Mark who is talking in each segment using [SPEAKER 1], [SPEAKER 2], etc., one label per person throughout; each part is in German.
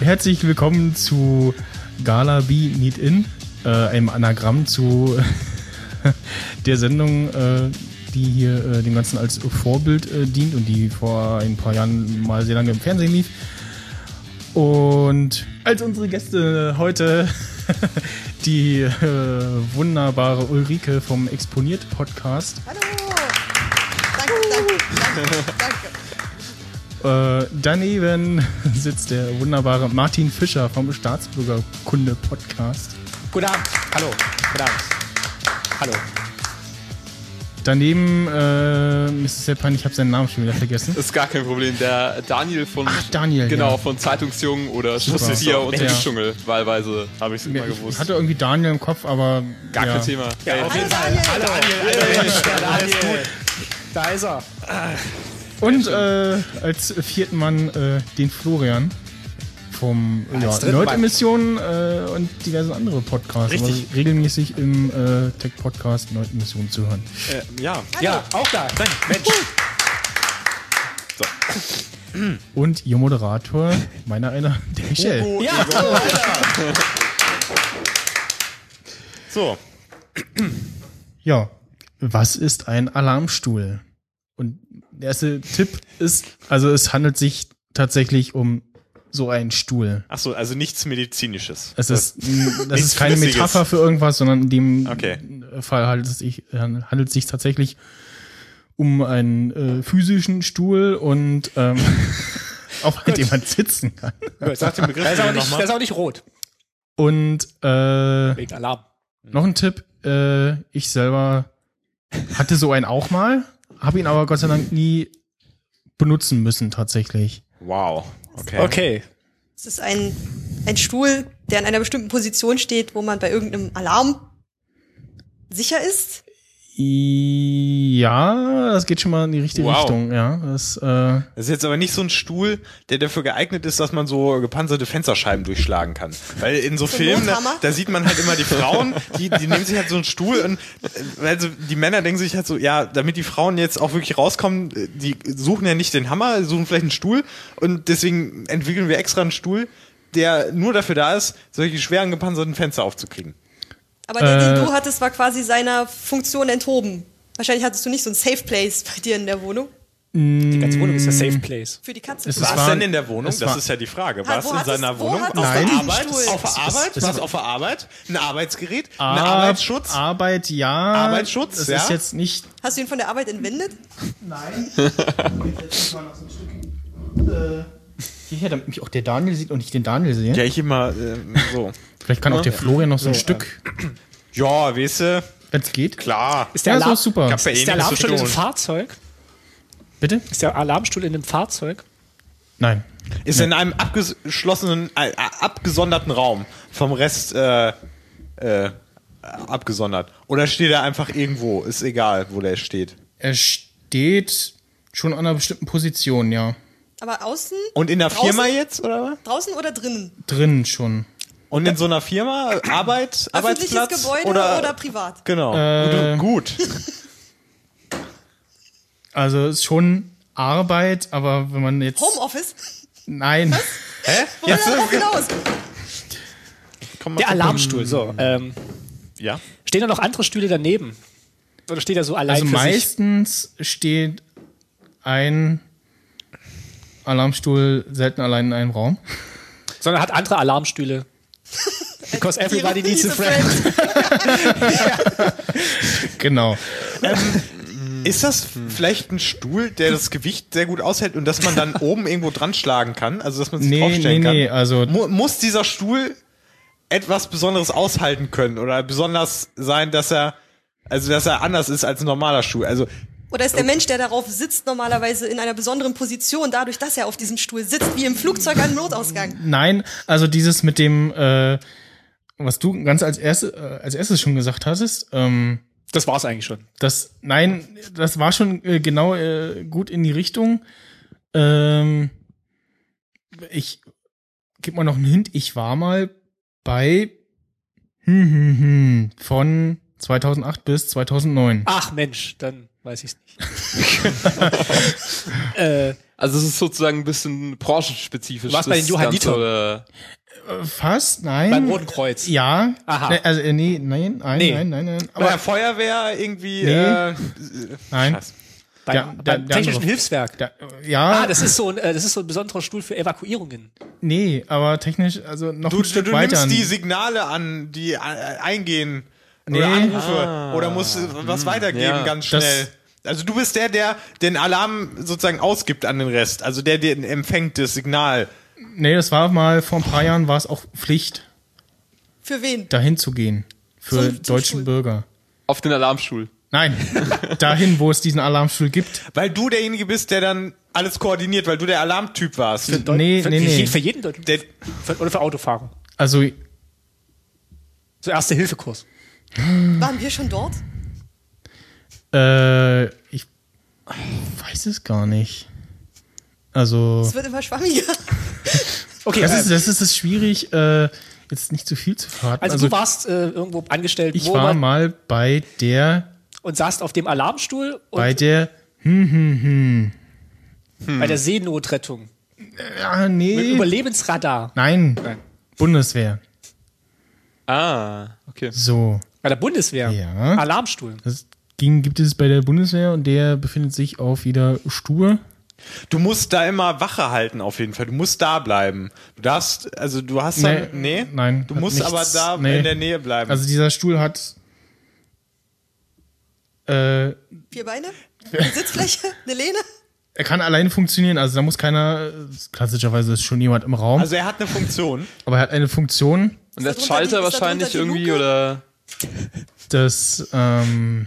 [SPEAKER 1] Herzlich willkommen zu Gala B Meet In, äh, einem Anagramm zu der Sendung, äh, die hier äh, dem Ganzen als Vorbild äh, dient und die vor ein paar Jahren mal sehr lange im Fernsehen lief. Und als unsere Gäste heute die äh, wunderbare Ulrike vom Exponiert Podcast,
[SPEAKER 2] Hallo! Danke, danke, danke, danke.
[SPEAKER 1] äh, daneben sitzt der wunderbare Martin Fischer vom Staatsbürgerkunde Podcast.
[SPEAKER 3] Guten Abend. Hallo. Guten Abend. Hallo.
[SPEAKER 1] Daneben, äh, Mrs. Seppan, ich habe seinen Namen schon wieder vergessen.
[SPEAKER 4] Das ist gar kein Problem. Der Daniel von
[SPEAKER 1] Ach, Daniel,
[SPEAKER 4] genau
[SPEAKER 1] ja.
[SPEAKER 4] von Zeitungsjungen oder
[SPEAKER 1] Super.
[SPEAKER 4] Schussvier und
[SPEAKER 1] Ja.
[SPEAKER 4] ja. Dschungel wahlweise habe ich es immer
[SPEAKER 1] Ich
[SPEAKER 4] gewusst.
[SPEAKER 1] hatte irgendwie Daniel im Kopf, aber
[SPEAKER 4] gar
[SPEAKER 1] ja.
[SPEAKER 4] kein Thema.
[SPEAKER 3] Ja, auf
[SPEAKER 2] Hallo
[SPEAKER 3] jeden Fall.
[SPEAKER 2] Daniel!
[SPEAKER 3] Äh, Hallo Daniel. Hallo Daniel. Alles gut. Da ist er.
[SPEAKER 1] Und äh, als vierten Mann äh, den Florian vom ja,
[SPEAKER 3] dritten Mann.
[SPEAKER 1] Nerd-Emissionen äh, und diverse andere Podcasts.
[SPEAKER 3] Richtig.
[SPEAKER 1] Aber regelmäßig im äh, Tech-Podcast Nerd-Emissionen zu hören.
[SPEAKER 4] Äh, ja.
[SPEAKER 3] Ja, auch da. Danke. Mensch.
[SPEAKER 1] Und ihr Moderator, meiner einer, der Michel.
[SPEAKER 4] Oh,
[SPEAKER 3] Ja.
[SPEAKER 5] So,
[SPEAKER 1] Ja, was ist ein Alarmstuhl? Und der erste Tipp ist, also es handelt sich tatsächlich um so einen Stuhl.
[SPEAKER 5] ach so, also nichts medizinisches.
[SPEAKER 1] Es ist, das ist
[SPEAKER 5] Nichts
[SPEAKER 1] keine
[SPEAKER 5] Flüssiges.
[SPEAKER 1] Metapher für irgendwas, sondern in dem
[SPEAKER 5] Okay.
[SPEAKER 1] Fall handelt es sich, handelt es sich tatsächlich um einen äh, physischen Stuhl und ähm, auf dem man sitzen kann.
[SPEAKER 5] Sag den Begriff
[SPEAKER 3] Da ist auch
[SPEAKER 5] mir
[SPEAKER 3] nicht, da
[SPEAKER 5] nochmal.
[SPEAKER 3] ist auch nicht rot.
[SPEAKER 1] Und äh,
[SPEAKER 3] Wegen Alarm.
[SPEAKER 1] noch ein Tipp, äh, ich selber hatte so einen auch mal, habe ihn aber Gott sei Dank nie benutzen müssen tatsächlich.
[SPEAKER 5] Wow. Okay.
[SPEAKER 3] Okay.
[SPEAKER 2] Es ist ein, ein Stuhl, der in einer bestimmten Position steht, wo man bei irgendeinem Alarm sicher ist.
[SPEAKER 1] Ja, das geht schon mal in die richtige
[SPEAKER 5] Wow.
[SPEAKER 1] Richtung, ja. Das, äh,
[SPEAKER 5] Das ist jetzt aber nicht so ein Stuhl, der dafür geeignet ist, dass man so gepanzerte Fensterscheiben durchschlagen kann. Weil in so Filmen, da,
[SPEAKER 2] Nothammer?
[SPEAKER 5] da sieht man halt immer die Frauen, die, die nehmen sich halt so einen Stuhl und äh, also die Männer denken sich halt so, ja, damit die Frauen jetzt auch wirklich rauskommen, äh, die suchen ja nicht den Hammer, suchen vielleicht einen Stuhl und deswegen entwickeln wir extra einen Stuhl, der nur dafür da ist, solche schweren gepanzerten Fenster aufzukriegen.
[SPEAKER 2] Aber der,
[SPEAKER 1] Äh.
[SPEAKER 2] den du hattest, war quasi seiner Funktion enthoben. Wahrscheinlich hattest du nicht so ein Safe Place bei dir in der Wohnung.
[SPEAKER 3] Die ganze Wohnung ist der Safe Place.
[SPEAKER 2] Für die Katze.
[SPEAKER 1] Es
[SPEAKER 2] quasi.
[SPEAKER 1] war-
[SPEAKER 5] Was denn in der Wohnung?
[SPEAKER 1] es
[SPEAKER 5] Das
[SPEAKER 1] war-
[SPEAKER 5] ist ja die Frage.
[SPEAKER 2] Ah,
[SPEAKER 5] Was
[SPEAKER 2] wo
[SPEAKER 5] in
[SPEAKER 2] hattest-
[SPEAKER 5] seiner
[SPEAKER 2] wo
[SPEAKER 5] Wohnung?
[SPEAKER 2] hattest
[SPEAKER 5] Auf
[SPEAKER 2] du
[SPEAKER 5] der
[SPEAKER 2] diesen
[SPEAKER 5] Arbeit?
[SPEAKER 2] Stuhl?
[SPEAKER 5] Auf
[SPEAKER 1] Es-
[SPEAKER 5] der
[SPEAKER 1] es-
[SPEAKER 5] Arbeit?
[SPEAKER 1] es-
[SPEAKER 5] Was auf der Arbeit? Ein Arbeitsgerät? Ein
[SPEAKER 1] Ar-
[SPEAKER 5] Arbeitsschutz?
[SPEAKER 1] Arbeit, ja.
[SPEAKER 5] Arbeitsschutz,
[SPEAKER 1] das
[SPEAKER 5] ja.
[SPEAKER 1] ist jetzt nicht.
[SPEAKER 2] Hast du ihn von der Arbeit entwendet?
[SPEAKER 1] Nein. Jetzt mal noch so ein Stück. Äh, hierher, damit mich auch der Daniel sieht und ich den Daniel sehe.
[SPEAKER 5] Ja, ich immer ähm, so.
[SPEAKER 1] Vielleicht kann auch der Florian noch so ein Stück,
[SPEAKER 5] Ja, weißt du,
[SPEAKER 1] wenn es geht.
[SPEAKER 5] klar.
[SPEAKER 3] Ist
[SPEAKER 1] Ja,
[SPEAKER 3] der,
[SPEAKER 1] ist
[SPEAKER 3] Alarm,
[SPEAKER 1] auch super.
[SPEAKER 5] Gab's ja eh
[SPEAKER 3] ist der
[SPEAKER 5] nichts zu
[SPEAKER 3] Alarmstuhl in einem
[SPEAKER 5] tun.
[SPEAKER 3] Fahrzeug?
[SPEAKER 1] Bitte?
[SPEAKER 3] Ist der Alarmstuhl in einem Fahrzeug?
[SPEAKER 1] Nein.
[SPEAKER 5] Ist in einem abgeschlossenen, äh, äh, abgesonderten Raum vom Rest äh, äh, abgesondert. Oder steht er einfach irgendwo? Ist egal, wo der steht.
[SPEAKER 1] Er steht schon an einer bestimmten Position, ja.
[SPEAKER 2] Aber außen?
[SPEAKER 5] Und in der
[SPEAKER 2] Draußen?
[SPEAKER 5] Firma jetzt, oder was?
[SPEAKER 2] Draußen oder drinnen?
[SPEAKER 1] Drin schon.
[SPEAKER 5] Und in so einer Firma? Arbeit?
[SPEAKER 2] Öffentliches
[SPEAKER 5] Arbeitsplatz?
[SPEAKER 2] Gebäude oder,
[SPEAKER 5] oder,
[SPEAKER 2] privat?
[SPEAKER 5] Genau.
[SPEAKER 1] Äh,
[SPEAKER 5] gut.
[SPEAKER 1] Also ist schon Arbeit, aber wenn man jetzt.
[SPEAKER 2] Homeoffice? genau.
[SPEAKER 1] Nein.
[SPEAKER 5] Hä?
[SPEAKER 2] Worauf hinaus?
[SPEAKER 5] Komm
[SPEAKER 3] Der Alarmstuhl, so. Ähm,
[SPEAKER 5] Ja.
[SPEAKER 3] stehen da noch andere Stühle daneben? Oder steht er so allein
[SPEAKER 1] Also
[SPEAKER 3] für sich?
[SPEAKER 1] meistens steht ein Alarmstuhl selten allein in einem Raum.
[SPEAKER 3] sondern hat andere Alarmstühle. Because everybody needs a friend.
[SPEAKER 1] Genau.
[SPEAKER 5] Ist das
[SPEAKER 1] Hm.
[SPEAKER 5] vielleicht ein Stuhl, der das Gewicht sehr gut aushält und dass man dann oben irgendwo dran schlagen kann? Also, dass man sich
[SPEAKER 1] Nee,
[SPEAKER 5] draufstellen
[SPEAKER 1] nee,
[SPEAKER 5] kann?
[SPEAKER 1] nee, also-
[SPEAKER 5] Mu muss dieser Stuhl etwas Besonderes aushalten können oder besonders sein, dass er, also, dass er anders ist als ein normaler Stuhl? Also,
[SPEAKER 2] Oder ist der Mensch, der darauf sitzt, normalerweise in einer besonderen Position, dadurch, dass er auf diesem Stuhl sitzt, wie im Flugzeug an einem Notausgang?
[SPEAKER 1] Nein, also dieses mit dem, äh, was du ganz als, erste, äh, als erstes schon gesagt hattest, ähm,
[SPEAKER 3] Das war's eigentlich schon.
[SPEAKER 1] das, nein, das war schon äh, genau äh, gut in die Richtung. Ähm, ich gib mal noch einen Hint, ich war mal bei hm, hm, hm, von 2008 bis 2009.
[SPEAKER 3] Ah, Ach Mensch, dann Weiß ich es nicht. äh,
[SPEAKER 4] Also es ist sozusagen ein bisschen branchenspezifisch.
[SPEAKER 3] Du warst bei den
[SPEAKER 4] das
[SPEAKER 3] Johannitern.
[SPEAKER 4] Ganze, oder?
[SPEAKER 1] Fast, nein.
[SPEAKER 3] beim Roten Kreuz.
[SPEAKER 1] Ja.
[SPEAKER 3] Aha.
[SPEAKER 1] Ne, also, äh, nee, nein, nein,
[SPEAKER 3] Nee.
[SPEAKER 1] nein, nein, nein.
[SPEAKER 5] Aber
[SPEAKER 1] Aber,
[SPEAKER 5] Feuerwehr irgendwie.
[SPEAKER 1] Nee.
[SPEAKER 5] Äh,
[SPEAKER 1] nein.
[SPEAKER 5] Scheiße.
[SPEAKER 3] Beim,
[SPEAKER 1] der- der-
[SPEAKER 3] beim
[SPEAKER 1] der
[SPEAKER 3] Technischen
[SPEAKER 1] andere.
[SPEAKER 3] Hilfswerk.
[SPEAKER 1] Da, ja,
[SPEAKER 3] Ah, das ist, so ein, äh, das ist so ein besonderer Stuhl für Evakuierungen.
[SPEAKER 1] nee, aber technisch, also noch
[SPEAKER 5] du,
[SPEAKER 1] ein
[SPEAKER 5] du,
[SPEAKER 1] Stück
[SPEAKER 5] du
[SPEAKER 1] weiter.
[SPEAKER 5] nimmst die Signale an, die äh, eingehen
[SPEAKER 1] Nee. Ah. Hm,
[SPEAKER 5] oder Anrufe oder musst äh, was weitergeben
[SPEAKER 4] ja.
[SPEAKER 5] ganz
[SPEAKER 1] Das-
[SPEAKER 5] schnell. also du bist der, der den Alarm sozusagen ausgibt an den Rest, also der, der empfängt das Signal.
[SPEAKER 1] nee, das war mal vor ein paar Jahren war es auch Pflicht,
[SPEAKER 2] Für wen?
[SPEAKER 1] dahin zu gehen. Für
[SPEAKER 2] Zum- zum
[SPEAKER 1] deutschen
[SPEAKER 2] Stuhl.
[SPEAKER 1] Bürger.
[SPEAKER 4] Auf den Alarmstuhl.
[SPEAKER 1] Nein, dahin, wo es diesen Alarmstuhl gibt.
[SPEAKER 5] Weil du derjenige bist, der dann alles koordiniert, weil du der Alarmtyp warst.
[SPEAKER 1] Deu- Nee,
[SPEAKER 3] für,
[SPEAKER 1] nee,
[SPEAKER 3] für,
[SPEAKER 1] nee.
[SPEAKER 3] Für jeden Deutschen.
[SPEAKER 5] Der,
[SPEAKER 3] Für, oder für Autofahrer.
[SPEAKER 1] Also,
[SPEAKER 3] So Erste-Hilfe-Kurs.
[SPEAKER 2] Waren wir schon dort?
[SPEAKER 1] äh, ich weiß es gar nicht. Also,
[SPEAKER 2] Es wird immer schwammiger.
[SPEAKER 3] Okay,
[SPEAKER 1] das
[SPEAKER 3] äh,
[SPEAKER 1] ist, das ist es schwierig, äh, jetzt nicht zu viel zu verraten.
[SPEAKER 3] also, du warst äh, irgendwo angestellt
[SPEAKER 1] ich
[SPEAKER 3] wo
[SPEAKER 1] war
[SPEAKER 3] man-
[SPEAKER 1] mal bei der,
[SPEAKER 3] und saßt auf dem Alarmstuhl und
[SPEAKER 1] bei der,
[SPEAKER 3] bei der Seenotrettung.
[SPEAKER 1] ah,
[SPEAKER 3] Mit
[SPEAKER 1] nee,
[SPEAKER 3] Überlebensradar.
[SPEAKER 1] nein, Bundeswehr.
[SPEAKER 4] Ah, okay.
[SPEAKER 1] So,
[SPEAKER 3] Bei der Bundeswehr.
[SPEAKER 1] Ja.
[SPEAKER 3] Alarmstuhl.
[SPEAKER 1] das ging, gibt es bei der Bundeswehr und der befindet sich auf wieder Stur.
[SPEAKER 5] du musst da immer Wache halten auf jeden Fall. Du musst da bleiben. Du darfst, also du hast
[SPEAKER 1] Nee,
[SPEAKER 5] dann, nee,
[SPEAKER 1] nein,
[SPEAKER 5] du
[SPEAKER 1] hat
[SPEAKER 5] musst
[SPEAKER 1] nichts,
[SPEAKER 5] aber da
[SPEAKER 1] nee.
[SPEAKER 5] in der Nähe bleiben.
[SPEAKER 1] Also dieser Stuhl hat, äh,
[SPEAKER 2] Vier Beine? Eine Sitzfläche? Eine Lehne?
[SPEAKER 1] er kann alleine funktionieren, also da muss keiner, klassischerweise ist schon jemand im Raum,
[SPEAKER 5] also er hat eine Funktion.
[SPEAKER 1] aber er hat eine Funktion,
[SPEAKER 4] Und
[SPEAKER 2] da
[SPEAKER 4] der
[SPEAKER 2] drunter
[SPEAKER 4] Schalter
[SPEAKER 2] die- ist da
[SPEAKER 4] wahrscheinlich
[SPEAKER 2] drunter die
[SPEAKER 4] irgendwie
[SPEAKER 2] Luke?
[SPEAKER 4] oder
[SPEAKER 1] das, ähm,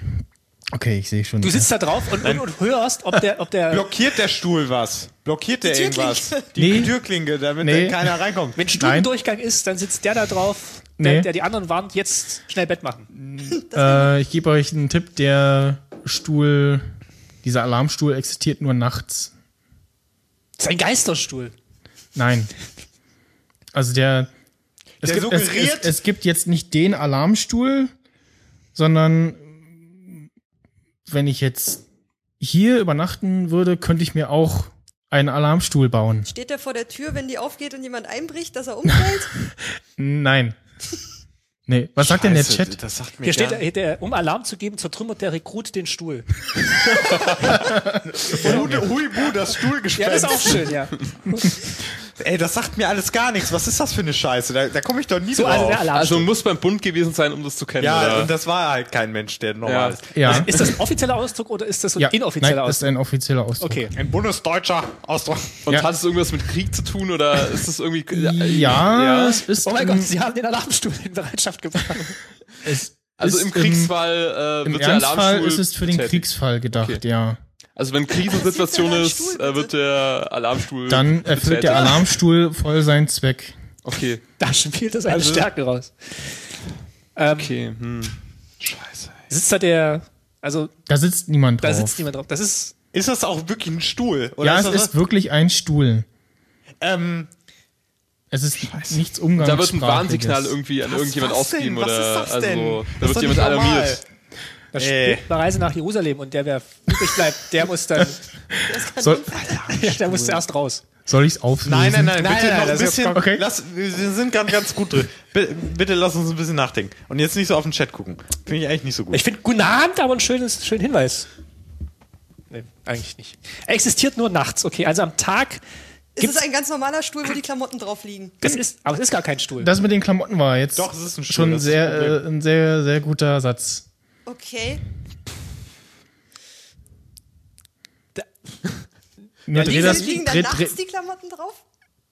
[SPEAKER 1] okay, ich sehe schon.
[SPEAKER 3] Du sitzt da drauf und, und, und hörst, ob der, ob der
[SPEAKER 5] Blockiert der Stuhl was? Blockiert der
[SPEAKER 2] Die Türklinke.
[SPEAKER 5] irgendwas? Die
[SPEAKER 1] Nee.
[SPEAKER 5] Türklinke, damit
[SPEAKER 1] Nee.
[SPEAKER 5] da keiner reinkommt.
[SPEAKER 3] wenn Stundendurchgang ist, dann sitzt der da drauf, der,
[SPEAKER 1] Nee.
[SPEAKER 3] der die anderen warnt, jetzt schnell Bett machen.
[SPEAKER 1] äh, ich gebe euch einen Tipp, der Stuhl, dieser Alarmstuhl existiert nur nachts.
[SPEAKER 3] Das ist ein Geisterstuhl.
[SPEAKER 1] Nein. Also der. Es,
[SPEAKER 5] Der
[SPEAKER 1] gibt, es, es,
[SPEAKER 5] suggeriert-
[SPEAKER 1] es gibt jetzt nicht den Alarmstuhl, sondern wenn ich jetzt hier übernachten würde, könnte ich mir auch einen Alarmstuhl bauen.
[SPEAKER 2] Steht der vor der Tür, wenn die aufgeht und jemand einbricht, dass er umfällt?
[SPEAKER 1] Nein. Nee, was sagt denn der
[SPEAKER 5] Scheiße,
[SPEAKER 1] Chat?
[SPEAKER 5] Das sagt mir
[SPEAKER 3] Hier steht,
[SPEAKER 5] gar-
[SPEAKER 3] äh, der, um Alarm zu geben, zertrümmert der Rekrut den Stuhl.
[SPEAKER 5] Bude, hui, bu, das
[SPEAKER 3] Ja,
[SPEAKER 5] Stuhlgespenst.
[SPEAKER 3] das ist auch schön, ja.
[SPEAKER 5] Ey, das sagt mir alles gar nichts. Was ist das für eine Scheiße? Da, da komme ich doch nie
[SPEAKER 3] So,
[SPEAKER 5] drauf.
[SPEAKER 3] also der
[SPEAKER 4] also
[SPEAKER 3] Alarmstuhl.
[SPEAKER 4] muss beim Bund gewesen sein, um das zu kennen.
[SPEAKER 5] ja,
[SPEAKER 4] oder?
[SPEAKER 5] und das war halt kein Mensch, der normal
[SPEAKER 4] Ja.
[SPEAKER 5] ist.
[SPEAKER 1] Ja.
[SPEAKER 3] ist das ein offizieller Ausdruck oder ist das so ein
[SPEAKER 1] ja.
[SPEAKER 3] inoffizieller
[SPEAKER 1] Nein, das ist
[SPEAKER 3] Ausdruck?
[SPEAKER 1] ein offizieller Ausdruck.
[SPEAKER 3] Okay.
[SPEAKER 5] Ein bundesdeutscher Ausdruck.
[SPEAKER 4] und
[SPEAKER 1] ja.
[SPEAKER 4] hat es irgendwas mit Krieg zu tun oder ist das irgendwie
[SPEAKER 1] Ja, es ist.
[SPEAKER 3] Oh
[SPEAKER 1] im-
[SPEAKER 3] mein Gott, sie haben den Alarmstuhl in Bereitschaft gebracht.
[SPEAKER 1] es
[SPEAKER 4] Also
[SPEAKER 1] ist
[SPEAKER 4] im Kriegsfall äh,
[SPEAKER 1] Im, im
[SPEAKER 4] wird der
[SPEAKER 1] Ernstfall
[SPEAKER 4] Alarmstuhl
[SPEAKER 1] ist es für den
[SPEAKER 4] betätigt.
[SPEAKER 1] Kriegsfall gedacht,
[SPEAKER 4] Okay.
[SPEAKER 1] ja.
[SPEAKER 4] Also wenn Krisensituation
[SPEAKER 2] Sitzt der
[SPEAKER 4] ist,
[SPEAKER 2] Alarmstuhl,
[SPEAKER 4] äh, wird der Alarmstuhl
[SPEAKER 1] Dann erfüllt der
[SPEAKER 4] betätigt.
[SPEAKER 1] Alarmstuhl voll seinen Zweck.
[SPEAKER 4] Okay,
[SPEAKER 3] Da spielt das eine Stärke raus. Ähm,
[SPEAKER 4] okay. Hm.
[SPEAKER 5] Scheiße.
[SPEAKER 3] Sitzt da der, also
[SPEAKER 1] Da sitzt niemand drauf.
[SPEAKER 3] da sitzt niemand drauf. Das ist,
[SPEAKER 5] Ist das auch wirklich ein Stuhl?
[SPEAKER 1] Ja, es
[SPEAKER 5] ist das
[SPEAKER 1] ist wirklich ein Stuhl.
[SPEAKER 5] ähm,
[SPEAKER 1] Es ist nichts Umgangs.
[SPEAKER 4] Da wird ein Warnsignal irgendwie an irgendjemand
[SPEAKER 5] was
[SPEAKER 4] ausgegeben
[SPEAKER 5] denn? Was
[SPEAKER 4] oder
[SPEAKER 5] ist das denn?
[SPEAKER 4] also
[SPEAKER 5] Das
[SPEAKER 4] da
[SPEAKER 5] ist
[SPEAKER 4] wird
[SPEAKER 5] doch
[SPEAKER 4] jemand
[SPEAKER 5] nicht normal.
[SPEAKER 4] alarmiert.
[SPEAKER 3] das
[SPEAKER 5] Ey.
[SPEAKER 3] spielt eine Reise nach Jerusalem und der, wer übrig bleibt, der muss dann,
[SPEAKER 1] Soll,
[SPEAKER 3] ja, der muss zuerst raus.
[SPEAKER 1] soll ich es auflösen?
[SPEAKER 5] Nein, nein, nein,
[SPEAKER 3] Nein,
[SPEAKER 5] bitte
[SPEAKER 3] nein,
[SPEAKER 5] noch ein
[SPEAKER 3] das ist
[SPEAKER 5] bisschen.
[SPEAKER 1] vollkommen- Okay.
[SPEAKER 5] Lass, wir sind gerade ganz gut drin. Bi- Bitte lass uns ein bisschen nachdenken. Und jetzt nicht so auf den Chat gucken. Finde ich eigentlich nicht so gut.
[SPEAKER 3] Ich finde guten Abend aber ein schönes, schönen Hinweis. Nee, eigentlich nicht. Er existiert nur nachts, okay. Also am Tag
[SPEAKER 2] Es
[SPEAKER 3] Gibt's-
[SPEAKER 2] ist ein ganz normaler Stuhl, wo die Klamotten drauf liegen.
[SPEAKER 3] Das ist, aber es ist gar kein Stuhl.
[SPEAKER 1] Das mit den Klamotten war jetzt
[SPEAKER 5] Doch, es ist ein Stuhl,
[SPEAKER 1] schon
[SPEAKER 5] das ist
[SPEAKER 1] sehr,
[SPEAKER 5] das Problem.
[SPEAKER 1] äh, ein sehr, sehr guter Satz.
[SPEAKER 2] Okay.
[SPEAKER 1] Nur dreh
[SPEAKER 2] Liegen,
[SPEAKER 1] das,
[SPEAKER 2] liegen
[SPEAKER 1] dreh,
[SPEAKER 2] da nachts
[SPEAKER 1] dreh,
[SPEAKER 2] die Klamotten drauf?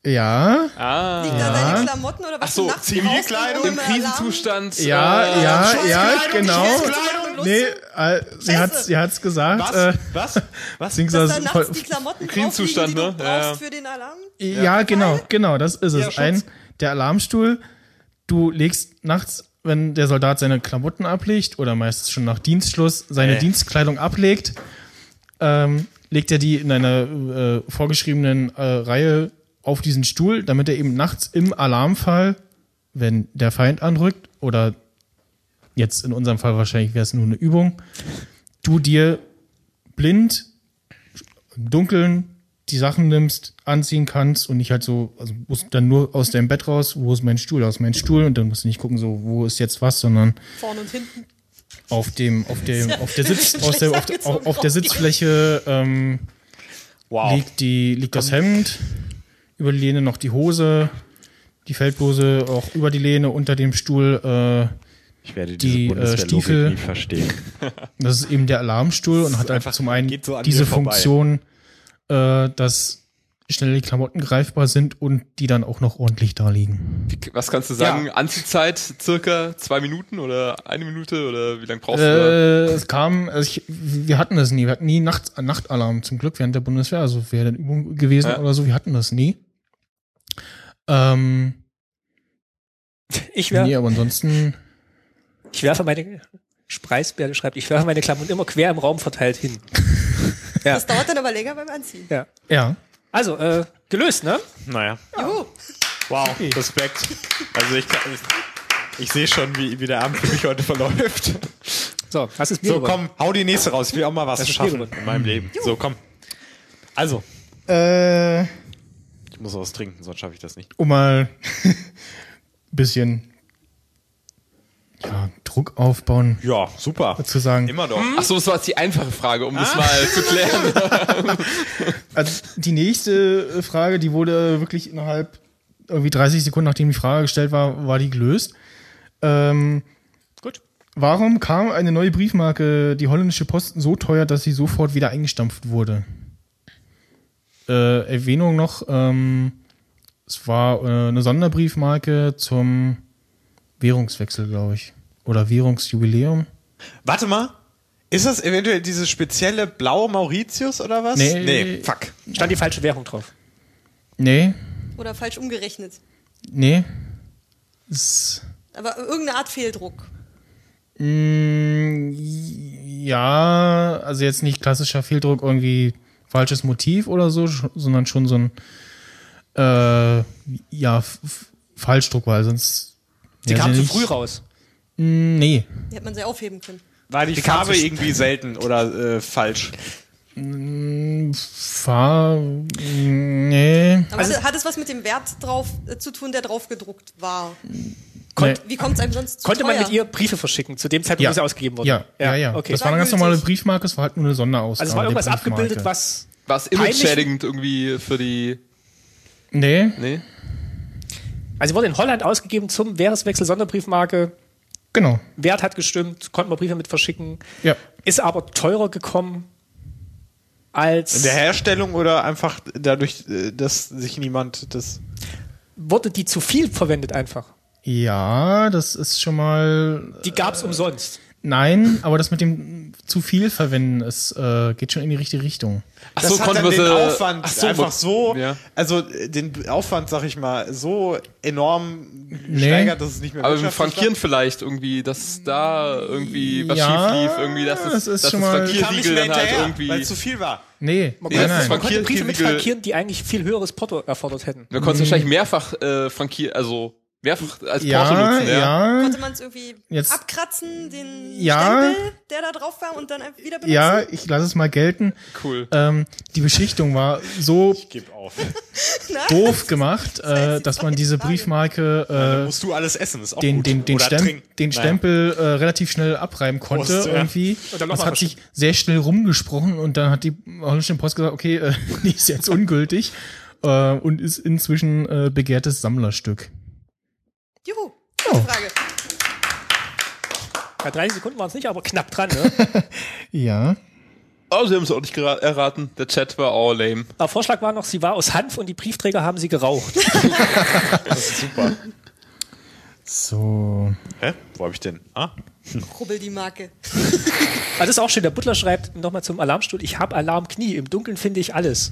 [SPEAKER 1] ja,
[SPEAKER 4] Ah.
[SPEAKER 2] Liegen da deine Klamotten oder was
[SPEAKER 4] Ach so,
[SPEAKER 2] du nachts um
[SPEAKER 5] Zivilkleidung
[SPEAKER 4] Im Krisenzustand.
[SPEAKER 1] ja, ja,
[SPEAKER 4] äh,
[SPEAKER 1] ja,
[SPEAKER 5] Scheißkleidung,
[SPEAKER 1] genau.
[SPEAKER 5] Scheißkleidung.
[SPEAKER 1] Nee, äh, sie hat sie hat's gesagt.
[SPEAKER 5] Was?
[SPEAKER 1] Äh,
[SPEAKER 5] Was? Was?
[SPEAKER 1] beziehungsweise
[SPEAKER 2] Dass da nachts
[SPEAKER 1] voll-
[SPEAKER 2] die Klamotten drauf liegen,
[SPEAKER 4] Krisenzustand,
[SPEAKER 2] die du
[SPEAKER 4] ne? Ja,
[SPEAKER 2] brauchst für den Alarm?
[SPEAKER 1] ja, genau, genau, das ist es.
[SPEAKER 5] Schutz.
[SPEAKER 1] Ein, der Alarmstuhl, du legst nachts, wenn der Soldat seine Klamotten ablegt oder meistens schon nach Dienstschluss seine
[SPEAKER 5] Äh.
[SPEAKER 1] Dienstkleidung ablegt, ähm, legt er die in einer äh, vorgeschriebenen äh, Reihe auf diesen Stuhl, damit er eben nachts im Alarmfall, wenn der Feind anrückt oder jetzt in unserem Fall wahrscheinlich wäre es nur eine Übung, du dir blind im Dunkeln die Sachen nimmst, anziehen kannst und nicht halt so, also musst dann nur aus deinem Bett raus, wo ist mein Stuhl, da ist mein Stuhl und dann musst du nicht gucken, so, wo ist jetzt was, sondern
[SPEAKER 2] Vorne und hinten.
[SPEAKER 1] auf dem, auf dem, auf der Sitz,
[SPEAKER 2] Schlecht
[SPEAKER 1] aus der, auf, auf,
[SPEAKER 2] angezogen
[SPEAKER 1] auf der
[SPEAKER 2] auf die-
[SPEAKER 1] Sitzfläche ähm,
[SPEAKER 3] Wow.
[SPEAKER 1] liegt, die, liegt das Hemd, über die Lehne noch die Hose, die Feldbluse auch über die Lehne, unter dem Stuhl. Äh,
[SPEAKER 6] Ich werde
[SPEAKER 1] Die,
[SPEAKER 6] diese
[SPEAKER 1] äh,
[SPEAKER 6] Bundeswehrlogik
[SPEAKER 1] Stiefel-
[SPEAKER 6] nie verstehen.
[SPEAKER 1] das ist eben der Alarmstuhl und hat einfach zum einen
[SPEAKER 6] geht so an
[SPEAKER 1] diese
[SPEAKER 6] mir vorbei.
[SPEAKER 1] Funktion, äh, dass schnell die Klamotten greifbar sind und die dann auch noch ordentlich da liegen.
[SPEAKER 4] Wie, was kannst du sagen? Anziehzeit circa zwei Minuten oder eine Minute oder wie lange brauchst
[SPEAKER 1] Äh,
[SPEAKER 4] du?
[SPEAKER 1] es kam, also ich, wir hatten das nie, wir hatten nie Nacht, Nachtalarm zum Glück während der Bundeswehr, also wäre dann Übung gewesen
[SPEAKER 4] Ja.
[SPEAKER 1] oder so, wir hatten das nie. Ähm,
[SPEAKER 3] Ich
[SPEAKER 1] Nee,
[SPEAKER 3] wäre
[SPEAKER 1] aber ansonsten
[SPEAKER 3] Ich werfe meine Spreisbär schreibt, ich werfe meine Klamotten immer quer im Raum verteilt hin.
[SPEAKER 2] Das dauert dann aber länger beim Anziehen.
[SPEAKER 3] Ja.
[SPEAKER 1] Ja.
[SPEAKER 3] Also, äh, gelöst, ne?
[SPEAKER 5] Naja.
[SPEAKER 2] Juhu.
[SPEAKER 5] Wow, Respekt. Also ich, kann- ich, ich sehe schon, wie, wie der Abend für mich heute verläuft.
[SPEAKER 3] So, das ist Bier
[SPEAKER 5] So,
[SPEAKER 3] gewonnen.
[SPEAKER 5] komm, hau die nächste raus. Ich will auch mal was
[SPEAKER 3] Das ist
[SPEAKER 5] schaffen
[SPEAKER 3] Bier
[SPEAKER 5] in meinem Leben. So, komm. Also. Ich muss was trinken, sonst schaffe ich das nicht.
[SPEAKER 1] um mal ein bisschen ja, Druck aufbauen
[SPEAKER 5] Ja, super.
[SPEAKER 1] zu sagen.
[SPEAKER 5] Immer doch.
[SPEAKER 4] Ach so, das war jetzt die einfache Frage, um
[SPEAKER 5] Ah.
[SPEAKER 4] das mal zu klären.
[SPEAKER 1] Also die nächste äh, Frage, die wurde wirklich innerhalb irgendwie 30 Sekunden, nachdem die Frage gestellt war, war die gelöst. Ähm,
[SPEAKER 3] Gut.
[SPEAKER 1] warum kam eine neue Briefmarke, die holländische Post, so teuer, dass sie sofort wieder eingestampft wurde? Äh, Erwähnung noch, ähm, es war äh, eine Sonderbriefmarke zum Währungswechsel, glaube ich. Oder Währungsjubiläum.
[SPEAKER 5] Warte mal. Ist das eventuell dieses spezielle blaue Mauritius oder was?
[SPEAKER 1] Nee.
[SPEAKER 5] Nee, fuck.
[SPEAKER 3] Stand die falsche Währung drauf.
[SPEAKER 1] Nee,
[SPEAKER 2] Oder falsch umgerechnet.
[SPEAKER 1] nee. Es,
[SPEAKER 2] Aber irgendeine Art Fehldruck.
[SPEAKER 1] mm, ja, also jetzt nicht klassischer Fehldruck, irgendwie falsches Motiv oder so, sch- sondern schon so ein äh, ja, F- F- Falschdruck, weil sonst.
[SPEAKER 3] Sie
[SPEAKER 1] ja,
[SPEAKER 3] kam
[SPEAKER 1] sie
[SPEAKER 3] zu
[SPEAKER 1] nicht-
[SPEAKER 3] früh raus.
[SPEAKER 1] Nee.
[SPEAKER 2] Die hätte man sehr aufheben können.
[SPEAKER 5] War die,
[SPEAKER 3] kam
[SPEAKER 5] Farbe
[SPEAKER 3] zu-
[SPEAKER 5] irgendwie selten oder äh, falsch?
[SPEAKER 1] Fahr. Nee.
[SPEAKER 2] Aber hat, hat es was mit dem Wert drauf äh, zu tun, der drauf gedruckt war?
[SPEAKER 1] nee.
[SPEAKER 2] Wie kommt es einem sonst zu
[SPEAKER 3] Konnte man
[SPEAKER 2] teuer?
[SPEAKER 3] mit ihr Briefe verschicken, zu dem Zeitpunkt,
[SPEAKER 1] Ja.
[SPEAKER 3] wo sie ausgegeben wurde?
[SPEAKER 1] Ja, ja, ja.
[SPEAKER 3] Okay.
[SPEAKER 1] Das war eine ganz
[SPEAKER 2] Gültig.
[SPEAKER 1] normale Briefmarke, es war halt nur eine Sonderausgabe.
[SPEAKER 3] also es war
[SPEAKER 1] der
[SPEAKER 3] irgendwas
[SPEAKER 1] Briefmarke.
[SPEAKER 3] abgebildet, was.
[SPEAKER 4] War es image-schädigend irgendwie für die.
[SPEAKER 1] Nee,
[SPEAKER 4] Nee?
[SPEAKER 3] Also sie wurde in Holland ausgegeben zum Währungswechsel Sonderbriefmarke.
[SPEAKER 1] genau.
[SPEAKER 3] Wert hat gestimmt, konnte man Briefe mit verschicken.
[SPEAKER 1] Ja.
[SPEAKER 3] Ist aber teurer gekommen als.
[SPEAKER 5] In der Herstellung oder einfach dadurch, äh, dass sich niemand das.
[SPEAKER 3] Wurde die zu viel verwendet einfach?
[SPEAKER 1] Ja, das ist schon mal
[SPEAKER 3] Die gab's umsonst.
[SPEAKER 1] Nein, aber das mit dem zu viel verwenden, es äh, geht schon in die richtige Richtung.
[SPEAKER 4] Ach
[SPEAKER 5] das hat
[SPEAKER 4] konnten
[SPEAKER 5] dann den
[SPEAKER 4] wir sie-
[SPEAKER 5] Aufwand
[SPEAKER 4] Ach so,
[SPEAKER 5] einfach so,
[SPEAKER 4] Ja.
[SPEAKER 5] also äh, den Aufwand, sag ich mal, so enorm gesteigert, dass es nicht mehr
[SPEAKER 4] Aber wir
[SPEAKER 5] wirtschaftlich
[SPEAKER 4] frankieren vielleicht irgendwie, dass da irgendwie was
[SPEAKER 1] Ja,
[SPEAKER 4] schief lief, irgendwie, dass
[SPEAKER 1] das
[SPEAKER 4] es,
[SPEAKER 1] ist
[SPEAKER 4] dass
[SPEAKER 1] schon
[SPEAKER 4] das
[SPEAKER 1] mal-
[SPEAKER 5] war. Kam nicht
[SPEAKER 4] Frankiersiegel
[SPEAKER 5] mehr
[SPEAKER 4] dann halt
[SPEAKER 5] hinterher,
[SPEAKER 4] irgendwie.
[SPEAKER 5] weil es zu viel war.
[SPEAKER 1] Nee,
[SPEAKER 3] Man
[SPEAKER 1] nein,
[SPEAKER 3] konnte,
[SPEAKER 1] nein.
[SPEAKER 3] man konnte
[SPEAKER 4] Frankier-
[SPEAKER 3] Briefe mit
[SPEAKER 4] Siegel-
[SPEAKER 3] frankieren, die eigentlich viel höheres Porto erfordert hätten.
[SPEAKER 4] Wir
[SPEAKER 1] Mhm.
[SPEAKER 4] konnten es wahrscheinlich mehrfach äh, frankieren, also mehrfach als Porto
[SPEAKER 1] ja,
[SPEAKER 4] nutzen, ja.
[SPEAKER 1] ja,
[SPEAKER 2] Konnte man es irgendwie
[SPEAKER 1] Jetzt-
[SPEAKER 2] abkratzen, den
[SPEAKER 1] Ja.
[SPEAKER 2] Stempel, der da drauf war, und dann einfach wieder benutzen?
[SPEAKER 1] ja, ich lasse es mal gelten.
[SPEAKER 4] Cool.
[SPEAKER 1] Ähm, die Beschichtung war so
[SPEAKER 5] Gib auf.
[SPEAKER 1] doof gemacht, äh,
[SPEAKER 2] jetzt
[SPEAKER 1] dass
[SPEAKER 2] doch
[SPEAKER 1] man
[SPEAKER 2] die
[SPEAKER 1] diese
[SPEAKER 2] Frage.
[SPEAKER 1] Briefmarke, äh,
[SPEAKER 5] Musst du alles essen, ist auch
[SPEAKER 1] den,
[SPEAKER 5] gut.
[SPEAKER 1] den, den,
[SPEAKER 5] Oder
[SPEAKER 1] Stem
[SPEAKER 5] trinken.
[SPEAKER 1] den
[SPEAKER 5] Naja.
[SPEAKER 1] Stempel äh, relativ schnell abreiben konnte
[SPEAKER 5] Prost, ja.
[SPEAKER 1] irgendwie.
[SPEAKER 3] Und dann noch
[SPEAKER 1] Das
[SPEAKER 3] mal
[SPEAKER 1] hat sich sehr schnell rumgesprochen und dann hat die holländische Post gesagt, okay, äh, die ist jetzt ungültig äh, und ist inzwischen äh, begehrtes Sammlerstück.
[SPEAKER 2] Juhu. Gute Frage.
[SPEAKER 3] Bei 30 Sekunden waren es nicht, aber knapp dran. Ne?
[SPEAKER 1] Ja.
[SPEAKER 4] Oh, sie haben es auch nicht gera- erraten. Der Chat war all lame.
[SPEAKER 3] Der Vorschlag war noch, sie war aus Hanf und die Briefträger haben sie geraucht.
[SPEAKER 1] So.
[SPEAKER 5] Hä? Wo hab ich denn? Ah,
[SPEAKER 2] Krubbel die Marke.
[SPEAKER 3] Also das ist auch schön. Der Butler schreibt nochmal zum Alarmstuhl, ich habe Alarmknie, im Dunkeln finde ich alles.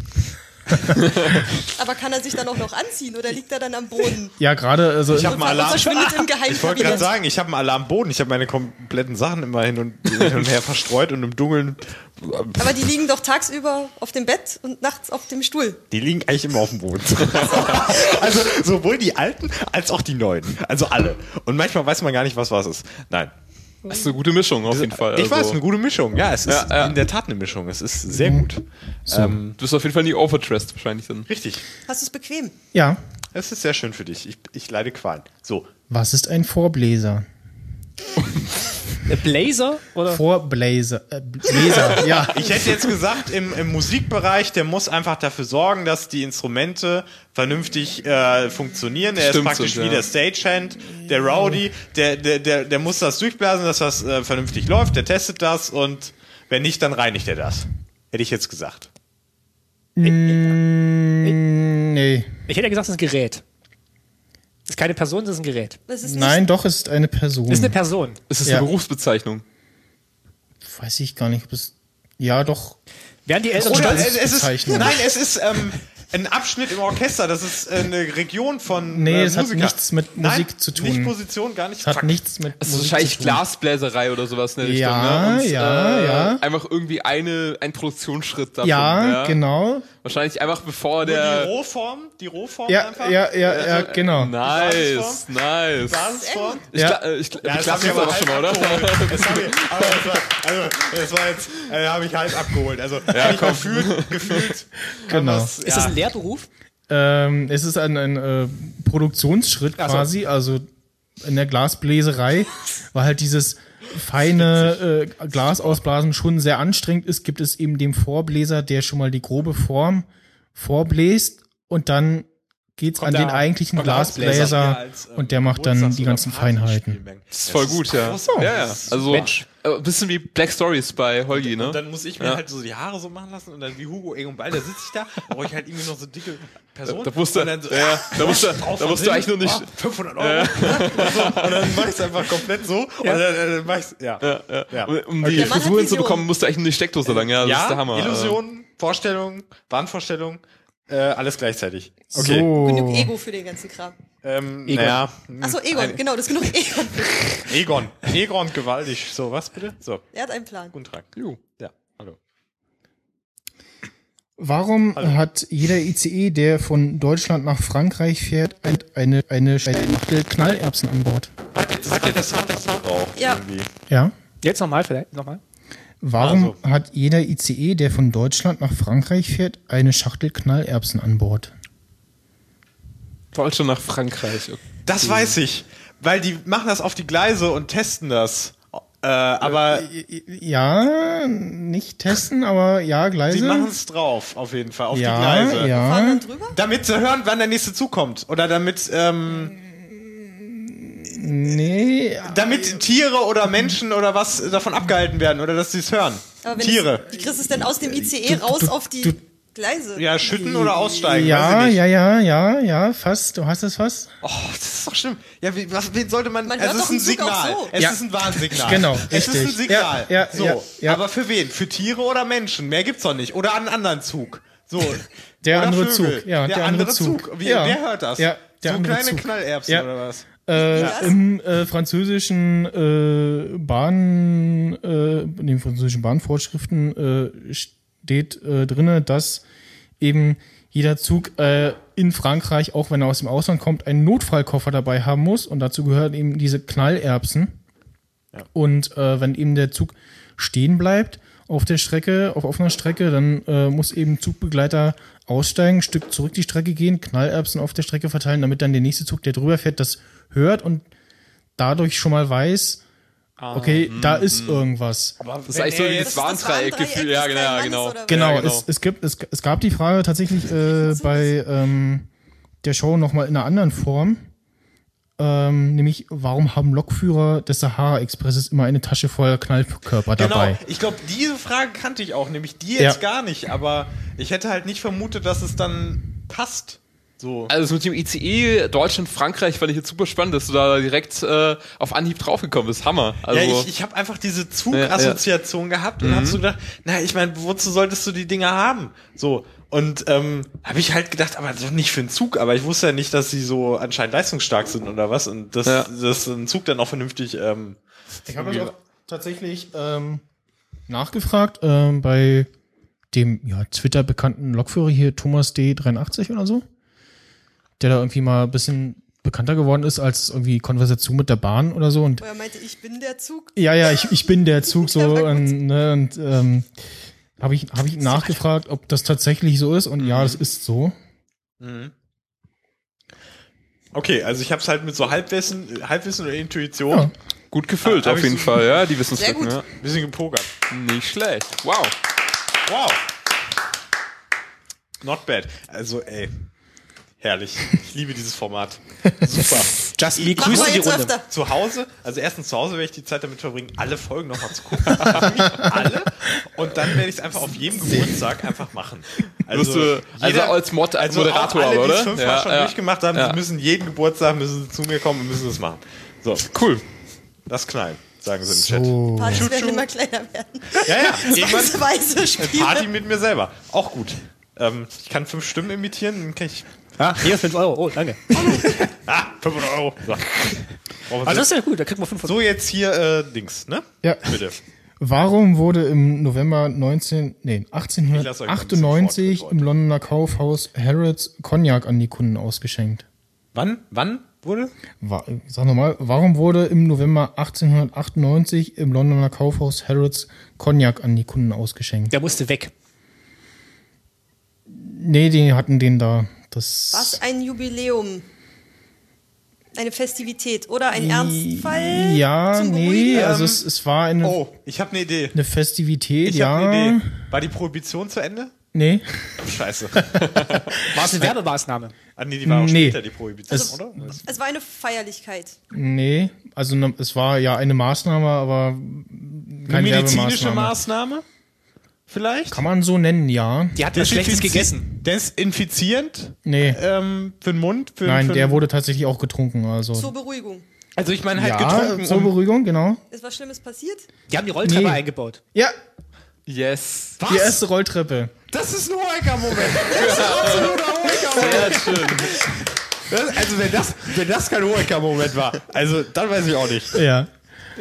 [SPEAKER 2] Aber kann er sich dann auch noch anziehen oder liegt er dann am Boden?
[SPEAKER 1] Ja, gerade, also
[SPEAKER 5] Ich hab mal
[SPEAKER 2] Und
[SPEAKER 5] Alarm.
[SPEAKER 2] verschwindet im
[SPEAKER 5] Ich wollte gerade
[SPEAKER 2] Geheimkabinett.
[SPEAKER 5] sagen, ich habe einen Alarmboden. Ich habe meine kompletten Sachen immer hin und, hin und her verstreut und im Dunkeln.
[SPEAKER 2] Aber die liegen doch tagsüber auf dem Bett und nachts auf dem Stuhl.
[SPEAKER 5] Die liegen eigentlich immer auf dem Boden. also sowohl die alten als auch die neuen. Also alle. Und manchmal weiß man gar nicht, was was ist. Nein.
[SPEAKER 4] Das ist eine gute Mischung auf jeden Fall. Also,
[SPEAKER 5] Ich weiß, eine gute Mischung. Ja, es ist
[SPEAKER 4] Ja, ja.
[SPEAKER 5] in der Tat eine Mischung. Es ist sehr gut. Ähm,
[SPEAKER 4] Du bist auf jeden Fall nie overdressed wahrscheinlich dann.
[SPEAKER 5] richtig.
[SPEAKER 2] Hast du es bequem?
[SPEAKER 1] Ja.
[SPEAKER 5] Es ist sehr schön für dich. Ich, ich leide Qualen. So.
[SPEAKER 1] Was ist ein Vorbläser?
[SPEAKER 3] Äh, Blazer? Oder?
[SPEAKER 1] Vorbläser. Äh, Bläser, ja.
[SPEAKER 5] Ich hätte jetzt gesagt, im, im Musikbereich, der muss einfach dafür sorgen, dass die Instrumente vernünftig äh, funktionieren. Er ist
[SPEAKER 4] Stimmt
[SPEAKER 5] praktisch
[SPEAKER 4] so,
[SPEAKER 5] wie
[SPEAKER 4] ja.
[SPEAKER 5] der Stagehand, der Rowdy, der, der, der, der muss das durchblasen, dass das äh, vernünftig läuft, der testet das und wenn nicht, dann reinigt er das. Hätte ich jetzt gesagt.
[SPEAKER 1] Nee.
[SPEAKER 3] Ich hätte ja gesagt, das ist ein Gerät. Das ist keine Person, das ist ein Gerät.
[SPEAKER 2] Das ist
[SPEAKER 1] Nein, doch, es ist eine Person.
[SPEAKER 3] Das ist eine Person.
[SPEAKER 4] Es ist
[SPEAKER 1] Ja.
[SPEAKER 4] eine Berufsbezeichnung.
[SPEAKER 1] Weiß ich gar nicht, ob es. Ja, doch.
[SPEAKER 3] Wären die älteren
[SPEAKER 5] Oder
[SPEAKER 1] Oder
[SPEAKER 3] stolz?
[SPEAKER 1] es- es
[SPEAKER 5] es,
[SPEAKER 1] ist-
[SPEAKER 5] ist,
[SPEAKER 1] Also Bezeichnung.
[SPEAKER 5] nein, es ist ähm, ein Abschnitt im Orchester. Das ist äh, eine Region von
[SPEAKER 1] Nee,
[SPEAKER 5] äh,
[SPEAKER 1] es hat
[SPEAKER 5] Musiker.
[SPEAKER 1] nichts mit
[SPEAKER 5] nein,
[SPEAKER 1] Musik zu
[SPEAKER 5] Nicht
[SPEAKER 1] tun.
[SPEAKER 5] Position, gar nicht.
[SPEAKER 1] Es hat
[SPEAKER 5] Fuck.
[SPEAKER 1] nichts mit.
[SPEAKER 4] Es ist
[SPEAKER 1] Musik
[SPEAKER 4] wahrscheinlich
[SPEAKER 1] zu tun.
[SPEAKER 4] Glasbläserei oder sowas in der
[SPEAKER 1] Ja,
[SPEAKER 4] Richtung. Ne?
[SPEAKER 1] ja, ja.
[SPEAKER 4] Einfach irgendwie eine, ein Produktionsschritt davon.
[SPEAKER 1] Ja, genau.
[SPEAKER 4] Wahrscheinlich einfach bevor
[SPEAKER 5] Nur
[SPEAKER 4] der...
[SPEAKER 5] die Rohform, die Rohform
[SPEAKER 1] Ja,
[SPEAKER 5] einfach.
[SPEAKER 1] ja, ja, ja, genau.
[SPEAKER 4] Nice, nice.
[SPEAKER 5] Basisform.
[SPEAKER 4] Ich,
[SPEAKER 1] Ja.
[SPEAKER 4] gla- äh, ich, gl-
[SPEAKER 5] Ja,
[SPEAKER 4] wir
[SPEAKER 5] das hab
[SPEAKER 4] klappen
[SPEAKER 5] ich
[SPEAKER 4] jetzt
[SPEAKER 5] aber
[SPEAKER 4] aber halt
[SPEAKER 5] halb
[SPEAKER 4] schon mal, oder?
[SPEAKER 5] abgeholt. Das hab ich, aber das war, also, das war jetzt, äh, habe ich halb abgeholt. Also, ja, ich gefühlt, gefühlt.
[SPEAKER 1] Genau.
[SPEAKER 5] Das,
[SPEAKER 3] Ist das ein Lehrberuf?
[SPEAKER 1] Ähm, es ist ein, ein äh, Produktionsschritt
[SPEAKER 3] Ach so.
[SPEAKER 1] quasi, also in der Glasbläserei, weil halt dieses feine äh, Glas ausblasen schon sehr anstrengend ist, gibt es eben dem Vorbläser, der schon mal die grobe Form vorbläst und dann geht's an
[SPEAKER 3] der-
[SPEAKER 1] den eigentlichen
[SPEAKER 3] kommt der
[SPEAKER 1] Glasbläser
[SPEAKER 5] äh,
[SPEAKER 3] äh,
[SPEAKER 1] und der macht dann die ganzen Feinheiten.
[SPEAKER 5] Das
[SPEAKER 4] Ist voll gut, ja.
[SPEAKER 5] großartig.
[SPEAKER 4] ja, ja. Also,
[SPEAKER 3] Mensch.
[SPEAKER 4] äh, ein bisschen wie Black Stories bei Holgi, ne?
[SPEAKER 5] Und dann muss ich mir
[SPEAKER 4] Ja.
[SPEAKER 5] halt so die Haare so machen lassen und dann wie Hugo Egon Ball, da sitze ich da, da brauche ich halt irgendwie noch so dicke Person.
[SPEAKER 4] Da musst du-
[SPEAKER 5] und dann so, ah,
[SPEAKER 4] ja, ja. Da musst du-
[SPEAKER 5] drauf
[SPEAKER 4] da musst
[SPEAKER 5] und
[SPEAKER 4] du
[SPEAKER 5] hin,
[SPEAKER 4] eigentlich nur nicht-
[SPEAKER 5] oh, 500 Euro. So, und dann mach ich es einfach komplett so und dann, äh, dann mach ich es, ja.
[SPEAKER 4] Ja, ja.
[SPEAKER 5] Ja.
[SPEAKER 4] Um, um
[SPEAKER 2] Der
[SPEAKER 4] die
[SPEAKER 2] Mann hat
[SPEAKER 4] Frisuren zu
[SPEAKER 2] Visionen.
[SPEAKER 4] bekommen, musst du eigentlich in die Steckdose lang. Ja, Also das ist der Hammer. ähm.
[SPEAKER 5] Illusionen, Vorstellungen, Wahnvorstellungen, äh, alles gleichzeitig. Okay.
[SPEAKER 2] genug
[SPEAKER 1] So.
[SPEAKER 2] Ego für den ganzen Kram.
[SPEAKER 5] Ähm,
[SPEAKER 3] Egon.
[SPEAKER 5] Naja,
[SPEAKER 2] Achso, Egon, genau, das ist genug Egon.
[SPEAKER 5] Egon. Egon gewaltig. So, was bitte? So,
[SPEAKER 2] Er hat einen Plan.
[SPEAKER 5] guten Tag.
[SPEAKER 4] Äh, jo.
[SPEAKER 5] Ja, hallo.
[SPEAKER 1] Warum hat jeder ICE, der von Deutschland nach Frankreich fährt, eine, eine Schachtel Knallerbsen an Bord?
[SPEAKER 5] Hat dir das Hand das auch
[SPEAKER 2] Ja.
[SPEAKER 5] irgendwie?
[SPEAKER 1] Ja.
[SPEAKER 3] Jetzt nochmal vielleicht. Nochmal.
[SPEAKER 1] Warum hat jeder ICE, der von Deutschland nach Frankreich fährt, eine Schachtel Knallerbsen an Bord?
[SPEAKER 4] Deutschland nach Frankreich.
[SPEAKER 5] Das weiß ich, weil die machen das auf die Gleise und testen das. Äh, aber
[SPEAKER 1] Ja, nicht testen, aber ja,
[SPEAKER 5] sie machen
[SPEAKER 1] Gleise.
[SPEAKER 5] es drauf, auf jeden Fall, auf
[SPEAKER 1] Ja,
[SPEAKER 5] die Gleise.
[SPEAKER 2] Fahren
[SPEAKER 1] ja.
[SPEAKER 2] dann drüber?
[SPEAKER 5] Damit sie hören, wann der nächste zukommt. Oder damit, ähm,
[SPEAKER 1] Nee,
[SPEAKER 5] damit Tiere oder Menschen oder was davon abgehalten werden oder dass sie es hören.
[SPEAKER 2] Aber wenn
[SPEAKER 5] Tiere.
[SPEAKER 2] Es, wie kriegst du es denn aus dem ICE raus auf die Gleise?
[SPEAKER 5] Äh, Ja, schütten oder aussteigen. weiß
[SPEAKER 1] ja,
[SPEAKER 5] ich nicht.
[SPEAKER 1] ja, ja, ja, ja, fast. Du hast es fast.
[SPEAKER 5] Oh, das ist doch schlimm. Ja, wie, was, wen sollte man.
[SPEAKER 2] Man
[SPEAKER 5] es
[SPEAKER 2] hört
[SPEAKER 5] ist
[SPEAKER 2] doch
[SPEAKER 5] ein
[SPEAKER 2] einen Zug auch
[SPEAKER 5] Signal.
[SPEAKER 2] so.
[SPEAKER 5] Es
[SPEAKER 1] Ja.
[SPEAKER 5] ist ein Warnsignal.
[SPEAKER 1] Genau,
[SPEAKER 5] Es ist ein
[SPEAKER 1] richtig.
[SPEAKER 5] Signal.
[SPEAKER 1] Ja, ja,
[SPEAKER 5] so.
[SPEAKER 1] ja, ja.
[SPEAKER 5] Aber für wen? Für Tiere oder Menschen? Mehr gibt's doch nicht. Oder einen anderen Zug. So.
[SPEAKER 1] Der
[SPEAKER 5] oder
[SPEAKER 1] andere
[SPEAKER 5] Vögel.
[SPEAKER 1] Zug. Ja,
[SPEAKER 5] der, andere Zug. Wie,
[SPEAKER 1] Ja.
[SPEAKER 5] Wer hört das?
[SPEAKER 1] Ja, der
[SPEAKER 5] so
[SPEAKER 1] andere
[SPEAKER 5] kleine
[SPEAKER 1] Zug.
[SPEAKER 5] Knallerbsen
[SPEAKER 1] Ja.
[SPEAKER 5] oder was?
[SPEAKER 1] Äh, Im äh, französischen äh, Bahn, äh, in den französischen Bahnvorschriften äh, steht äh, drinne, dass eben jeder Zug äh, in Frankreich, auch wenn er aus dem Ausland kommt, einen Notfallkoffer dabei haben muss und dazu gehören eben diese Knallerbsen. Und äh, wenn eben der Zug stehen bleibt auf der Strecke, auf offener Strecke, dann äh, muss eben Zugbegleiter aussteigen, ein Stück zurück die Strecke gehen, Knallerbsen auf der Strecke verteilen, damit dann der nächste Zug, der drüber fährt, das hört und dadurch schon mal weiß, okay, da ist irgendwas.
[SPEAKER 4] Das ist eigentlich so dieses
[SPEAKER 2] Das ist das
[SPEAKER 4] Warndreieck-Gefühl.
[SPEAKER 2] Warndreieck
[SPEAKER 4] Ja,
[SPEAKER 2] des
[SPEAKER 4] genau, ja,
[SPEAKER 2] kleinen
[SPEAKER 4] genau.
[SPEAKER 2] Mannes oder was?
[SPEAKER 1] Genau,
[SPEAKER 4] Ja, genau.
[SPEAKER 1] Es, es, gibt, es, es gab die Frage tatsächlich äh, bei ähm, der Show nochmal in einer anderen Form. Ähm, nämlich, warum haben Lokführer des Sahara-Expresses immer eine Tasche voller Knallkörper dabei?
[SPEAKER 5] Genau. Ich glaube, diese Frage kannte ich auch, nämlich die
[SPEAKER 1] Ja.
[SPEAKER 5] jetzt gar nicht. Aber ich hätte halt nicht vermutet, dass es dann passt. So.
[SPEAKER 4] Also das mit dem ICE Deutschland Frankreich fand ich jetzt super spannend, dass du da direkt äh, auf Anhieb draufgekommen bist. Hammer. Also
[SPEAKER 5] Ja, ich, ich habe einfach diese Zugassoziation gehabt
[SPEAKER 4] Mhm.
[SPEAKER 5] und hab so gedacht, na, ich meine, wozu solltest du die Dinger haben? So. Und ähm, habe ich halt gedacht, aber doch nicht für einen Zug, aber ich wusste ja nicht, dass sie so anscheinend leistungsstark sind oder was und dass,
[SPEAKER 4] Ja.
[SPEAKER 5] dass ein Zug dann auch vernünftig ähm,
[SPEAKER 1] Ich habe das auch tatsächlich ähm, nachgefragt ähm, bei dem ja, Twitter bekannten Lokführer hier, Thomas D83 oder so, der da irgendwie mal ein bisschen bekannter geworden ist als irgendwie Konversation mit der Bahn oder so. Und
[SPEAKER 2] Wo er meinte, ich bin der Zug.
[SPEAKER 1] ja, ja, ich, ich bin der Zug so
[SPEAKER 2] Ja, na gut.
[SPEAKER 1] und, ne, und ähm, habe ich, hab ich nachgefragt, ob das tatsächlich so ist und
[SPEAKER 2] Mhm.
[SPEAKER 1] ja, das ist so.
[SPEAKER 5] Okay, also ich habe es halt mit so Halbwissen, Halbwissen oder Intuition
[SPEAKER 1] Ja.
[SPEAKER 4] Gut gefüllt,
[SPEAKER 5] Ah, hab
[SPEAKER 4] auf
[SPEAKER 5] ich
[SPEAKER 4] jeden
[SPEAKER 5] so-
[SPEAKER 4] Fall, ja, die
[SPEAKER 2] Sehr
[SPEAKER 4] Wissenslücken.
[SPEAKER 2] gut.
[SPEAKER 4] Ja.
[SPEAKER 5] ein bisschen gepokert.
[SPEAKER 4] Nicht schlecht. Wow.
[SPEAKER 5] Wow. Not bad. Also, ey. Herrlich. Ich liebe dieses Format. Super.
[SPEAKER 3] Just Lee,
[SPEAKER 2] Machen
[SPEAKER 3] grüße
[SPEAKER 2] wir
[SPEAKER 3] die
[SPEAKER 2] jetzt
[SPEAKER 3] Runde.
[SPEAKER 2] öfter.
[SPEAKER 5] Zu Hause, also erstens zu Hause werde ich die Zeit damit verbringen, alle Folgen nochmal zu gucken. alle. Und dann werde ich es einfach auf jedem Geburtstag einfach machen.
[SPEAKER 4] Wirst du- also als Mod- als Moderator,
[SPEAKER 5] auch alle,
[SPEAKER 4] oder?
[SPEAKER 5] Die es fünfmal
[SPEAKER 4] Ja,
[SPEAKER 5] schon
[SPEAKER 4] ja.
[SPEAKER 5] durchgemacht haben,
[SPEAKER 4] Ja.
[SPEAKER 5] die müssen jeden Geburtstag müssen sie zu mir kommen und müssen das machen. So,
[SPEAKER 4] Cool.
[SPEAKER 5] das knallen, sagen sie im
[SPEAKER 1] So.
[SPEAKER 2] Partys werden immer kleiner werden.
[SPEAKER 5] Chat. Ja, ja. Irgendwann-
[SPEAKER 2] Weise, weise Spiele.
[SPEAKER 5] Party mit mir selber. Auch gut. Ähm, ich kann fünf Stimmen imitieren, dann kann ich.
[SPEAKER 3] Ah, hier 5 Euro. Oh, danke.
[SPEAKER 5] Ah, 500 Euro. So. Brauchen wir
[SPEAKER 3] Also
[SPEAKER 5] so-
[SPEAKER 3] das ist ja gut, da kriegt man 5 Euro.
[SPEAKER 5] so, jetzt hier äh, Dings, ne?
[SPEAKER 1] Ja.
[SPEAKER 5] Bitte.
[SPEAKER 1] Warum wurde im November 19, nee,
[SPEAKER 5] Ich lass euch mal ein bisschen
[SPEAKER 1] 1898
[SPEAKER 5] Wort,
[SPEAKER 1] im Londoner Kaufhaus Harrods Cognac an die Kunden ausgeschenkt?
[SPEAKER 5] Wann? Wann wurde?
[SPEAKER 1] Wa- Sag nochmal, warum wurde im November 1898 im Londoner Kaufhaus Harrods Cognac an die Kunden ausgeschenkt?
[SPEAKER 3] Der musste weg.
[SPEAKER 1] Nee, die hatten den da. Das
[SPEAKER 2] Was ein Jubiläum. Eine Festivität oder ein Ernstfall?
[SPEAKER 1] Ja,
[SPEAKER 2] zum
[SPEAKER 1] nee,
[SPEAKER 2] Beruhigen?
[SPEAKER 1] also es, es war eine,
[SPEAKER 5] Ähm, Oh, ich habe eine Idee.
[SPEAKER 1] eine Festivität,
[SPEAKER 5] Ich
[SPEAKER 1] ja.
[SPEAKER 5] habe eine Idee. War die Prohibition zu Ende?
[SPEAKER 1] Nee,
[SPEAKER 5] Scheiße.
[SPEAKER 3] War es eine Werbemaßnahme?
[SPEAKER 5] Ah, nee, die war auch
[SPEAKER 1] Nee.
[SPEAKER 5] später, die Prohibition,
[SPEAKER 1] Es-
[SPEAKER 5] oder?
[SPEAKER 2] Es war eine Feierlichkeit.
[SPEAKER 1] nee. Also ne- es war ja eine Maßnahme, aber
[SPEAKER 5] Eine
[SPEAKER 1] keine
[SPEAKER 5] medizinische
[SPEAKER 1] Maßnahme.
[SPEAKER 5] Maßnahme? Vielleicht?
[SPEAKER 1] Kann man so nennen, ja.
[SPEAKER 3] Die hat was Schlechtes gegessen.
[SPEAKER 5] Desinfizierend?
[SPEAKER 1] Nee.
[SPEAKER 5] Ähm, für den Mund? Für,
[SPEAKER 1] Nein,
[SPEAKER 5] für
[SPEAKER 1] der wurde tatsächlich auch getrunken. Also
[SPEAKER 2] Zur Beruhigung.
[SPEAKER 5] Also ich meine halt
[SPEAKER 1] ja,
[SPEAKER 5] getrunken.
[SPEAKER 1] zur
[SPEAKER 5] um-
[SPEAKER 1] Beruhigung, genau.
[SPEAKER 2] Ist was Schlimmes passiert?
[SPEAKER 3] Die haben die Rolltreppe
[SPEAKER 1] Nee.
[SPEAKER 3] eingebaut.
[SPEAKER 1] Ja,
[SPEAKER 4] Yes.
[SPEAKER 1] die erste Rolltreppe.
[SPEAKER 5] Das ist ein Hohecker-Moment. Das ist ein absoluter Hohecker-Moment. Das- Also wenn das, wenn das kein Hohecker-Moment war, also dann weiß ich auch nicht.
[SPEAKER 1] Ja.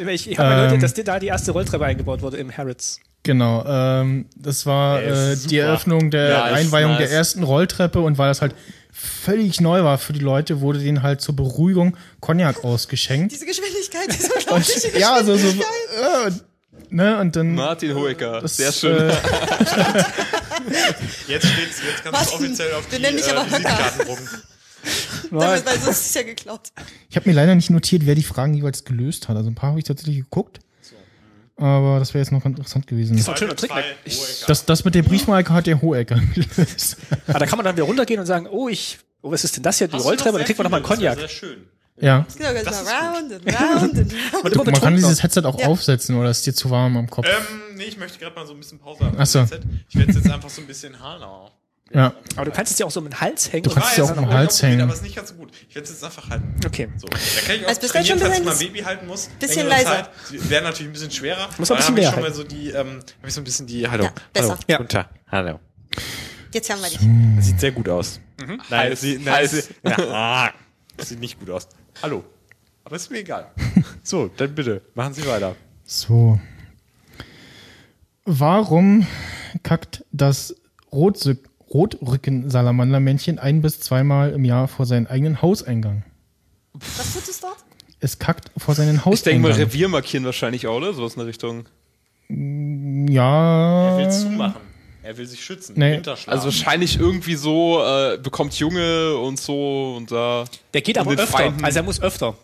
[SPEAKER 3] Ich, ich habe mal
[SPEAKER 1] Ähm.
[SPEAKER 3] gehört, dass dir da die erste Rolltreppe eingebaut wurde im Harrods.
[SPEAKER 1] Genau, ähm, das war
[SPEAKER 5] Ey,
[SPEAKER 1] äh,
[SPEAKER 5] super.
[SPEAKER 1] die Eröffnung der
[SPEAKER 4] Ja, ist
[SPEAKER 1] Einweihung
[SPEAKER 4] nice.
[SPEAKER 1] der ersten Rolltreppe und weil das halt völlig neu war für die Leute, wurde denen halt zur Beruhigung Cognac ausgeschenkt.
[SPEAKER 2] Diese Geschwindigkeit, diese unglaubliche Geschwindigkeit.
[SPEAKER 1] ja, so, so, äh, und- ne, und dann.
[SPEAKER 4] Martin Hoeker.
[SPEAKER 1] das,
[SPEAKER 4] Sehr schön.
[SPEAKER 1] Äh,
[SPEAKER 5] Jetzt steht's, jetzt kannst
[SPEAKER 2] Was? offiziell auf Wir die, nennen dich äh, aber Höcker. Visitenkarten Damit, weil sonst ist ja geklaut.
[SPEAKER 1] ich habe mir leider nicht notiert, wer die Fragen jeweils gelöst hat. Also ein paar habe ich tatsächlich geguckt. Aber das wäre jetzt noch ganz interessant gewesen.
[SPEAKER 4] halt
[SPEAKER 3] Ein schöner Trick. ne?
[SPEAKER 1] Das, das mit der Briefmarke hat der Hohecker gelöst.
[SPEAKER 3] Ah, da kann man dann wieder runtergehen und sagen, oh, ich, oh, was ist denn das hier? Die Rolltreppe, da kriegt man nochmal einen Cognac.
[SPEAKER 5] schön.
[SPEAKER 1] Ja.
[SPEAKER 2] Genau, ganz mal round and round and round.
[SPEAKER 3] Und immer
[SPEAKER 1] Man kann
[SPEAKER 3] betrunken
[SPEAKER 1] dieses
[SPEAKER 3] noch.
[SPEAKER 1] Headset auch
[SPEAKER 2] Ja.
[SPEAKER 1] aufsetzen oder ist dir zu warm am Kopf?
[SPEAKER 5] Ähm, nee, ich möchte gerade mal so ein bisschen Pause haben.
[SPEAKER 1] Ach so.
[SPEAKER 5] Ich werde jetzt einfach so ein bisschen Hanau.
[SPEAKER 1] ja.
[SPEAKER 3] Aber du kannst es ja auch so um den Hals hängen.
[SPEAKER 1] Du kannst es ja auch am Hals hängen.
[SPEAKER 5] Aber ist nicht ganz so gut. Ich werde es jetzt einfach halten.
[SPEAKER 3] Okay.
[SPEAKER 5] So, da kann ich auch
[SPEAKER 2] Also bist du
[SPEAKER 5] trainieren,
[SPEAKER 2] schon
[SPEAKER 5] falls ich
[SPEAKER 2] bisschen-
[SPEAKER 5] mal Baby halten muss.
[SPEAKER 2] bisschen
[SPEAKER 5] längere
[SPEAKER 2] leiser.
[SPEAKER 5] Zeit. Sie Wäre natürlich ein bisschen schwerer.
[SPEAKER 3] Muss man ein
[SPEAKER 5] Aber dann
[SPEAKER 3] bisschen
[SPEAKER 5] hab
[SPEAKER 3] mehr
[SPEAKER 5] ich schon mal so die, ähm, hab ich so ein bisschen die, hallo,
[SPEAKER 2] Ja, besser.
[SPEAKER 5] hallo,
[SPEAKER 3] Ja.
[SPEAKER 5] guten Tag, hallo.
[SPEAKER 2] Jetzt haben wir dich.
[SPEAKER 5] Das sieht sehr gut aus. Nein,
[SPEAKER 4] Heiß,
[SPEAKER 5] das sieht, nein,
[SPEAKER 4] heiß.
[SPEAKER 5] das sieht, ja, ah, das sieht nicht gut aus. Hallo. Aber ist mir egal. So, dann bitte, machen Sie weiter.
[SPEAKER 1] So. Warum kackt das Rotsü- Rotrücken-Salamandermännchen ein bis zweimal im Jahr vor seinen eigenen Hauseingang?
[SPEAKER 2] Was tut es dort?
[SPEAKER 1] Es kackt vor seinen
[SPEAKER 4] Ich denke mal,
[SPEAKER 1] Hauseingang.
[SPEAKER 4] Revier markieren wahrscheinlich auch, oder? Sowas in der Richtung.
[SPEAKER 1] ja.
[SPEAKER 5] Er will zumachen. Er will sich schützen.
[SPEAKER 1] Nee.
[SPEAKER 5] Winterschlaf.
[SPEAKER 4] Also wahrscheinlich irgendwie so, äh, bekommt Junge und so und da.
[SPEAKER 3] Der geht
[SPEAKER 4] Und
[SPEAKER 3] aber
[SPEAKER 4] den
[SPEAKER 3] öfter.
[SPEAKER 4] Feinden.
[SPEAKER 3] Also er muss öfter.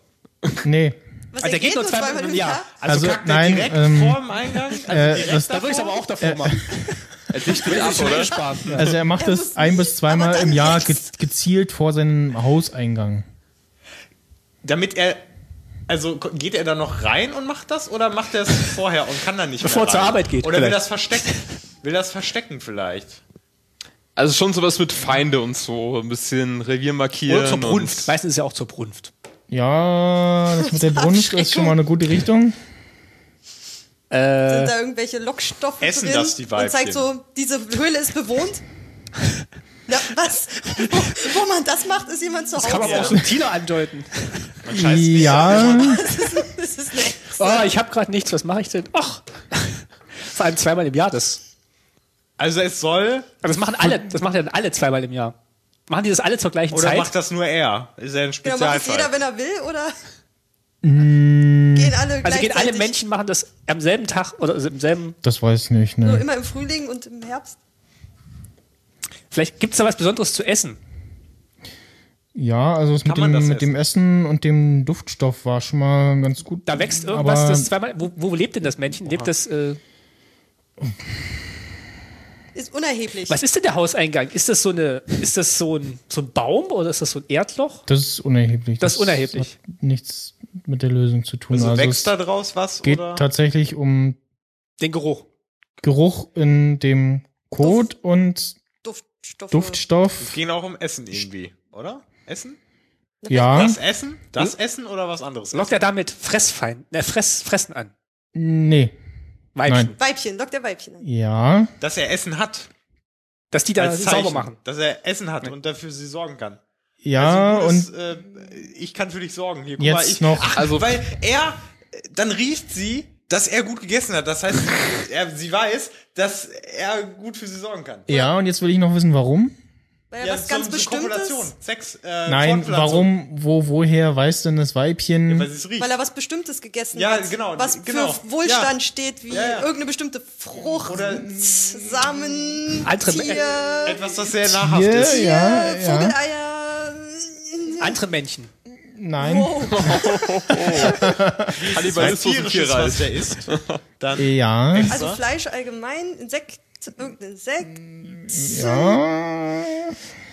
[SPEAKER 1] Nee.
[SPEAKER 2] Was
[SPEAKER 3] Also der geht nur zweimal im Jahr.
[SPEAKER 1] Also,
[SPEAKER 5] kackt er
[SPEAKER 1] nein,
[SPEAKER 5] direkt
[SPEAKER 1] ähm,
[SPEAKER 5] vor dem Eingang? Also
[SPEAKER 1] Äh, das,
[SPEAKER 3] Da würde ich es aber auch davor machen.
[SPEAKER 4] Er dichtet ab, oder?
[SPEAKER 3] Sparen.
[SPEAKER 1] also er macht es ein bis zweimal
[SPEAKER 2] aber
[SPEAKER 1] im
[SPEAKER 2] dann
[SPEAKER 1] Jahr ge
[SPEAKER 2] rechts.
[SPEAKER 1] gezielt vor seinem Hauseingang.
[SPEAKER 5] damit er. Also ko- geht er da noch rein und macht das oder macht er es vorher und kann dann nicht
[SPEAKER 3] Bevor
[SPEAKER 5] mehr
[SPEAKER 3] er zur
[SPEAKER 5] rein?
[SPEAKER 3] Arbeit geht,
[SPEAKER 5] Oder will
[SPEAKER 3] vielleicht.
[SPEAKER 5] das verstecken? Will das verstecken vielleicht?
[SPEAKER 4] Also schon sowas mit Feinde und so. Ein bisschen Revier markieren.
[SPEAKER 3] Oder zur Brunft.
[SPEAKER 4] und-
[SPEAKER 3] Meistens ist ja auch zur Brunft.
[SPEAKER 1] Ja, das mit der Brunst ist schon mal eine gute Richtung.
[SPEAKER 2] Sind da irgendwelche Lockstoffe
[SPEAKER 5] Essen
[SPEAKER 2] drin?
[SPEAKER 5] das die
[SPEAKER 2] und zeigt
[SPEAKER 5] Weibchen?
[SPEAKER 2] so, diese Höhle ist bewohnt. Na, was? Wo, wo man das macht, ist jemand zu Hause.
[SPEAKER 3] Kann man aber auch subtiler andeuten.
[SPEAKER 5] Man scheißt nicht auf-
[SPEAKER 1] ja.
[SPEAKER 2] das ist eine
[SPEAKER 3] Oh, ich habe gerade nichts, was mache ich denn? Och. Vor allem zweimal im Jahr das.
[SPEAKER 5] Also es soll.
[SPEAKER 3] Aber das machen alle, das machen dann alle zweimal im Jahr. Machen die das alle zur gleichen
[SPEAKER 5] Oder
[SPEAKER 3] Zeit?
[SPEAKER 5] macht das nur er? Ist ja ein
[SPEAKER 2] Oder Genau, macht es
[SPEAKER 5] Spezialfall.
[SPEAKER 2] jeder, wenn er will, oder? Gehen alle
[SPEAKER 3] also gehen alle
[SPEAKER 2] gleichzeitig?
[SPEAKER 3] Menschen machen das am selben Tag oder also im selben.
[SPEAKER 1] Das weiß ich nicht,
[SPEAKER 2] Nur
[SPEAKER 1] ne?
[SPEAKER 2] immer im Frühling und im Herbst.
[SPEAKER 3] Vielleicht gibt es da was Besonderes zu essen.
[SPEAKER 1] Ja, also es mit,
[SPEAKER 5] man
[SPEAKER 1] dem,
[SPEAKER 5] das
[SPEAKER 1] mit dem Essen und dem Duftstoff war schon mal ganz gut.
[SPEAKER 3] Da wächst irgendwas,
[SPEAKER 1] aber
[SPEAKER 3] das zweimal. Wo, wo lebt denn das Männchen? Lebt das. Äh,
[SPEAKER 2] Ist unerheblich.
[SPEAKER 3] was ist denn der Hauseingang? Ist das so eine. Ist das so ein, so ein Baum oder ist das so ein Erdloch?
[SPEAKER 1] das ist unerheblich.
[SPEAKER 3] Das ist unerheblich.
[SPEAKER 1] Hat nichts mit der Lösung zu tun.
[SPEAKER 5] Also wächst
[SPEAKER 1] es
[SPEAKER 5] da draus was?
[SPEAKER 1] geht
[SPEAKER 5] oder?
[SPEAKER 1] tatsächlich um
[SPEAKER 3] Den Geruch.
[SPEAKER 1] Geruch in dem Kot und
[SPEAKER 2] Duftstoffe.
[SPEAKER 5] Es
[SPEAKER 1] Duftstoff.
[SPEAKER 5] ging auch um Essen irgendwie, oder? Essen?
[SPEAKER 1] Ja,
[SPEAKER 5] Das Essen? Das
[SPEAKER 3] Hm?
[SPEAKER 5] Essen oder was anderes?
[SPEAKER 3] Lockt er damit Fressfeind, ne, Fress, Fressen an?
[SPEAKER 1] nee,
[SPEAKER 3] Weibchen.
[SPEAKER 1] Nein.
[SPEAKER 2] Weibchen, lockt der Weibchen an.
[SPEAKER 1] ja,
[SPEAKER 5] Dass er Essen hat.
[SPEAKER 3] Dass die da
[SPEAKER 5] als Zeichen,
[SPEAKER 3] sauber machen.
[SPEAKER 5] Dass er Essen hat und dafür sie sorgen kann.
[SPEAKER 1] ja
[SPEAKER 5] Also nur das,
[SPEAKER 1] und
[SPEAKER 5] äh, ich kann für dich sorgen. Hier, guck mal,
[SPEAKER 1] jetzt
[SPEAKER 5] ich,
[SPEAKER 1] noch.
[SPEAKER 4] Also-
[SPEAKER 5] also, weil er, äh, dann riecht sie, dass er gut gegessen hat. Das heißt, er, sie weiß, dass er gut für sie sorgen kann.
[SPEAKER 1] ja, und jetzt will ich noch wissen, warum.
[SPEAKER 2] Weil er was ganz Bestimmtes,
[SPEAKER 5] Sex, äh,
[SPEAKER 1] Nein,
[SPEAKER 5] Fortpflanzung.
[SPEAKER 1] warum, wo, woher weiß denn das Weibchen?
[SPEAKER 5] Weil sie es riecht.
[SPEAKER 2] weil er was Bestimmtes gegessen
[SPEAKER 5] Ja,
[SPEAKER 2] hat.
[SPEAKER 5] genau,
[SPEAKER 2] Was
[SPEAKER 5] genau.
[SPEAKER 2] für Wohlstand
[SPEAKER 5] Ja.
[SPEAKER 2] steht, wie
[SPEAKER 5] Ja, ja.
[SPEAKER 2] irgendeine bestimmte Frucht,
[SPEAKER 5] Oder-
[SPEAKER 2] Samen,
[SPEAKER 3] Andere-
[SPEAKER 2] Tier,
[SPEAKER 5] Etwas, das sehr nahrhaft
[SPEAKER 1] Hier,
[SPEAKER 5] ist.
[SPEAKER 1] ja,
[SPEAKER 2] äh,
[SPEAKER 1] äh, ja.
[SPEAKER 2] Vogeleier.
[SPEAKER 3] Andere Männchen.
[SPEAKER 1] Nein,
[SPEAKER 4] Kannibalismus im
[SPEAKER 5] Tierisches,
[SPEAKER 4] Tierreich.
[SPEAKER 5] was er isst. Dann
[SPEAKER 1] ja,
[SPEAKER 2] Also Fleisch allgemein, Insekt, irgendein Insekt,
[SPEAKER 1] ja,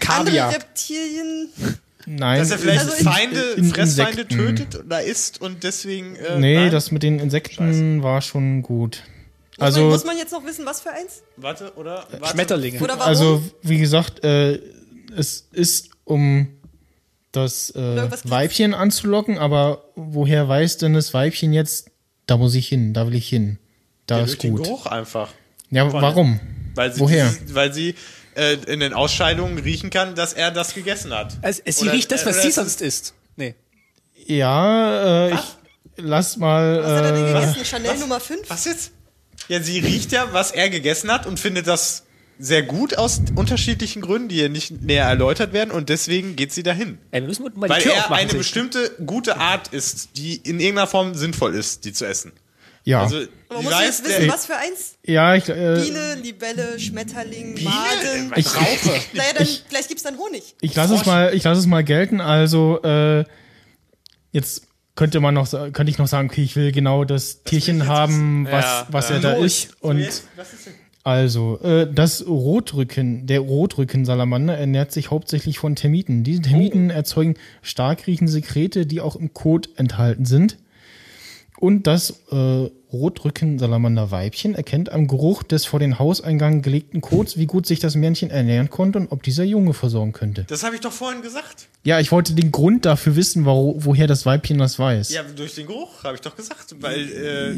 [SPEAKER 3] Kaviar.
[SPEAKER 2] andere Reptilien.
[SPEAKER 1] nein.
[SPEAKER 5] Dass er vielleicht
[SPEAKER 2] Also in-
[SPEAKER 5] Feinde,
[SPEAKER 1] in- in
[SPEAKER 5] Fressfeinde
[SPEAKER 1] Insekten.
[SPEAKER 5] tötet oder isst und deswegen. Äh,
[SPEAKER 1] nee,
[SPEAKER 5] nein?
[SPEAKER 1] das mit den Insekten war schon gut.
[SPEAKER 2] muss, man,
[SPEAKER 1] Also,
[SPEAKER 2] muss man jetzt noch wissen, was für eins?
[SPEAKER 5] Warte, oder? Warte.
[SPEAKER 3] Schmetterlinge.
[SPEAKER 2] Oder warum?
[SPEAKER 1] also wie gesagt, äh, es ist um das äh,
[SPEAKER 2] irgendwas gibt's.
[SPEAKER 1] Weibchen anzulocken, aber woher weiß denn das Weibchen jetzt? Da muss ich hin, da will ich hin. Da
[SPEAKER 5] Ja, durch
[SPEAKER 1] ist
[SPEAKER 5] den
[SPEAKER 1] gut.
[SPEAKER 5] Geruch einfach.
[SPEAKER 1] Ja, warum?
[SPEAKER 5] Weil sie,
[SPEAKER 1] Woher?
[SPEAKER 5] dieses- weil sie äh, in den Ausscheidungen riechen kann, dass er das gegessen hat.
[SPEAKER 3] Also, es- sie
[SPEAKER 5] Oder-
[SPEAKER 3] riecht das,
[SPEAKER 5] äh,
[SPEAKER 3] was
[SPEAKER 5] oder
[SPEAKER 3] sie
[SPEAKER 5] es-
[SPEAKER 3] sonst isst. Nee.
[SPEAKER 1] Ja, äh, ich lass
[SPEAKER 2] Was hat er denn
[SPEAKER 1] mal. Äh,
[SPEAKER 2] gegessen? Chanel Nummer 5?
[SPEAKER 5] Was jetzt? Ja, sie riecht ja, was er gegessen hat und findet das sehr gut aus unterschiedlichen Gründen, die hier nicht näher erläutert werden und deswegen geht sie dahin.
[SPEAKER 3] Ey, wir müssen unten mal
[SPEAKER 5] Weil
[SPEAKER 3] die Tür
[SPEAKER 5] er
[SPEAKER 3] aufmachen.
[SPEAKER 5] eine
[SPEAKER 3] sehen.
[SPEAKER 5] bestimmte gute Art ist, die in irgendeiner Form sinnvoll ist, die zu essen.
[SPEAKER 1] ja,
[SPEAKER 5] Also,
[SPEAKER 2] Man
[SPEAKER 5] sie
[SPEAKER 2] muss
[SPEAKER 5] weiß,
[SPEAKER 2] jetzt wissen,
[SPEAKER 5] der-
[SPEAKER 2] was für eins?
[SPEAKER 1] ja, ich. Äh,
[SPEAKER 2] Biene, Libelle, Schmetterling, Maden.
[SPEAKER 1] ich,
[SPEAKER 2] Naja, dann, vielleicht gibt's dann Honig.
[SPEAKER 1] Ich lasse es
[SPEAKER 5] Frosch.
[SPEAKER 1] mal, ich lasse es mal gelten. Also äh, jetzt könnte man noch, sa- könnte ich noch sagen, okay, ich will genau das Tierchen haben, was,
[SPEAKER 4] Ja,
[SPEAKER 1] was er da
[SPEAKER 3] Lurch.
[SPEAKER 1] ist. Und also äh, das Rotrücken, der Rotrückensalamander ernährt sich hauptsächlich von Termiten. Diese Termiten erzeugen stark riechende Sekrete, die auch im Kot enthalten sind. Und das äh, Rotrücken-Salamander-Weibchen erkennt am Geruch des vor den Hauseingang gelegten Kots, wie gut sich das Männchen ernähren konnte und ob dieser Junge versorgen könnte.
[SPEAKER 5] Das habe ich doch vorhin gesagt.
[SPEAKER 1] Ja, ich wollte den Grund dafür wissen, wo, woher das Weibchen das weiß.
[SPEAKER 5] Ja, durch den Geruch, habe ich doch gesagt. Weil, äh,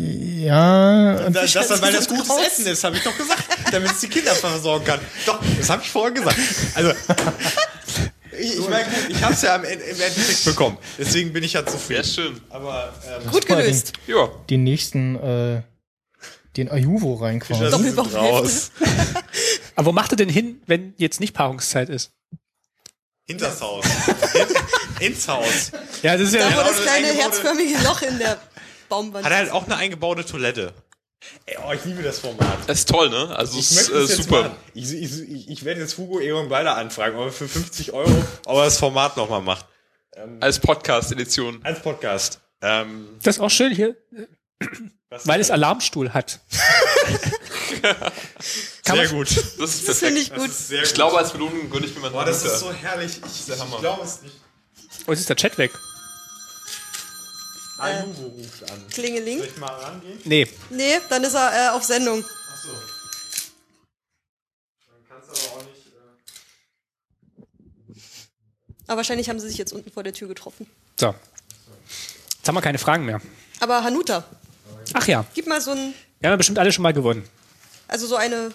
[SPEAKER 1] Ja,
[SPEAKER 5] da, das, weil das
[SPEAKER 2] das
[SPEAKER 5] gutes
[SPEAKER 2] raus?
[SPEAKER 5] Essen ist, habe ich doch gesagt. Damit es die Kinder versorgen kann. Doch, das habe ich vorhin gesagt. Also, ich, ich meine, gut, ich habe es ja am, Ende- im Endeffekt bekommen. Deswegen bin ich ja
[SPEAKER 4] Sehr
[SPEAKER 5] zufrieden.
[SPEAKER 4] schön.
[SPEAKER 5] Aber, ähm,
[SPEAKER 2] Gut
[SPEAKER 1] mal
[SPEAKER 2] gelöst.
[SPEAKER 4] Ja.
[SPEAKER 1] den nächsten, äh, den Ayuvo rein quasi.
[SPEAKER 5] das
[SPEAKER 2] Doppelbauch-
[SPEAKER 5] ist raus.
[SPEAKER 3] Aber wo macht er denn hin, wenn jetzt nicht Paarungszeit ist?
[SPEAKER 5] Hinters Haus. In, ins Haus.
[SPEAKER 3] Ja, das ist
[SPEAKER 2] Da, wo
[SPEAKER 3] ja.
[SPEAKER 2] das
[SPEAKER 5] das
[SPEAKER 2] kleine
[SPEAKER 5] eingebaute-
[SPEAKER 2] herzförmige Loch in der Baumwand
[SPEAKER 5] Hat halt auch eine eingebaute Toilette. Ey, oh, ich liebe das Format.
[SPEAKER 4] Das ist toll, ne? Also es
[SPEAKER 5] Ich
[SPEAKER 4] ist
[SPEAKER 5] möchte
[SPEAKER 4] äh,
[SPEAKER 5] es jetzt
[SPEAKER 4] super.
[SPEAKER 5] machen. Ich, ich, ich, ich werde jetzt Hugo Egon Balder anfragen, ob er für 50 Euro ob er das Format nochmal macht.
[SPEAKER 4] Als Podcast-Edition.
[SPEAKER 5] Als Podcast. Ähm,
[SPEAKER 3] Das ist auch schön hier,
[SPEAKER 5] was-
[SPEAKER 3] weil es Alarmstuhl hat. Kann
[SPEAKER 5] sehr
[SPEAKER 3] man-
[SPEAKER 5] gut.
[SPEAKER 4] Das ist
[SPEAKER 2] Das finde
[SPEAKER 4] perfekt.
[SPEAKER 2] ich gut.
[SPEAKER 5] sehr
[SPEAKER 4] Ich glaube, als Belohnung gönne ich mir mal
[SPEAKER 5] Boah, das ist
[SPEAKER 4] Liter.
[SPEAKER 5] so herrlich. Ich,
[SPEAKER 4] der Hammer.
[SPEAKER 5] ich glaube es nicht.
[SPEAKER 3] Oh, jetzt ist der Chat weg.
[SPEAKER 5] Ah, Hugo ruft an.
[SPEAKER 2] Klingeling.
[SPEAKER 5] Soll ich mal rangehen?
[SPEAKER 3] Nee.
[SPEAKER 2] Nee, dann ist er äh, auf Sendung.
[SPEAKER 5] Achso. Dann kannst du aber auch nicht. Äh
[SPEAKER 2] Aber wahrscheinlich haben sie sich jetzt unten vor der Tür getroffen.
[SPEAKER 3] So. Jetzt haben wir keine Fragen mehr.
[SPEAKER 2] Aber Hanuta,
[SPEAKER 3] Ach ja.
[SPEAKER 2] gib mal so ein,
[SPEAKER 3] Wir haben ja bestimmt alle schon mal gewonnen.
[SPEAKER 2] also so eine.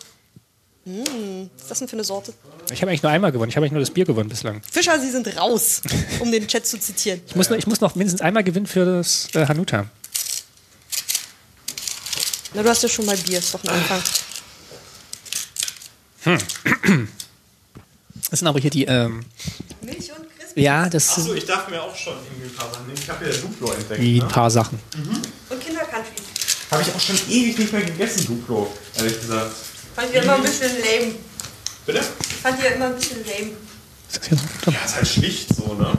[SPEAKER 2] Hm, was ist das denn für eine Sorte?
[SPEAKER 3] Ich habe eigentlich nur einmal gewonnen. Ich habe eigentlich nur das Bier gewonnen bislang.
[SPEAKER 2] Fischer, Sie sind raus, um den Chat zu zitieren.
[SPEAKER 3] Ich muss, noch, ich muss noch mindestens einmal gewinnen für das äh, Hanuta.
[SPEAKER 2] Na, du hast ja schon mal Bier, ist doch ein Anfang.
[SPEAKER 3] Das sind aber hier die, ähm,
[SPEAKER 2] Milch und Crispy
[SPEAKER 3] ja, das sind
[SPEAKER 5] Achso, ich darf mir auch schon irgendwie ein paar Sachen nehmen. Ich habe ja Duplo entdeckt.
[SPEAKER 3] die
[SPEAKER 5] Ne?
[SPEAKER 3] ein paar Sachen.
[SPEAKER 2] und Kindercountry.
[SPEAKER 5] Habe ich auch schon ewig nicht mehr gegessen, Duplo. Ehrlich gesagt.
[SPEAKER 2] Fand ich ja immer ein bisschen lame.
[SPEAKER 5] Bitte?
[SPEAKER 2] Fand ich ja immer ein bisschen lame.
[SPEAKER 3] Ist das hier so?
[SPEAKER 5] Ja, ist halt schlicht so, ne?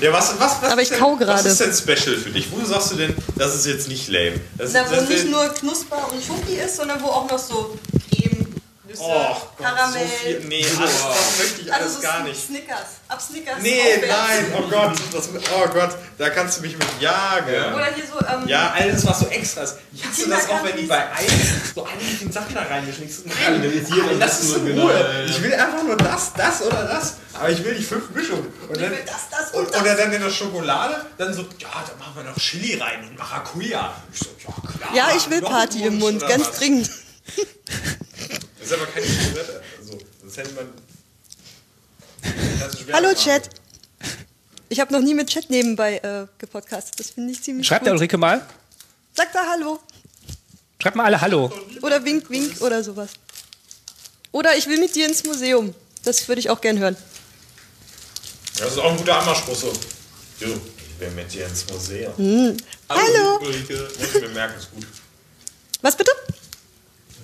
[SPEAKER 5] Ja, was, was, was,
[SPEAKER 2] Aber
[SPEAKER 5] ist
[SPEAKER 2] ich
[SPEAKER 5] denn,
[SPEAKER 2] kau gerade.
[SPEAKER 5] was ist denn special für dich? Wo sagst du denn, das ist jetzt nicht lame? Das
[SPEAKER 2] Na,
[SPEAKER 5] ist,
[SPEAKER 2] wo
[SPEAKER 5] das
[SPEAKER 2] nicht
[SPEAKER 5] ist-
[SPEAKER 2] nur Knusper und Schoki ist, sondern wo auch noch so Creme, Nüsse,
[SPEAKER 5] Och Oh Gott,
[SPEAKER 2] Karamell.
[SPEAKER 5] so viel. Nee, alles, das möchte ich alles
[SPEAKER 2] also so
[SPEAKER 5] gar
[SPEAKER 2] Sn-
[SPEAKER 5] nicht.
[SPEAKER 2] Snickers. Ab Snickers.
[SPEAKER 5] Nee,
[SPEAKER 2] aufwärts.
[SPEAKER 5] nein, oh Gott, das, oh Gott, da kannst du mich mit jagen.
[SPEAKER 2] Oder hier so, ähm,
[SPEAKER 5] Ja, alles, was so extra ist. Ich hasse das auch, wenn die
[SPEAKER 2] Kindergarten-
[SPEAKER 5] bei Eis so einigen Sachen da reingeschnitten Nein, das ist in Ruhe. Ich will einfach nur das, das oder das. Aber ich will die fünf Mischungen. Und dann,
[SPEAKER 2] will das, das und
[SPEAKER 5] und,
[SPEAKER 2] das.
[SPEAKER 5] Oder dann in der Schokolade, dann so, ja, dann machen wir noch Chili rein und Maracuja. Ich so, ja, klar.
[SPEAKER 2] Ja, ich will
[SPEAKER 5] Noch
[SPEAKER 2] Party
[SPEAKER 5] ein
[SPEAKER 2] im
[SPEAKER 5] Wunsch
[SPEAKER 2] Mund,
[SPEAKER 5] oder
[SPEAKER 2] ganz
[SPEAKER 5] was?
[SPEAKER 2] dringend.
[SPEAKER 5] Das ist aber keine Zigarette. Also, sonst hätte man. das ist schwer
[SPEAKER 2] Hallo
[SPEAKER 5] zu machen.
[SPEAKER 2] Chat. Ich habe noch nie mit Chat nebenbei äh, gepodcastet. Das finde ich ziemlich
[SPEAKER 3] Schreibt der
[SPEAKER 2] cool.
[SPEAKER 3] Ulrike mal.
[SPEAKER 2] Sagt da Hallo.
[SPEAKER 3] Schreibt mal alle Hallo.
[SPEAKER 2] Oder wink, wink oder sowas. Oder ich will mit dir ins Museum. Das würde ich auch gern hören.
[SPEAKER 5] Ja, das ist auch ein guter Anmachspruch so. Jo, ich will mit dir ins Museum.
[SPEAKER 2] Hm.
[SPEAKER 5] Also,
[SPEAKER 2] Hallo.
[SPEAKER 5] Ulrike. Muss ich mir merken, ist gut.
[SPEAKER 2] Was bitte?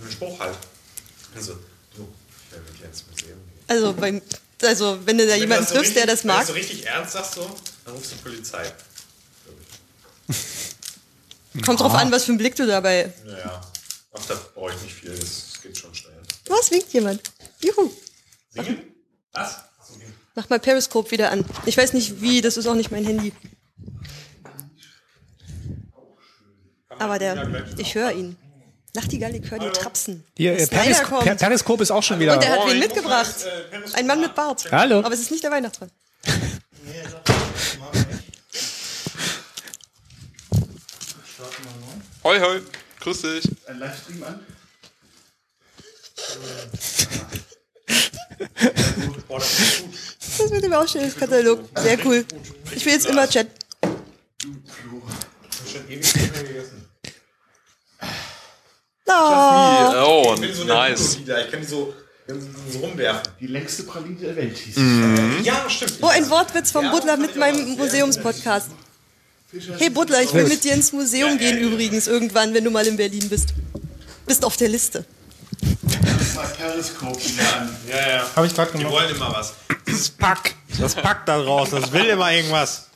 [SPEAKER 5] Ein Spruch halt. Also, du, ich will mit dir ins Museum gehen.
[SPEAKER 2] Also, beim, also wenn du da
[SPEAKER 5] Wenn du
[SPEAKER 2] jemanden
[SPEAKER 5] so
[SPEAKER 2] triffst,
[SPEAKER 5] richtig-
[SPEAKER 2] der das
[SPEAKER 5] Wenn
[SPEAKER 2] mag.
[SPEAKER 5] du so richtig ernst sagst so, dann rufst du die Polizei.
[SPEAKER 2] Kommt drauf an, was für einen Blick du dabei.
[SPEAKER 5] Naja. Ach, da brauche ich nicht viel, das das geht schon schnell.
[SPEAKER 2] Was winkt jemand? Juhu.
[SPEAKER 5] Singen? Was? Ach so, okay.
[SPEAKER 2] Mach mal Periscope wieder an. Ich weiß nicht wie, das ist auch nicht mein Handy. Aber der, ich höre ihn. Nachtigall, ich höre die Trapsen.
[SPEAKER 3] Hier, äh,
[SPEAKER 2] Snyder
[SPEAKER 3] Peris
[SPEAKER 2] kommt.
[SPEAKER 3] per Periskop ist auch schon wieder.
[SPEAKER 2] Und der hat
[SPEAKER 5] Moin.
[SPEAKER 2] wen mitgebracht. Ein Mann mit Bart.
[SPEAKER 3] Hallo.
[SPEAKER 2] Aber es ist nicht der Weihnachtsmann.
[SPEAKER 4] Hoi, hoi. Grüß dich.
[SPEAKER 6] Ein Livestream an.
[SPEAKER 5] Boah, das ist gut.
[SPEAKER 2] Das mit dem Ausstellungskatalog. Sehr cool. Ich will jetzt immer Chat.
[SPEAKER 5] Ich habe schon ewig nicht mehr gegessen.
[SPEAKER 2] Oh,
[SPEAKER 4] Oh,
[SPEAKER 5] Ah. Ich bin so der
[SPEAKER 4] nice.
[SPEAKER 5] Ludo-Dealer, Ich kann die so, so rumwerfen.
[SPEAKER 6] Die längste Praline der Welt hieß.
[SPEAKER 5] Ja, stimmt.
[SPEAKER 2] oh ein Wortwitz vom
[SPEAKER 5] Ja,
[SPEAKER 2] Butler
[SPEAKER 5] fand
[SPEAKER 2] mit
[SPEAKER 5] ich auch
[SPEAKER 2] meinem
[SPEAKER 5] sehr
[SPEAKER 2] Museumspodcast. Hey Butler, ich will mit dir ins Museum gehen übrigens irgendwann, wenn du mal in Berlin bist. Bist auf der Liste.
[SPEAKER 6] Mal Periskop wieder an.
[SPEAKER 5] Ja, ja.
[SPEAKER 1] Habe ich gerade
[SPEAKER 5] Die
[SPEAKER 1] gemacht.
[SPEAKER 5] wollen immer was. Dieses Pack. Das Pack da draus. Das will immer irgendwas.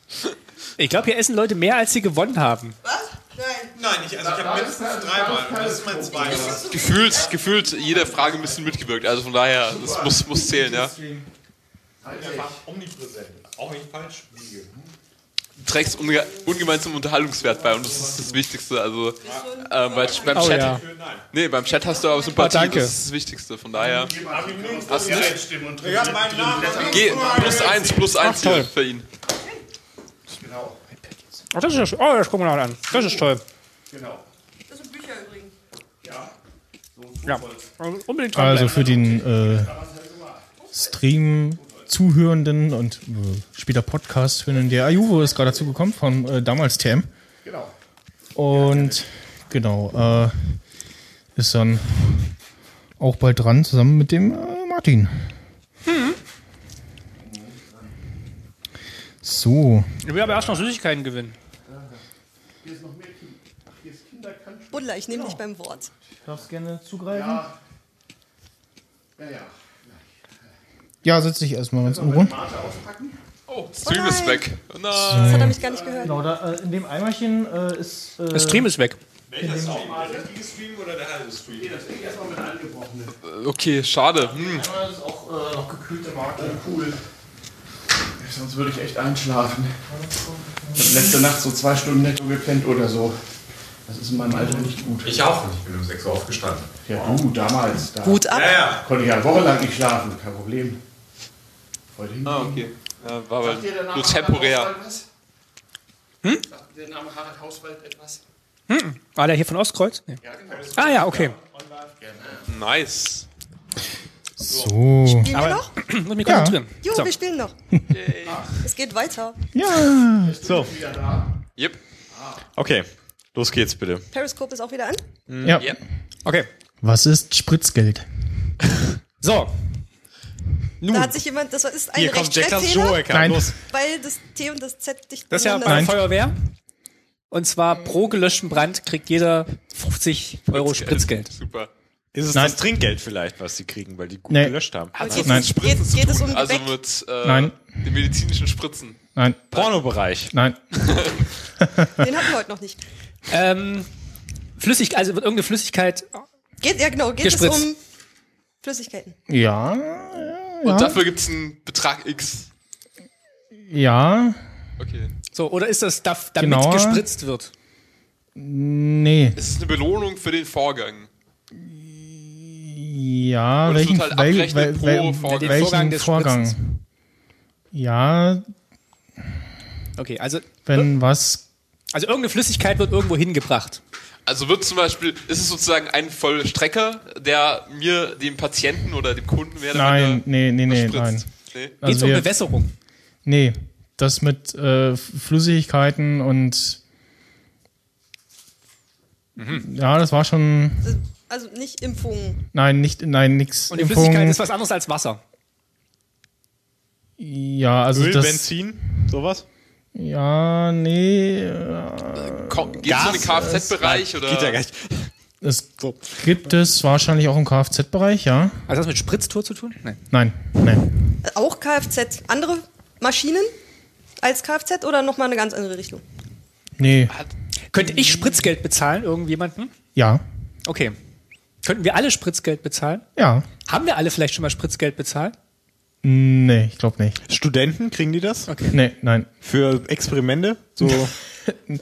[SPEAKER 3] Ich glaube, hier essen Leute mehr, als sie gewonnen haben.
[SPEAKER 2] Was? Nein.
[SPEAKER 5] Nein, ich, also ich habe mindestens dreimal. Und Das ist mein zweites.
[SPEAKER 4] Gefühlt, gefühlt jeder Frage ein bisschen mitgewirkt. Also von daher, das muss, muss zählen, ja.
[SPEAKER 5] Einfach omnipräsent. Auch nicht falsch liege.
[SPEAKER 4] Trägst unge ungemein zum Unterhaltungswert bei und das ist das Wichtigste. Also äh, bei, beim
[SPEAKER 3] Oh
[SPEAKER 4] Chat.
[SPEAKER 3] ja.
[SPEAKER 5] Nein.
[SPEAKER 4] Nee, beim Chat hast du aber Sympathie,
[SPEAKER 3] Ah, danke.
[SPEAKER 4] das ist das Wichtigste. Von daher.
[SPEAKER 6] Hab ich nirgends
[SPEAKER 4] Hast du nicht?
[SPEAKER 6] Stimmen und
[SPEAKER 5] Ich hab meinen Namen.
[SPEAKER 4] Geh, plus eins, plus eins
[SPEAKER 3] toll.
[SPEAKER 4] hier für ihn.
[SPEAKER 6] Genau,
[SPEAKER 3] Oh, das ist ja schön. Oh, das gucken wir mal an. Das ist toll.
[SPEAKER 6] genau.
[SPEAKER 2] Das sind Bücher übrigens.
[SPEAKER 6] Ja. So,
[SPEAKER 3] Ja.
[SPEAKER 6] voll.
[SPEAKER 3] Also Unbedingt dran
[SPEAKER 1] Also
[SPEAKER 3] bleiben.
[SPEAKER 1] für den äh,
[SPEAKER 6] Was hat er gemacht?
[SPEAKER 1] Stream. Zuhörenden und äh, später Podcast hören, der Ajuvo ist gerade dazu gekommen von äh, damals TM.
[SPEAKER 6] Genau.
[SPEAKER 1] Und genau, äh, ist dann auch bald dran, zusammen mit dem äh, Martin. So,
[SPEAKER 3] Ich will aber erst noch Süßigkeiten gewinnen.
[SPEAKER 6] Hier ist noch mehr Kind. Ach, hier ist Kinderkant.
[SPEAKER 2] Butler, ich nehme dich beim Wort.
[SPEAKER 1] darfst gerne zugreifen. Ja,
[SPEAKER 6] Ja. Ja, ja.
[SPEAKER 1] setz dich erstmal ganz in Ruhe.
[SPEAKER 6] Warte auspacken.
[SPEAKER 4] Oh, Stream ist
[SPEAKER 2] nein.
[SPEAKER 4] weg. Oh nein.
[SPEAKER 2] Das hat er mich gar nicht gehört.
[SPEAKER 1] Genau, da, in dem Eimerchen ist.
[SPEAKER 3] Der Stream ist weg.
[SPEAKER 5] Der richtige Stream oder der halbe Stream?
[SPEAKER 6] Das Ding erstmal mit angebrochene.
[SPEAKER 4] Okay, schade. Hm.
[SPEAKER 6] Das ist auch äh, noch gekühlte Marke. Cool. Sonst würde ich echt einschlafen. Ich hab letzte Nacht so zwei Stunden netto gepennt oder so. Das ist in meinem Alter nicht gut.
[SPEAKER 5] Ich auch nicht. Ich bin um 6 Uhr aufgestanden.
[SPEAKER 6] Ja, du, damals. Da
[SPEAKER 2] Gut ab.
[SPEAKER 5] Ja, ja.
[SPEAKER 6] Konnte ich ja wochenlang nicht schlafen. Kein Problem. Heute hin.
[SPEAKER 4] Ah, okay. Ja, war aber nur temporär.
[SPEAKER 6] Sagt der Name Harald Hauswald etwas?
[SPEAKER 3] Ah, der hier von Ostkreuz? Nee.
[SPEAKER 6] genau.
[SPEAKER 3] Ah ja, okay.
[SPEAKER 4] Nice.
[SPEAKER 1] So.
[SPEAKER 2] Spielen wir noch?
[SPEAKER 3] Hm, Muss mich konzentrieren.
[SPEAKER 2] Jo,
[SPEAKER 3] So.
[SPEAKER 2] wir spielen noch. Es geht weiter.
[SPEAKER 1] Ja.
[SPEAKER 5] So.
[SPEAKER 4] Yep.
[SPEAKER 5] Okay. Los geht's bitte.
[SPEAKER 2] Periscope ist auch wieder an.
[SPEAKER 1] ja.
[SPEAKER 4] yep.
[SPEAKER 3] Okay.
[SPEAKER 1] Was ist Spritzgeld?
[SPEAKER 3] So.
[SPEAKER 2] Da hat sich jemand, das ist ein
[SPEAKER 5] Hier kommt Jack das
[SPEAKER 2] Rechtschreibfehler,
[SPEAKER 5] Joeker.
[SPEAKER 1] Nein.
[SPEAKER 5] Los.
[SPEAKER 2] weil das T und das Z dicht
[SPEAKER 3] Das ist ja bei der
[SPEAKER 2] beieinander
[SPEAKER 3] Feuerwehr. Und zwar pro gelöschten Brand kriegt jeder 50 Euro
[SPEAKER 6] äh,
[SPEAKER 3] Spritzgeld.
[SPEAKER 4] Super.
[SPEAKER 5] Ist es
[SPEAKER 1] Nein.
[SPEAKER 5] das Trinkgeld vielleicht, was sie kriegen, weil die gut
[SPEAKER 1] Nee.
[SPEAKER 5] gelöscht haben? Also
[SPEAKER 2] sind. Aber
[SPEAKER 1] Nein.
[SPEAKER 2] geht, es- geht, geht es um
[SPEAKER 4] Also
[SPEAKER 2] Gebäck?
[SPEAKER 4] mit äh,
[SPEAKER 1] Nein.
[SPEAKER 4] den medizinischen Spritzen.
[SPEAKER 1] Nein,
[SPEAKER 5] Pornobereich.
[SPEAKER 1] nein.
[SPEAKER 2] Den hatten wir heute noch nicht.
[SPEAKER 3] Ähm, Flüssig, also wird irgendeine Flüssigkeit.
[SPEAKER 2] Geht, ja genau, geht es
[SPEAKER 3] Gespritzt.
[SPEAKER 2] um Flüssigkeiten.
[SPEAKER 1] Ja,
[SPEAKER 4] Und dafür gibt's einen Betrag X.
[SPEAKER 1] ja,
[SPEAKER 4] Okay.
[SPEAKER 3] So, oder ist das, da- damit
[SPEAKER 1] Genauer.
[SPEAKER 3] gespritzt wird?
[SPEAKER 1] nee.
[SPEAKER 4] Es ist eine Belohnung für den Vorgang.
[SPEAKER 1] Ja,
[SPEAKER 4] Und es
[SPEAKER 1] welchen,
[SPEAKER 4] wird halt
[SPEAKER 1] wel,
[SPEAKER 4] abgerechnet
[SPEAKER 1] wel,
[SPEAKER 4] pro
[SPEAKER 1] wel,
[SPEAKER 4] Vorgang.
[SPEAKER 1] welchen
[SPEAKER 3] Vorgang
[SPEAKER 1] Vorgang?
[SPEAKER 3] des Spritzens.
[SPEAKER 1] Ja,
[SPEAKER 3] Okay, also,
[SPEAKER 1] wenn was.
[SPEAKER 3] also irgendeine Flüssigkeit wird irgendwo hingebracht.
[SPEAKER 4] Also wird zum Beispiel, ist es sozusagen ein Vollstrecker, der mir, dem Patienten oder dem Kunden mehr oder
[SPEAKER 1] Nein,
[SPEAKER 4] weniger
[SPEAKER 1] nee, nee, nee, nein.
[SPEAKER 4] verspritzt? Nee?
[SPEAKER 3] Geht es
[SPEAKER 1] Also
[SPEAKER 3] um
[SPEAKER 1] wir,
[SPEAKER 3] Bewässerung?
[SPEAKER 1] nee, das mit äh, Flüssigkeiten und.
[SPEAKER 4] Mhm.
[SPEAKER 1] Ja, das war schon.
[SPEAKER 2] Also nicht Impfungen.
[SPEAKER 1] Nein, nicht, nein, nix.
[SPEAKER 3] Und die
[SPEAKER 1] Impfung.
[SPEAKER 3] Flüssigkeit ist was anderes als Wasser.
[SPEAKER 1] Ja, also
[SPEAKER 5] Öl,
[SPEAKER 1] das.
[SPEAKER 5] Benzin, sowas?
[SPEAKER 1] Ja, nee. äh,
[SPEAKER 4] Komm, geht's um den Kfz-Bereich oder?
[SPEAKER 5] Geht ja gar nicht.
[SPEAKER 1] Es gibt es wahrscheinlich auch im Kfz-Bereich, ja?
[SPEAKER 3] Also Hat das mit Spritztour zu tun? Nein.
[SPEAKER 1] Nein, nein.
[SPEAKER 2] Äh, Auch Kfz. Andere Maschinen als Kfz oder nochmal eine ganz andere Richtung?
[SPEAKER 1] Nee,
[SPEAKER 3] Könnte ich Spritzgeld bezahlen, irgendjemanden?
[SPEAKER 1] ja,
[SPEAKER 3] Okay. Könnten wir alle Spritzgeld bezahlen?
[SPEAKER 1] ja.
[SPEAKER 3] Haben wir alle vielleicht schon mal Spritzgeld bezahlt?
[SPEAKER 1] Nee, ich glaube nicht.
[SPEAKER 5] Studenten kriegen die das?
[SPEAKER 1] Nee, nein.
[SPEAKER 5] Für Experimente? So.
[SPEAKER 3] Äh,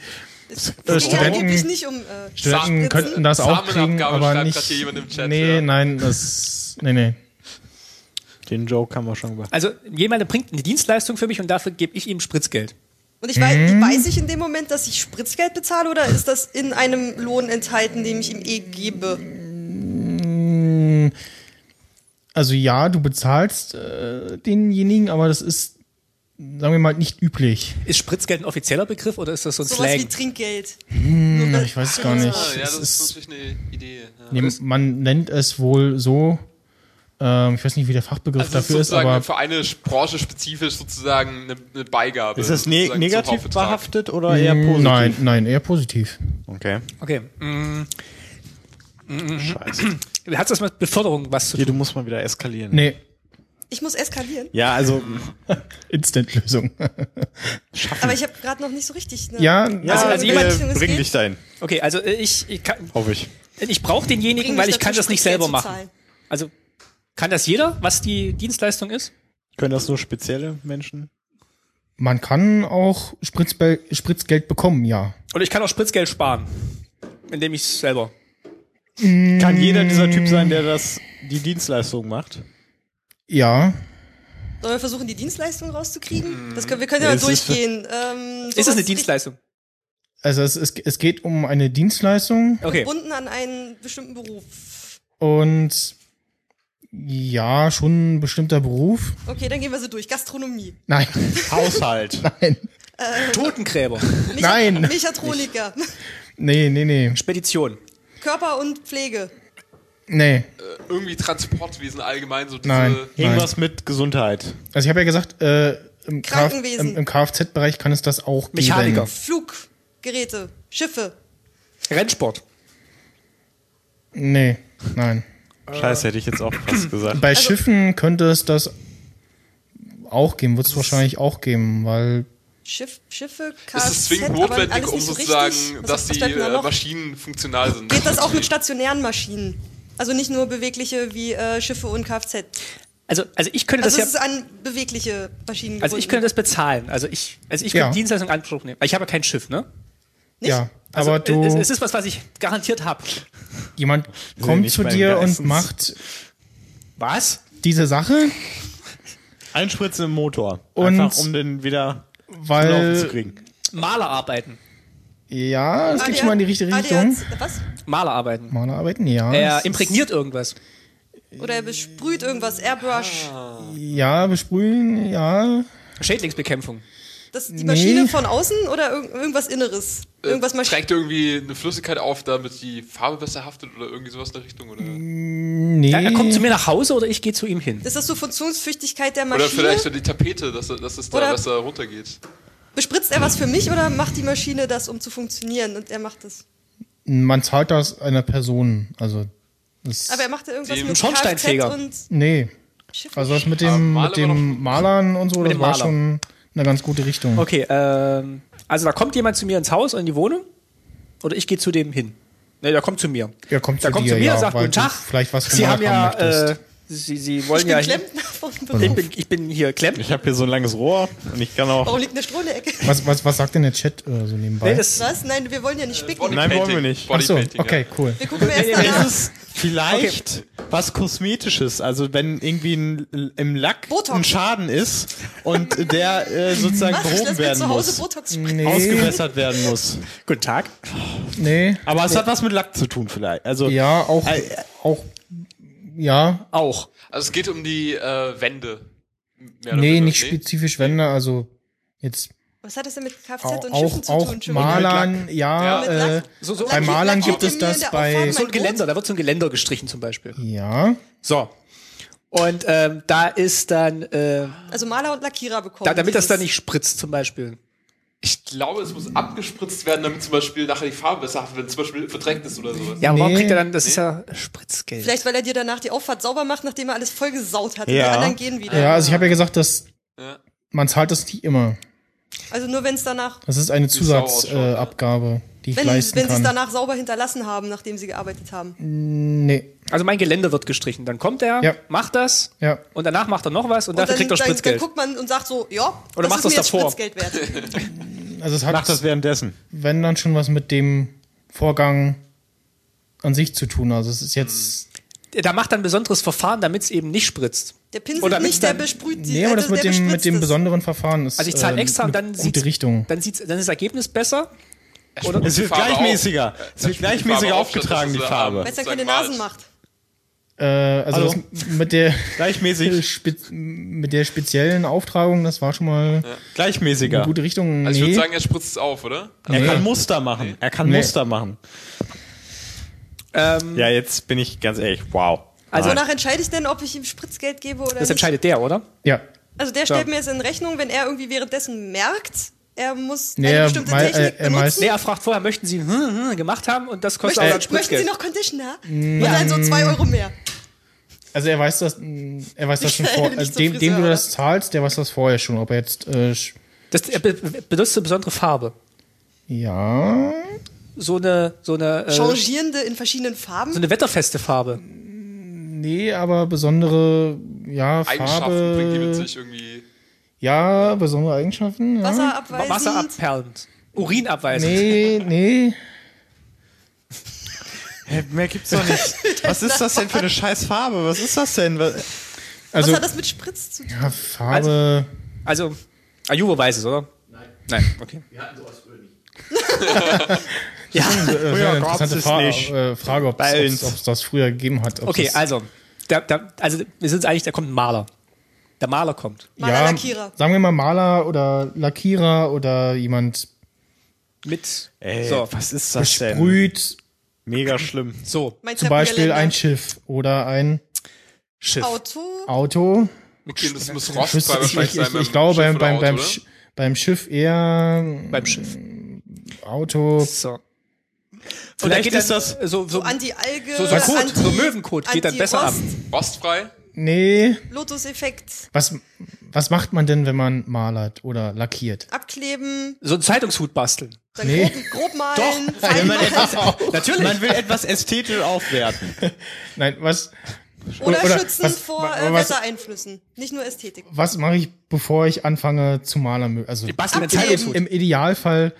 [SPEAKER 2] Es ging ja
[SPEAKER 1] Studenten-
[SPEAKER 2] angeblich nicht um äh,
[SPEAKER 1] Studenten
[SPEAKER 2] Spritzen.
[SPEAKER 1] könnten das auch
[SPEAKER 4] Samenabgabe
[SPEAKER 1] kriegen, aber
[SPEAKER 4] schreibt
[SPEAKER 1] nicht.
[SPEAKER 4] grad hier jemand im Chat,
[SPEAKER 1] nee,
[SPEAKER 4] ja.
[SPEAKER 1] nein, das. Nee, nee.
[SPEAKER 5] Den Joke haben wir schon gemacht.
[SPEAKER 3] Also jemand bringt eine Dienstleistung für mich und dafür gebe ich ihm Spritzgeld.
[SPEAKER 2] Und ich weiß,
[SPEAKER 1] Hm.
[SPEAKER 2] wie weiß ich in dem Moment, dass ich Spritzgeld bezahle oder ist das in einem Lohn enthalten, den ich ihm eh gebe?
[SPEAKER 1] Also ja, du bezahlst äh, denjenigen, aber das ist, sagen wir mal, nicht üblich.
[SPEAKER 3] Ist Spritzgeld ein offizieller Begriff oder ist das so ein
[SPEAKER 2] Sowas wie
[SPEAKER 3] Slang?
[SPEAKER 2] Trinkgeld.
[SPEAKER 1] Ja, Hm, ich weiß es gar nicht.
[SPEAKER 4] Ah, ja,
[SPEAKER 1] es
[SPEAKER 4] das ist
[SPEAKER 1] ist,
[SPEAKER 4] natürlich eine Idee. Ja.
[SPEAKER 1] nee, man nennt es wohl so. Ähm, ich weiß nicht, wie der Fachbegriff
[SPEAKER 4] Also
[SPEAKER 1] dafür
[SPEAKER 4] es
[SPEAKER 1] ist,
[SPEAKER 4] sozusagen
[SPEAKER 1] aber
[SPEAKER 4] für eine Branche spezifisch sozusagen eine, eine Beigabe.
[SPEAKER 5] Ist das ne
[SPEAKER 4] sozusagen zum
[SPEAKER 5] negativ
[SPEAKER 4] Hauptbetrag.
[SPEAKER 5] behaftet oder eher positiv?
[SPEAKER 1] nein, nein, eher positiv.
[SPEAKER 5] Okay.
[SPEAKER 3] Okay. mm,
[SPEAKER 5] Mhm. Scheiße.
[SPEAKER 3] Hat das mit Beförderung was zu
[SPEAKER 5] Hier,
[SPEAKER 3] tun?
[SPEAKER 5] du musst mal wieder eskalieren.
[SPEAKER 1] Nee,
[SPEAKER 2] Ich muss eskalieren.
[SPEAKER 5] Ja, also.
[SPEAKER 1] Instant-Lösung.
[SPEAKER 2] Aber ich habe gerade noch nicht so richtig. Ne?
[SPEAKER 1] Ja,
[SPEAKER 5] Ja,
[SPEAKER 2] Also,
[SPEAKER 3] also
[SPEAKER 5] also
[SPEAKER 3] jemand-
[SPEAKER 5] äh, bring dich dahin,
[SPEAKER 3] Okay, also äh, ich, ich, kann-
[SPEAKER 5] hoffe ich.
[SPEAKER 3] ich brauche denjenigen, weil ich kann das nicht selber machen. Also kann das jeder, was die Dienstleistung ist?
[SPEAKER 5] Können das nur spezielle Menschen?
[SPEAKER 1] Man kann auch Spritzbe Spritzgeld bekommen, ja.
[SPEAKER 3] Oder ich kann auch Spritzgeld sparen, indem ich es selber.
[SPEAKER 5] Kann jeder dieser Typ sein, der das die Dienstleistung macht?
[SPEAKER 1] Ja,
[SPEAKER 2] Sollen wir versuchen, die Dienstleistung rauszukriegen? Das können, wir können ja mal
[SPEAKER 5] Es ist-
[SPEAKER 2] durchgehen. Ähm,
[SPEAKER 3] Hm. Ist das eine
[SPEAKER 2] sowas
[SPEAKER 3] Dienstleistung?
[SPEAKER 1] also es, es, es geht um eine Dienstleistung
[SPEAKER 3] Okay.
[SPEAKER 2] Gebunden an einen bestimmten Beruf.
[SPEAKER 1] und ja, schon ein bestimmter Beruf.
[SPEAKER 2] Okay, dann gehen wir so durch. Gastronomie.
[SPEAKER 1] Nein,
[SPEAKER 5] Haushalt.
[SPEAKER 1] nein,
[SPEAKER 3] Totengräber,
[SPEAKER 2] Mecha
[SPEAKER 1] Nein.
[SPEAKER 2] Mechatroniker.
[SPEAKER 1] nee, nee, nee,
[SPEAKER 3] Spedition.
[SPEAKER 2] Körper und Pflege.
[SPEAKER 1] nee,
[SPEAKER 4] Irgendwie Transportwesen allgemein, so diese
[SPEAKER 1] nein. nein.
[SPEAKER 5] Irgendwas mit Gesundheit.
[SPEAKER 1] Also ich habe ja gesagt, äh, im, Kf
[SPEAKER 2] Krankenwesen.
[SPEAKER 1] im, im Kfz-Bereich kann es das auch geben.
[SPEAKER 3] Mechaniker.
[SPEAKER 2] Fluggeräte. Schiffe.
[SPEAKER 3] Rennsport.
[SPEAKER 1] Nee, nein.
[SPEAKER 5] Äh. Scheiße, hätte ich jetzt auch fast gesagt.
[SPEAKER 1] Bei Schiffen könnte es das auch geben, wird es wahrscheinlich auch geben, weil
[SPEAKER 2] Schiff, Schiffe, Kfz,
[SPEAKER 4] Ist es zwingend
[SPEAKER 2] aber
[SPEAKER 4] notwendig,
[SPEAKER 2] alles
[SPEAKER 4] um
[SPEAKER 2] nicht so
[SPEAKER 4] sozusagen,
[SPEAKER 2] richtig. Was-
[SPEAKER 4] dass
[SPEAKER 2] was
[SPEAKER 4] die
[SPEAKER 2] bleibt denn da
[SPEAKER 4] äh,
[SPEAKER 2] noch?
[SPEAKER 4] Maschinen funktional sind?
[SPEAKER 2] Geht das auch mit stationären Maschinen? Also nicht nur bewegliche wie äh, Schiffe und Kfz.
[SPEAKER 3] Also, also ich könnte
[SPEAKER 2] Also es
[SPEAKER 3] das
[SPEAKER 2] ist
[SPEAKER 3] ja.
[SPEAKER 2] an bewegliche Maschinen gebunden.
[SPEAKER 3] Also ich könnte das bezahlen. Also ich, also ich könnte
[SPEAKER 1] Ja.
[SPEAKER 3] Dienstleistung in Anspruch nehmen. Weil Ich habe ja kein Schiff, ne?
[SPEAKER 1] ja,
[SPEAKER 3] Also
[SPEAKER 1] aber du
[SPEAKER 3] Es, es ist was, was ich garantiert habe.
[SPEAKER 1] jemand
[SPEAKER 5] nicht
[SPEAKER 1] kommt zu
[SPEAKER 5] bei
[SPEAKER 1] dir und
[SPEAKER 5] Geissens.
[SPEAKER 1] macht
[SPEAKER 3] Was?
[SPEAKER 1] diese Sache,
[SPEAKER 5] Einspritzen im Motor.
[SPEAKER 1] Und-
[SPEAKER 5] Einfach um den wieder zum Laufen zu
[SPEAKER 1] weil
[SPEAKER 5] kriegen.
[SPEAKER 3] Malerarbeiten.
[SPEAKER 1] ja,
[SPEAKER 2] Ah,
[SPEAKER 1] es geht schon mal in die richtige
[SPEAKER 2] ADAC
[SPEAKER 1] Richtung.
[SPEAKER 2] Was?
[SPEAKER 3] Malerarbeiten.
[SPEAKER 1] Malerarbeiten, ja. es
[SPEAKER 3] Er
[SPEAKER 1] ist-
[SPEAKER 3] imprägniert irgendwas.
[SPEAKER 2] Oder er besprüht irgendwas, Airbrush.
[SPEAKER 1] Ja, besprühen, ja.
[SPEAKER 3] Schädlingsbekämpfung.
[SPEAKER 2] Das, die Maschine
[SPEAKER 1] Nee.
[SPEAKER 2] von außen oder irg irgendwas Inneres?
[SPEAKER 4] Äh,
[SPEAKER 2] Irgendwas Maschine.
[SPEAKER 4] Trägt irgendwie eine Flüssigkeit auf, damit die Farbe besser haftet oder irgendwie sowas in der Richtung? Oder?
[SPEAKER 1] nee.
[SPEAKER 3] Ja, er kommt zu mir nach Hause oder ich gehe zu ihm hin.
[SPEAKER 2] Ist das so Funktionsfähigkeit der Maschine?
[SPEAKER 4] Oder vielleicht so die Tapete, dass, dass es da
[SPEAKER 2] Oder-
[SPEAKER 4] besser runtergeht.
[SPEAKER 2] Bespritzt er was für mich oder macht die Maschine das, um zu funktionieren? Und er macht das.
[SPEAKER 1] Man zahlt das einer Person. Also, das,
[SPEAKER 2] Aber er macht ja irgendwas
[SPEAKER 4] Den
[SPEAKER 2] mit
[SPEAKER 3] Schornsteinfeger.
[SPEAKER 2] Kfz und
[SPEAKER 1] nee.
[SPEAKER 2] Schiff.
[SPEAKER 1] Also das mit dem,
[SPEAKER 4] Aber
[SPEAKER 1] mit
[SPEAKER 4] Maler war
[SPEAKER 1] dem Malern und so, das
[SPEAKER 3] dem
[SPEAKER 1] war
[SPEAKER 3] Maler.
[SPEAKER 1] schon eine ganz gute Richtung.
[SPEAKER 3] Okay, ähm, also da kommt jemand zu mir ins Haus, in die Wohnung oder ich gehe zu dem hin. Ne, der kommt zu mir.
[SPEAKER 1] Er kommt
[SPEAKER 3] Der
[SPEAKER 1] zu
[SPEAKER 3] kommt
[SPEAKER 1] dir,
[SPEAKER 3] zu mir
[SPEAKER 1] ja,
[SPEAKER 3] und sagt,
[SPEAKER 1] weil
[SPEAKER 3] guten
[SPEAKER 1] du
[SPEAKER 3] Tag.
[SPEAKER 1] vielleicht was
[SPEAKER 3] Sie haben
[SPEAKER 1] gemalt haben
[SPEAKER 3] ja, äh,
[SPEAKER 1] möchtest.
[SPEAKER 3] Sie, Sie wollen
[SPEAKER 2] ich
[SPEAKER 3] ja Also
[SPEAKER 2] bin Klempner vom
[SPEAKER 3] Ich
[SPEAKER 2] Beruf.
[SPEAKER 3] bin, ich bin hier Klempner.
[SPEAKER 5] Ich habe hier so ein langes Rohr und ich kann auch.
[SPEAKER 2] Warum liegt eine Stroh in der Ecke?
[SPEAKER 1] Was, was, was sagt denn der Chat äh, so nebenbei?
[SPEAKER 3] Nee, das,
[SPEAKER 2] Was? Nein, wir wollen ja
[SPEAKER 3] Äh,
[SPEAKER 2] nicht spicken.
[SPEAKER 5] Nein, wollen wir nicht.
[SPEAKER 1] Ach so,
[SPEAKER 4] Bodypainting,
[SPEAKER 1] okay, cool.
[SPEAKER 2] Wir gucken erst
[SPEAKER 5] Es
[SPEAKER 2] danach.
[SPEAKER 5] ist vielleicht was Kosmetisches, also wenn irgendwie ein, im Lack
[SPEAKER 2] Botox.
[SPEAKER 5] ein Schaden ist und der äh, sozusagen
[SPEAKER 2] Ach, ich
[SPEAKER 5] behoben
[SPEAKER 2] lasse mir
[SPEAKER 5] werden
[SPEAKER 2] zu Hause
[SPEAKER 5] muss.
[SPEAKER 2] Botox spritzen.
[SPEAKER 1] Nee,
[SPEAKER 5] Ausgebessert werden muss.
[SPEAKER 3] guten Tag.
[SPEAKER 1] nee.
[SPEAKER 5] Aber es hat was mit Lack zu tun, vielleicht. Also,
[SPEAKER 1] Ja, auch,
[SPEAKER 5] Äh,
[SPEAKER 1] auch, ja.
[SPEAKER 3] Auch.
[SPEAKER 4] ja. Also es geht um die äh, Wände. Mehr oder
[SPEAKER 1] Nee,
[SPEAKER 4] weniger.
[SPEAKER 1] nicht spezifisch Wände, also jetzt
[SPEAKER 2] Was hat das denn mit Kfz
[SPEAKER 1] auch,
[SPEAKER 2] und Schiffen
[SPEAKER 1] auch,
[SPEAKER 2] zu tun?
[SPEAKER 1] auch
[SPEAKER 2] Schon wieder?
[SPEAKER 1] Malern, ja,
[SPEAKER 2] Mit Lack.
[SPEAKER 1] äh,
[SPEAKER 3] So, so,
[SPEAKER 1] bei
[SPEAKER 2] Lackiert-
[SPEAKER 1] Malern
[SPEAKER 2] lackiert
[SPEAKER 1] gibt es
[SPEAKER 2] ihr mir in
[SPEAKER 1] das
[SPEAKER 2] der
[SPEAKER 1] bei,
[SPEAKER 2] Auffahrt
[SPEAKER 3] so ein
[SPEAKER 2] Boot?
[SPEAKER 3] Geländer, da wird so ein Geländer gestrichen zum Beispiel.
[SPEAKER 1] Hm. ja,
[SPEAKER 3] So. Und ähm, da ist dann, äh,
[SPEAKER 2] Also Maler und Lackierer bekommen.
[SPEAKER 3] da, damit das
[SPEAKER 2] dieses-
[SPEAKER 3] dann nicht spritzt zum Beispiel.
[SPEAKER 4] Ich glaube, es muss abgespritzt werden, damit zum Beispiel nachher die Farbe besser hat, wenn zum Beispiel verdreckt ist oder sowas.
[SPEAKER 3] Ja, aber warum
[SPEAKER 1] Nee.
[SPEAKER 3] kriegt er dann, das ist ja Spritzgeld.
[SPEAKER 2] Vielleicht, weil er dir danach die Auffahrt sauber macht, nachdem er alles vollgesaut hat. Und
[SPEAKER 5] Ja.
[SPEAKER 2] die anderen gehen wieder.
[SPEAKER 1] ja, also ich habe ja gesagt, dass
[SPEAKER 4] Ja.
[SPEAKER 1] man zahlt das nicht immer.
[SPEAKER 2] Also nur wenn es danach,
[SPEAKER 1] Das ist eine
[SPEAKER 4] Sau ausschaut,
[SPEAKER 1] Zusatzabgabe, äh,
[SPEAKER 4] ne?
[SPEAKER 1] Abgabe, die ich
[SPEAKER 2] wenn, wenn
[SPEAKER 1] leisten
[SPEAKER 2] sie es
[SPEAKER 1] kann.
[SPEAKER 2] danach sauber hinterlassen haben, nachdem sie gearbeitet haben.
[SPEAKER 1] Nee,
[SPEAKER 3] Also mein Geländer wird gestrichen. Dann kommt er,
[SPEAKER 1] Ja.
[SPEAKER 3] macht das
[SPEAKER 1] ja.
[SPEAKER 3] und danach macht er noch was und, dafür
[SPEAKER 2] dann,
[SPEAKER 3] kriegt er
[SPEAKER 2] dann, dann
[SPEAKER 3] Spritzgeld.
[SPEAKER 2] guckt man und sagt so, ja, das
[SPEAKER 3] Oder mach
[SPEAKER 2] ist
[SPEAKER 3] das
[SPEAKER 2] mir jetzt
[SPEAKER 3] davor.
[SPEAKER 2] Spritzgeld wert.
[SPEAKER 1] Also es
[SPEAKER 5] macht
[SPEAKER 1] hat,
[SPEAKER 5] das währenddessen.
[SPEAKER 1] wenn dann schon was mit dem Vorgang an sich zu tun. Also es ist
[SPEAKER 3] Mhm.
[SPEAKER 1] jetzt,
[SPEAKER 3] da macht er ein besonderes Verfahren, damit es eben nicht spritzt.
[SPEAKER 2] Der Pinsel
[SPEAKER 3] Oder
[SPEAKER 2] nicht, der
[SPEAKER 3] dann-
[SPEAKER 2] besprüht die.
[SPEAKER 1] nee, aber
[SPEAKER 2] äh,
[SPEAKER 1] das
[SPEAKER 2] der
[SPEAKER 1] mit dem, mit
[SPEAKER 2] bespritzt
[SPEAKER 1] dem
[SPEAKER 2] es.
[SPEAKER 1] besonderen Verfahren ist
[SPEAKER 3] Also ich zahle
[SPEAKER 1] äh,
[SPEAKER 3] extra und
[SPEAKER 1] eine
[SPEAKER 3] dann sieht
[SPEAKER 1] gute Richtung.
[SPEAKER 3] dann sieht's, dann ist das Ergebnis besser.
[SPEAKER 4] Oder
[SPEAKER 5] Es wird gleichmäßiger. Es wird gleichmäßiger aufgetragen, die Farbe.
[SPEAKER 2] Weil es dann keine Nasen macht.
[SPEAKER 1] Äh, also
[SPEAKER 5] Hallo?
[SPEAKER 1] das mit der
[SPEAKER 5] Gleichmäßig,
[SPEAKER 1] spez- mit der speziellen Auftragung, das war schon mal eine
[SPEAKER 5] gleichmäßiger.
[SPEAKER 1] gute Richtung.
[SPEAKER 4] Also ich
[SPEAKER 1] nee.
[SPEAKER 4] würde sagen, er spritzt es auf, oder?
[SPEAKER 5] Er kann Muster machen. Er kann
[SPEAKER 1] Nee.
[SPEAKER 5] Muster machen.
[SPEAKER 3] Ähm,
[SPEAKER 5] Ja, jetzt bin ich ganz ehrlich. Wow.
[SPEAKER 3] Also
[SPEAKER 5] Nein.
[SPEAKER 2] Wonach entscheide ich denn, ob ich ihm Spritzgeld gebe oder
[SPEAKER 3] das
[SPEAKER 2] nicht?
[SPEAKER 3] entscheidet der, oder?
[SPEAKER 1] ja.
[SPEAKER 2] Also der stellt
[SPEAKER 3] Ja.
[SPEAKER 2] mir jetzt in Rechnung, wenn er irgendwie währenddessen merkt, er muss
[SPEAKER 1] Nee,
[SPEAKER 2] eine
[SPEAKER 1] er
[SPEAKER 2] bestimmte
[SPEAKER 1] mei-
[SPEAKER 2] Technik
[SPEAKER 1] äh, er meist-
[SPEAKER 2] benutzen.
[SPEAKER 3] Nee, er fragt vorher, möchten Sie hm, hm, gemacht haben und das kostet aber
[SPEAKER 2] Möchten,
[SPEAKER 3] dann
[SPEAKER 2] Sie, möchten
[SPEAKER 3] Spritzgeld.
[SPEAKER 2] Sie noch Conditioner? Und dann so zwei Euro mehr.
[SPEAKER 1] Also er weiß das, mh, er weiß das schon
[SPEAKER 2] Ich
[SPEAKER 1] vor.
[SPEAKER 2] werde
[SPEAKER 1] Also
[SPEAKER 2] nicht
[SPEAKER 1] dem,
[SPEAKER 2] zum
[SPEAKER 1] dem du
[SPEAKER 2] Friseur,
[SPEAKER 1] das zahlst, der weiß das vorher schon. Ob er jetzt äh, sch-
[SPEAKER 3] das, er be benutzt eine besondere Farbe.
[SPEAKER 1] ja,
[SPEAKER 3] So eine, so eine, äh, so
[SPEAKER 2] Changierende in verschiedenen Farben.
[SPEAKER 3] eine wetterfeste Farbe.
[SPEAKER 1] nee, aber besondere ja
[SPEAKER 4] Eigenschaften bringt die mit
[SPEAKER 1] Farbe,
[SPEAKER 4] sich irgendwie.
[SPEAKER 1] ja besondere Eigenschaften. Ja.
[SPEAKER 2] Wasser abweisen.
[SPEAKER 3] Wasserabperlend. Urinabweisend.
[SPEAKER 1] Nee, nee.
[SPEAKER 5] Hä, Mehr gibt's doch nicht. Was ist das denn für eine scheiß Farbe? Was ist das denn? Was-
[SPEAKER 2] Was
[SPEAKER 1] Also
[SPEAKER 2] hat das mit Spritz zu tun?
[SPEAKER 1] ja, Farbe. äh,
[SPEAKER 3] Also, Ajubo weiß es, oder? Nein. Nein, okay. Wir hatten sowas früher nicht. ja,
[SPEAKER 1] äh,
[SPEAKER 5] früher
[SPEAKER 1] sehr
[SPEAKER 5] gab's
[SPEAKER 1] interessante
[SPEAKER 5] es
[SPEAKER 1] Fra
[SPEAKER 5] nicht.
[SPEAKER 1] äh, Frage, ob
[SPEAKER 5] Bei uns.
[SPEAKER 1] es das früher gegeben hat. ob
[SPEAKER 3] okay,
[SPEAKER 1] das-
[SPEAKER 3] also. Da, da, also, wir sind eigentlich, da kommt ein Maler. Der Maler kommt.
[SPEAKER 2] Maler,
[SPEAKER 1] ja,
[SPEAKER 2] Lackierer.
[SPEAKER 1] Sagen wir mal Maler oder Lackierer oder jemand
[SPEAKER 3] Mit.
[SPEAKER 5] Ey,
[SPEAKER 3] so,
[SPEAKER 5] was ist das denn?
[SPEAKER 1] sprüht
[SPEAKER 5] Mega schlimm.
[SPEAKER 3] so.
[SPEAKER 2] Mein
[SPEAKER 1] zum Beispiel ein
[SPEAKER 2] Treppengeländer.
[SPEAKER 1] Schiff oder ein
[SPEAKER 3] Schiff.
[SPEAKER 2] Auto.
[SPEAKER 1] Auto.
[SPEAKER 4] Okay, das muss
[SPEAKER 1] Ich, wüsste-
[SPEAKER 4] rostfrei
[SPEAKER 1] ich, ich,
[SPEAKER 4] wahrscheinlich sein.
[SPEAKER 1] ich, glaube
[SPEAKER 4] Schiff
[SPEAKER 1] beim,
[SPEAKER 4] oder
[SPEAKER 1] beim,
[SPEAKER 4] Auto,
[SPEAKER 1] beim,
[SPEAKER 4] oder?
[SPEAKER 1] Sch- beim Schiff eher
[SPEAKER 3] Beim Schiff.
[SPEAKER 1] Auto.
[SPEAKER 3] So.
[SPEAKER 5] Vielleicht
[SPEAKER 3] geht dann
[SPEAKER 5] ist das-
[SPEAKER 3] so, so,
[SPEAKER 2] So Anti-Alge.
[SPEAKER 3] So- so ein Kot,
[SPEAKER 2] Anti,
[SPEAKER 3] so Möwenkot geht dann besser ab.
[SPEAKER 4] Rostfrei?
[SPEAKER 1] Nee.
[SPEAKER 2] Lotus-Effekt.
[SPEAKER 1] Was, was macht man denn, wenn man malert oder lackiert?
[SPEAKER 2] Abkleben.
[SPEAKER 3] so einen Zeitungshut basteln.
[SPEAKER 2] Dann
[SPEAKER 1] Nee.
[SPEAKER 2] grob, grob malen. Falten
[SPEAKER 5] man, etwas,
[SPEAKER 3] Natürlich.
[SPEAKER 5] man will etwas ästhetisch aufwerten.
[SPEAKER 1] Nein, was,
[SPEAKER 2] oder,
[SPEAKER 1] oder
[SPEAKER 2] schützen
[SPEAKER 1] was-
[SPEAKER 2] vor
[SPEAKER 1] wa-
[SPEAKER 2] äh,
[SPEAKER 1] was-
[SPEAKER 2] Wettereinflüssen. Nicht nur Ästhetik.
[SPEAKER 1] was mache ich, bevor ich anfange zu malern? Also
[SPEAKER 3] Basteln einen
[SPEAKER 2] Abgeben.
[SPEAKER 3] Zeitungshut.
[SPEAKER 1] im Idealfall,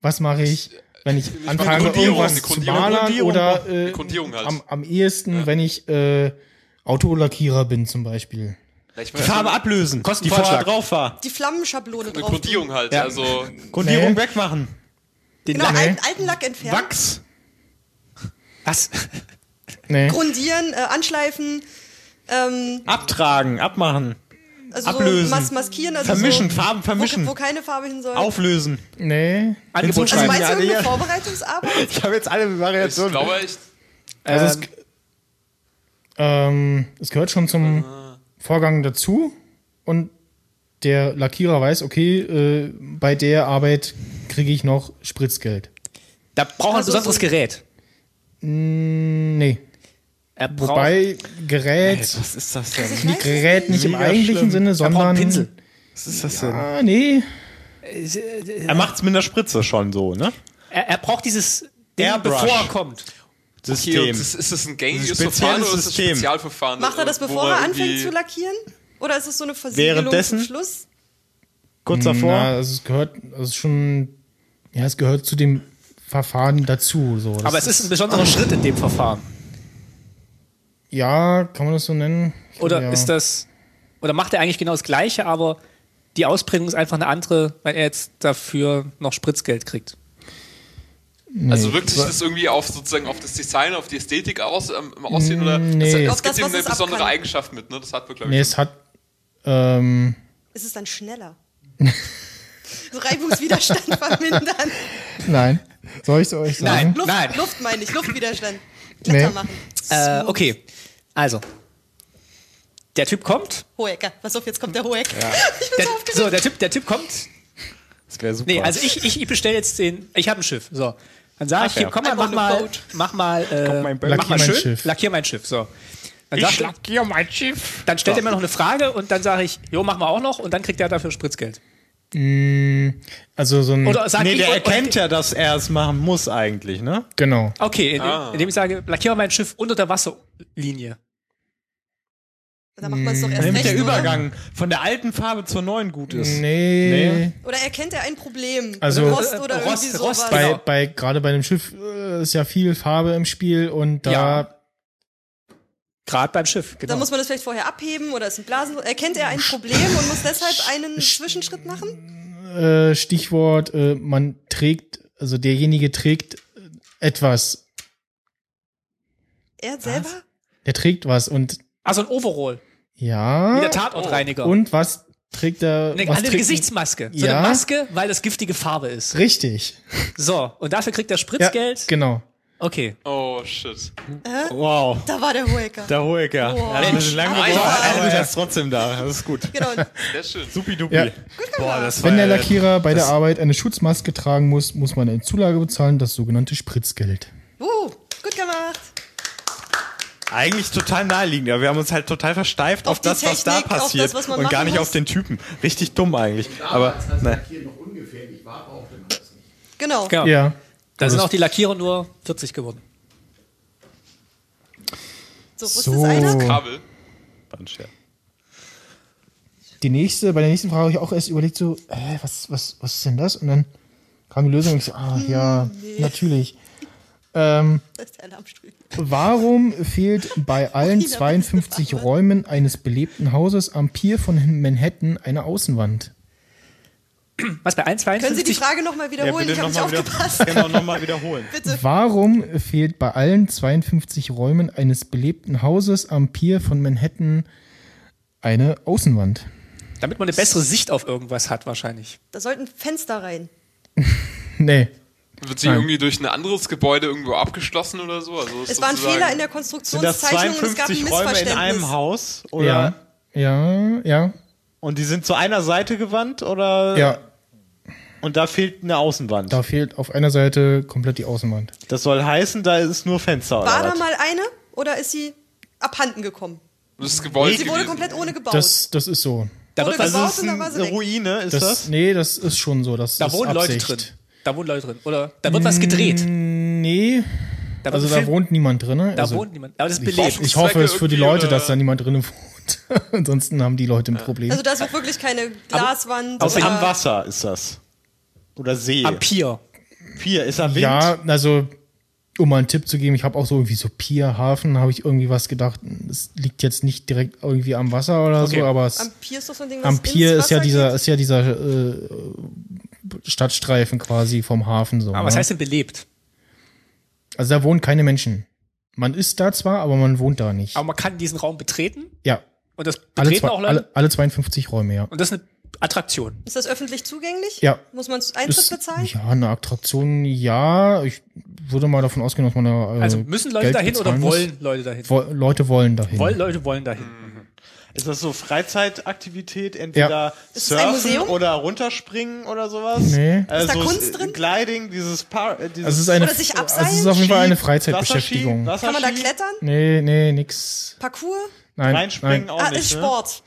[SPEAKER 1] was mache ich, wenn ich anfange,
[SPEAKER 4] äh, Grundierung,
[SPEAKER 1] irgendwas
[SPEAKER 4] eine
[SPEAKER 1] zu
[SPEAKER 4] Grundierung,
[SPEAKER 1] malern
[SPEAKER 5] Grundierung,
[SPEAKER 1] oder äh,
[SPEAKER 4] Eine Grundierung halt.
[SPEAKER 1] am, am ehesten, wenn ich äh, Autolackierer bin zum Beispiel.
[SPEAKER 4] Ja, ich meine,
[SPEAKER 5] Farbe ablösen, die vorher
[SPEAKER 3] Kostenvorschlag.
[SPEAKER 5] drauf war.
[SPEAKER 2] Die Flammenschablone
[SPEAKER 4] eine
[SPEAKER 2] drauf. tun.
[SPEAKER 4] Grundierung halt.
[SPEAKER 3] Ja.
[SPEAKER 4] Also,
[SPEAKER 5] Grundierung
[SPEAKER 1] Nee.
[SPEAKER 5] wegmachen.
[SPEAKER 3] Den
[SPEAKER 2] Genau,
[SPEAKER 3] La-
[SPEAKER 1] Nee.
[SPEAKER 2] alten, alten Lack entfernen.
[SPEAKER 5] Wachs.
[SPEAKER 3] Was?
[SPEAKER 1] Nee.
[SPEAKER 2] Grundieren, äh, anschleifen. Ähm,
[SPEAKER 5] Abtragen, abmachen,
[SPEAKER 2] also
[SPEAKER 5] Ablösen.
[SPEAKER 2] so mas maskieren. Also
[SPEAKER 5] vermischen,
[SPEAKER 2] so,
[SPEAKER 5] Farben vermischen,
[SPEAKER 2] Wo, wo keine Farbe hin soll.
[SPEAKER 5] auflösen.
[SPEAKER 1] Nee.
[SPEAKER 3] Angebot
[SPEAKER 2] also
[SPEAKER 5] Hinzuschreiben.
[SPEAKER 3] schreiben.
[SPEAKER 2] meinst du
[SPEAKER 5] Ja,
[SPEAKER 2] irgendeine
[SPEAKER 5] ja.
[SPEAKER 2] Vorbereitungsarbeit?
[SPEAKER 5] Ich habe jetzt alle
[SPEAKER 4] ich
[SPEAKER 5] Variationen.
[SPEAKER 4] glaube, ich,
[SPEAKER 1] Also es,
[SPEAKER 3] Ähm,
[SPEAKER 1] Ähm, es gehört schon zum Vorgang dazu und der Lackierer weiß, okay, äh, bei der Arbeit kriege ich noch Spritzgeld.
[SPEAKER 3] Da braucht er ein
[SPEAKER 2] Also
[SPEAKER 3] besonderes
[SPEAKER 2] so-
[SPEAKER 3] Gerät.
[SPEAKER 1] Nee.
[SPEAKER 3] Er braucht,
[SPEAKER 1] Wobei Gerät,
[SPEAKER 5] Was ist das denn?
[SPEAKER 1] Gerät nicht im
[SPEAKER 5] Mega
[SPEAKER 1] eigentlichen
[SPEAKER 5] schlimm.
[SPEAKER 1] Sinne,
[SPEAKER 3] er braucht
[SPEAKER 1] sondern.
[SPEAKER 3] einen Pinsel.
[SPEAKER 5] Was ist das denn?
[SPEAKER 1] Ah, nee.
[SPEAKER 5] Er macht's mit einer Spritze schon so, ne?
[SPEAKER 3] Er, er braucht dieses Ding,
[SPEAKER 5] Airbrush.
[SPEAKER 3] bevor er kommt.
[SPEAKER 4] Hier,
[SPEAKER 5] System.
[SPEAKER 4] und das, ist das ein gängiges
[SPEAKER 5] Spezielles
[SPEAKER 4] Verfahren oder ist das ein
[SPEAKER 5] System.
[SPEAKER 4] Spezialverfahren? äh,
[SPEAKER 2] Macht er das,
[SPEAKER 4] Wo
[SPEAKER 2] bevor er
[SPEAKER 4] irgendwie-
[SPEAKER 2] anfängt zu lackieren? Oder ist es so eine Versiegelung
[SPEAKER 5] Währenddessen?
[SPEAKER 2] zum Schluss?
[SPEAKER 5] Kurz davor.
[SPEAKER 1] Na, also es gehört, also es ist schon, ja, es gehört zu dem Verfahren dazu. So. Das
[SPEAKER 3] Aber es ist ein besonderer Schritt in dem Verfahren.
[SPEAKER 1] Ja, kann man das so nennen? Ich
[SPEAKER 3] Oder
[SPEAKER 1] glaube, ja.
[SPEAKER 3] ist das. Oder macht er eigentlich genau das Gleiche, aber die Ausprägung ist einfach eine andere, weil er jetzt dafür noch Spritzgeld kriegt.
[SPEAKER 4] Also wirkt sich das irgendwie auf sozusagen auf das Design, auf die Ästhetik aus, ähm, im Aussehen oder?
[SPEAKER 1] Mm, Nee.
[SPEAKER 4] Das,
[SPEAKER 1] Auf
[SPEAKER 4] das
[SPEAKER 2] das,
[SPEAKER 4] gibt ihm
[SPEAKER 2] was
[SPEAKER 4] eine
[SPEAKER 2] es
[SPEAKER 4] besondere
[SPEAKER 2] abkann.
[SPEAKER 4] Eigenschaft mit, ne? Das hat wir, glaube ich.
[SPEAKER 1] Nee, es hat. Ähm,
[SPEAKER 2] Ist es dann schneller? so Reibungswiderstand vermindern.
[SPEAKER 1] nein. Soll ich es euch sagen?
[SPEAKER 3] Nein.
[SPEAKER 2] Luft, Luft meine ich, Luftwiderstand. Kletter
[SPEAKER 1] Nee.
[SPEAKER 2] machen.
[SPEAKER 3] Äh, okay, also. Der Typ kommt.
[SPEAKER 2] Hohecker. Pass auf, jetzt kommt der Hoheck. Ich bin
[SPEAKER 3] Der,
[SPEAKER 2] so aufgeregt.
[SPEAKER 3] so, der Typ, der Typ kommt.
[SPEAKER 5] Das wäre super.
[SPEAKER 3] Nee, also ich, ich, ich bestelle jetzt den. Ich habe ein Schiff. So. Dann sage ich
[SPEAKER 5] ja.
[SPEAKER 3] hier, komm mal,
[SPEAKER 2] I'm
[SPEAKER 3] mach
[SPEAKER 2] on a
[SPEAKER 3] mal,
[SPEAKER 2] boat.
[SPEAKER 3] mach mal, äh,
[SPEAKER 5] mein Boot.
[SPEAKER 1] Lackier
[SPEAKER 3] mach mal
[SPEAKER 1] mein
[SPEAKER 3] schön,
[SPEAKER 1] Schiff.
[SPEAKER 3] lackier mein Schiff. So. Dann, sagt er-
[SPEAKER 5] lackiere mein Schiff.
[SPEAKER 3] dann stellt er mir noch eine Frage und dann sage ich, jo, mach mal auch noch und dann kriegt er dafür Spritzgeld.
[SPEAKER 1] Also so ein.
[SPEAKER 3] Oder sag
[SPEAKER 5] Nee,
[SPEAKER 3] ich,
[SPEAKER 5] der
[SPEAKER 3] und-
[SPEAKER 5] erkennt ja, dass er es machen muss eigentlich, ne?
[SPEAKER 1] genau.
[SPEAKER 3] Okay, indem, indem ich sage, lackiere mein Schiff unter der Wasserlinie.
[SPEAKER 2] Dann macht man es doch erst
[SPEAKER 5] Damit
[SPEAKER 2] recht.
[SPEAKER 5] der
[SPEAKER 2] oder?
[SPEAKER 5] Übergang von der alten Farbe zur neuen gut ist.
[SPEAKER 1] Nee.
[SPEAKER 5] Nee.
[SPEAKER 2] Oder erkennt er ein Problem?
[SPEAKER 1] Also-
[SPEAKER 2] Eine Rost oder
[SPEAKER 3] Rost-
[SPEAKER 2] irgendwie sowas.
[SPEAKER 3] Rost
[SPEAKER 1] Bei,
[SPEAKER 3] Genau.
[SPEAKER 1] bei gerade bei einem Schiff äh, ist ja viel Farbe im Spiel und da
[SPEAKER 3] Ja. Gerade beim Schiff, genau.
[SPEAKER 2] Dann muss man das vielleicht vorher abheben oder es sind Blasen. Erkennt er ein Problem und muss deshalb einen Zwischenschritt machen?
[SPEAKER 1] äh, Stichwort, äh, man trägt, also derjenige trägt äh, etwas.
[SPEAKER 2] Er selber?
[SPEAKER 1] Der trägt was und
[SPEAKER 3] also ein Overall, wie
[SPEAKER 1] ja.
[SPEAKER 3] der Tatortreiniger.
[SPEAKER 1] Und was trägt er?
[SPEAKER 3] eine,
[SPEAKER 1] was
[SPEAKER 3] eine
[SPEAKER 1] trägt-
[SPEAKER 3] Gesichtsmaske. So
[SPEAKER 1] Ja.
[SPEAKER 3] eine Maske, weil das giftige Farbe ist.
[SPEAKER 1] Richtig.
[SPEAKER 3] So, und dafür kriegt er
[SPEAKER 1] Ja,
[SPEAKER 3] Spritzgeld.
[SPEAKER 1] genau.
[SPEAKER 3] okay.
[SPEAKER 4] Oh shit.
[SPEAKER 5] Wow.
[SPEAKER 2] Da war der Hohecker.
[SPEAKER 5] Der Hoeker.
[SPEAKER 2] Wow.
[SPEAKER 5] Er hat ein bisschen lange
[SPEAKER 4] Mensch,
[SPEAKER 5] gebraucht,
[SPEAKER 4] Alter.
[SPEAKER 5] aber er ist trotzdem da. Das ist gut.
[SPEAKER 2] Genau.
[SPEAKER 4] Sehr schön.
[SPEAKER 5] Supidupi.
[SPEAKER 1] Ja.
[SPEAKER 5] Boah, das
[SPEAKER 1] Wenn
[SPEAKER 5] war äh,
[SPEAKER 1] der
[SPEAKER 5] ja-
[SPEAKER 1] Lackierer bei der Arbeit eine Schutzmaske tragen muss, muss man eine Zulage bezahlen, das sogenannte Spritzgeld.
[SPEAKER 2] Uh, gut gemacht.
[SPEAKER 5] Eigentlich total naheliegend, aber wir haben uns halt total versteift auf,
[SPEAKER 2] Auf die
[SPEAKER 5] das, was da
[SPEAKER 2] Technik, auf das,
[SPEAKER 5] passiert
[SPEAKER 2] was man
[SPEAKER 5] und gar
[SPEAKER 2] machen
[SPEAKER 5] nicht
[SPEAKER 2] muss.
[SPEAKER 5] auf den Typen. Richtig dumm eigentlich. Aber nein.
[SPEAKER 6] Hier noch ungefährlich war, brauchte man das nicht.
[SPEAKER 2] Genau.
[SPEAKER 3] Genau.
[SPEAKER 1] Ja.
[SPEAKER 3] Da sind auch die Lackierer nur 40 geworden.
[SPEAKER 2] So, wusste
[SPEAKER 1] So.
[SPEAKER 2] es einer?
[SPEAKER 4] Kabel.
[SPEAKER 1] Die nächste, bei der nächsten Frage habe ich auch erst überlegt, so, äh, was, was, was ist denn das? Und dann kam die Lösung und ich so, ah, ja, natürlich. Ähm,
[SPEAKER 2] Das ist der Alarmstuhl.
[SPEAKER 1] Warum fehlt bei allen
[SPEAKER 2] Martina,
[SPEAKER 1] 52 Räumen eines belebten Hauses am Pier von Manhattan eine Außenwand?
[SPEAKER 3] Was bei 1,52?
[SPEAKER 2] Können Sie die Frage nochmal wiederholen? ich habe nicht aufgepasst.
[SPEAKER 5] Genau, nochmal wiederholen.
[SPEAKER 1] Warum fehlt bei allen 52 Räumen eines belebten Hauses am Pier von Manhattan eine Außenwand?
[SPEAKER 3] Damit man eine bessere Sicht auf irgendwas hat, wahrscheinlich.
[SPEAKER 2] Da sollten Fenster rein.
[SPEAKER 1] Nee.
[SPEAKER 4] Wird sie
[SPEAKER 1] Nein.
[SPEAKER 4] irgendwie durch ein anderes Gebäude irgendwo abgeschlossen oder so? Also ist
[SPEAKER 2] Es war ein
[SPEAKER 4] sozusagen-
[SPEAKER 2] Fehler in der
[SPEAKER 5] Sind das
[SPEAKER 2] Konstruktionszeichnung und es gab ein
[SPEAKER 5] 52 Räume
[SPEAKER 2] Missverständnis.
[SPEAKER 5] in einem Haus? Oder?
[SPEAKER 1] Ja. Ja, ja,
[SPEAKER 5] Und die sind zu einer Seite gewandt oder?
[SPEAKER 1] ja.
[SPEAKER 5] Und da fehlt eine Außenwand.
[SPEAKER 1] Da fehlt auf einer Seite komplett die Außenwand.
[SPEAKER 5] Das soll heißen, da ist nur Fenster.
[SPEAKER 2] War
[SPEAKER 5] oder
[SPEAKER 2] da
[SPEAKER 5] was?
[SPEAKER 2] mal eine oder ist sie abhanden gekommen?
[SPEAKER 4] Und Das ist Gebäude
[SPEAKER 2] Sie wurde
[SPEAKER 4] gewesen.
[SPEAKER 2] komplett ohne gebaut.
[SPEAKER 1] Das, das ist so.
[SPEAKER 3] Da,
[SPEAKER 2] Wurde
[SPEAKER 3] wird
[SPEAKER 2] gebaut
[SPEAKER 3] was,
[SPEAKER 5] das ist
[SPEAKER 2] und dann war sie
[SPEAKER 5] eine
[SPEAKER 2] weg.
[SPEAKER 5] Ruine, ist
[SPEAKER 1] Das,
[SPEAKER 5] das?
[SPEAKER 1] Nee, das ist schon so. Das
[SPEAKER 3] da
[SPEAKER 1] ist
[SPEAKER 3] wohnen Leute
[SPEAKER 1] Absicht.
[SPEAKER 3] drin. Da wohnen Leute drin. Oder da wird was gedreht.
[SPEAKER 1] Nee,
[SPEAKER 3] Da wird
[SPEAKER 1] also da
[SPEAKER 3] gefilmt.
[SPEAKER 1] wohnt niemand drin.
[SPEAKER 3] da
[SPEAKER 1] also,
[SPEAKER 3] wohnt niemand. Aber das ist
[SPEAKER 1] Ich,
[SPEAKER 3] belebt.
[SPEAKER 1] ich hoffe es für die
[SPEAKER 4] irgendwie,
[SPEAKER 1] Leute,
[SPEAKER 4] oder?
[SPEAKER 1] dass da niemand drin wohnt. Ansonsten haben die Leute ein Problem.
[SPEAKER 2] Also da ist auch wirklich keine Glaswand.
[SPEAKER 5] Also
[SPEAKER 2] oder-
[SPEAKER 5] am Wasser ist das. Oder See.
[SPEAKER 3] Am Pier.
[SPEAKER 5] Pier ist am Wind.
[SPEAKER 1] ja, also um mal einen Tipp zu geben, ich habe auch so irgendwie so Pier, Hafen, habe ich irgendwie was gedacht. Es liegt jetzt nicht direkt irgendwie am Wasser oder
[SPEAKER 3] Okay.
[SPEAKER 1] so, aber es,
[SPEAKER 2] Am
[SPEAKER 1] am,
[SPEAKER 2] Pier ist doch so ein Ding, was ins
[SPEAKER 1] Pier ist ja
[SPEAKER 2] Wasser
[SPEAKER 1] dieser,
[SPEAKER 2] geht.
[SPEAKER 1] ist ja dieser äh, Stadtstreifen quasi vom Hafen so.
[SPEAKER 3] Aber Ah, was
[SPEAKER 1] ne?
[SPEAKER 3] heißt denn belebt?
[SPEAKER 1] also da wohnen keine Menschen. Man ist da zwar, aber man wohnt da nicht.
[SPEAKER 3] Aber man kann diesen Raum betreten
[SPEAKER 1] ja,
[SPEAKER 3] und das
[SPEAKER 1] alle,
[SPEAKER 3] betreten
[SPEAKER 1] zwei,
[SPEAKER 3] auch Leute.
[SPEAKER 1] alle, alle 52 Räume, ja.
[SPEAKER 3] Und das ist eine Attraktion.
[SPEAKER 2] Ist das öffentlich zugänglich?
[SPEAKER 1] Ja.
[SPEAKER 2] Muss man Eintritt
[SPEAKER 1] Ist-
[SPEAKER 2] bezahlen?
[SPEAKER 1] Ja, eine Attraktion, ja. Ich würde mal davon ausgehen, dass man da. Äh,
[SPEAKER 3] Also müssen Leute
[SPEAKER 1] Geld
[SPEAKER 3] dahin oder
[SPEAKER 1] bezahlen muss.
[SPEAKER 3] wollen Leute dahin?
[SPEAKER 1] Wo Leute wollen dahin.
[SPEAKER 3] Wollen Leute wollen dahin.
[SPEAKER 5] Ist das so Freizeitaktivität, entweder
[SPEAKER 2] Ist es ein
[SPEAKER 5] surfen
[SPEAKER 2] Museum?
[SPEAKER 5] oder runterspringen oder sowas?
[SPEAKER 1] Nee.
[SPEAKER 5] Äh,
[SPEAKER 2] Ist da
[SPEAKER 5] so
[SPEAKER 2] Kunst
[SPEAKER 5] s-
[SPEAKER 2] drin?
[SPEAKER 5] Gliding, dieses Paar. Äh, dieses
[SPEAKER 1] Also es ist eine,
[SPEAKER 2] Oder sich
[SPEAKER 1] also es ist
[SPEAKER 2] abseilen?
[SPEAKER 1] auf jeden Fall eine
[SPEAKER 5] Ski,
[SPEAKER 1] Freizeitbeschäftigung.
[SPEAKER 5] Wasserski,
[SPEAKER 2] Kann man da
[SPEAKER 5] Wasserski,
[SPEAKER 2] klettern?
[SPEAKER 1] Nee, nee, nix.
[SPEAKER 2] Parcours?
[SPEAKER 1] Nein,
[SPEAKER 5] Reinspringen
[SPEAKER 1] nein.
[SPEAKER 5] auch
[SPEAKER 2] ah,
[SPEAKER 5] nicht.
[SPEAKER 2] ist
[SPEAKER 5] ne?
[SPEAKER 2] Sport.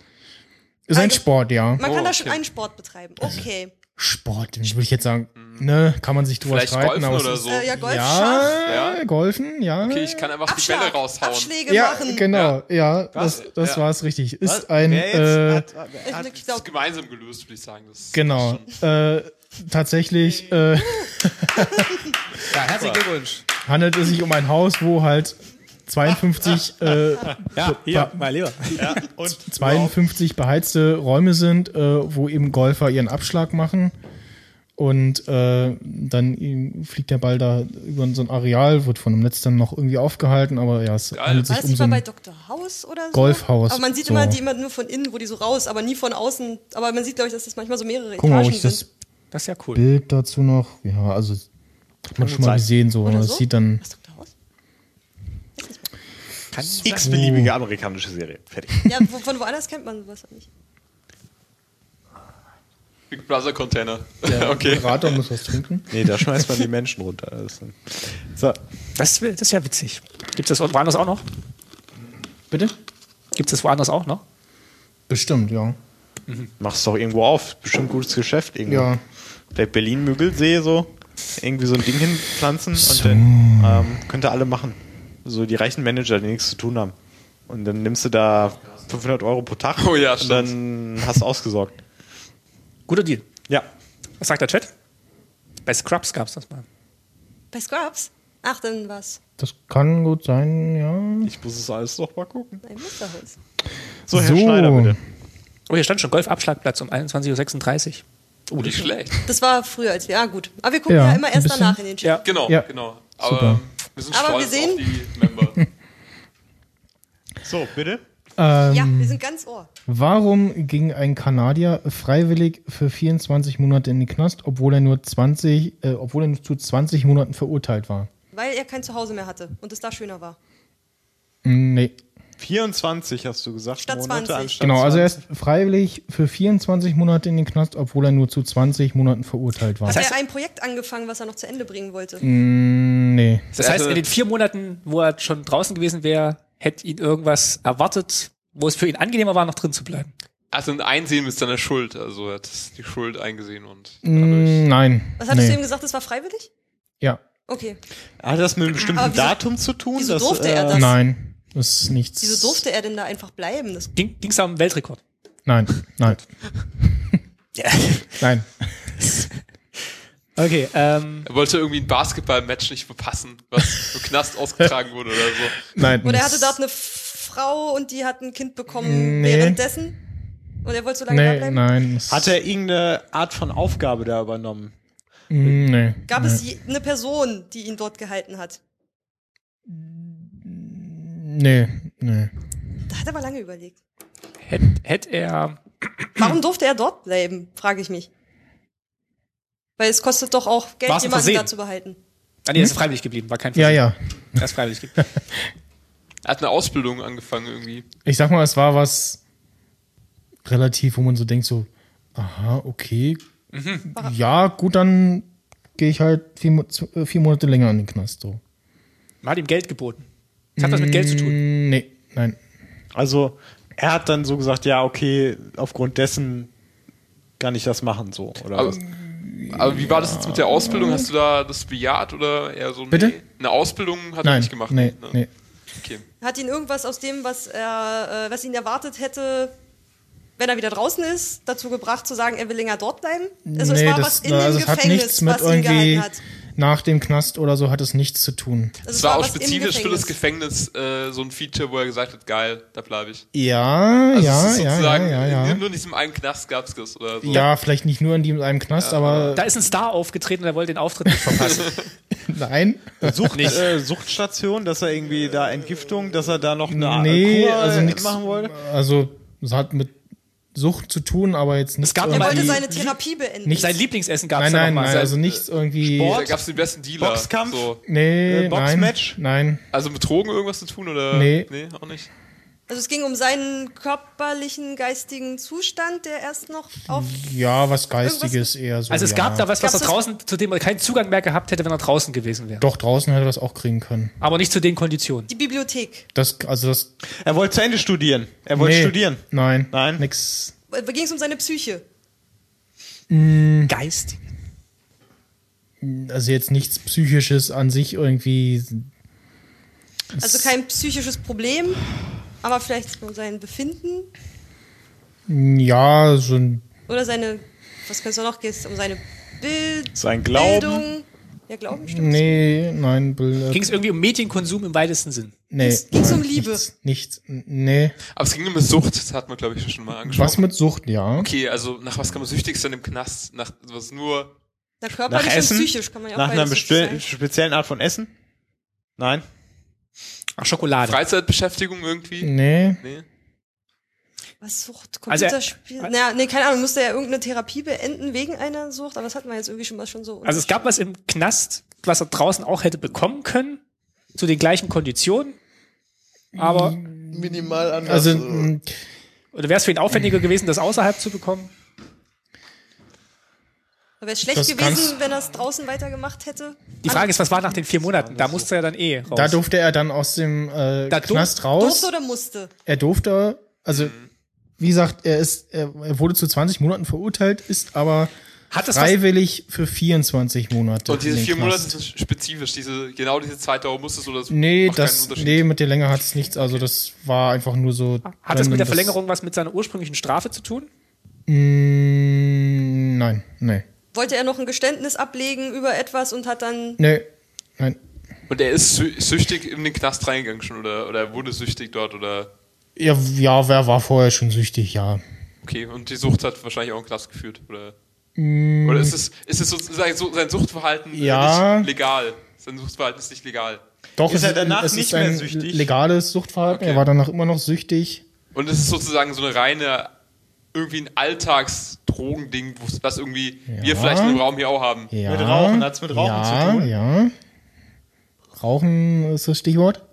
[SPEAKER 1] Ist ein
[SPEAKER 2] Also-
[SPEAKER 1] Sport, ja.
[SPEAKER 2] Man
[SPEAKER 4] Oh,
[SPEAKER 2] kann da
[SPEAKER 4] okay.
[SPEAKER 2] einen Sport betreiben.
[SPEAKER 1] Also,
[SPEAKER 2] Okay.
[SPEAKER 1] Sport, würde ich jetzt sagen. Ne, kann man sich drüber
[SPEAKER 4] Vielleicht
[SPEAKER 1] streiten.
[SPEAKER 4] Golfen
[SPEAKER 1] aber es
[SPEAKER 4] oder
[SPEAKER 1] ist-
[SPEAKER 4] so.
[SPEAKER 2] Äh, ja, Golf, Schach,
[SPEAKER 1] Ja,
[SPEAKER 4] Ja.
[SPEAKER 1] Golfen, ja.
[SPEAKER 4] Okay, ich kann einfach
[SPEAKER 2] Abschlag,
[SPEAKER 4] die Bälle raushauen.
[SPEAKER 2] Abschläge
[SPEAKER 1] ja,
[SPEAKER 2] machen.
[SPEAKER 1] genau, ja, das, das
[SPEAKER 4] Ja.
[SPEAKER 1] war's richtig. Ist
[SPEAKER 5] Was?
[SPEAKER 1] ein,
[SPEAKER 5] Wer
[SPEAKER 1] äh,
[SPEAKER 5] jetzt hat,
[SPEAKER 2] Ich,
[SPEAKER 5] hat,
[SPEAKER 2] ich
[SPEAKER 4] Das ist
[SPEAKER 2] glaub,
[SPEAKER 4] gemeinsam gelöst, würde ich sagen. Das
[SPEAKER 1] genau, äh, tatsächlich, äh,
[SPEAKER 3] Ja, herzlichen Glückwunsch.
[SPEAKER 1] handelt es sich um ein Haus, wo halt 52, äh,
[SPEAKER 3] Ja, hier, mein Lieber.
[SPEAKER 5] und
[SPEAKER 1] 52 beheizte Räume sind, äh, wo eben Golfer ihren Abschlag machen. Und äh, dann ihm fliegt der Ball da über so ein Areal, wird von einem Netz dann noch irgendwie aufgehalten, aber ja, es handelt sich
[SPEAKER 2] war das
[SPEAKER 1] um so
[SPEAKER 2] lieber bei
[SPEAKER 1] ein
[SPEAKER 2] Dr. House oder so?
[SPEAKER 1] Golfhaus,
[SPEAKER 2] Aber man sieht
[SPEAKER 1] so.
[SPEAKER 2] immer die immer nur von innen, wo die so raus, aber nie von außen. Aber man sieht, glaube ich, dass das manchmal so mehrere
[SPEAKER 1] Guck mal,
[SPEAKER 2] Etagen
[SPEAKER 1] ob ich das
[SPEAKER 2] sind.
[SPEAKER 3] Das ist ja cool.
[SPEAKER 1] Bild dazu noch, ja, also hat man schon mal
[SPEAKER 3] sein.
[SPEAKER 1] gesehen, so,
[SPEAKER 2] Oder
[SPEAKER 1] das
[SPEAKER 2] so?
[SPEAKER 1] sieht dann
[SPEAKER 2] Was, Dr. House?
[SPEAKER 5] x-beliebige amerikanische Serie. Fertig.
[SPEAKER 2] Ja, wo- von woanders kennt man sowas nicht.
[SPEAKER 4] Big Brother Container. okay.
[SPEAKER 1] Moderator muss was trinken.
[SPEAKER 5] Nee, da schmeißt man die Menschen runter. Das ist ein- So.
[SPEAKER 3] Das, das ist ja witzig. Gibt es das woanders auch noch?
[SPEAKER 1] Bitte?
[SPEAKER 3] Gibt es das woanders auch noch?
[SPEAKER 1] Bestimmt, ja.
[SPEAKER 5] Mach's doch irgendwo auf. Bestimmt gutes Geschäft irgendwo.
[SPEAKER 1] Ja.
[SPEAKER 5] Vielleicht Berlin-Müggelsee so. Irgendwie so ein Ding hinpflanzen und dann ähm, könnt ihr alle machen. So die reichen Manager, die nichts zu tun haben. Und dann nimmst du da 500 Euro pro Tag
[SPEAKER 4] Oh ja,
[SPEAKER 5] und
[SPEAKER 4] stimmt.
[SPEAKER 5] dann hast du ausgesorgt.
[SPEAKER 3] Guter Deal.
[SPEAKER 5] Ja.
[SPEAKER 3] Was sagt der Chat? Bei Scrubs gab es das mal.
[SPEAKER 2] Bei Scrubs? Ach, dann was?
[SPEAKER 1] Das kann gut sein, ja.
[SPEAKER 5] Ich muss es alles noch mal gucken.
[SPEAKER 2] Ein Musterhaus.
[SPEAKER 5] So, Herr Schneider, bitte.
[SPEAKER 3] Oh, hier stand schon Golfabschlagplatz um 21.36 Uhr. Mhm.
[SPEAKER 4] Oh, nicht schlecht.
[SPEAKER 2] Das war früher als wir. Ah, gut. Aber wir gucken
[SPEAKER 1] Ja,
[SPEAKER 2] ja, immer
[SPEAKER 1] ein
[SPEAKER 2] erst
[SPEAKER 1] bisschen.
[SPEAKER 2] danach in den Chat.
[SPEAKER 3] Ja.
[SPEAKER 4] Genau,
[SPEAKER 1] Ja.
[SPEAKER 4] genau. Aber
[SPEAKER 1] Super.
[SPEAKER 4] wir sind
[SPEAKER 2] Aber
[SPEAKER 4] stolz
[SPEAKER 2] wir sehen-
[SPEAKER 4] auf die Member.
[SPEAKER 5] So, bitte.
[SPEAKER 1] Ähm,
[SPEAKER 2] Ja, wir sind ganz ohr.
[SPEAKER 1] Warum ging ein Kanadier freiwillig für 24 Monate in den Knast, obwohl er nur 20, äh, obwohl er nur zu 20 Monaten verurteilt war?
[SPEAKER 2] Weil er kein Zuhause mehr hatte und es da schöner war.
[SPEAKER 1] Mm, Nee.
[SPEAKER 5] 24 hast du gesagt.
[SPEAKER 2] Statt 20.
[SPEAKER 5] anstatt
[SPEAKER 1] Genau, also er
[SPEAKER 5] 20.
[SPEAKER 1] ist freiwillig für 24 Monate in den Knast, obwohl er nur zu 20 Monaten verurteilt war.
[SPEAKER 2] Hat
[SPEAKER 3] heißt-
[SPEAKER 2] er ein Projekt angefangen, was er noch zu Ende bringen wollte?
[SPEAKER 1] Mm, Nee.
[SPEAKER 3] Das heißt, in den vier Monaten, wo er schon draußen gewesen wäre, hätte ihn irgendwas erwartet, wo es für ihn angenehmer war, noch drin zu bleiben.
[SPEAKER 4] Also ein Einsehen mit seiner Schuld. Also er hat die Schuld eingesehen und
[SPEAKER 1] Mm,
[SPEAKER 4] dadurch.
[SPEAKER 1] Nein.
[SPEAKER 2] Was hattest
[SPEAKER 1] nee.
[SPEAKER 2] du ihm gesagt, das war freiwillig?
[SPEAKER 1] Ja.
[SPEAKER 2] Okay.
[SPEAKER 5] Hat das mit einem bestimmten
[SPEAKER 2] Aber wieso-
[SPEAKER 5] Datum zu tun?
[SPEAKER 2] wieso
[SPEAKER 5] dass,
[SPEAKER 2] durfte er
[SPEAKER 5] äh,
[SPEAKER 2] das?
[SPEAKER 1] Nein. Das ist nichts.
[SPEAKER 2] Wieso durfte er denn da einfach bleiben? Das
[SPEAKER 3] Ging es am Weltrekord.
[SPEAKER 1] Nein, nein. nein.
[SPEAKER 3] Okay, ähm,
[SPEAKER 4] Er wollte irgendwie ein Basketballmatch nicht verpassen, was im Knast ausgetragen wurde oder so.
[SPEAKER 1] Nein.
[SPEAKER 2] Oder er
[SPEAKER 1] das-
[SPEAKER 2] hatte dort eine Frau und die hat ein Kind bekommen
[SPEAKER 1] Nee.
[SPEAKER 2] währenddessen. Und er wollte so lange da
[SPEAKER 1] Nee,
[SPEAKER 2] bleiben.
[SPEAKER 1] nein. das-
[SPEAKER 5] Hat er irgendeine Art von Aufgabe da übernommen?
[SPEAKER 1] Mm, Nee.
[SPEAKER 2] Gab
[SPEAKER 1] nee.
[SPEAKER 2] es je- eine Person, die ihn dort gehalten hat?
[SPEAKER 1] Nee, nee.
[SPEAKER 2] Da hat er aber lange überlegt.
[SPEAKER 3] hätte hätt er. ah,
[SPEAKER 2] Warum durfte er dort bleiben, frage ich mich. Weil es kostet doch auch Geld,
[SPEAKER 3] War's ein
[SPEAKER 2] jemanden
[SPEAKER 3] Versehen?
[SPEAKER 2] da zu behalten.
[SPEAKER 3] Ah, nee, er ist freiwillig geblieben, war kein
[SPEAKER 1] Ja,
[SPEAKER 3] Versehen.
[SPEAKER 1] Mhm. ja.
[SPEAKER 3] Er ist freiwillig geblieben.
[SPEAKER 4] Er hat eine Ausbildung angefangen irgendwie.
[SPEAKER 1] Ich sag mal, es war was relativ, wo man so denkt, so, aha, okay.
[SPEAKER 4] Mhm.
[SPEAKER 1] Ja, gut, dann gehe ich halt vier, Mo- zu- äh, vier Monate länger in den Knast. So.
[SPEAKER 3] Man hat ihm Geld geboten. Das hat was mit Geld zu tun.
[SPEAKER 1] Mm, Nee, nein.
[SPEAKER 5] Also, er hat dann so gesagt, ja, okay, aufgrund dessen kann ich das machen, so, oder
[SPEAKER 4] Aber,
[SPEAKER 5] was?
[SPEAKER 4] aber wie war das jetzt mit der Ausbildung? Hast du da das bejaht oder eher so?
[SPEAKER 1] Bitte?
[SPEAKER 4] Nee, eine Ausbildung hat er
[SPEAKER 1] Nein,
[SPEAKER 4] nicht gemacht.
[SPEAKER 1] nee,
[SPEAKER 4] ne?
[SPEAKER 1] nee.
[SPEAKER 4] Okay.
[SPEAKER 2] Hat ihn irgendwas aus dem, was er, äh, was ihn erwartet hätte, wenn er wieder draußen ist, dazu gebracht zu sagen, er will länger dort bleiben? Also es war was in
[SPEAKER 1] also
[SPEAKER 2] dem
[SPEAKER 1] es hat nichts
[SPEAKER 2] Gefängnis,
[SPEAKER 1] mit
[SPEAKER 2] was ihn
[SPEAKER 1] irgendwie
[SPEAKER 2] gehalten hat.
[SPEAKER 1] nach dem Knast oder so hat es nichts zu tun.
[SPEAKER 2] Also
[SPEAKER 4] Es war auch
[SPEAKER 2] was im
[SPEAKER 4] spezifisch für das
[SPEAKER 2] Gefängnis.
[SPEAKER 4] Gefängnis äh, so ein Feature, wo er gesagt hat, geil, da bleibe ich.
[SPEAKER 1] Ja,
[SPEAKER 4] Also es
[SPEAKER 1] ja,
[SPEAKER 4] ist
[SPEAKER 1] ja,
[SPEAKER 4] sozusagen,
[SPEAKER 1] ja, ja,
[SPEAKER 4] in-
[SPEAKER 1] ja.
[SPEAKER 4] nur in diesem einen Knast gab es das oder so.
[SPEAKER 1] Ja, vielleicht nicht nur in dem einem Knast, aber
[SPEAKER 3] Da ist ein Star aufgetreten und er wollte den Auftritt nicht verpassen.
[SPEAKER 1] nein.
[SPEAKER 5] Sucht, äh, Suchtstation, dass er irgendwie da Entgiftung, dass er da noch eine
[SPEAKER 1] nee,
[SPEAKER 5] Kur
[SPEAKER 1] also
[SPEAKER 5] äh,
[SPEAKER 1] nichts.
[SPEAKER 5] machen wollte?
[SPEAKER 1] Also, es hat mit Sucht zu tun, aber jetzt nicht.
[SPEAKER 3] Es gab
[SPEAKER 2] Er
[SPEAKER 3] mal
[SPEAKER 2] wollte
[SPEAKER 3] die-
[SPEAKER 2] seine Therapie beenden.
[SPEAKER 1] Nicht-
[SPEAKER 3] Sein Lieblingsessen gab es
[SPEAKER 1] Nein,
[SPEAKER 3] ja
[SPEAKER 1] nein,
[SPEAKER 3] noch mal.
[SPEAKER 1] nein,
[SPEAKER 3] Sein-
[SPEAKER 1] also nichts irgendwie.
[SPEAKER 4] Da gab es den besten Dealer.
[SPEAKER 5] Boxkampf?
[SPEAKER 4] So.
[SPEAKER 1] nee, nein,
[SPEAKER 5] äh, Boxmatch?
[SPEAKER 1] nein.
[SPEAKER 4] Also mit Drogen irgendwas zu tun oder?
[SPEAKER 1] Nee.
[SPEAKER 4] Nee, auch nicht.
[SPEAKER 2] Also es ging um seinen körperlichen, geistigen Zustand, der erst noch auf.
[SPEAKER 1] Ja, was Geistiges eher so.
[SPEAKER 3] Also es
[SPEAKER 1] ja.
[SPEAKER 3] gab da was, was
[SPEAKER 2] Gab's
[SPEAKER 3] er
[SPEAKER 2] das-
[SPEAKER 3] draußen, zu dem er keinen Zugang mehr gehabt hätte, wenn er draußen gewesen wäre.
[SPEAKER 1] Doch, draußen hätte er das auch kriegen können.
[SPEAKER 3] Aber nicht zu den Konditionen.
[SPEAKER 2] Die Bibliothek.
[SPEAKER 1] Das, also das.
[SPEAKER 5] Er wollte zu Ende studieren. Er wollte
[SPEAKER 1] nee,
[SPEAKER 5] studieren.
[SPEAKER 1] Nein.
[SPEAKER 5] Nein.
[SPEAKER 1] Nix.
[SPEAKER 2] Da ging es um seine Psyche.
[SPEAKER 3] Mhm. Geist.
[SPEAKER 1] Also jetzt nichts Psychisches an sich irgendwie.
[SPEAKER 2] Also kein psychisches Problem, aber vielleicht so sein Befinden
[SPEAKER 1] Ja, so ein.
[SPEAKER 2] oder seine. Was kannst du noch gehen? Um seine Bild
[SPEAKER 5] Sein Glauben.
[SPEAKER 2] Bildung. Ja, Glauben stimmt.
[SPEAKER 1] Nee, nein. Bilder-
[SPEAKER 3] Ging es irgendwie um Medienkonsum im weitesten Sinn.
[SPEAKER 1] Nee.
[SPEAKER 2] Ging's um Liebe?
[SPEAKER 1] Nichts, nichts. Nee.
[SPEAKER 4] Aber es ging um eine Sucht, das hat man glaube ich schon mal angesprochen.
[SPEAKER 1] Was mit Sucht, ja.
[SPEAKER 4] Okay, also nach was kann man süchtig sein im Knast? Nach was nur
[SPEAKER 2] Na,
[SPEAKER 5] Nach
[SPEAKER 2] körperlich
[SPEAKER 5] Essen?
[SPEAKER 2] und psychisch kann man ja auch
[SPEAKER 5] nach einer
[SPEAKER 2] beides süchtig
[SPEAKER 5] bestell-
[SPEAKER 2] sein.
[SPEAKER 5] speziellen Art von Essen? Nein.
[SPEAKER 3] Ach, Schokolade.
[SPEAKER 4] Freizeitbeschäftigung irgendwie?
[SPEAKER 1] Nee.
[SPEAKER 4] Nee.
[SPEAKER 2] Was Sucht?
[SPEAKER 3] Also er-
[SPEAKER 2] Computerspiel? naja, nee, keine Ahnung. Musste er irgendeine Therapie beenden wegen einer Sucht? Aber das hatten wir jetzt irgendwie schon mal schon so.
[SPEAKER 3] Also es gab was im Knast, was er draußen auch hätte bekommen können, zu den gleichen Konditionen. Aber,
[SPEAKER 7] Minimal anders.
[SPEAKER 1] Also, mh,
[SPEAKER 3] oder wäre es für ihn aufwendiger gewesen, das außerhalb zu bekommen?
[SPEAKER 2] Wäre es schlecht
[SPEAKER 1] das
[SPEAKER 2] gewesen,
[SPEAKER 1] kannst-
[SPEAKER 2] wenn er es draußen weitergemacht hätte?
[SPEAKER 3] Die Frage ist, was war nach den vier Monaten? Da musste er dann eh raus.
[SPEAKER 1] da durfte er dann aus dem äh,
[SPEAKER 3] Da durf-
[SPEAKER 1] Knast raus.
[SPEAKER 2] Durfte oder musste?
[SPEAKER 1] er durfte, also
[SPEAKER 5] Mhm.
[SPEAKER 1] wie gesagt, er ist, er, er wurde zu 20 Monaten verurteilt, ist aber
[SPEAKER 3] Hat das was,
[SPEAKER 1] freiwillig für 24 Monate.
[SPEAKER 4] Und diese
[SPEAKER 1] in den
[SPEAKER 4] vier Monate
[SPEAKER 1] Knast.
[SPEAKER 4] sind spezifisch, diese, genau diese Zeitdauer muss es oder das
[SPEAKER 1] Nee,
[SPEAKER 4] macht keinen
[SPEAKER 1] das,
[SPEAKER 4] Unterschied.
[SPEAKER 1] nee, mit der Länge hat es nichts. Also das war einfach nur so.
[SPEAKER 3] hat das
[SPEAKER 1] random,
[SPEAKER 3] mit der Verlängerung was mit seiner ursprünglichen Strafe zu tun?
[SPEAKER 1] Mm, nein, nee,
[SPEAKER 2] Wollte er noch ein Geständnis ablegen über etwas und hat dann.
[SPEAKER 1] nee, nein.
[SPEAKER 4] Und er ist sü- süchtig in den Knast reingegangen schon oder, oder er wurde süchtig dort oder.
[SPEAKER 1] Ja, ja, wer war vorher schon süchtig? Ja,
[SPEAKER 4] Okay, und die Sucht hat wahrscheinlich auch in den Knast geführt oder. Oder ist es, ist es sozusagen so, sein Suchtverhalten äh,
[SPEAKER 1] Mm. Ja.
[SPEAKER 4] nicht legal? Sein Suchtverhalten ist nicht legal.
[SPEAKER 1] doch. es
[SPEAKER 5] Ist er
[SPEAKER 1] ein-
[SPEAKER 5] danach
[SPEAKER 1] es
[SPEAKER 5] nicht
[SPEAKER 1] ist ein
[SPEAKER 5] mehr süchtig?
[SPEAKER 1] Legales Suchtverhalten. Er war danach immer noch süchtig.
[SPEAKER 4] Und es ist sozusagen so eine reine, irgendwie ein Alltagsdrogending, wo- was irgendwie wir vielleicht in dem Raum hier auch haben.
[SPEAKER 1] Ja.
[SPEAKER 5] Mit Rauchen, hat's mit Rauchen
[SPEAKER 1] ja,
[SPEAKER 5] zu tun?
[SPEAKER 1] Ja. Rauchen ist das Stichwort.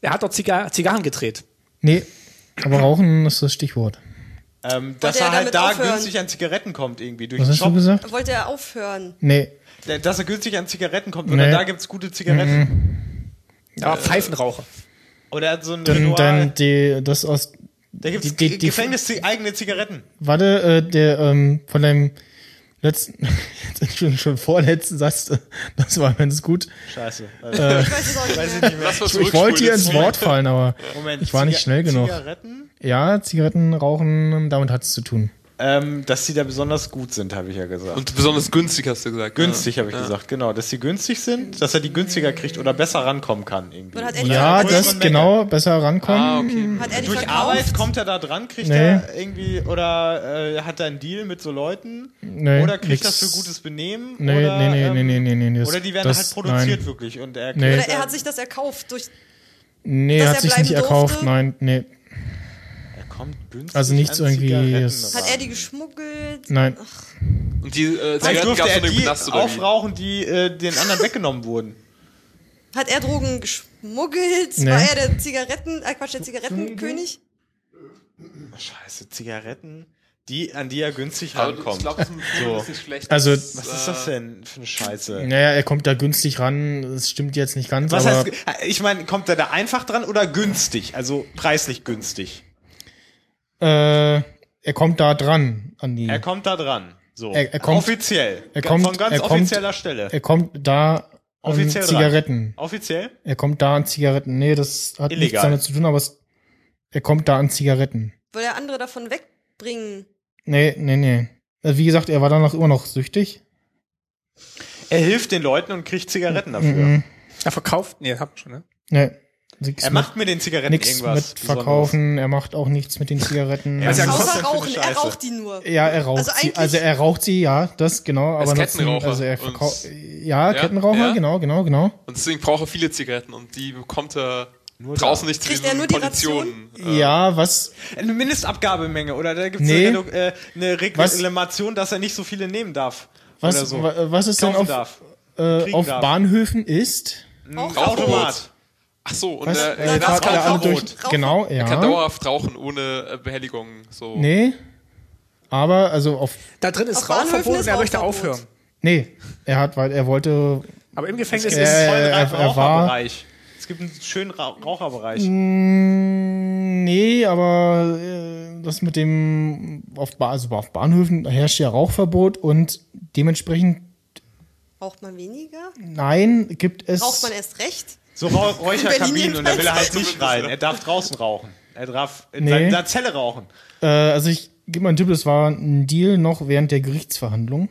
[SPEAKER 3] Er hat dort Ziga Zigarren gedreht.
[SPEAKER 1] Nee, aber Rauchen ist das Stichwort.
[SPEAKER 5] Ähm, dass
[SPEAKER 2] er
[SPEAKER 5] er halt
[SPEAKER 2] damit
[SPEAKER 5] da
[SPEAKER 2] aufhören?
[SPEAKER 5] günstig an Zigaretten kommt irgendwie durch
[SPEAKER 1] Was
[SPEAKER 5] den
[SPEAKER 1] hast du
[SPEAKER 5] Shop.
[SPEAKER 1] gesagt?
[SPEAKER 2] Wollte er aufhören?
[SPEAKER 1] Nee.
[SPEAKER 5] Der- Dass er günstig an Zigaretten kommt
[SPEAKER 1] Nee. Mhm.
[SPEAKER 5] oder da gibt's gute Zigaretten.
[SPEAKER 3] Aber Pfeifenraucher.
[SPEAKER 5] Oder er hat so ein
[SPEAKER 1] Dann,
[SPEAKER 5] Ritual.
[SPEAKER 1] dann die, das aus.
[SPEAKER 5] da gibt's
[SPEAKER 1] die- die-
[SPEAKER 5] Ge-
[SPEAKER 1] die-
[SPEAKER 5] Gefängnis eigene Zigaretten.
[SPEAKER 1] Warte, äh, der ähm, von deinem letzten, jetzt schon, schon vorletzten Satz, äh, das war ganz gut.
[SPEAKER 5] Scheiße.
[SPEAKER 2] Ich weiß es auch nicht.
[SPEAKER 5] weiß
[SPEAKER 2] mehr.
[SPEAKER 5] ich nicht mehr.
[SPEAKER 4] Lass mal
[SPEAKER 1] Ich wollte dir ins
[SPEAKER 4] zurückspulen
[SPEAKER 1] Wort fallen, aber
[SPEAKER 5] Moment,
[SPEAKER 1] ich war nicht
[SPEAKER 5] Ziga-
[SPEAKER 1] schnell genug.
[SPEAKER 5] Zigaretten,
[SPEAKER 1] Ja, Zigaretten, Rauchen, damit hat es zu tun.
[SPEAKER 5] ähm, dass die da besonders gut sind, habe ich ja gesagt.
[SPEAKER 4] jetzt. Und besonders günstig hast du gesagt. ne?
[SPEAKER 5] günstig,
[SPEAKER 4] ja.
[SPEAKER 5] habe ich gesagt, genau. Dass die günstig sind, dass er die günstiger kriegt oder besser rankommen kann irgendwie.
[SPEAKER 2] Man hat
[SPEAKER 5] Und
[SPEAKER 2] echt-
[SPEAKER 1] Ja,
[SPEAKER 5] Ulrich
[SPEAKER 1] das
[SPEAKER 5] und Mecke.
[SPEAKER 1] genau, besser rankommen.
[SPEAKER 4] Ah, okay.
[SPEAKER 2] Hat er die
[SPEAKER 5] Durch
[SPEAKER 2] verkauft?
[SPEAKER 5] Arbeit kommt er da dran, kriegt
[SPEAKER 1] Nee.
[SPEAKER 5] er irgendwie oder äh, hat er einen Deal mit so Leuten
[SPEAKER 1] Nee,
[SPEAKER 5] oder kriegt das
[SPEAKER 1] nix.
[SPEAKER 5] für gutes Benehmen
[SPEAKER 1] Nee,
[SPEAKER 5] oder,
[SPEAKER 1] nee, nee,
[SPEAKER 5] ähm,
[SPEAKER 1] nee, nee, nee, nee, nee, das-
[SPEAKER 5] oder die werden
[SPEAKER 1] das-
[SPEAKER 5] halt produziert
[SPEAKER 1] nein.
[SPEAKER 5] wirklich und er
[SPEAKER 1] Nee.
[SPEAKER 2] Oder er hat sich das erkauft durch.
[SPEAKER 1] Nee,
[SPEAKER 2] Dass
[SPEAKER 1] hat
[SPEAKER 2] er
[SPEAKER 1] sich
[SPEAKER 2] bleiben
[SPEAKER 1] nicht erkauft,
[SPEAKER 2] durfte?
[SPEAKER 1] nein, nee,
[SPEAKER 5] er kommt günstig
[SPEAKER 1] Also nichts
[SPEAKER 5] an
[SPEAKER 1] irgendwie-
[SPEAKER 5] Zigaretten
[SPEAKER 1] es-
[SPEAKER 2] Hat
[SPEAKER 5] ran.
[SPEAKER 2] er die geschmuggelt?
[SPEAKER 1] nein.
[SPEAKER 4] Und die äh,
[SPEAKER 5] Vielleicht
[SPEAKER 4] Zigaretten
[SPEAKER 5] durfte
[SPEAKER 4] gab es
[SPEAKER 5] er
[SPEAKER 4] nur im
[SPEAKER 5] die
[SPEAKER 4] Knast oder wie?
[SPEAKER 5] aufrauchen, die äh, den anderen weggenommen wurden.
[SPEAKER 2] Hat er Drogen geschmuggelt?
[SPEAKER 1] Nee.
[SPEAKER 2] War er der Zigaretten, äh Quatsch, der Zigarettenkönig?
[SPEAKER 5] Scheiße, Zigaretten, die an die er günstig
[SPEAKER 4] Aber ich
[SPEAKER 5] rankommt.
[SPEAKER 4] glaube, das ist ein
[SPEAKER 5] So.
[SPEAKER 4] bisschen schlecht.
[SPEAKER 1] Also-
[SPEAKER 4] Das, äh,
[SPEAKER 5] Was ist das denn für eine Scheiße?
[SPEAKER 1] Naja, er kommt da günstig ran, das stimmt jetzt nicht ganz,
[SPEAKER 5] Was
[SPEAKER 1] aber
[SPEAKER 5] heißt, äh, ich meine, kommt er da einfach dran oder günstig? Also preislich günstig.
[SPEAKER 1] äh, er kommt da dran an die.
[SPEAKER 5] Er kommt da dran. So.
[SPEAKER 1] Mhm. Er- er kommt-
[SPEAKER 5] offiziell.
[SPEAKER 1] er kommt-
[SPEAKER 5] Von ganz
[SPEAKER 1] er kommt-
[SPEAKER 5] offizieller Stelle.
[SPEAKER 1] Er kommt da an
[SPEAKER 5] Offiziell
[SPEAKER 1] Zigaretten.
[SPEAKER 5] Offiziell?
[SPEAKER 1] Er kommt da an Zigaretten. Nee, das hat nichts
[SPEAKER 5] Illegal.
[SPEAKER 1] damit zu tun, aber es, er kommt da an Zigaretten.
[SPEAKER 2] Will er andere davon wegbringen?
[SPEAKER 1] Nee, nee, nee. Also wie gesagt, er war danach immer noch süchtig.
[SPEAKER 5] Er hilft den Leuten und kriegt Zigaretten dafür.
[SPEAKER 1] Mhm.
[SPEAKER 3] Er verkauft, nee, hab schon, ne?
[SPEAKER 1] Nee. Nix
[SPEAKER 5] Er macht mir den Zigaretten
[SPEAKER 1] mit, nichts mit
[SPEAKER 5] irgendwas.
[SPEAKER 1] Verkaufen, er macht auch nichts mit den Zigaretten.
[SPEAKER 5] Er ist
[SPEAKER 1] ja,
[SPEAKER 5] ja- Also Was ist
[SPEAKER 2] Außer
[SPEAKER 5] das für eine
[SPEAKER 2] rauchen. Er
[SPEAKER 5] Scheiße?
[SPEAKER 2] raucht die nur.
[SPEAKER 1] er raucht
[SPEAKER 2] Also
[SPEAKER 1] sie.
[SPEAKER 2] eigentlich-
[SPEAKER 1] Also er raucht sie, ja, das genau.
[SPEAKER 4] ist
[SPEAKER 1] Aber nutzen-
[SPEAKER 4] Kettenraucher
[SPEAKER 1] also er
[SPEAKER 4] und-
[SPEAKER 1] verkauft. Ja,
[SPEAKER 4] Ja,
[SPEAKER 1] Kettenraucher,
[SPEAKER 4] ja.
[SPEAKER 1] genau, genau, genau.
[SPEAKER 4] Und deswegen braucht er viele Zigaretten und die bekommt er
[SPEAKER 5] Nur
[SPEAKER 4] Draußen nicht zu
[SPEAKER 2] Kriegt er
[SPEAKER 4] diesen
[SPEAKER 2] nur die
[SPEAKER 4] Konditionen.
[SPEAKER 1] Ja, was?
[SPEAKER 5] Eine Mindestabgabemenge oder da gibt es
[SPEAKER 1] Nee.
[SPEAKER 5] eine, Redu- äh, eine
[SPEAKER 1] Was?
[SPEAKER 5] Reklamation, dass er nicht so viele nehmen darf.
[SPEAKER 1] Was,
[SPEAKER 5] oder so.
[SPEAKER 1] wa- was ist denn
[SPEAKER 5] Kaufen
[SPEAKER 1] auf,
[SPEAKER 5] darf.
[SPEAKER 1] äh,
[SPEAKER 5] Kriegen
[SPEAKER 1] auf
[SPEAKER 5] darf.
[SPEAKER 1] Bahnhöfen ist?
[SPEAKER 2] Auch
[SPEAKER 4] Rauchverbot.
[SPEAKER 5] Automat.
[SPEAKER 4] Ach so, und
[SPEAKER 1] Was?
[SPEAKER 4] der,
[SPEAKER 1] Äh,
[SPEAKER 4] der Nass
[SPEAKER 1] fahrt
[SPEAKER 4] kann
[SPEAKER 1] ihr alle
[SPEAKER 4] rauchen.
[SPEAKER 1] durch, genau, ja.
[SPEAKER 4] Er kann dauerhaft rauchen ohne äh, Behelligung. So.
[SPEAKER 1] Nee. Aber, also auf.
[SPEAKER 3] Da drin ist
[SPEAKER 2] Auf Bahnhöfen
[SPEAKER 3] Rauchverbot
[SPEAKER 2] ist
[SPEAKER 3] und er möchte
[SPEAKER 2] Rauchverbot.
[SPEAKER 3] aufhören.
[SPEAKER 1] Nee. Er hat, weil er wollte.
[SPEAKER 3] Aber im Gefängnis
[SPEAKER 1] Äh,
[SPEAKER 3] ist es voll.
[SPEAKER 1] er, er war. Mm.
[SPEAKER 5] Raucherbereich. Es gibt einen schönen Ra Raucherbereich.
[SPEAKER 1] Nee, aber äh, das mit dem. Auf, Ba- also auf Bahnhöfen herrscht ja Rauchverbot und dementsprechend,
[SPEAKER 2] Raucht man weniger?
[SPEAKER 1] nein, gibt es.
[SPEAKER 2] Raucht man erst recht?
[SPEAKER 5] So Rau Räucherkabinen und da will er
[SPEAKER 4] jedenfalls.
[SPEAKER 5] halt nicht rein. Er darf draußen rauchen. Er darf in
[SPEAKER 1] Nee.
[SPEAKER 5] seiner Zelle rauchen.
[SPEAKER 1] Äh, also ich gebe mal einen Tipp, das war ein Deal noch während der Gerichtsverhandlung.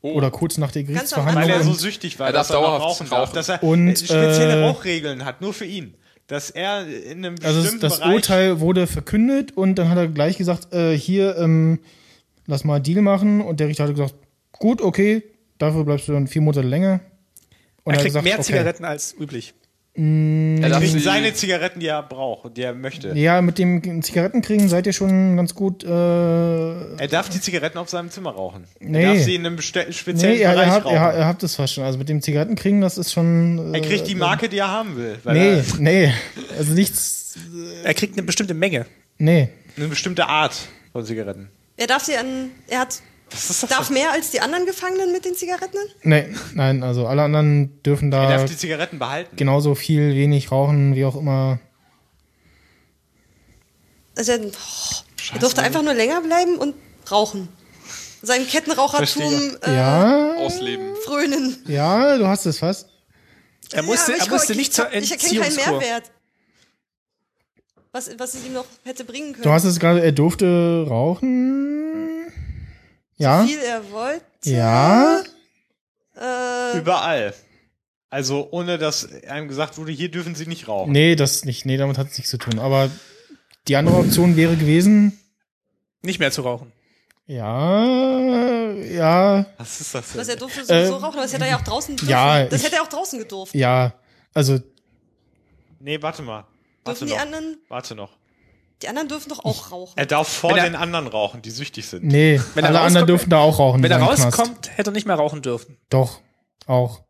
[SPEAKER 1] Oder kurz nach der
[SPEAKER 2] am Anfang.
[SPEAKER 1] Gerichtsverhandlung.
[SPEAKER 5] Weil er so
[SPEAKER 1] und,
[SPEAKER 5] süchtig war,
[SPEAKER 4] Er darf
[SPEAKER 5] dass er noch
[SPEAKER 4] dauerhaft
[SPEAKER 5] rauchen darf.
[SPEAKER 4] rauchen.
[SPEAKER 5] Dass er
[SPEAKER 1] Und,
[SPEAKER 5] äh, spezielle
[SPEAKER 1] äh,
[SPEAKER 5] Rauchregeln hat, nur für ihn. Dass er in einem
[SPEAKER 1] also das-
[SPEAKER 5] bestimmten
[SPEAKER 1] das
[SPEAKER 5] Bereich
[SPEAKER 1] Urteil wurde verkündet und dann hat er gleich gesagt, äh, hier, ähm, lass mal einen Deal machen. Und der Richter hat gesagt, gut, okay, dafür bleibst du dann vier Monate länger. Und
[SPEAKER 3] Er
[SPEAKER 1] hat
[SPEAKER 3] kriegt
[SPEAKER 1] gesagt,
[SPEAKER 3] mehr
[SPEAKER 1] okay.
[SPEAKER 3] Zigaretten als üblich.
[SPEAKER 4] Er darf
[SPEAKER 5] kriegt
[SPEAKER 4] sie-
[SPEAKER 5] seine Zigaretten, die er braucht und die er möchte.
[SPEAKER 1] Ja, mit dem Zigarettenkriegen seid ihr schon ganz gut. Äh, nee,
[SPEAKER 5] Er darf die Zigaretten auf seinem Zimmer rauchen.
[SPEAKER 1] Nee.
[SPEAKER 5] Er darf sie in einem beste- speziellen
[SPEAKER 1] ihr, ihr,
[SPEAKER 5] Bereich
[SPEAKER 1] habt,
[SPEAKER 5] rauchen.
[SPEAKER 1] ihr, habt- ihr habt es fast schon. Also mit dem Zigarettenkriegen, das ist schon. Äh,
[SPEAKER 5] er kriegt die Marke, die er haben will. Weil
[SPEAKER 1] nee,
[SPEAKER 5] er
[SPEAKER 1] nee. Also nichts.
[SPEAKER 3] Er kriegt eine bestimmte Menge.
[SPEAKER 1] Nee.
[SPEAKER 5] eine bestimmte Art von Zigaretten.
[SPEAKER 2] Er darf sie an. Er hat.
[SPEAKER 5] Was ist das
[SPEAKER 2] Darf mehr als die anderen Gefangenen mit den Zigaretten?
[SPEAKER 1] Nee, nein, also alle anderen dürfen
[SPEAKER 5] Er
[SPEAKER 1] da
[SPEAKER 5] darf die Zigaretten behalten.
[SPEAKER 1] genauso viel, wenig rauchen, wie auch immer.
[SPEAKER 2] Also, er, oh, er durfte einfach nur länger bleiben und rauchen. Seinem Kettenrauchertum äh,
[SPEAKER 1] Ja,
[SPEAKER 4] ausleben.
[SPEAKER 2] frönen.
[SPEAKER 1] ja, du hast es fast.
[SPEAKER 3] Er musste,
[SPEAKER 2] Ja, aber
[SPEAKER 3] er
[SPEAKER 2] ich-
[SPEAKER 3] musste
[SPEAKER 2] ich-
[SPEAKER 3] nicht
[SPEAKER 2] ich-
[SPEAKER 3] zur
[SPEAKER 2] Ich erkenne keinen
[SPEAKER 3] Entziehungskur.
[SPEAKER 2] Mehrwert. Was, was es ihm noch hätte bringen können.
[SPEAKER 1] Du hast es gerade, er durfte rauchen. Ja,
[SPEAKER 2] Viel er wollte.
[SPEAKER 1] Ah? ja,
[SPEAKER 2] Äh,
[SPEAKER 5] Überall. Also ohne, dass einem gesagt wurde, hier dürfen sie nicht rauchen.
[SPEAKER 1] nee, das nicht, nee, damit hat es nichts zu tun. Aber die andere Option wäre gewesen,
[SPEAKER 3] Nicht mehr zu rauchen.
[SPEAKER 1] ja, ja,
[SPEAKER 5] Was ist das denn?
[SPEAKER 2] was er durfte sowieso
[SPEAKER 1] Ähm,
[SPEAKER 2] rauchen, aber das hätte er ja auch draußen dürfen.
[SPEAKER 1] ja,
[SPEAKER 2] das
[SPEAKER 1] ich-
[SPEAKER 2] hätte er auch draußen gedurft.
[SPEAKER 1] ja. Also,
[SPEAKER 5] Nee, warte mal. Warte
[SPEAKER 2] Dürfen
[SPEAKER 5] Äh,
[SPEAKER 2] die
[SPEAKER 5] noch.
[SPEAKER 2] anderen,
[SPEAKER 5] Warte noch.
[SPEAKER 2] die anderen dürfen doch auch rauchen.
[SPEAKER 5] Er darf vor
[SPEAKER 3] Wenn er-
[SPEAKER 5] den anderen rauchen, die süchtig sind.
[SPEAKER 1] nee,
[SPEAKER 3] Wenn er
[SPEAKER 1] alle anderen
[SPEAKER 3] rauskommt-
[SPEAKER 1] dürfen da auch rauchen.
[SPEAKER 3] Wenn
[SPEAKER 1] die
[SPEAKER 3] er
[SPEAKER 1] sind im Knast.
[SPEAKER 3] rauskommt, hätte er nicht mehr rauchen dürfen.
[SPEAKER 1] Doch, auch.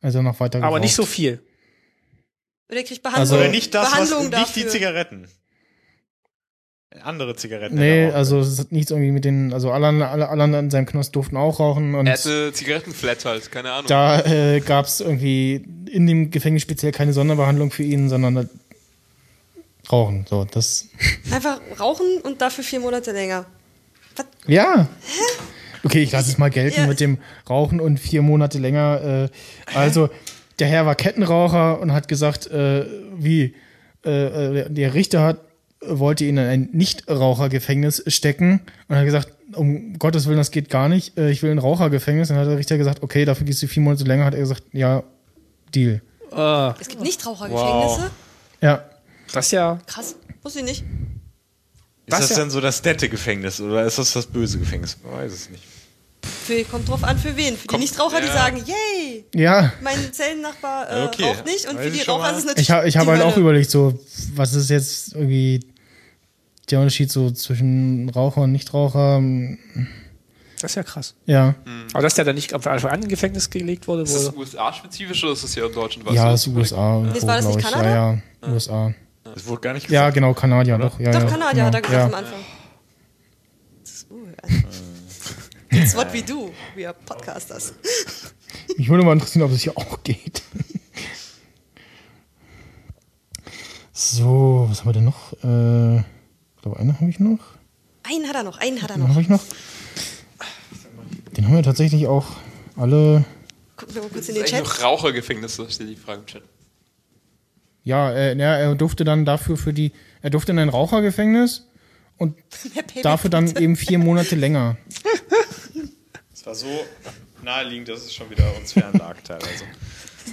[SPEAKER 1] Also noch weiter
[SPEAKER 3] Aber
[SPEAKER 1] geraucht.
[SPEAKER 3] nicht so viel.
[SPEAKER 2] Oder er kriegt
[SPEAKER 1] Also-
[SPEAKER 2] Behandlung.
[SPEAKER 5] Oder nicht das, was,
[SPEAKER 2] Behandlung
[SPEAKER 5] nicht
[SPEAKER 2] dafür.
[SPEAKER 5] die Zigaretten. Andere Zigaretten.
[SPEAKER 1] Nee,
[SPEAKER 5] er raucht.
[SPEAKER 1] also es hat nichts irgendwie mit den, also alle, alle, alle anderen in seinem Knast durften auch rauchen und
[SPEAKER 4] Er hatte Zigarettenflat halt, keine Ahnung.
[SPEAKER 1] da äh, gab es irgendwie in dem Gefängnis speziell keine Sonderbehandlung für ihn, sondern halt rauchen. So, das.
[SPEAKER 2] Einfach rauchen und dafür vier Monate länger. Was?
[SPEAKER 1] Ja. Okay, ich lasse es mal gelten
[SPEAKER 2] Ja.
[SPEAKER 1] mit dem Rauchen und vier Monate länger. Äh, also, der Herr war Kettenraucher und hat gesagt, äh, wie äh, äh, der- der Richter hat, wollte ihn in ein Nichtrauchergefängnis stecken und hat gesagt, um Gottes Willen, das geht gar nicht. Äh, ich will ein Rauchergefängnis. Und dann hat der Richter gesagt, okay, dafür gehst du vier Monate länger. Hat er gesagt, ja, Deal.
[SPEAKER 3] Äh,
[SPEAKER 2] Es gibt Nichtrauchergefängnisse.
[SPEAKER 1] Ja.
[SPEAKER 3] das ist ja.
[SPEAKER 2] Krass, wusste ich nicht.
[SPEAKER 5] ist
[SPEAKER 3] was
[SPEAKER 5] das
[SPEAKER 3] ja-
[SPEAKER 5] denn so das nette Gefängnis oder ist das das böse Gefängnis? Man weiß es nicht.
[SPEAKER 2] Für, kommt drauf an, für wen. Für die Nichtraucher, die
[SPEAKER 4] ja.
[SPEAKER 2] sagen, yay,
[SPEAKER 1] Ja.
[SPEAKER 2] mein Zellennachbar äh,
[SPEAKER 5] Ja, okay.
[SPEAKER 2] raucht nicht. Und
[SPEAKER 5] Weiß
[SPEAKER 2] für
[SPEAKER 5] ich
[SPEAKER 2] die
[SPEAKER 5] schon
[SPEAKER 2] Raucher
[SPEAKER 5] mal.
[SPEAKER 2] ist es natürlich
[SPEAKER 1] Ich, ha ich habe
[SPEAKER 2] die
[SPEAKER 1] halt auch
[SPEAKER 2] Hölle.
[SPEAKER 1] überlegt, so, was ist jetzt irgendwie der Unterschied so zwischen Raucher und Nichtraucher?
[SPEAKER 3] Das ist ja krass.
[SPEAKER 1] Ja.
[SPEAKER 3] Aber dass der dann nicht am Anfang an in Gefängnis gelegt wurde,
[SPEAKER 4] Ist das
[SPEAKER 3] wurde.
[SPEAKER 4] USA-spezifisch oder ist das hier in Deutschland was?
[SPEAKER 1] Äh, Ja, ist USA. und
[SPEAKER 2] Ist-
[SPEAKER 1] Co,
[SPEAKER 2] war das
[SPEAKER 1] glaub
[SPEAKER 2] nicht
[SPEAKER 1] ich.
[SPEAKER 2] Kanada?
[SPEAKER 1] Ja, ja, USA.
[SPEAKER 5] Das wurde gar nicht
[SPEAKER 1] Ja,
[SPEAKER 5] gesagt.
[SPEAKER 1] genau, Kanadier, doch. Ja,
[SPEAKER 2] Doch,
[SPEAKER 1] ja,
[SPEAKER 2] Kanadier
[SPEAKER 1] genau.
[SPEAKER 2] hat er gesagt
[SPEAKER 1] ja. Äh.
[SPEAKER 2] am Anfang. Das ist, uh, that's what we do. We are Podcasters.
[SPEAKER 1] Mich würde mal interessieren, ob es hier auch geht. so, was haben wir denn noch? Äh, ich glaube, eine habe ich noch.
[SPEAKER 2] Einen hat er noch, einen hat er
[SPEAKER 1] Einen
[SPEAKER 2] noch.
[SPEAKER 1] habe ich noch. Den haben wir tatsächlich auch alle.
[SPEAKER 2] Gucken wir mal kurz in
[SPEAKER 4] Ist
[SPEAKER 2] den
[SPEAKER 4] eigentlich
[SPEAKER 2] Chat.
[SPEAKER 4] noch Rauchergefängnisse, steht die Frage im Chat.
[SPEAKER 1] Ja, äh, na, er durfte dann dafür für die. Er durfte in ein Rauchergefängnis und
[SPEAKER 2] Herr Payback.
[SPEAKER 1] dafür dann eben vier Monate länger.
[SPEAKER 5] Es war so naheliegend, dass es schon wieder uns fern lag teilweise.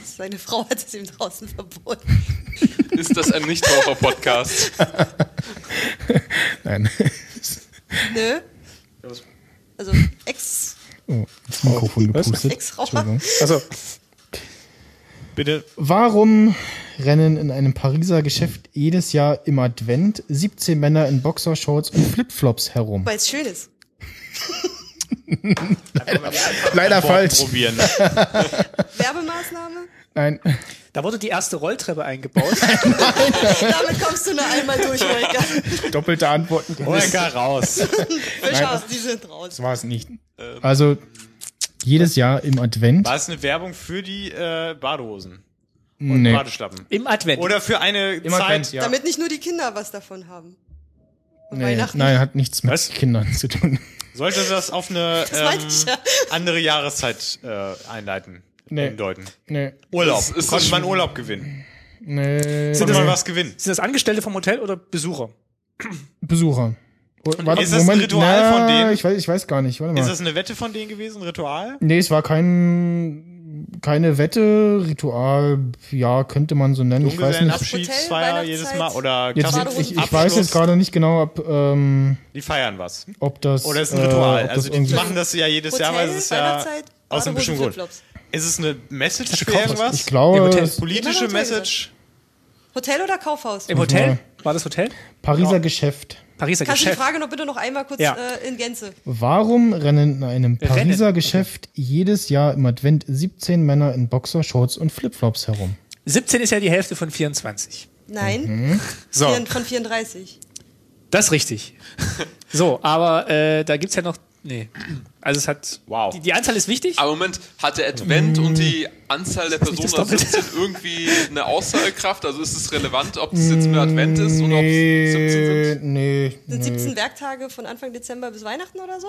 [SPEAKER 2] Seine Frau hat es ihm draußen verboten.
[SPEAKER 4] Ist das ein Nichtraucher-Podcast?
[SPEAKER 1] Nein.
[SPEAKER 2] Nö. Ne? Also, Ex-
[SPEAKER 1] Oh, das Mikrofon gepustet.
[SPEAKER 2] Ex-Raucher.
[SPEAKER 1] Also,
[SPEAKER 5] Bitte.
[SPEAKER 1] warum rennen in einem Pariser Geschäft jedes Jahr im Advent 17 Männer in Boxershorts und Flipflops herum.
[SPEAKER 2] Weil es schön ist.
[SPEAKER 1] Leider falsch.
[SPEAKER 5] Probieren.
[SPEAKER 2] Werbemaßnahme?
[SPEAKER 1] Nein.
[SPEAKER 3] Da wurde die erste Rolltreppe eingebaut.
[SPEAKER 2] Damit kommst du nur einmal durch, Holger.
[SPEAKER 1] Doppelte Antworten.
[SPEAKER 5] Holger raus.
[SPEAKER 2] Fischer, die sind raus.
[SPEAKER 1] Das war es nicht.
[SPEAKER 2] Ähm.
[SPEAKER 1] Also jedes Jahr im Advent.
[SPEAKER 5] War es eine Werbung für die äh, Badehosen?
[SPEAKER 1] Nee.
[SPEAKER 5] Badeschlappen.
[SPEAKER 3] Im Advent.
[SPEAKER 5] Oder für eine
[SPEAKER 1] Im
[SPEAKER 5] Zeit.
[SPEAKER 1] Advent, ja.
[SPEAKER 2] Damit nicht nur die Kinder was davon haben. Und
[SPEAKER 1] Nee,
[SPEAKER 2] Weihnachten.
[SPEAKER 1] nein, hat nichts mit
[SPEAKER 5] Was?
[SPEAKER 1] Kindern zu tun.
[SPEAKER 5] Sollte das auf eine
[SPEAKER 2] meinte
[SPEAKER 5] ähm,
[SPEAKER 2] ich ja.
[SPEAKER 5] andere Jahreszeit äh, einleiten?
[SPEAKER 1] Nee.
[SPEAKER 5] Hindeuten.
[SPEAKER 1] Nee,
[SPEAKER 5] Urlaub.
[SPEAKER 4] Ist- ist
[SPEAKER 5] Konnte
[SPEAKER 4] das
[SPEAKER 5] man
[SPEAKER 4] schon-
[SPEAKER 5] Urlaub gewinnen?
[SPEAKER 1] nee.
[SPEAKER 5] Konnte man was gewinnen?
[SPEAKER 3] Sind das Angestellte vom Hotel oder Besucher?
[SPEAKER 1] Besucher. Oh, warte,
[SPEAKER 5] ist das ein Ritual
[SPEAKER 1] Na,
[SPEAKER 5] von denen?
[SPEAKER 1] Ich weiß, ich weiß gar nicht. Warte mal.
[SPEAKER 5] Ist das eine Wette von denen gewesen? Ein Ritual?
[SPEAKER 1] nee, es war kein keine Wette, Ritual, ja, könnte man so nennen. Ich weiß nicht.
[SPEAKER 5] Abschiedsfeier
[SPEAKER 2] Hotel,
[SPEAKER 5] jedes Mal
[SPEAKER 2] Weihnachtszeit.
[SPEAKER 5] oder
[SPEAKER 1] Jetzt,
[SPEAKER 5] Klassen-
[SPEAKER 1] ich, ich
[SPEAKER 5] Abschluss?
[SPEAKER 1] weiß jetzt gerade nicht genau, ob, ähm,
[SPEAKER 5] Die feiern was.
[SPEAKER 1] ob das.
[SPEAKER 5] Oder ist ein Ritual.
[SPEAKER 1] Äh, ob das
[SPEAKER 5] also die
[SPEAKER 1] irgendwie-
[SPEAKER 5] machen das ja jedes
[SPEAKER 2] Hotel,
[SPEAKER 5] Jahr, weil es ist ja
[SPEAKER 2] Weihnachtszeit,
[SPEAKER 5] aus
[SPEAKER 2] Badehosen,
[SPEAKER 5] einem bestimmten Grund.
[SPEAKER 2] Flipflops.
[SPEAKER 5] Ist es eine Message für irgendwas?
[SPEAKER 1] ich glaube,
[SPEAKER 3] Hotel-
[SPEAKER 1] das
[SPEAKER 5] Politische
[SPEAKER 2] Immer Hotel
[SPEAKER 5] Message?
[SPEAKER 2] Hotel oder Kaufhaus?
[SPEAKER 3] Im Hotel? War das Hotel?
[SPEAKER 1] Pariser
[SPEAKER 2] Genau.
[SPEAKER 1] Geschäft.
[SPEAKER 3] Pariser
[SPEAKER 2] Kannst du die
[SPEAKER 3] Geschäft.
[SPEAKER 2] Frage noch bitte noch einmal kurz
[SPEAKER 3] Ja.
[SPEAKER 2] äh, in Gänze?
[SPEAKER 1] Warum rennen in einem Pariser Geschäft jedes Jahr im Advent 17 Männer in Boxershorts und Flipflops herum?
[SPEAKER 3] 17 ist ja die Hälfte von 24.
[SPEAKER 2] Nein.
[SPEAKER 3] So.
[SPEAKER 2] Vier- Von 34.
[SPEAKER 3] Das ist richtig. so, aber äh, da gibt's ja noch. Nee. Also es hat.
[SPEAKER 5] Wow.
[SPEAKER 3] Die, die Anzahl ist wichtig.
[SPEAKER 4] Aber Moment, hat der Advent und die Anzahl der
[SPEAKER 3] nicht
[SPEAKER 4] Personen
[SPEAKER 3] das
[SPEAKER 4] also
[SPEAKER 3] Doppelte?
[SPEAKER 4] 17 irgendwie eine Aussagekraft? Also ist es relevant, ob es jetzt mehr Advent ist oder ob
[SPEAKER 1] Mm, Nee,
[SPEAKER 4] es 17
[SPEAKER 1] Äh,
[SPEAKER 4] sind?
[SPEAKER 1] nee,
[SPEAKER 2] Sind 17 Werktage von Anfang Dezember bis Weihnachten oder so?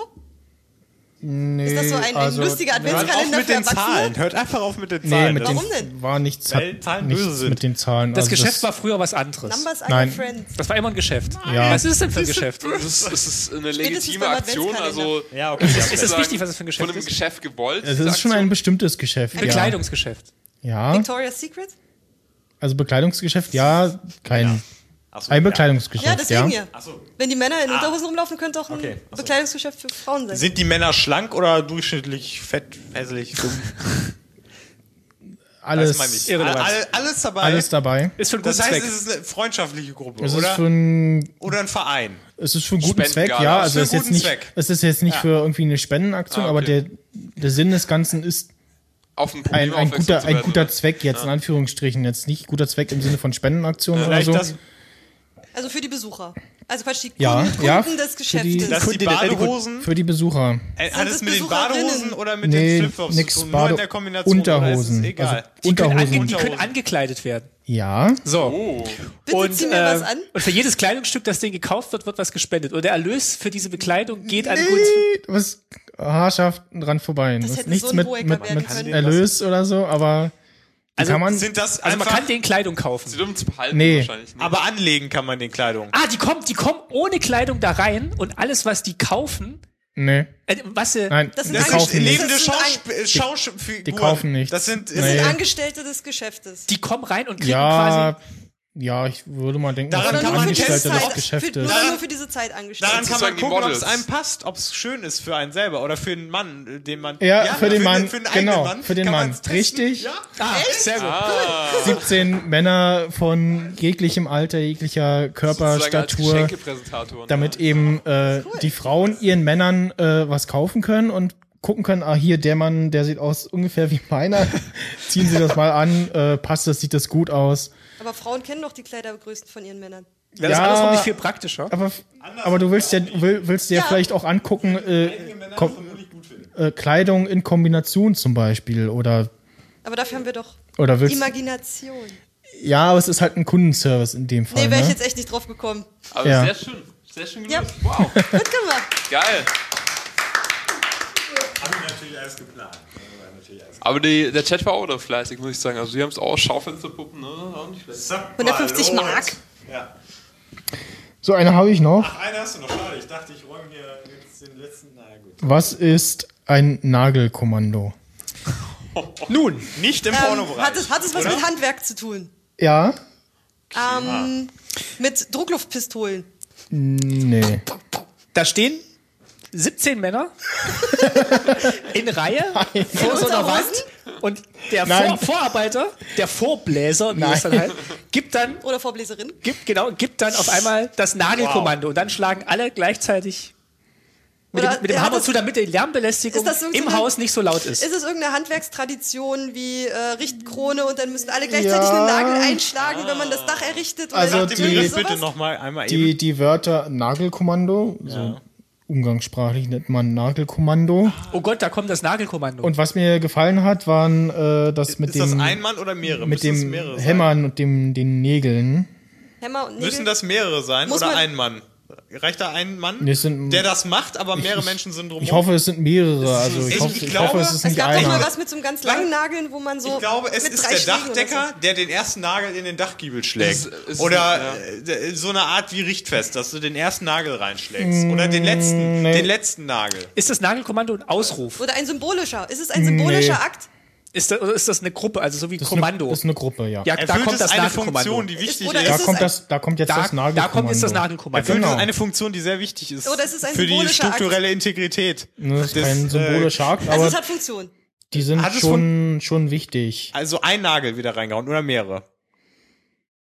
[SPEAKER 1] nee.
[SPEAKER 2] Ist das so ein, ein
[SPEAKER 1] also-
[SPEAKER 2] lustiger
[SPEAKER 5] Hört auf
[SPEAKER 2] Adventskalender
[SPEAKER 5] mit
[SPEAKER 2] für
[SPEAKER 5] den
[SPEAKER 2] Erwachsene?
[SPEAKER 5] Zahlen. Hört einfach auf mit den
[SPEAKER 1] Nee,
[SPEAKER 5] Zahlen. ne?
[SPEAKER 1] mit
[SPEAKER 2] Warum
[SPEAKER 1] den,
[SPEAKER 2] denn?
[SPEAKER 1] War nichts,
[SPEAKER 5] Weil
[SPEAKER 1] hat
[SPEAKER 5] Zahlen
[SPEAKER 1] nichts
[SPEAKER 5] böse sind.
[SPEAKER 1] mit den Zahlen.
[SPEAKER 3] das
[SPEAKER 1] also
[SPEAKER 3] Geschäft war früher was anderes.
[SPEAKER 2] Numbers are
[SPEAKER 1] Nein.
[SPEAKER 2] your friends.
[SPEAKER 3] das war immer ein Geschäft.
[SPEAKER 1] Ja.
[SPEAKER 3] Was ist das denn für ein Geschäft?
[SPEAKER 4] Das ist, das ist eine legitime
[SPEAKER 2] beim
[SPEAKER 4] Aktion, also
[SPEAKER 5] ja, okay. ja,
[SPEAKER 3] Ist
[SPEAKER 5] vielleicht.
[SPEAKER 3] das wichtig, was es für ein Geschäft
[SPEAKER 4] von einem
[SPEAKER 3] ist?
[SPEAKER 4] Geschäft gewollt.
[SPEAKER 1] Das
[SPEAKER 4] diese
[SPEAKER 1] ist schon ein
[SPEAKER 4] Aktion?
[SPEAKER 1] bestimmtes Geschäft.
[SPEAKER 3] Ein
[SPEAKER 1] ja.
[SPEAKER 3] Kleidungsgeschäft.
[SPEAKER 1] ja,
[SPEAKER 2] Victoria's Secret?
[SPEAKER 1] also Bekleidungsgeschäft, ja, kein.
[SPEAKER 5] Ach so,
[SPEAKER 1] Ein
[SPEAKER 5] ja.
[SPEAKER 1] Bekleidungsgeschäft.
[SPEAKER 2] Ja, deswegen
[SPEAKER 1] ja.
[SPEAKER 2] ja.
[SPEAKER 5] so.
[SPEAKER 2] Wenn die Männer in Unterhosen rumlaufen, könnte auch ein
[SPEAKER 5] Okay, ach so.
[SPEAKER 2] Bekleidungsgeschäft für Frauen sein.
[SPEAKER 5] Sind die Männer schlank oder durchschnittlich fett, hässlich, dumm? Das meine
[SPEAKER 1] Alles,
[SPEAKER 5] ich.
[SPEAKER 3] Irrelevant.
[SPEAKER 5] All, alles dabei.
[SPEAKER 1] alles dabei.
[SPEAKER 3] Ist für einen guten
[SPEAKER 5] das heißt,
[SPEAKER 3] Zweck.
[SPEAKER 5] es ist eine freundschaftliche Gruppe,
[SPEAKER 1] Es ist,
[SPEAKER 5] oder?
[SPEAKER 1] für Also einen,
[SPEAKER 5] oder ein Verein.
[SPEAKER 1] es ist für einen guten
[SPEAKER 4] Spendengala.
[SPEAKER 1] Zweck, ja. Also
[SPEAKER 5] Für
[SPEAKER 1] es ist jetzt
[SPEAKER 5] guten
[SPEAKER 1] nicht,
[SPEAKER 5] Zweck.
[SPEAKER 1] es ist jetzt nicht für irgendwie eine Spendenaktion,
[SPEAKER 4] Ah,
[SPEAKER 1] aber
[SPEAKER 4] okay.
[SPEAKER 1] der, der Sinn des Ganzen ist
[SPEAKER 4] auf ein
[SPEAKER 1] ein,
[SPEAKER 4] Problem
[SPEAKER 1] ein
[SPEAKER 4] aufmerksam
[SPEAKER 1] guter,
[SPEAKER 4] zu
[SPEAKER 1] ein
[SPEAKER 4] werden,
[SPEAKER 1] guter
[SPEAKER 4] oder?
[SPEAKER 1] Zweck jetzt in Anführungsstrichen. Jetzt nicht guter Zweck im Sinne von Spendenaktionen oder
[SPEAKER 5] Vielleicht,
[SPEAKER 1] so.
[SPEAKER 5] dass,
[SPEAKER 2] Also für die Besucher. Also Quatsch, die Kunden,
[SPEAKER 1] Ja,
[SPEAKER 2] Kunden
[SPEAKER 1] ja,
[SPEAKER 2] des
[SPEAKER 1] für die-
[SPEAKER 2] Geschäftes.
[SPEAKER 5] dass die
[SPEAKER 3] Kunde, der- der- die
[SPEAKER 5] Badehosen.
[SPEAKER 1] Für die Besucher.
[SPEAKER 5] Äh, hat es
[SPEAKER 2] Sind
[SPEAKER 5] mit
[SPEAKER 2] es
[SPEAKER 5] den
[SPEAKER 2] Besucherinnen?
[SPEAKER 5] Badehosen oder mit
[SPEAKER 1] nee,
[SPEAKER 5] den Flipflops
[SPEAKER 1] nix
[SPEAKER 5] zu tun? Nur
[SPEAKER 1] Bade
[SPEAKER 5] in der Kombination. oder ist es
[SPEAKER 1] Unterhosen.
[SPEAKER 5] egal.
[SPEAKER 1] Also
[SPEAKER 3] Die können, ange
[SPEAKER 1] Unterhosen.
[SPEAKER 3] die können
[SPEAKER 5] Unterhosen.
[SPEAKER 3] angekleidet werden.
[SPEAKER 1] ja.
[SPEAKER 3] So.
[SPEAKER 2] Bitte
[SPEAKER 3] und, äh,
[SPEAKER 2] zieh mir was an.
[SPEAKER 3] und für jedes Kleidungsstück, das denen gekauft wird, wird was gespendet. Und der Erlös für diese Bekleidung geht an
[SPEAKER 1] Nee,
[SPEAKER 3] guten Zweck.
[SPEAKER 1] was haarscharf dran vorbei. Das ist
[SPEAKER 2] hätte
[SPEAKER 1] nichts
[SPEAKER 2] so ein
[SPEAKER 1] mit,
[SPEAKER 2] Boeker
[SPEAKER 1] mit,
[SPEAKER 2] werden
[SPEAKER 1] mit
[SPEAKER 2] können.
[SPEAKER 1] Erlös oder so, aber also kann man.
[SPEAKER 5] sind das
[SPEAKER 3] Also man
[SPEAKER 5] einfach,
[SPEAKER 3] kann den Kleidung kaufen.
[SPEAKER 4] Sie dürfen es behalten
[SPEAKER 1] Nee.
[SPEAKER 4] wahrscheinlich. ne?
[SPEAKER 5] aber anlegen kann man den Kleidung.
[SPEAKER 3] Ah, die kommen, die kommen ohne Kleidung da rein und alles, was die kaufen,
[SPEAKER 1] Nee,
[SPEAKER 3] äh, was sie.
[SPEAKER 1] nein,
[SPEAKER 2] Das sind
[SPEAKER 1] die
[SPEAKER 2] alles
[SPEAKER 1] kaufen
[SPEAKER 2] Leben-
[SPEAKER 1] nicht.
[SPEAKER 5] lebende
[SPEAKER 2] Das sind
[SPEAKER 5] Schausp- äh, Schauspielfiguren.
[SPEAKER 1] Die kaufen nichts.
[SPEAKER 5] Das sind
[SPEAKER 1] Nee.
[SPEAKER 2] sind Angestellte des Geschäftes.
[SPEAKER 3] Die kommen rein und kriegen
[SPEAKER 1] Ja,
[SPEAKER 3] quasi.
[SPEAKER 1] ja, ich würde mal denken,
[SPEAKER 5] Daran
[SPEAKER 1] das sind
[SPEAKER 5] kann man
[SPEAKER 1] Angestellte
[SPEAKER 5] festhalten,
[SPEAKER 1] des
[SPEAKER 5] ob-
[SPEAKER 2] für,
[SPEAKER 1] Geschäftes.
[SPEAKER 2] nur, nur für diese Zeit angestellt.
[SPEAKER 5] Daran kann man
[SPEAKER 4] sozusagen die
[SPEAKER 5] gucken, ob es
[SPEAKER 4] Models.
[SPEAKER 5] einem passt, ob es schön ist für einen selber oder für einen Mann, äh, den man.
[SPEAKER 1] Ja, für den Mann,
[SPEAKER 5] eigenen
[SPEAKER 1] genau, für den
[SPEAKER 5] kann
[SPEAKER 1] Mann.
[SPEAKER 5] man's testen.
[SPEAKER 1] Richtig.
[SPEAKER 5] Ja.
[SPEAKER 3] Ah, sehr gut.
[SPEAKER 1] 17 Männer von jeglichem Alter, jeglicher
[SPEAKER 4] Sozusagen als
[SPEAKER 1] Körperstatur,
[SPEAKER 4] Geschenkepräsentator. ne?
[SPEAKER 1] damit eben äh, die Frauen ihren Männern äh, was kaufen können und gucken können, ah, hier, der Mann, der sieht aus ungefähr wie meiner, ziehen sie das mal an, äh, passt das, sieht das gut aus.
[SPEAKER 2] Aber Frauen kennen doch die Kleidergrößen von ihren Männern.
[SPEAKER 3] Das ist
[SPEAKER 1] Ja.
[SPEAKER 3] andersrum nicht viel praktischer.
[SPEAKER 1] Aber, aber du willst ja, will, willst dir ja.
[SPEAKER 2] Ja.
[SPEAKER 1] vielleicht auch angucken, äh, kom- äh, Kleidung in Kombination zum Beispiel oder
[SPEAKER 2] Aber dafür haben wir doch
[SPEAKER 1] oder willst
[SPEAKER 2] Imagination.
[SPEAKER 1] ja, aber es ist halt ein Kundenservice in dem Fall.
[SPEAKER 2] Nee, wäre ich
[SPEAKER 1] Oh, ne?
[SPEAKER 2] jetzt echt nicht drauf gekommen.
[SPEAKER 4] Aber
[SPEAKER 1] Ja.
[SPEAKER 4] Also sehr schön. Sehr schön
[SPEAKER 2] Ja.
[SPEAKER 4] gelöst. Wow,
[SPEAKER 2] Gut gemacht.
[SPEAKER 4] geil.
[SPEAKER 5] Hab ich natürlich alles geplant. Ja, natürlich alles
[SPEAKER 4] Aber die, der Chat war auch da fleißig, muss ich sagen. Also die haben es auch Schaufensterpuppen, ne? Auch nicht schlecht.
[SPEAKER 5] geplant.
[SPEAKER 2] 150 Mark.
[SPEAKER 5] Ja.
[SPEAKER 1] So, eine habe ich noch.
[SPEAKER 5] Einer hast du noch, schade. Ich dachte, ich räume hier jetzt den letzten. Na gut.
[SPEAKER 1] Was ist ein Nagelkommando?
[SPEAKER 5] Nun, nicht im
[SPEAKER 2] Ähm,
[SPEAKER 5] Pornobereich.
[SPEAKER 2] hat, es, hat es was
[SPEAKER 5] oder?
[SPEAKER 2] mit Handwerk zu tun?
[SPEAKER 1] Ja?
[SPEAKER 2] Ähm, mit Druckluftpistolen.
[SPEAKER 1] Nee.
[SPEAKER 3] Da stehen 17 Männer in Reihe vor so einer Wand
[SPEAKER 2] Unterhosen?
[SPEAKER 3] Und der
[SPEAKER 1] Nein.
[SPEAKER 3] Vor Vorarbeiter, der Vorbläser, wie es dann heißt, gibt dann,
[SPEAKER 2] Oder Vorbläserin.
[SPEAKER 3] gibt, genau, gibt dann auf einmal das Nagelkommando und dann schlagen alle gleichzeitig mit
[SPEAKER 2] Oder
[SPEAKER 3] dem, mit dem
[SPEAKER 2] er hat
[SPEAKER 3] Hammer
[SPEAKER 2] das-
[SPEAKER 3] zu, damit die Lärmbelästigung
[SPEAKER 2] Ist das irgend so
[SPEAKER 3] im
[SPEAKER 2] eine-
[SPEAKER 3] Haus nicht so laut ist.
[SPEAKER 2] Ist es irgendeine Handwerkstradition wie äh, Richtkrone und dann müssen alle gleichzeitig
[SPEAKER 1] Ja.
[SPEAKER 2] einen Nagel einschlagen, wenn man das
[SPEAKER 5] Ah.
[SPEAKER 2] Dach errichtet? und
[SPEAKER 1] Also
[SPEAKER 2] dann-
[SPEAKER 1] die-
[SPEAKER 2] irgendwie
[SPEAKER 1] Begriff
[SPEAKER 2] sowas?
[SPEAKER 5] bitte nochmal einmal eben.
[SPEAKER 1] Die, die Wörter Nagelkommando, so umgangssprachlich nennt man Nagelkommando.
[SPEAKER 3] oh Gott, da kommt das Nagelkommando.
[SPEAKER 1] Und was mir gefallen hat, waren äh, das mit
[SPEAKER 5] Ist das
[SPEAKER 1] dem,
[SPEAKER 5] ein Mann oder mehrere?
[SPEAKER 1] mit
[SPEAKER 5] Müssen das
[SPEAKER 1] dem
[SPEAKER 5] mehrere sein?
[SPEAKER 1] Hämmern und dem, den Nägeln.
[SPEAKER 2] Hämmer und Nägel.
[SPEAKER 5] Müssen das mehrere sein
[SPEAKER 2] Muss
[SPEAKER 5] oder
[SPEAKER 2] man-
[SPEAKER 5] ein Mann? Reicht da ein Mann,
[SPEAKER 1] Nee, es sind-
[SPEAKER 5] der das macht, aber mehrere
[SPEAKER 1] ich-
[SPEAKER 5] Menschen sind drumherum?
[SPEAKER 1] Ich hoffe, es sind mehrere. Also ich,
[SPEAKER 5] ich
[SPEAKER 1] hoffe, ich,
[SPEAKER 5] glaube,
[SPEAKER 1] hoffe, es ist
[SPEAKER 2] es
[SPEAKER 1] nicht
[SPEAKER 2] gab doch mal
[SPEAKER 1] einer.
[SPEAKER 2] was mit so einem ganz langen Nageln, wo man so.
[SPEAKER 5] Ich glaube, es
[SPEAKER 2] mit
[SPEAKER 5] ist
[SPEAKER 2] drei
[SPEAKER 5] der
[SPEAKER 2] Schlägen oder
[SPEAKER 5] Dachdecker, der den ersten Nagel in den Dachgiebel schlägt.
[SPEAKER 4] Es ist- es ist-
[SPEAKER 5] oder
[SPEAKER 4] ja.
[SPEAKER 5] äh, so eine Art wie Richtfest, dass du den ersten Nagel reinschlägst. Oder den
[SPEAKER 1] Mm,
[SPEAKER 5] letzten,
[SPEAKER 1] nee.
[SPEAKER 5] den letzten Nagel.
[SPEAKER 3] ist das Nagelkommando ein
[SPEAKER 2] So.
[SPEAKER 3] Ausruf?
[SPEAKER 2] Oder ein symbolischer. Ist es ein symbolischer
[SPEAKER 1] Nee.
[SPEAKER 2] Akt?
[SPEAKER 3] Ist das, oder ist das eine Gruppe, also so wie
[SPEAKER 1] Das ist
[SPEAKER 3] Kommando?
[SPEAKER 1] Eine, das ist eine Gruppe, ja.
[SPEAKER 3] ja, da
[SPEAKER 5] Erfüllt
[SPEAKER 3] kommt
[SPEAKER 5] es
[SPEAKER 3] das
[SPEAKER 5] eine
[SPEAKER 3] Nagelkommando.
[SPEAKER 5] Funktion, die wichtig
[SPEAKER 2] oder
[SPEAKER 5] ist?
[SPEAKER 1] da,
[SPEAKER 2] es
[SPEAKER 1] kommt
[SPEAKER 2] ein-
[SPEAKER 1] das, da kommt jetzt
[SPEAKER 3] da,
[SPEAKER 1] das Nagelkommando.
[SPEAKER 3] da kommt jetzt das Nagelkommando.
[SPEAKER 5] Erfüllt
[SPEAKER 1] Genau.
[SPEAKER 5] es eine Funktion, die sehr wichtig ist.
[SPEAKER 2] Oder es ist ein
[SPEAKER 5] für die
[SPEAKER 2] symbolischer Akt.
[SPEAKER 5] strukturelle Integrität.
[SPEAKER 1] Ne, Das ist
[SPEAKER 5] des,
[SPEAKER 1] kein
[SPEAKER 5] äh,
[SPEAKER 1] symbolischer Akt,
[SPEAKER 2] Also
[SPEAKER 1] aber
[SPEAKER 2] es hat Funktion.
[SPEAKER 1] die sind
[SPEAKER 5] hat es
[SPEAKER 1] schon, schon wichtig.
[SPEAKER 5] Also ein Nagel wieder reingehauen oder mehrere?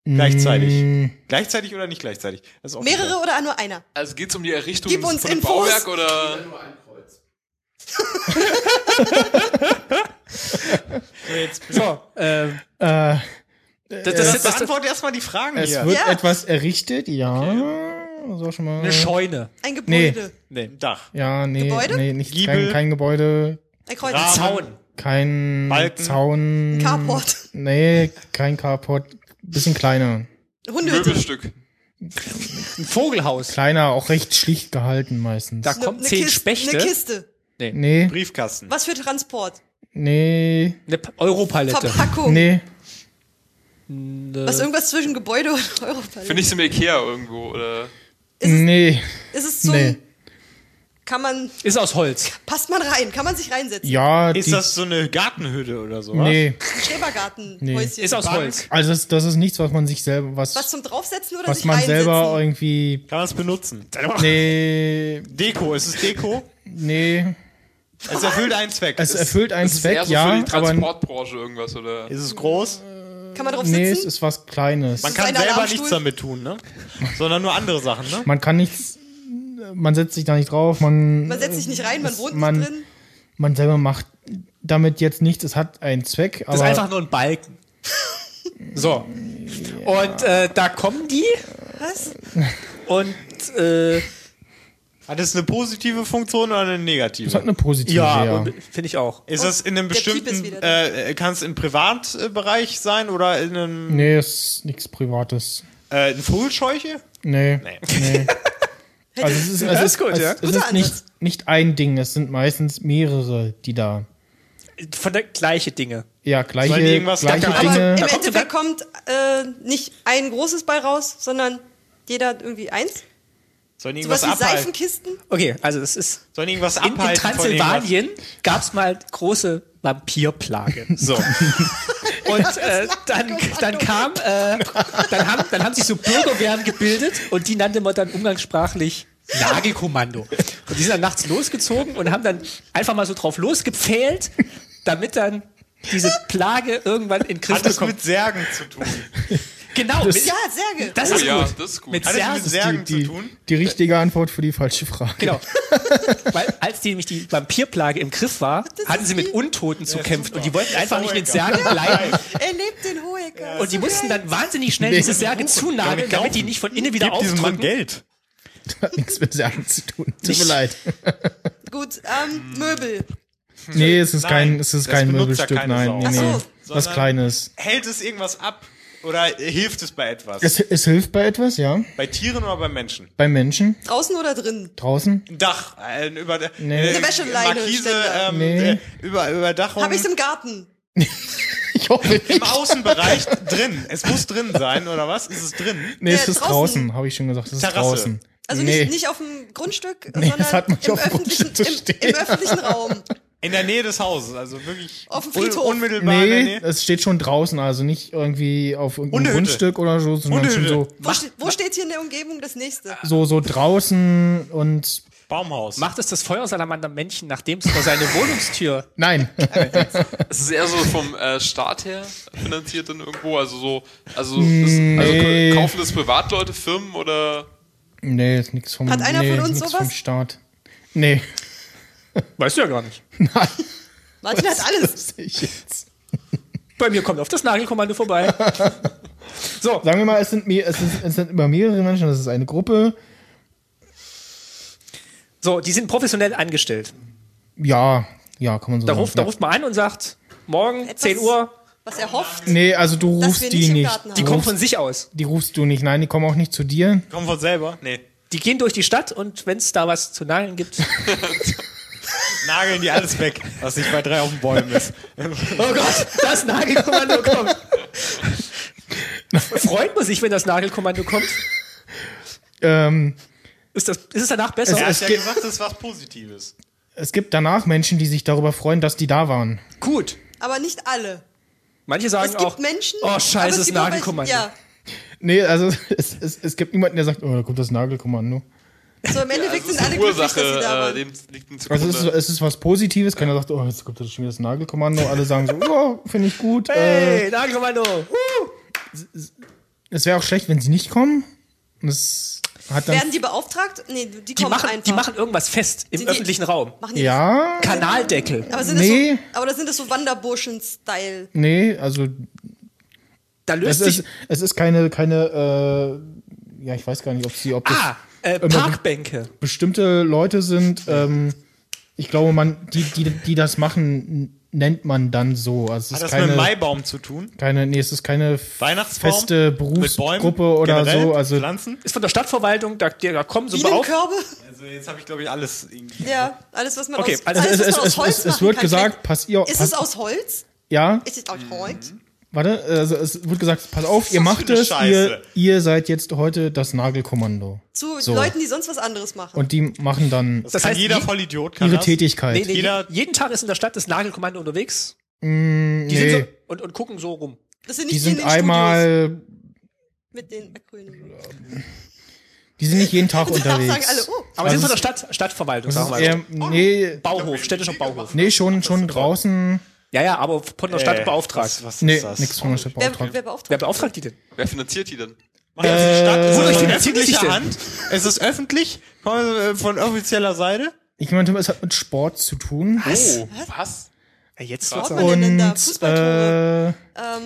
[SPEAKER 5] Gleichzeitig. Gleichzeitig oder nicht gleichzeitig? Das ist auch
[SPEAKER 2] Mehrere oder nur einer?
[SPEAKER 4] Also geht's um die Errichtung
[SPEAKER 2] Gib uns
[SPEAKER 4] von einem
[SPEAKER 2] Infos.
[SPEAKER 4] Bauwerk oder?
[SPEAKER 3] So, ähm, das, das,
[SPEAKER 5] Das
[SPEAKER 3] das, das,
[SPEAKER 5] beantwortet erstmal die Fragen
[SPEAKER 1] Es
[SPEAKER 5] hier.
[SPEAKER 1] wird
[SPEAKER 2] Ja.
[SPEAKER 1] etwas errichtet, ja. So schon mal.
[SPEAKER 3] eine Scheune.
[SPEAKER 2] Ein Gebäude.
[SPEAKER 5] Nee, Dach.
[SPEAKER 1] Ja, nee,
[SPEAKER 2] Gebäude?
[SPEAKER 1] nee, nicht
[SPEAKER 5] Giebel.
[SPEAKER 1] kein, kein Gebäude,
[SPEAKER 2] Ein Kreuz.
[SPEAKER 5] Rahmen.
[SPEAKER 3] Zaun.
[SPEAKER 1] kein
[SPEAKER 5] Balken.
[SPEAKER 1] Zaun.
[SPEAKER 2] Carport.
[SPEAKER 1] Nee, kein Carport. Bisschen kleiner.
[SPEAKER 5] Hm.
[SPEAKER 2] Hundehütte.
[SPEAKER 4] Möbelstück.
[SPEAKER 3] Ein Vogelhaus.
[SPEAKER 1] Kleiner, auch recht schlicht gehalten meistens.
[SPEAKER 3] Da
[SPEAKER 2] Ne-
[SPEAKER 3] kommen
[SPEAKER 2] ne
[SPEAKER 3] zehn
[SPEAKER 2] Kiste-
[SPEAKER 3] Spechte.
[SPEAKER 2] Eine Kiste.
[SPEAKER 1] Nee,
[SPEAKER 5] Briefkasten.
[SPEAKER 2] Was für Transport?
[SPEAKER 1] nee,
[SPEAKER 3] Eine P- Europalette.
[SPEAKER 2] Verpackung.
[SPEAKER 1] nee.
[SPEAKER 2] Was irgendwas zwischen Gebäude und Europalette.
[SPEAKER 4] Finde ich im Ikea irgendwo oder?
[SPEAKER 1] Nee,
[SPEAKER 2] Ist es so
[SPEAKER 1] nee.
[SPEAKER 2] ein, kann man,
[SPEAKER 3] Ist aus Holz.
[SPEAKER 2] passt man rein, kann man sich reinsetzen?
[SPEAKER 1] Ja,
[SPEAKER 5] Ist
[SPEAKER 1] die,
[SPEAKER 5] das so eine Gartenhütte oder sowas?
[SPEAKER 1] nee.
[SPEAKER 2] Schrebergartenhäuschen.
[SPEAKER 3] Ist aus
[SPEAKER 5] Bank.
[SPEAKER 3] Holz.
[SPEAKER 1] Also das, das ist nichts, was man sich selber, was,
[SPEAKER 2] Was
[SPEAKER 1] was,
[SPEAKER 2] zum draufsetzen oder sich
[SPEAKER 1] man
[SPEAKER 2] reinsetzen?
[SPEAKER 1] selber irgendwie.
[SPEAKER 5] Kann man es benutzen?
[SPEAKER 1] Nee,
[SPEAKER 5] Deko, ist es Deko?
[SPEAKER 1] nee.
[SPEAKER 5] Es erfüllt einen Zweck.
[SPEAKER 1] Es erfüllt einen
[SPEAKER 4] Das ist
[SPEAKER 1] Zweck,
[SPEAKER 4] eher so für
[SPEAKER 1] ja,
[SPEAKER 4] die
[SPEAKER 1] aber
[SPEAKER 4] Transportbranche irgendwas oder?
[SPEAKER 5] ist es groß?
[SPEAKER 2] kann man drauf
[SPEAKER 1] nee, es
[SPEAKER 2] sitzen?
[SPEAKER 1] ist was Kleines.
[SPEAKER 5] Man
[SPEAKER 2] es
[SPEAKER 5] kann
[SPEAKER 2] ein
[SPEAKER 5] selber
[SPEAKER 2] Alarmstuhl?
[SPEAKER 5] nichts damit tun, ne? Sondern nur andere Sachen, ne?
[SPEAKER 1] Man kann nichts, man setzt sich da nicht drauf, man,
[SPEAKER 2] man setzt sich nicht rein, man wohnt
[SPEAKER 1] man-
[SPEAKER 2] nicht drin.
[SPEAKER 1] man selber macht damit jetzt nichts, es hat einen Zweck,
[SPEAKER 3] Das ist
[SPEAKER 1] aber
[SPEAKER 3] einfach nur ein Balken. So. Und äh, da kommen die
[SPEAKER 2] Was?
[SPEAKER 3] und äh,
[SPEAKER 5] Hat es eine positive Funktion oder eine negative?
[SPEAKER 1] es hat eine positive.
[SPEAKER 3] ja,
[SPEAKER 1] Ja,
[SPEAKER 3] und finde ich auch.
[SPEAKER 5] Ist das in einem
[SPEAKER 2] Der Typ ist
[SPEAKER 5] bestimmten,
[SPEAKER 2] wieder da.
[SPEAKER 5] äh, kann es im Privatbereich sein oder in einem,
[SPEAKER 1] Nee, es ist nichts Privates.
[SPEAKER 5] äh, in Vogelscheuche?
[SPEAKER 1] Nee. nee. Also es ist, es
[SPEAKER 3] Das
[SPEAKER 1] ist,
[SPEAKER 3] ist gut,
[SPEAKER 1] es,
[SPEAKER 3] ja.
[SPEAKER 1] es ist
[SPEAKER 2] Ansatz.
[SPEAKER 1] nicht, nicht ein Ding, es sind meistens mehrere, die da.
[SPEAKER 3] Von der gleiche Dinge.
[SPEAKER 1] Ja, gleiche,
[SPEAKER 5] Sollen die irgendwas
[SPEAKER 1] gleiche
[SPEAKER 5] dackern?
[SPEAKER 2] Aber
[SPEAKER 1] Dinge.
[SPEAKER 2] im
[SPEAKER 3] Da kommt
[SPEAKER 2] Endeffekt kommt äh, nicht ein großes bei raus, sondern jeder irgendwie eins.
[SPEAKER 5] Sollen die
[SPEAKER 2] Sowas
[SPEAKER 5] irgendwas
[SPEAKER 2] wie
[SPEAKER 5] abhalten?
[SPEAKER 2] Seifenkisten.
[SPEAKER 3] Okay, also das ist.
[SPEAKER 5] Sollen die irgendwas
[SPEAKER 3] In, in
[SPEAKER 5] abhalten? von irgendwas?
[SPEAKER 3] Transsilvanien gab es mal große Vampirplage. So. und äh, dann, dann kam, äh, dann, haben, dann haben sich so Bürgerwehren gebildet und die nannte man dann umgangssprachlich Nagelkommando. Und die sind dann nachts losgezogen und haben dann einfach mal so drauf losgepfählt, damit dann diese Plage irgendwann in den Griff
[SPEAKER 5] Hat es
[SPEAKER 3] bekommt.
[SPEAKER 5] mit Särgen zu tun?
[SPEAKER 3] Genau, mit,
[SPEAKER 2] Ja, Särge.
[SPEAKER 3] das
[SPEAKER 4] Oh
[SPEAKER 3] ist
[SPEAKER 4] ja,
[SPEAKER 3] gut.
[SPEAKER 4] das ist gut.
[SPEAKER 3] Mit
[SPEAKER 5] Hat es
[SPEAKER 3] Särgen.
[SPEAKER 5] mit Särgen
[SPEAKER 1] die,
[SPEAKER 5] zu tun?
[SPEAKER 1] die richtige Antwort für die falsche Frage.
[SPEAKER 3] Genau. Weil als die nämlich die Vampirplage im Griff war, hatten sie mit Untoten zu kämpfen und die wollten einfach nicht mit Särgen bleiben.
[SPEAKER 2] Er lebt den Hohecker.
[SPEAKER 3] Und die mussten dann wahnsinnig schnell diese Särge zunageln, damit die nicht von innen wieder
[SPEAKER 5] Gib diesem Mann
[SPEAKER 3] aufdrücken.
[SPEAKER 5] Geld.
[SPEAKER 1] Hat nichts mit Sagen zu tun. Tut mir
[SPEAKER 3] Nicht.
[SPEAKER 1] leid.
[SPEAKER 2] Gut, ähm, Möbel.
[SPEAKER 1] Nee, es ist
[SPEAKER 5] Nein,
[SPEAKER 1] kein, es ist
[SPEAKER 5] das
[SPEAKER 1] kein
[SPEAKER 5] benutzt ja
[SPEAKER 1] Möbelstück,
[SPEAKER 5] keine
[SPEAKER 1] nein.
[SPEAKER 5] Sau.
[SPEAKER 1] Nee,
[SPEAKER 5] Ach
[SPEAKER 1] nee.
[SPEAKER 2] so.
[SPEAKER 1] Was
[SPEAKER 5] Sondern-
[SPEAKER 1] Kleines.
[SPEAKER 5] Hält es irgendwas ab? Oder hilft es bei etwas?
[SPEAKER 1] Es, es hilft bei etwas, ja.
[SPEAKER 5] bei Tieren oder bei Menschen?
[SPEAKER 1] Bei Menschen
[SPEAKER 2] Draußen oder drinnen?
[SPEAKER 1] draußen.
[SPEAKER 5] Ein Dach, äh, ein über
[SPEAKER 1] Nee.
[SPEAKER 2] Eine Wäscheleine,
[SPEAKER 5] Markise,
[SPEAKER 2] Ständer.
[SPEAKER 5] ähm,
[SPEAKER 1] Nee.
[SPEAKER 5] äh, über Überdachung.
[SPEAKER 2] Habe ich's im Garten?
[SPEAKER 1] Ich hoffe
[SPEAKER 5] Im
[SPEAKER 1] nicht.
[SPEAKER 5] Außenbereich drin. Es muss drin sein, oder was? Ist es drin?
[SPEAKER 1] Nee, es
[SPEAKER 2] Ja,
[SPEAKER 1] ist
[SPEAKER 2] draußen.
[SPEAKER 1] draußen, habe ich schon gesagt. Es ist
[SPEAKER 5] Terrasse.
[SPEAKER 1] draußen.
[SPEAKER 2] Also
[SPEAKER 1] nee.
[SPEAKER 2] nicht, nicht auf dem Grundstück,
[SPEAKER 1] Nee,
[SPEAKER 2] sondern
[SPEAKER 1] das hat man nicht
[SPEAKER 2] im,
[SPEAKER 1] auf dem
[SPEAKER 2] öffentlichen,
[SPEAKER 1] Grundstück zu
[SPEAKER 2] im, im öffentlichen Raum.
[SPEAKER 5] In der Nähe des Hauses, also wirklich
[SPEAKER 2] Auf dem
[SPEAKER 5] un-
[SPEAKER 2] Friedhof.
[SPEAKER 5] unmittelbar in der
[SPEAKER 1] Nee,
[SPEAKER 5] Nähe.
[SPEAKER 1] es steht schon draußen, also nicht irgendwie auf irgendeinem
[SPEAKER 5] Hundehütte.
[SPEAKER 1] Grundstück oder so, sondern schon
[SPEAKER 5] Hundehütte.
[SPEAKER 1] so,
[SPEAKER 2] Wo, steht, wo steht hier in der Umgebung das nächste?
[SPEAKER 1] so, so draußen und
[SPEAKER 5] Baumhaus.
[SPEAKER 3] Macht es das Feuersalamander-Männchen, nachdem es vor seine Wohnungstür.
[SPEAKER 1] nein.
[SPEAKER 4] Es ist eher so vom äh, Staat her finanziert dann irgendwo, also so, also, ist, also
[SPEAKER 1] Mm, Nee.
[SPEAKER 4] k- kaufen das Privatleute, Firmen oder
[SPEAKER 1] nee, ist nichts vom,
[SPEAKER 2] Hat einer
[SPEAKER 1] nee,
[SPEAKER 2] von
[SPEAKER 1] nix
[SPEAKER 2] uns sowas?
[SPEAKER 1] vom Staat. Nee,
[SPEAKER 3] Weißt du ja gar nicht.
[SPEAKER 2] Martin hat alles.
[SPEAKER 1] ich jetzt.
[SPEAKER 3] Bei mir kommt auf das Nagelkommando vorbei. So,
[SPEAKER 1] Sagen wir mal, es sind, mehr, es, sind, es sind immer mehrere Menschen, das ist eine Gruppe.
[SPEAKER 3] so, die sind professionell angestellt.
[SPEAKER 1] Ja, ja, kann man so
[SPEAKER 3] Da
[SPEAKER 1] sagen.
[SPEAKER 3] ruft, da
[SPEAKER 1] ja.
[SPEAKER 3] ruft man an und sagt, morgen,
[SPEAKER 2] Etwas-
[SPEAKER 3] 10 Uhr,
[SPEAKER 2] Was er hofft.
[SPEAKER 1] Nee, also du
[SPEAKER 2] Dass
[SPEAKER 1] rufst
[SPEAKER 2] wir nicht
[SPEAKER 1] die
[SPEAKER 2] im
[SPEAKER 1] nicht.
[SPEAKER 2] Garten haben.
[SPEAKER 3] die
[SPEAKER 1] Du
[SPEAKER 3] kommen
[SPEAKER 1] rufst,
[SPEAKER 3] von sich aus.
[SPEAKER 1] die rufst du nicht. Nein, die kommen auch nicht zu dir.
[SPEAKER 5] Kommen von selber? Nee.
[SPEAKER 3] Die gehen durch die Stadt und wenn es da was zu nageln gibt.
[SPEAKER 5] Nageln die alles weg, was nicht bei drei auf den Bäumen ist.
[SPEAKER 3] Oh Gott, das Nagelkommando kommt. Freut man sich, wenn das Nagelkommando kommt?
[SPEAKER 1] Ähm,
[SPEAKER 3] Ist, das, ist es danach besser?
[SPEAKER 5] Er
[SPEAKER 1] Es-
[SPEAKER 5] hat ja
[SPEAKER 1] gibt-
[SPEAKER 5] gesagt, das ist was Positives.
[SPEAKER 1] es gibt danach Menschen, die sich darüber freuen, dass die da waren.
[SPEAKER 3] Gut.
[SPEAKER 2] Aber nicht alle.
[SPEAKER 3] Manche sagen
[SPEAKER 2] Es
[SPEAKER 3] auch,
[SPEAKER 2] gibt Menschen.
[SPEAKER 3] oh
[SPEAKER 2] aber
[SPEAKER 3] scheiße,
[SPEAKER 2] es
[SPEAKER 3] das
[SPEAKER 2] gibt auch welche-
[SPEAKER 3] Nagelkommando.
[SPEAKER 2] Ja,
[SPEAKER 1] Nee, also es, es, es gibt niemanden, der sagt, oh, da kommt das Nagelkommando.
[SPEAKER 2] so im Endeffekt
[SPEAKER 4] also
[SPEAKER 2] sind
[SPEAKER 4] ist
[SPEAKER 2] alle
[SPEAKER 4] eine
[SPEAKER 2] glücklich, dass
[SPEAKER 4] Ursache,
[SPEAKER 2] sie da
[SPEAKER 4] äh,
[SPEAKER 2] waren.
[SPEAKER 4] dem liegt ein
[SPEAKER 1] Also es ist,
[SPEAKER 4] Zugrunde.
[SPEAKER 1] es ist was Positives. Keiner sagt, oh, jetzt kommt das schon wieder das Nagelkommando. Alle sagen so, oh, finde ich gut. Äh,
[SPEAKER 3] Hey, Nagelkommando.
[SPEAKER 1] es wäre auch schlecht, wenn sie nicht kommen. Und es hat dann...
[SPEAKER 2] Werden die beauftragt? Nee, die
[SPEAKER 3] Die
[SPEAKER 2] kommen
[SPEAKER 3] machen,
[SPEAKER 2] einfach.
[SPEAKER 3] die machen irgendwas fest im
[SPEAKER 2] Die- die-
[SPEAKER 3] öffentlichen Raum.
[SPEAKER 2] machen die
[SPEAKER 1] Ja,
[SPEAKER 3] Kanaldeckel.
[SPEAKER 2] Aber sind
[SPEAKER 1] Nee.
[SPEAKER 2] das so, aber das sind das so Wanderburschen-Style.
[SPEAKER 1] nee, also
[SPEAKER 3] Da
[SPEAKER 1] es
[SPEAKER 3] löst sich.
[SPEAKER 1] ist, es ist keine, keine, äh, ja, ich weiß gar nicht, ob sie, ob das
[SPEAKER 3] Ah, äh, Parkbänke.
[SPEAKER 1] bestimmte Leute sind. Ähm, ich glaube, man, die, die, die das machen, n- nennt man dann so. Also es
[SPEAKER 3] Ah,
[SPEAKER 5] Hat
[SPEAKER 1] ist
[SPEAKER 5] das mit
[SPEAKER 1] keine,
[SPEAKER 5] dem Maibaum zu tun?
[SPEAKER 1] keine, nee, es ist keine
[SPEAKER 5] Weihnachtsbaum?
[SPEAKER 1] feste
[SPEAKER 5] Mit Bäumen?
[SPEAKER 1] Berufsgruppe oder
[SPEAKER 5] generell?
[SPEAKER 1] so. Also
[SPEAKER 5] Pflanzen?
[SPEAKER 3] Ist von der Stadtverwaltung, da, da kommen so auf.
[SPEAKER 2] Bienenkörbe?
[SPEAKER 5] Also jetzt habe ich, glaube ich, alles irgendwie.
[SPEAKER 2] Ja, alles, was man
[SPEAKER 3] Okay,
[SPEAKER 2] aus,
[SPEAKER 3] also
[SPEAKER 2] alles,
[SPEAKER 1] es,
[SPEAKER 2] was
[SPEAKER 1] es,
[SPEAKER 2] man
[SPEAKER 1] es,
[SPEAKER 2] aus Holz
[SPEAKER 1] es, es
[SPEAKER 2] machen
[SPEAKER 1] wird
[SPEAKER 2] kann.
[SPEAKER 1] gesagt, pass ihr,
[SPEAKER 2] Ist
[SPEAKER 1] pass,
[SPEAKER 2] es aus Holz?
[SPEAKER 1] ja,
[SPEAKER 2] Ist es aus
[SPEAKER 3] Mhm.
[SPEAKER 2] Holz?
[SPEAKER 1] warte, also es wird gesagt, pass auf, ihr
[SPEAKER 5] Was
[SPEAKER 1] macht
[SPEAKER 5] für eine
[SPEAKER 1] es, ihr,
[SPEAKER 5] Scheiße.
[SPEAKER 1] ihr seid jetzt heute das Nagelkommando.
[SPEAKER 2] Zu
[SPEAKER 1] So.
[SPEAKER 2] Leuten, die sonst was anderes machen.
[SPEAKER 1] Und die machen dann
[SPEAKER 3] Das
[SPEAKER 5] Kann
[SPEAKER 3] heißt,
[SPEAKER 5] jeder
[SPEAKER 3] je-
[SPEAKER 5] Vollidiot kann
[SPEAKER 1] ihre
[SPEAKER 5] das.
[SPEAKER 1] Tätigkeit.
[SPEAKER 3] nee, nee,
[SPEAKER 5] Jeder-
[SPEAKER 3] jeden Tag ist in der Stadt das Nagelkommando unterwegs. Die
[SPEAKER 1] Mm, Nee,
[SPEAKER 3] sind so und, und gucken so rum.
[SPEAKER 2] das sind nicht
[SPEAKER 1] die
[SPEAKER 2] in
[SPEAKER 1] sind
[SPEAKER 2] den
[SPEAKER 1] einmal,
[SPEAKER 2] Studios mit den Acronymen.
[SPEAKER 1] die sind nicht jeden Tag
[SPEAKER 2] Da sagen alle,
[SPEAKER 1] unterwegs.
[SPEAKER 2] oh,
[SPEAKER 3] Aber sie sind von der Stadt, Stadtverwaltung,
[SPEAKER 1] Das
[SPEAKER 3] sagen
[SPEAKER 1] Also ist
[SPEAKER 3] wir
[SPEAKER 1] eher,
[SPEAKER 3] mal.
[SPEAKER 1] nee,
[SPEAKER 3] Bauhof, städtischer Bauhof.
[SPEAKER 1] nee, schon, schon draußen.
[SPEAKER 3] Ja, ja, aber von der Stadt
[SPEAKER 4] Äh,
[SPEAKER 3] beauftragt.
[SPEAKER 5] Was, was
[SPEAKER 1] Nee,
[SPEAKER 5] ist das?
[SPEAKER 1] nix von der Stadt
[SPEAKER 2] wer,
[SPEAKER 1] beauftragt.
[SPEAKER 2] wer
[SPEAKER 3] Wer
[SPEAKER 2] beauftragt?
[SPEAKER 3] beauftragt die denn?
[SPEAKER 4] Wer finanziert die denn?
[SPEAKER 5] Macht das die Stadt? Ist
[SPEAKER 3] Wodurch
[SPEAKER 5] das in
[SPEAKER 3] finanziert sich denn?
[SPEAKER 5] öffentlicher Hand? Es ist öffentlich, von, äh, von offizieller Seite.
[SPEAKER 1] Ich meine, es hat mit Sport zu tun.
[SPEAKER 4] Oh, was?
[SPEAKER 3] Ja, jetzt
[SPEAKER 2] Was?
[SPEAKER 3] was?
[SPEAKER 2] Wo denn da?
[SPEAKER 1] Und äh,
[SPEAKER 2] Fußballtore.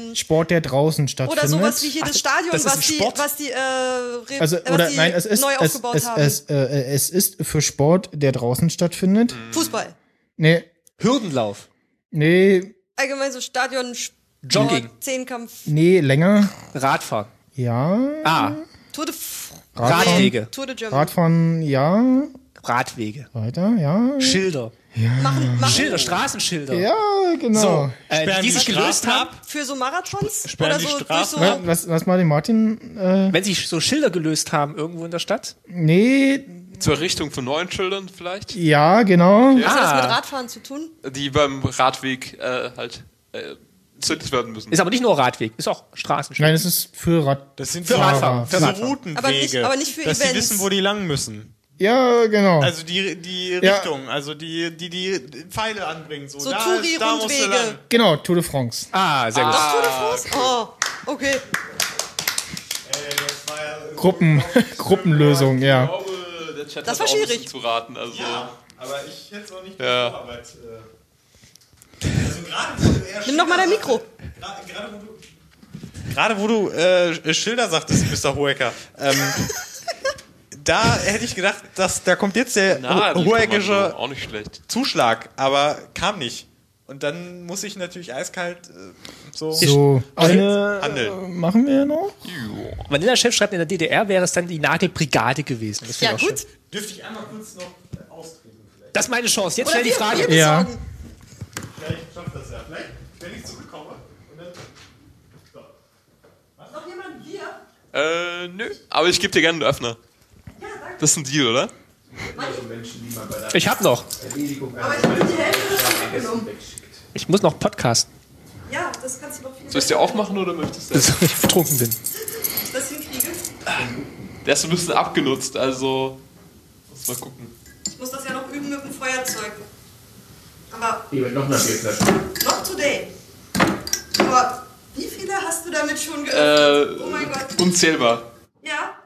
[SPEAKER 2] ähm,
[SPEAKER 1] Sport, der draußen stattfindet.
[SPEAKER 2] oder sowas wie hier das Stadion,
[SPEAKER 3] das ist ein
[SPEAKER 2] was, die,
[SPEAKER 3] Sport?
[SPEAKER 2] was die, äh, re-
[SPEAKER 1] Also,
[SPEAKER 2] äh, was
[SPEAKER 1] oder
[SPEAKER 2] die
[SPEAKER 1] nein, es ist,
[SPEAKER 2] neu
[SPEAKER 1] es,
[SPEAKER 2] aufgebaut
[SPEAKER 1] es,
[SPEAKER 2] haben.
[SPEAKER 1] es, äh, es ist für Sport, der draußen stattfindet.
[SPEAKER 2] Fußball.
[SPEAKER 1] Nee,
[SPEAKER 3] Hürdenlauf.
[SPEAKER 1] nee,
[SPEAKER 2] Allgemein so Stadion, Sport,
[SPEAKER 3] Jogging.
[SPEAKER 2] Zehnkampf,
[SPEAKER 1] nee, länger.
[SPEAKER 3] Radfahren.
[SPEAKER 1] Ja.
[SPEAKER 3] Ah,
[SPEAKER 2] Tour de, F-
[SPEAKER 3] Radwege.
[SPEAKER 2] Tour de Germany.
[SPEAKER 1] Radfahren, ja.
[SPEAKER 3] Radwege. Hm.
[SPEAKER 1] Weiter, ja.
[SPEAKER 3] Schilder.
[SPEAKER 2] Machen, machen
[SPEAKER 3] Schilder, Straßenschilder.
[SPEAKER 1] Ja, genau.
[SPEAKER 3] So, äh,
[SPEAKER 5] Sperren
[SPEAKER 3] die
[SPEAKER 5] die
[SPEAKER 3] sich gelöst
[SPEAKER 5] Straßen
[SPEAKER 3] haben,
[SPEAKER 2] für so Marathons?
[SPEAKER 5] sperren
[SPEAKER 2] Oder
[SPEAKER 5] die
[SPEAKER 2] so, durch
[SPEAKER 5] Straßen
[SPEAKER 1] Na,
[SPEAKER 2] so
[SPEAKER 1] lass, lass mal den Martin. Äh,
[SPEAKER 3] wenn sich so Schilder gelöst haben irgendwo in der Stadt.
[SPEAKER 1] nee,
[SPEAKER 4] Zur Errichtung von neuen Schildern vielleicht?
[SPEAKER 1] ja, genau.
[SPEAKER 2] Was hat das
[SPEAKER 3] Ah.
[SPEAKER 2] mit Radfahren zu tun?
[SPEAKER 4] Die beim Radweg äh, halt äh, zündet werden müssen.
[SPEAKER 3] Ist aber nicht nur Radweg, ist auch Straßenschilder.
[SPEAKER 1] Nein, es ist für Rad.
[SPEAKER 5] Das sind
[SPEAKER 3] Für
[SPEAKER 5] so-
[SPEAKER 3] Radfahren, für
[SPEAKER 5] so
[SPEAKER 3] Radfahren.
[SPEAKER 5] Routenwege.
[SPEAKER 2] Aber nicht- aber nicht für
[SPEAKER 5] dass die
[SPEAKER 2] Events.
[SPEAKER 5] wissen, wo die lang müssen.
[SPEAKER 1] Ja, genau.
[SPEAKER 5] Also die, die
[SPEAKER 1] Ja.
[SPEAKER 5] Richtung, also die, die, die Pfeile anbringen. So,
[SPEAKER 2] So
[SPEAKER 5] da, da musst du lang.
[SPEAKER 2] Touri-Rundwege.
[SPEAKER 1] genau, Tour de France.
[SPEAKER 3] Ah, sehr gut.
[SPEAKER 2] Doch, Tour de France? Oh, okay.
[SPEAKER 1] Gruppen, Gruppenlösung,
[SPEAKER 4] Ich
[SPEAKER 1] ja.
[SPEAKER 4] glaube, der Chat
[SPEAKER 2] Das
[SPEAKER 4] hat
[SPEAKER 2] war
[SPEAKER 4] auch ein
[SPEAKER 2] schwierig.
[SPEAKER 4] bisschen zu raten. Also,
[SPEAKER 5] Aber ich hätte es auch nicht
[SPEAKER 4] Ja.
[SPEAKER 5] Vorarbeit. äh. Also gerade wo du eher
[SPEAKER 2] Nimm doch mal dein Mikro.
[SPEAKER 5] Gra- Gerade wo du, gerade wo du äh, Schilder sagtest, Mr. Hoecker, ähm, da hätte ich gedacht, dass, da kommt jetzt der
[SPEAKER 4] na,
[SPEAKER 5] Ho-
[SPEAKER 4] Ruhegische.
[SPEAKER 5] Hoeckische
[SPEAKER 4] Auch nicht schlecht.
[SPEAKER 5] Zuschlag, aber kam nicht. Und dann muss ich natürlich eiskalt äh, so,
[SPEAKER 1] So, eine
[SPEAKER 5] handeln.
[SPEAKER 1] machen wir noch?
[SPEAKER 3] Ah. Vanilla-Chef schreibt, in der DDR wäre es dann die Nagelbrigade gewesen. Das finde
[SPEAKER 2] Ja,
[SPEAKER 3] ich auch
[SPEAKER 2] gut.
[SPEAKER 3] Schön.
[SPEAKER 5] Dürfte ich einmal kurz noch äh, austreten vielleicht?
[SPEAKER 3] Das ist meine Chance. Jetzt
[SPEAKER 2] Oder
[SPEAKER 3] schnell
[SPEAKER 2] wir,
[SPEAKER 3] die
[SPEAKER 2] wir
[SPEAKER 3] Frage.
[SPEAKER 1] Ja.
[SPEAKER 2] besorgen.
[SPEAKER 5] Vielleicht schafft das ja. Vielleicht, wenn ich zurückkomme und dann...
[SPEAKER 2] Noch jemand hier?
[SPEAKER 4] Äh, nö. Aber ich gebe dir gerne einen Öffner. Das ist ein Deal, oder?
[SPEAKER 3] Ich hab noch.
[SPEAKER 2] Aber ich habe die Hälfte des schon weggenommen.
[SPEAKER 3] Ich muss noch podcasten,
[SPEAKER 2] Ja, das kannst du doch viel
[SPEAKER 4] Soll ich dir aufmachen oder möchtest du?
[SPEAKER 3] bis ich betrunken bin.
[SPEAKER 2] das hinkriege.
[SPEAKER 4] Der ist so ein bisschen abgenutzt, also. Muss mal gucken.
[SPEAKER 2] Ich muss das ja noch üben mit dem Feuerzeug. Aber
[SPEAKER 6] Hier, noch eine Bierflasche.
[SPEAKER 2] not today. Aber wie viele hast du damit schon geöffnet?
[SPEAKER 4] Äh,
[SPEAKER 2] oh mein Gott.
[SPEAKER 4] unzählbar.
[SPEAKER 2] Ja,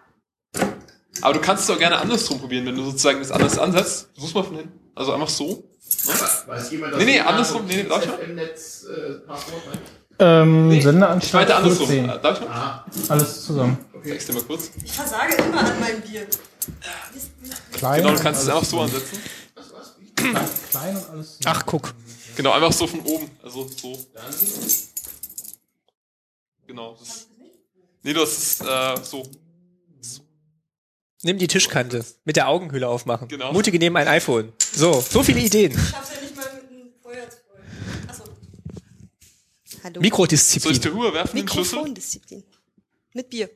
[SPEAKER 4] Aber du kannst es auch gerne andersrum probieren, wenn du sozusagen das anders ansetzt. Such's mal von hinten. Also einfach so.
[SPEAKER 6] Weiß jemand,
[SPEAKER 4] Nee, nee, andersrum, nee, nee, darf ich mal?
[SPEAKER 6] im Netz äh, Passwort rein?
[SPEAKER 1] Ähm,
[SPEAKER 4] Nee, Ich
[SPEAKER 1] Sendeanstalt
[SPEAKER 4] meinte andersrum.
[SPEAKER 1] 14.
[SPEAKER 4] Äh, Darf ich mal?
[SPEAKER 1] Alles zusammen.
[SPEAKER 4] Zeig's dir mal kurz.
[SPEAKER 2] ich versage immer an meinem Bier.
[SPEAKER 1] Klein,
[SPEAKER 4] Genau, du kannst es einfach so ansetzen.
[SPEAKER 1] klein und alles
[SPEAKER 3] Ach, guck.
[SPEAKER 4] Genau, einfach so von oben. Also so. Genau. Das ist, nee, du hast es äh, so.
[SPEAKER 3] Nimm die Tischkante. Mit der Augenhöhle aufmachen.
[SPEAKER 4] Genau.
[SPEAKER 3] Mutige nehmen ein iPhone. So, so viele Ideen.
[SPEAKER 2] Ich schaff's ja nicht mal mit dem Feuerzeug. Achso. Hallo.
[SPEAKER 4] Soll ich dir
[SPEAKER 3] Mikrodisziplin.
[SPEAKER 4] rüberwerfen den Schlüssel?
[SPEAKER 2] Mikrofondisziplin. Mit Bier.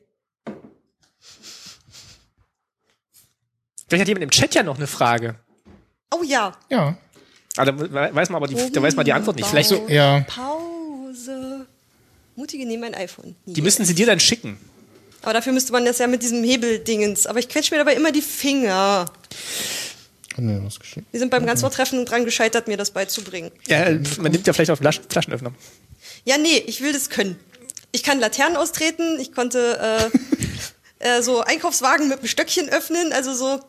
[SPEAKER 3] Vielleicht hat jemand im Chat ja noch eine Frage.
[SPEAKER 2] Oh ja.
[SPEAKER 1] Ja.
[SPEAKER 3] Ah, da weiß man aber die, da weiß man die Antwort nicht. Vielleicht so,
[SPEAKER 1] Ja.
[SPEAKER 2] Pause. Mutige nehmen ein iPhone.
[SPEAKER 3] die müssen sie dir dann schicken.
[SPEAKER 2] Aber dafür müsste man das ja mit diesem Hebeldingens. Aber ich quetsche mir dabei immer die Finger.
[SPEAKER 1] Nee, was geschickt.
[SPEAKER 2] Wir sind
[SPEAKER 3] Mhm.
[SPEAKER 2] beim Ganzworttreffen dran gescheitert, mir das beizubringen.
[SPEAKER 3] Ja, pf, man nimmt ja vielleicht auf Flaschen, Flaschenöffner.
[SPEAKER 2] Ja, nee, ich will das können. Ich kann Laternen austreten, ich konnte äh, äh, so Einkaufswagen mit einem Stöckchen öffnen. Also so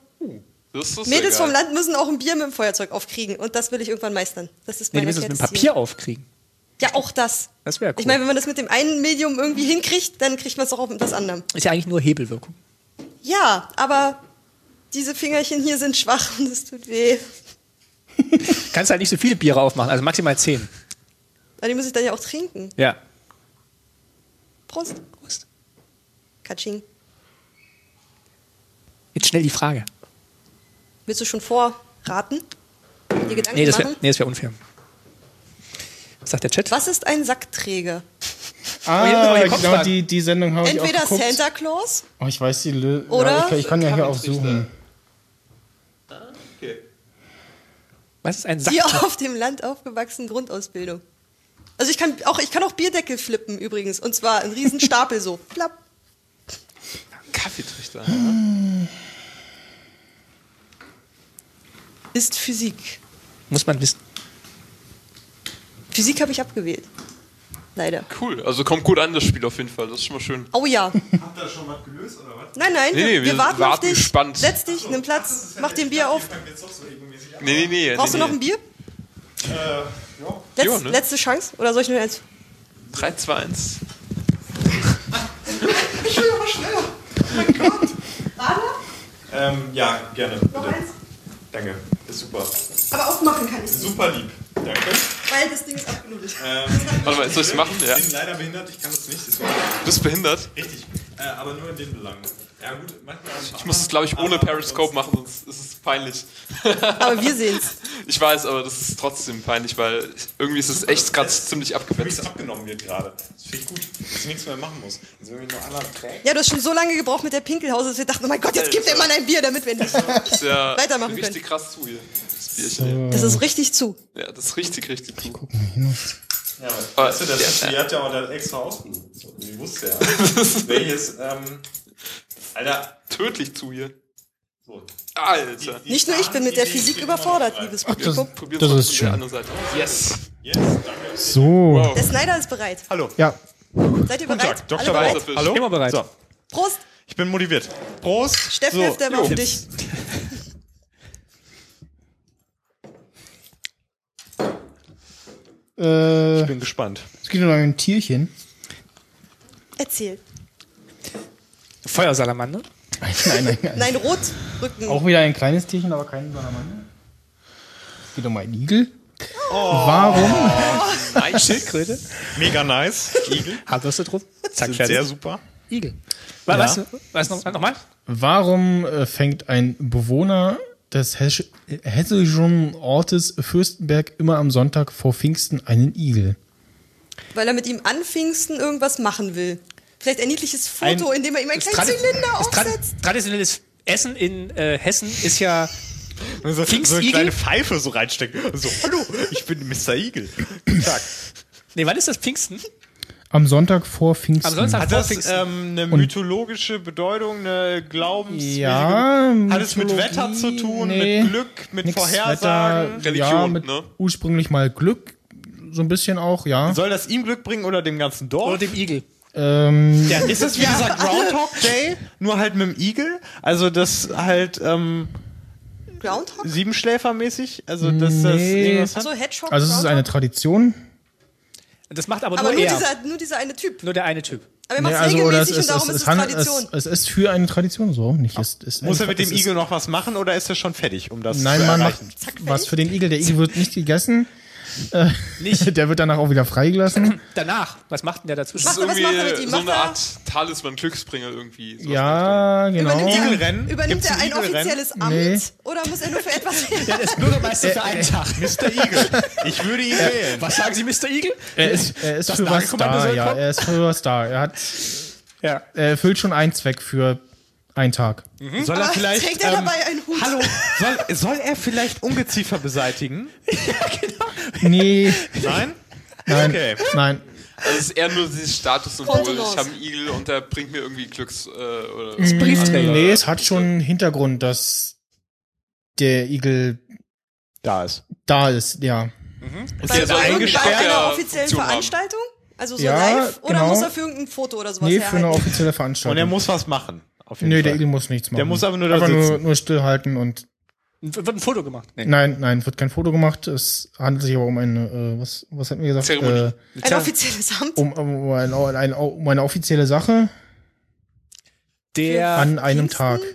[SPEAKER 4] Das ist
[SPEAKER 2] Mädels
[SPEAKER 4] egal.
[SPEAKER 2] vom Land müssen auch ein Bier mit dem Feuerzeug aufkriegen. Und das will ich irgendwann meistern. Das ist
[SPEAKER 3] Nee,
[SPEAKER 2] mein
[SPEAKER 3] die müssen es mit dem
[SPEAKER 2] erklärtes
[SPEAKER 3] Papier aufkriegen.
[SPEAKER 2] Ziel. Ja, auch das.
[SPEAKER 3] Das wäre cool.
[SPEAKER 2] Ich meine, wenn man das mit dem einen Medium irgendwie hinkriegt, dann kriegt man es auch mit was anderem.
[SPEAKER 3] Ist ja eigentlich nur Hebelwirkung.
[SPEAKER 2] Ja, aber diese Fingerchen hier sind schwach und es tut weh.
[SPEAKER 3] Kannst halt nicht so viele Biere aufmachen, also maximal zehn.
[SPEAKER 2] Aber die muss ich dann ja auch trinken.
[SPEAKER 3] Ja.
[SPEAKER 2] Prost. Prost. Katsching.
[SPEAKER 3] Jetzt schnell die Frage.
[SPEAKER 2] Willst du schon vorraten? Dir Gedanken
[SPEAKER 3] Nee, das wäre
[SPEAKER 2] machen?
[SPEAKER 3] nee, das wär unfair. Was sagt der Chat?
[SPEAKER 2] Was ist ein Sackträger?
[SPEAKER 3] aber
[SPEAKER 1] Ah,
[SPEAKER 3] hier
[SPEAKER 1] genau,
[SPEAKER 3] Kopfwagen.
[SPEAKER 1] die, die Sendung habe ich auch
[SPEAKER 2] Entweder
[SPEAKER 1] geguckt.
[SPEAKER 2] Santa Claus
[SPEAKER 1] Oh, ich weiß die Lö
[SPEAKER 2] Oder
[SPEAKER 1] Ja, ich, kann- ich kann ja hier auch
[SPEAKER 4] Kamintrichter.
[SPEAKER 1] suchen.
[SPEAKER 4] Okay.
[SPEAKER 3] Was ist ein Sack?
[SPEAKER 2] Hier auf dem Land aufgewachsen, Grundausbildung. Also ich kann auch, ich kann auch Bierdeckel flippen übrigens. Und zwar einen riesen Stapel so. Plapp.
[SPEAKER 4] Kaffeetrichter.
[SPEAKER 2] Hm. Ist Physik.
[SPEAKER 3] Muss man wissen.
[SPEAKER 2] Physik habe ich abgewählt. Leider.
[SPEAKER 4] Cool, also kommt gut an das Spiel auf jeden Fall. Das ist schon mal schön.
[SPEAKER 2] Oh ja.
[SPEAKER 7] Habt ihr schon was gelöst oder was?
[SPEAKER 2] Nein, nein,
[SPEAKER 4] Nee,
[SPEAKER 2] wir,
[SPEAKER 4] nee,
[SPEAKER 2] wir
[SPEAKER 4] wir
[SPEAKER 2] warten, auf
[SPEAKER 4] warten
[SPEAKER 2] dich.
[SPEAKER 4] gespannt.
[SPEAKER 2] Setz dich, nimm Platz, mach den Bier auf.
[SPEAKER 4] Nee, nee, nee.
[SPEAKER 2] Brauchst
[SPEAKER 4] nee,
[SPEAKER 2] du noch ein
[SPEAKER 4] nee.
[SPEAKER 2] Bier?
[SPEAKER 7] Äh,
[SPEAKER 2] Letz,
[SPEAKER 4] Ja, ne?
[SPEAKER 2] Letzte Chance? Oder soll ich nur eins?
[SPEAKER 4] 3, 2, 1.
[SPEAKER 7] Ähm, ja, gerne. Bitte.
[SPEAKER 2] eins?
[SPEAKER 7] Danke. Ist super.
[SPEAKER 2] Aber aufmachen kann ich
[SPEAKER 7] Super lieb. Danke.
[SPEAKER 2] weil das Ding ist abgenudelt.
[SPEAKER 7] Ähm,
[SPEAKER 4] Warte mal, soll ich es machen? Ja.
[SPEAKER 7] Ich bin leider behindert, ich kann das nicht. Das war
[SPEAKER 4] Du bist behindert.
[SPEAKER 7] richtig. Äh, aber nur in den Belangen. Ja gut, manchmal
[SPEAKER 4] Ich muss es, glaube ich, ohne Periscope machen, sonst ist es peinlich.
[SPEAKER 2] Aber wir sehen's.
[SPEAKER 4] Ich weiß, aber das ist trotzdem peinlich, weil irgendwie ist es echt gerade ziemlich
[SPEAKER 7] Wie es
[SPEAKER 4] abgefetzt.
[SPEAKER 7] abgenommen wird gerade. Das finde ich gut, dass ich nichts mehr machen muss. Also wenn mich nur einer trägt.
[SPEAKER 2] Ja, du hast schon so lange gebraucht mit der Pinkelhause, dass wir dachten, oh mein Gott, jetzt gibt der Mann ein Bier, damit wir nicht.
[SPEAKER 4] Das ist ja
[SPEAKER 2] Weitermachen
[SPEAKER 4] richtig
[SPEAKER 2] können.
[SPEAKER 4] krass zu hier. Das Bierchen.
[SPEAKER 2] Das ist richtig zu.
[SPEAKER 4] Ja, das ist richtig, richtig zu.
[SPEAKER 7] Ja, aber
[SPEAKER 5] Oh,
[SPEAKER 4] Ah,
[SPEAKER 7] weißt du, das
[SPEAKER 4] ja,
[SPEAKER 7] Spiel
[SPEAKER 4] ja.
[SPEAKER 7] hat ja auch das extra ausgesucht. Ich wusste ja. Welches, ähm, Alter.
[SPEAKER 4] Tödlich zu hier.
[SPEAKER 7] So. Die-
[SPEAKER 4] Alter.
[SPEAKER 7] die
[SPEAKER 2] Nicht nur ich bin mit der
[SPEAKER 7] Zahnidee
[SPEAKER 2] Physik
[SPEAKER 7] kriegt man
[SPEAKER 2] überfordert,
[SPEAKER 7] noch rein.
[SPEAKER 2] liebes
[SPEAKER 1] Das,
[SPEAKER 2] Publikum.
[SPEAKER 4] Probier's
[SPEAKER 1] das
[SPEAKER 4] mal
[SPEAKER 1] ist
[SPEAKER 4] von
[SPEAKER 1] schön.
[SPEAKER 4] der anderen Seite. Yes.
[SPEAKER 7] Yes, danke.
[SPEAKER 1] So.
[SPEAKER 4] Wow.
[SPEAKER 2] Der Snyder ist bereit.
[SPEAKER 7] Hallo.
[SPEAKER 1] Ja.
[SPEAKER 2] Seid ihr bereit?
[SPEAKER 7] Dr.
[SPEAKER 2] Alle
[SPEAKER 7] Weiß.
[SPEAKER 2] bereit?
[SPEAKER 4] Hallo?
[SPEAKER 3] Immer bereit.
[SPEAKER 7] So,
[SPEAKER 2] Prost!
[SPEAKER 7] ich bin motiviert. Prost.
[SPEAKER 2] Steffen
[SPEAKER 7] so,
[SPEAKER 2] hilft der mal für dich.
[SPEAKER 1] Äh,
[SPEAKER 7] Ich bin gespannt.
[SPEAKER 1] es geht um ein Tierchen.
[SPEAKER 2] Erzähl.
[SPEAKER 3] Feuersalamander.
[SPEAKER 1] Nein, nein, nein.
[SPEAKER 2] Nein, Rotrücken.
[SPEAKER 1] Auch wieder ein kleines Tierchen, aber kein Salamander. Es geht um einen Igel. Warum?
[SPEAKER 4] Nein,
[SPEAKER 3] Schildkröte.
[SPEAKER 7] Mega nice. Igel.
[SPEAKER 3] Haarwürste drauf. Zack,
[SPEAKER 7] Sind sehr
[SPEAKER 3] fertig.
[SPEAKER 7] super.
[SPEAKER 3] Igel. Wa- Was, was noch, nochmal?
[SPEAKER 1] Warum äh, fängt ein Bewohner des Hess- hessischen Ortes Fürstenberg immer am Sonntag vor Pfingsten einen Igel?
[SPEAKER 2] Weil er mit ihm an Pfingsten irgendwas machen will. Vielleicht ein niedliches Foto,
[SPEAKER 1] Ein-
[SPEAKER 2] in dem er ihm einen kleinen
[SPEAKER 3] Tradi-
[SPEAKER 2] Zylinder
[SPEAKER 3] ist tradi-
[SPEAKER 2] aufsetzt.
[SPEAKER 3] traditionelles Essen in äh, Hessen ist ja
[SPEAKER 5] Und so, so eine
[SPEAKER 3] Pfingstigel?
[SPEAKER 5] kleine Pfeife so reinstecken. Und so, hallo, ich bin Mr. Igel. Guten Tag.
[SPEAKER 3] Nee, wann ist das Pfingsten?
[SPEAKER 1] Am Sonntag vor Pfingsten.
[SPEAKER 3] Am Sonntag
[SPEAKER 5] Hat
[SPEAKER 3] vor
[SPEAKER 5] das
[SPEAKER 3] Pfingsten.
[SPEAKER 5] ähm, eine mythologische Bedeutung, eine glaubensmäßige
[SPEAKER 1] Ja,
[SPEAKER 5] Hat es mit
[SPEAKER 1] Mythologie,
[SPEAKER 5] Wetter zu tun,
[SPEAKER 1] nee.
[SPEAKER 5] mit Glück, mit
[SPEAKER 1] Nix
[SPEAKER 5] Vorhersagen?
[SPEAKER 1] Wetter,
[SPEAKER 4] Religion,
[SPEAKER 1] ja, mit
[SPEAKER 4] ne?
[SPEAKER 1] ursprünglich mal Glück, so ein bisschen auch, ja.
[SPEAKER 5] Soll das ihm Glück bringen oder dem ganzen
[SPEAKER 3] Oder
[SPEAKER 5] Dorf?
[SPEAKER 3] dem Igel.
[SPEAKER 1] ähm,
[SPEAKER 5] ja, ist es wie dieser Groundhog Day, nur halt mit dem Igel? Also das halt ähm,
[SPEAKER 2] Groundhog?
[SPEAKER 5] siebenschläfermäßig? Also dass das
[SPEAKER 1] Nee.
[SPEAKER 5] irgendwas hat?
[SPEAKER 2] Also Hedgehog?
[SPEAKER 1] also es ist eine
[SPEAKER 2] Groundhog?
[SPEAKER 1] Tradition.
[SPEAKER 3] Das macht aber,
[SPEAKER 2] Aber
[SPEAKER 3] nur
[SPEAKER 2] nur
[SPEAKER 3] er.
[SPEAKER 2] dieser, nur dieser eine Typ.
[SPEAKER 3] Nur der eine Typ.
[SPEAKER 2] Aber er
[SPEAKER 1] Nee,
[SPEAKER 2] macht es
[SPEAKER 1] also, oder es, es,
[SPEAKER 2] regelmäßig und darum
[SPEAKER 1] es,
[SPEAKER 2] ist es
[SPEAKER 1] es, handelt-
[SPEAKER 2] Tradition.
[SPEAKER 1] es, es ist für eine Tradition so, nicht? Es, es
[SPEAKER 5] Muss
[SPEAKER 1] ein-
[SPEAKER 5] er mit
[SPEAKER 1] es
[SPEAKER 5] dem
[SPEAKER 1] ist-
[SPEAKER 5] Igel noch was machen oder ist er schon fertig, um das
[SPEAKER 1] Nein,
[SPEAKER 5] zu
[SPEAKER 1] man
[SPEAKER 5] erreichen?
[SPEAKER 1] macht was für den Igel. Der Igel wird nicht gegessen. Äh,
[SPEAKER 3] Nicht.
[SPEAKER 1] Der wird danach auch wieder freigelassen.
[SPEAKER 3] Danach. Was macht denn der dazwischen?
[SPEAKER 4] Das ist
[SPEAKER 2] Was macht er
[SPEAKER 4] irgendwie
[SPEAKER 2] mit ihm?
[SPEAKER 4] so
[SPEAKER 2] Macht
[SPEAKER 4] eine
[SPEAKER 2] er-
[SPEAKER 4] Art Talisman, Glücksbringer irgendwie. sowas
[SPEAKER 1] ja, genau.
[SPEAKER 2] Übernimmt,
[SPEAKER 5] Igelrennen?
[SPEAKER 2] er, übernimmt
[SPEAKER 5] Gibt's
[SPEAKER 2] er
[SPEAKER 5] ein
[SPEAKER 2] ein
[SPEAKER 5] Igelrennen?
[SPEAKER 2] offizielles Amt
[SPEAKER 1] Nee.
[SPEAKER 2] oder muss er nur für etwas
[SPEAKER 3] Der ist Bürgermeister für einen Tag.
[SPEAKER 5] Mr. Igel. Ich würde ihn wählen.
[SPEAKER 3] Äh, Was sagen Sie, Mr. Igel?
[SPEAKER 1] Er ist, er ist
[SPEAKER 3] Das
[SPEAKER 1] für was
[SPEAKER 3] Lagerkommando
[SPEAKER 1] da,
[SPEAKER 3] soll
[SPEAKER 1] ja.
[SPEAKER 3] kommen?
[SPEAKER 1] Er ist für was da. Er, hat,
[SPEAKER 3] Ja.
[SPEAKER 1] er erfüllt schon einen Zweck für einen Tag.
[SPEAKER 5] Soll er
[SPEAKER 2] Aber
[SPEAKER 5] vielleicht.
[SPEAKER 2] trägt er äh,
[SPEAKER 5] ähm,
[SPEAKER 2] dabei einen Hut?
[SPEAKER 5] Hallo, soll, soll er vielleicht Ungeziefer beseitigen?
[SPEAKER 1] Nee,
[SPEAKER 5] Nein?
[SPEAKER 1] nein,
[SPEAKER 5] Okay.
[SPEAKER 1] nein.
[SPEAKER 4] Also es ist eher nur dieses Statussymbol.
[SPEAKER 2] Kontenance.
[SPEAKER 4] Ich habe einen Igel und der bringt mir irgendwie Glücks... Äh, oder
[SPEAKER 5] Mhm.
[SPEAKER 3] Briefträger.
[SPEAKER 1] Nee, es hat schon einen Hintergrund, dass der Igel
[SPEAKER 5] Da ist.
[SPEAKER 1] da ist, ja.
[SPEAKER 2] Ist
[SPEAKER 4] der so eingesperrt,
[SPEAKER 2] Bei
[SPEAKER 4] ja,
[SPEAKER 2] einer offiziellen
[SPEAKER 4] Funktion haben.
[SPEAKER 2] Veranstaltung? Also so
[SPEAKER 1] Ja,
[SPEAKER 2] live? Oder
[SPEAKER 1] genau.
[SPEAKER 2] muss er halt- für irgendein Foto oder sowas
[SPEAKER 1] Nee, für eine
[SPEAKER 2] herhalten?
[SPEAKER 1] offizielle
[SPEAKER 5] Und
[SPEAKER 1] Veranstaltung.
[SPEAKER 5] er muss was machen. Auf jeden
[SPEAKER 1] nee,
[SPEAKER 5] Fall.
[SPEAKER 1] der Igel muss nichts machen.
[SPEAKER 5] muss aber nur da
[SPEAKER 1] aber nur,
[SPEAKER 5] sitzen.
[SPEAKER 1] nur stillhalten und
[SPEAKER 3] W- Wird ein Foto gemacht. Nee.
[SPEAKER 1] Nein, nein, wird kein Foto gemacht. Es handelt sich aber um eine, äh, was, was hatten wir gesagt?
[SPEAKER 4] Zeremonie.
[SPEAKER 1] Äh,
[SPEAKER 2] ein offizielles Amt?
[SPEAKER 1] um, um, ein, ein, um eine offizielle Sache
[SPEAKER 3] Der,
[SPEAKER 1] an einem Tag.
[SPEAKER 2] Also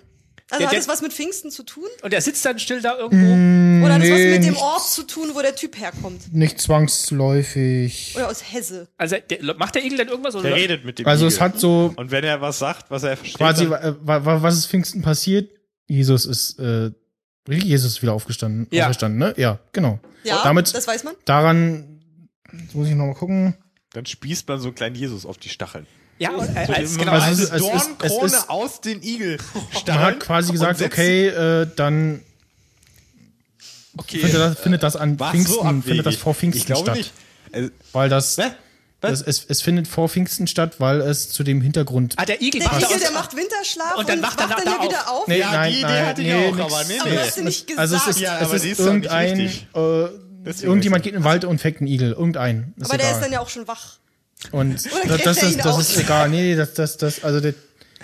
[SPEAKER 3] der-
[SPEAKER 2] hat
[SPEAKER 3] der-
[SPEAKER 2] das was mit Pfingsten zu tun?
[SPEAKER 3] und der sitzt dann still da irgendwo.
[SPEAKER 1] Hm,
[SPEAKER 2] Oder hat das was mit dem
[SPEAKER 1] nicht,
[SPEAKER 2] Ort zu tun, wo der Typ herkommt?
[SPEAKER 1] nicht zwangsläufig.
[SPEAKER 2] Oder aus Hesse?
[SPEAKER 3] Also der, macht der Igel dann irgendwas? Oder?
[SPEAKER 5] Der redet mit dem
[SPEAKER 1] Also
[SPEAKER 5] Igel.
[SPEAKER 1] es hat so
[SPEAKER 5] Und wenn er was sagt, was er versteht.
[SPEAKER 1] quasi,
[SPEAKER 5] dann-
[SPEAKER 1] äh, wa- wa- was ist Pfingsten passiert? Jesus ist, äh, Jesus ist wieder aufgestanden,
[SPEAKER 3] Ja.
[SPEAKER 1] auferstanden, ne? Ja, genau.
[SPEAKER 2] Ja,
[SPEAKER 1] Damit-
[SPEAKER 2] das weiß man.
[SPEAKER 1] Daran jetzt muss ich nochmal gucken.
[SPEAKER 5] dann spießt man so einen kleinen Jesus auf die Stacheln.
[SPEAKER 3] Ja, und, äh, als,
[SPEAKER 5] Man
[SPEAKER 3] genau.
[SPEAKER 5] macht
[SPEAKER 1] also es
[SPEAKER 5] eine
[SPEAKER 1] ist- es ist- es
[SPEAKER 5] Dornkrone
[SPEAKER 1] ist-
[SPEAKER 5] aus den Igelstacheln.
[SPEAKER 1] Man hat quasi gesagt, okay, äh, dann findet das, findet das an
[SPEAKER 5] Was
[SPEAKER 1] Pfingsten,
[SPEAKER 5] so abwegig.
[SPEAKER 1] findet das vor Pfingsten
[SPEAKER 5] Ich glaube
[SPEAKER 1] statt.
[SPEAKER 5] nicht. Also,
[SPEAKER 1] Weil das,
[SPEAKER 5] ne?
[SPEAKER 1] das es, es findet vor Pfingsten statt, weil es zu dem Hintergrund.
[SPEAKER 3] ah, der Igel
[SPEAKER 2] Der
[SPEAKER 3] macht da
[SPEAKER 2] Igel,
[SPEAKER 3] aus-
[SPEAKER 2] der macht Winterschlaf
[SPEAKER 3] Und
[SPEAKER 2] und,
[SPEAKER 3] dann wacht er
[SPEAKER 2] wacht dann
[SPEAKER 3] da
[SPEAKER 2] hier wieder auf.
[SPEAKER 5] ja, die Idee hatte ich auch,
[SPEAKER 1] nix.
[SPEAKER 5] aber nee,
[SPEAKER 2] Aber
[SPEAKER 5] nee.
[SPEAKER 2] hast du nicht gesagt.
[SPEAKER 1] Also es ist,
[SPEAKER 5] Ja,
[SPEAKER 1] es
[SPEAKER 5] aber
[SPEAKER 1] ist
[SPEAKER 5] die ist doch nicht
[SPEAKER 1] irgendein,
[SPEAKER 5] richtig.
[SPEAKER 1] äh,
[SPEAKER 5] Deswegen
[SPEAKER 1] irgendjemand
[SPEAKER 5] ist
[SPEAKER 1] geht in den Wald und fängt einen Igel, irgendeinen. Ist
[SPEAKER 2] aber
[SPEAKER 1] egal.
[SPEAKER 2] der ist dann ja auch schon wach.
[SPEAKER 1] und
[SPEAKER 2] Oder
[SPEAKER 1] das,
[SPEAKER 2] gräbt
[SPEAKER 1] das,
[SPEAKER 2] er ihn
[SPEAKER 1] ist, das
[SPEAKER 2] auf?
[SPEAKER 1] ist egal. Nee, nee, das, das, das, also der,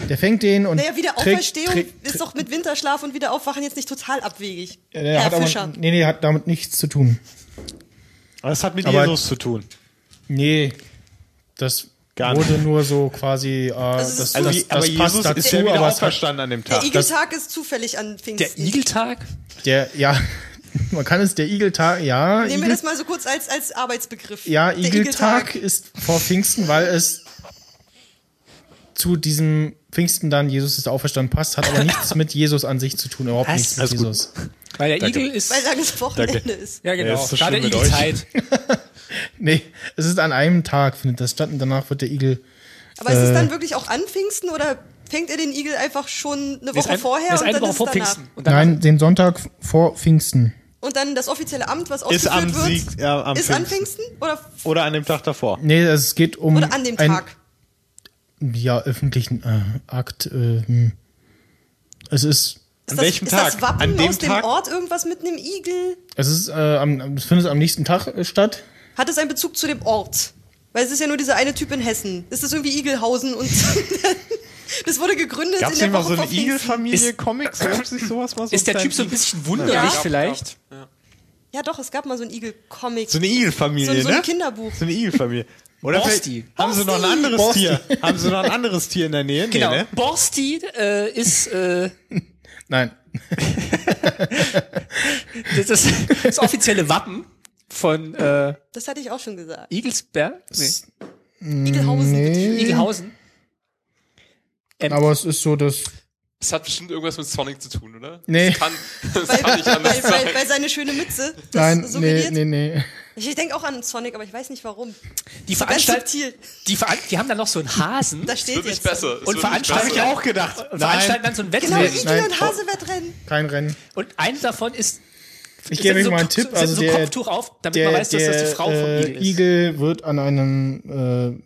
[SPEAKER 1] der fängt den und
[SPEAKER 2] Naja, wieder
[SPEAKER 1] trägt-
[SPEAKER 2] Auferstehung
[SPEAKER 1] trägt-
[SPEAKER 2] ist doch mit Winterschlaf und wieder Aufwachen jetzt nicht total abwegig.
[SPEAKER 1] Ja, der hat
[SPEAKER 2] Herr
[SPEAKER 1] aber,
[SPEAKER 2] Fischer.
[SPEAKER 1] nee, nee, hat damit nichts zu tun.
[SPEAKER 5] Aber das hat mit
[SPEAKER 1] Aber-
[SPEAKER 5] Jesus zu tun.
[SPEAKER 1] Nee, das
[SPEAKER 5] Gar nicht.
[SPEAKER 1] wurde nur so quasi, äh,
[SPEAKER 2] es
[SPEAKER 1] das,
[SPEAKER 2] ist
[SPEAKER 1] das,
[SPEAKER 2] so-
[SPEAKER 5] Also,
[SPEAKER 1] das,
[SPEAKER 5] aber
[SPEAKER 1] das
[SPEAKER 5] Jesus
[SPEAKER 1] passt
[SPEAKER 5] ist
[SPEAKER 1] dazu,
[SPEAKER 5] ja wieder
[SPEAKER 1] aber es hat
[SPEAKER 5] auferstanden an dem
[SPEAKER 2] Der
[SPEAKER 5] Tag.
[SPEAKER 2] Igeltag ist zufällig an Pfingsten.
[SPEAKER 3] der Igeltag?
[SPEAKER 1] Der, ja, man kann es der Igeltag, ja.
[SPEAKER 2] Nehmen wir
[SPEAKER 1] Igel,
[SPEAKER 2] das mal so kurz als, als Arbeitsbegriff.
[SPEAKER 1] ja,
[SPEAKER 2] Der
[SPEAKER 1] Igeltag ist vor Pfingsten, weil es zu diesem Pfingsten dann Jesus ist auferstanden passt, hat aber nichts mit Jesus an sich zu tun, überhaupt
[SPEAKER 3] Was?
[SPEAKER 1] nichts mit
[SPEAKER 5] Alles gut.
[SPEAKER 1] Jesus.
[SPEAKER 3] Weil der Igel ist.
[SPEAKER 2] Weil dann das Wochenende ist.
[SPEAKER 3] Ja, genau.
[SPEAKER 5] Ja, ist so
[SPEAKER 3] Gerade
[SPEAKER 5] schlimm mit
[SPEAKER 3] Igelzeit.
[SPEAKER 1] Nee, es ist an einem Tag, findet das statt und danach wird der Igel.
[SPEAKER 2] Aber ist es
[SPEAKER 5] Äh.
[SPEAKER 2] dann wirklich auch an Pfingsten oder fängt er den Igel einfach schon eine Woche
[SPEAKER 3] ein-
[SPEAKER 2] vorher
[SPEAKER 3] das
[SPEAKER 2] und
[SPEAKER 3] eine
[SPEAKER 2] dann
[SPEAKER 3] Woche
[SPEAKER 2] ist
[SPEAKER 3] vor
[SPEAKER 2] es danach?
[SPEAKER 3] Pfingsten. Und dann
[SPEAKER 1] Nein, den Sonntag vor Pfingsten.
[SPEAKER 2] Und dann das offizielle Amt, was
[SPEAKER 5] Ist
[SPEAKER 2] ausgeführt
[SPEAKER 5] am
[SPEAKER 2] wird,
[SPEAKER 5] Sieg, ja, am
[SPEAKER 2] ist an
[SPEAKER 5] Pfingsten. Hm.
[SPEAKER 2] Pfingsten oder,
[SPEAKER 5] Oder an dem Tag davor.
[SPEAKER 1] Nee, es geht um.
[SPEAKER 2] oder an dem
[SPEAKER 1] ein-
[SPEAKER 2] Tag?
[SPEAKER 1] Ja, öffentlichen äh, Akt. Äh, hm. es ist.
[SPEAKER 2] Ist
[SPEAKER 5] An welchem
[SPEAKER 2] das,
[SPEAKER 5] Tag?
[SPEAKER 2] Ist das Wappen
[SPEAKER 5] An dem
[SPEAKER 2] aus dem
[SPEAKER 5] Tag?
[SPEAKER 2] Ort irgendwas mit einem Igel?
[SPEAKER 1] Es ist äh, am, am- es findet am nächsten Tag äh, statt.
[SPEAKER 2] Hat es einen Bezug zu dem Ort? Weil es ist ja nur dieser eine Typ in Hessen. Ist das irgendwie Igelhausen und das wurde gegründet
[SPEAKER 5] Gab
[SPEAKER 2] in
[SPEAKER 5] es
[SPEAKER 2] der
[SPEAKER 5] nicht mal
[SPEAKER 2] Woche
[SPEAKER 5] so eine
[SPEAKER 2] vor Pfingsten.
[SPEAKER 5] Igelfamilie-Comics? Gab es nicht sowas mal so?
[SPEAKER 3] ist der
[SPEAKER 5] einen
[SPEAKER 3] Typ so ein
[SPEAKER 5] kleinen-
[SPEAKER 3] bisschen wunderlich
[SPEAKER 2] Ja.
[SPEAKER 3] vielleicht?
[SPEAKER 2] Ja doch, es gab mal so einen Igel-Comic.
[SPEAKER 5] So eine
[SPEAKER 2] so,
[SPEAKER 5] Igelfamilie,
[SPEAKER 2] so ein
[SPEAKER 5] ne?
[SPEAKER 2] Kinderbuch.
[SPEAKER 5] So eine Igelfamilie.
[SPEAKER 4] ne?
[SPEAKER 5] Oder
[SPEAKER 3] Borsti.
[SPEAKER 5] vielleicht haben sie noch ein anderes
[SPEAKER 1] Borsti.
[SPEAKER 5] Tier? Haben sie noch ein anderes Tier in der Nähe?
[SPEAKER 3] Genau.
[SPEAKER 5] Nee, ne?
[SPEAKER 3] Borsti äh, ist. Äh,
[SPEAKER 1] Nein.
[SPEAKER 3] das, ist das offizielle Wappen von äh,
[SPEAKER 2] Das hatte ich auch schon gesagt.
[SPEAKER 3] Igelsberg. Nee,
[SPEAKER 2] Igelhausen.
[SPEAKER 1] Nee.
[SPEAKER 3] Igelhausen.
[SPEAKER 1] Aber es ist so, dass
[SPEAKER 4] Es hat bestimmt irgendwas mit Sonic zu tun, oder?
[SPEAKER 1] Nee.
[SPEAKER 4] Das kann, das
[SPEAKER 2] Weil,
[SPEAKER 4] kann nicht
[SPEAKER 2] weil,
[SPEAKER 4] anders sein.
[SPEAKER 2] weil, weil seine schöne Mütze das
[SPEAKER 1] Nein, nee,
[SPEAKER 2] suggeriert.
[SPEAKER 1] nee, nee.
[SPEAKER 2] Ich denke auch an Sonic, aber ich weiß nicht warum.
[SPEAKER 3] Die
[SPEAKER 2] Ganz
[SPEAKER 3] Veranstalt
[SPEAKER 2] subtil.
[SPEAKER 3] die, veran die haben dann noch so einen Hasen
[SPEAKER 2] Da steht
[SPEAKER 4] Wird nicht
[SPEAKER 2] jetzt.
[SPEAKER 4] besser. Es
[SPEAKER 3] Und
[SPEAKER 4] wird
[SPEAKER 3] veranstalten-
[SPEAKER 4] nicht
[SPEAKER 5] Ich
[SPEAKER 4] besser.
[SPEAKER 5] auch gedacht.
[SPEAKER 3] und veranstalten dann so ein
[SPEAKER 2] Genau,
[SPEAKER 3] Wettrennen.
[SPEAKER 1] Nee,
[SPEAKER 2] Igel
[SPEAKER 1] nein.
[SPEAKER 2] und Hase wettrennen.
[SPEAKER 1] Kein Rennen.
[SPEAKER 3] Und eins davon ist
[SPEAKER 1] Ich gebe
[SPEAKER 3] sind
[SPEAKER 1] euch
[SPEAKER 3] so
[SPEAKER 1] mal einen
[SPEAKER 3] Kopf-
[SPEAKER 1] Tipp.
[SPEAKER 3] sind
[SPEAKER 1] Also
[SPEAKER 3] so
[SPEAKER 1] der,
[SPEAKER 3] Kopftuch auf, damit
[SPEAKER 1] der,
[SPEAKER 3] man weiß, dass
[SPEAKER 1] der
[SPEAKER 3] das die Frau vom
[SPEAKER 1] äh,
[SPEAKER 3] Igel ist.
[SPEAKER 1] Igel wird an einem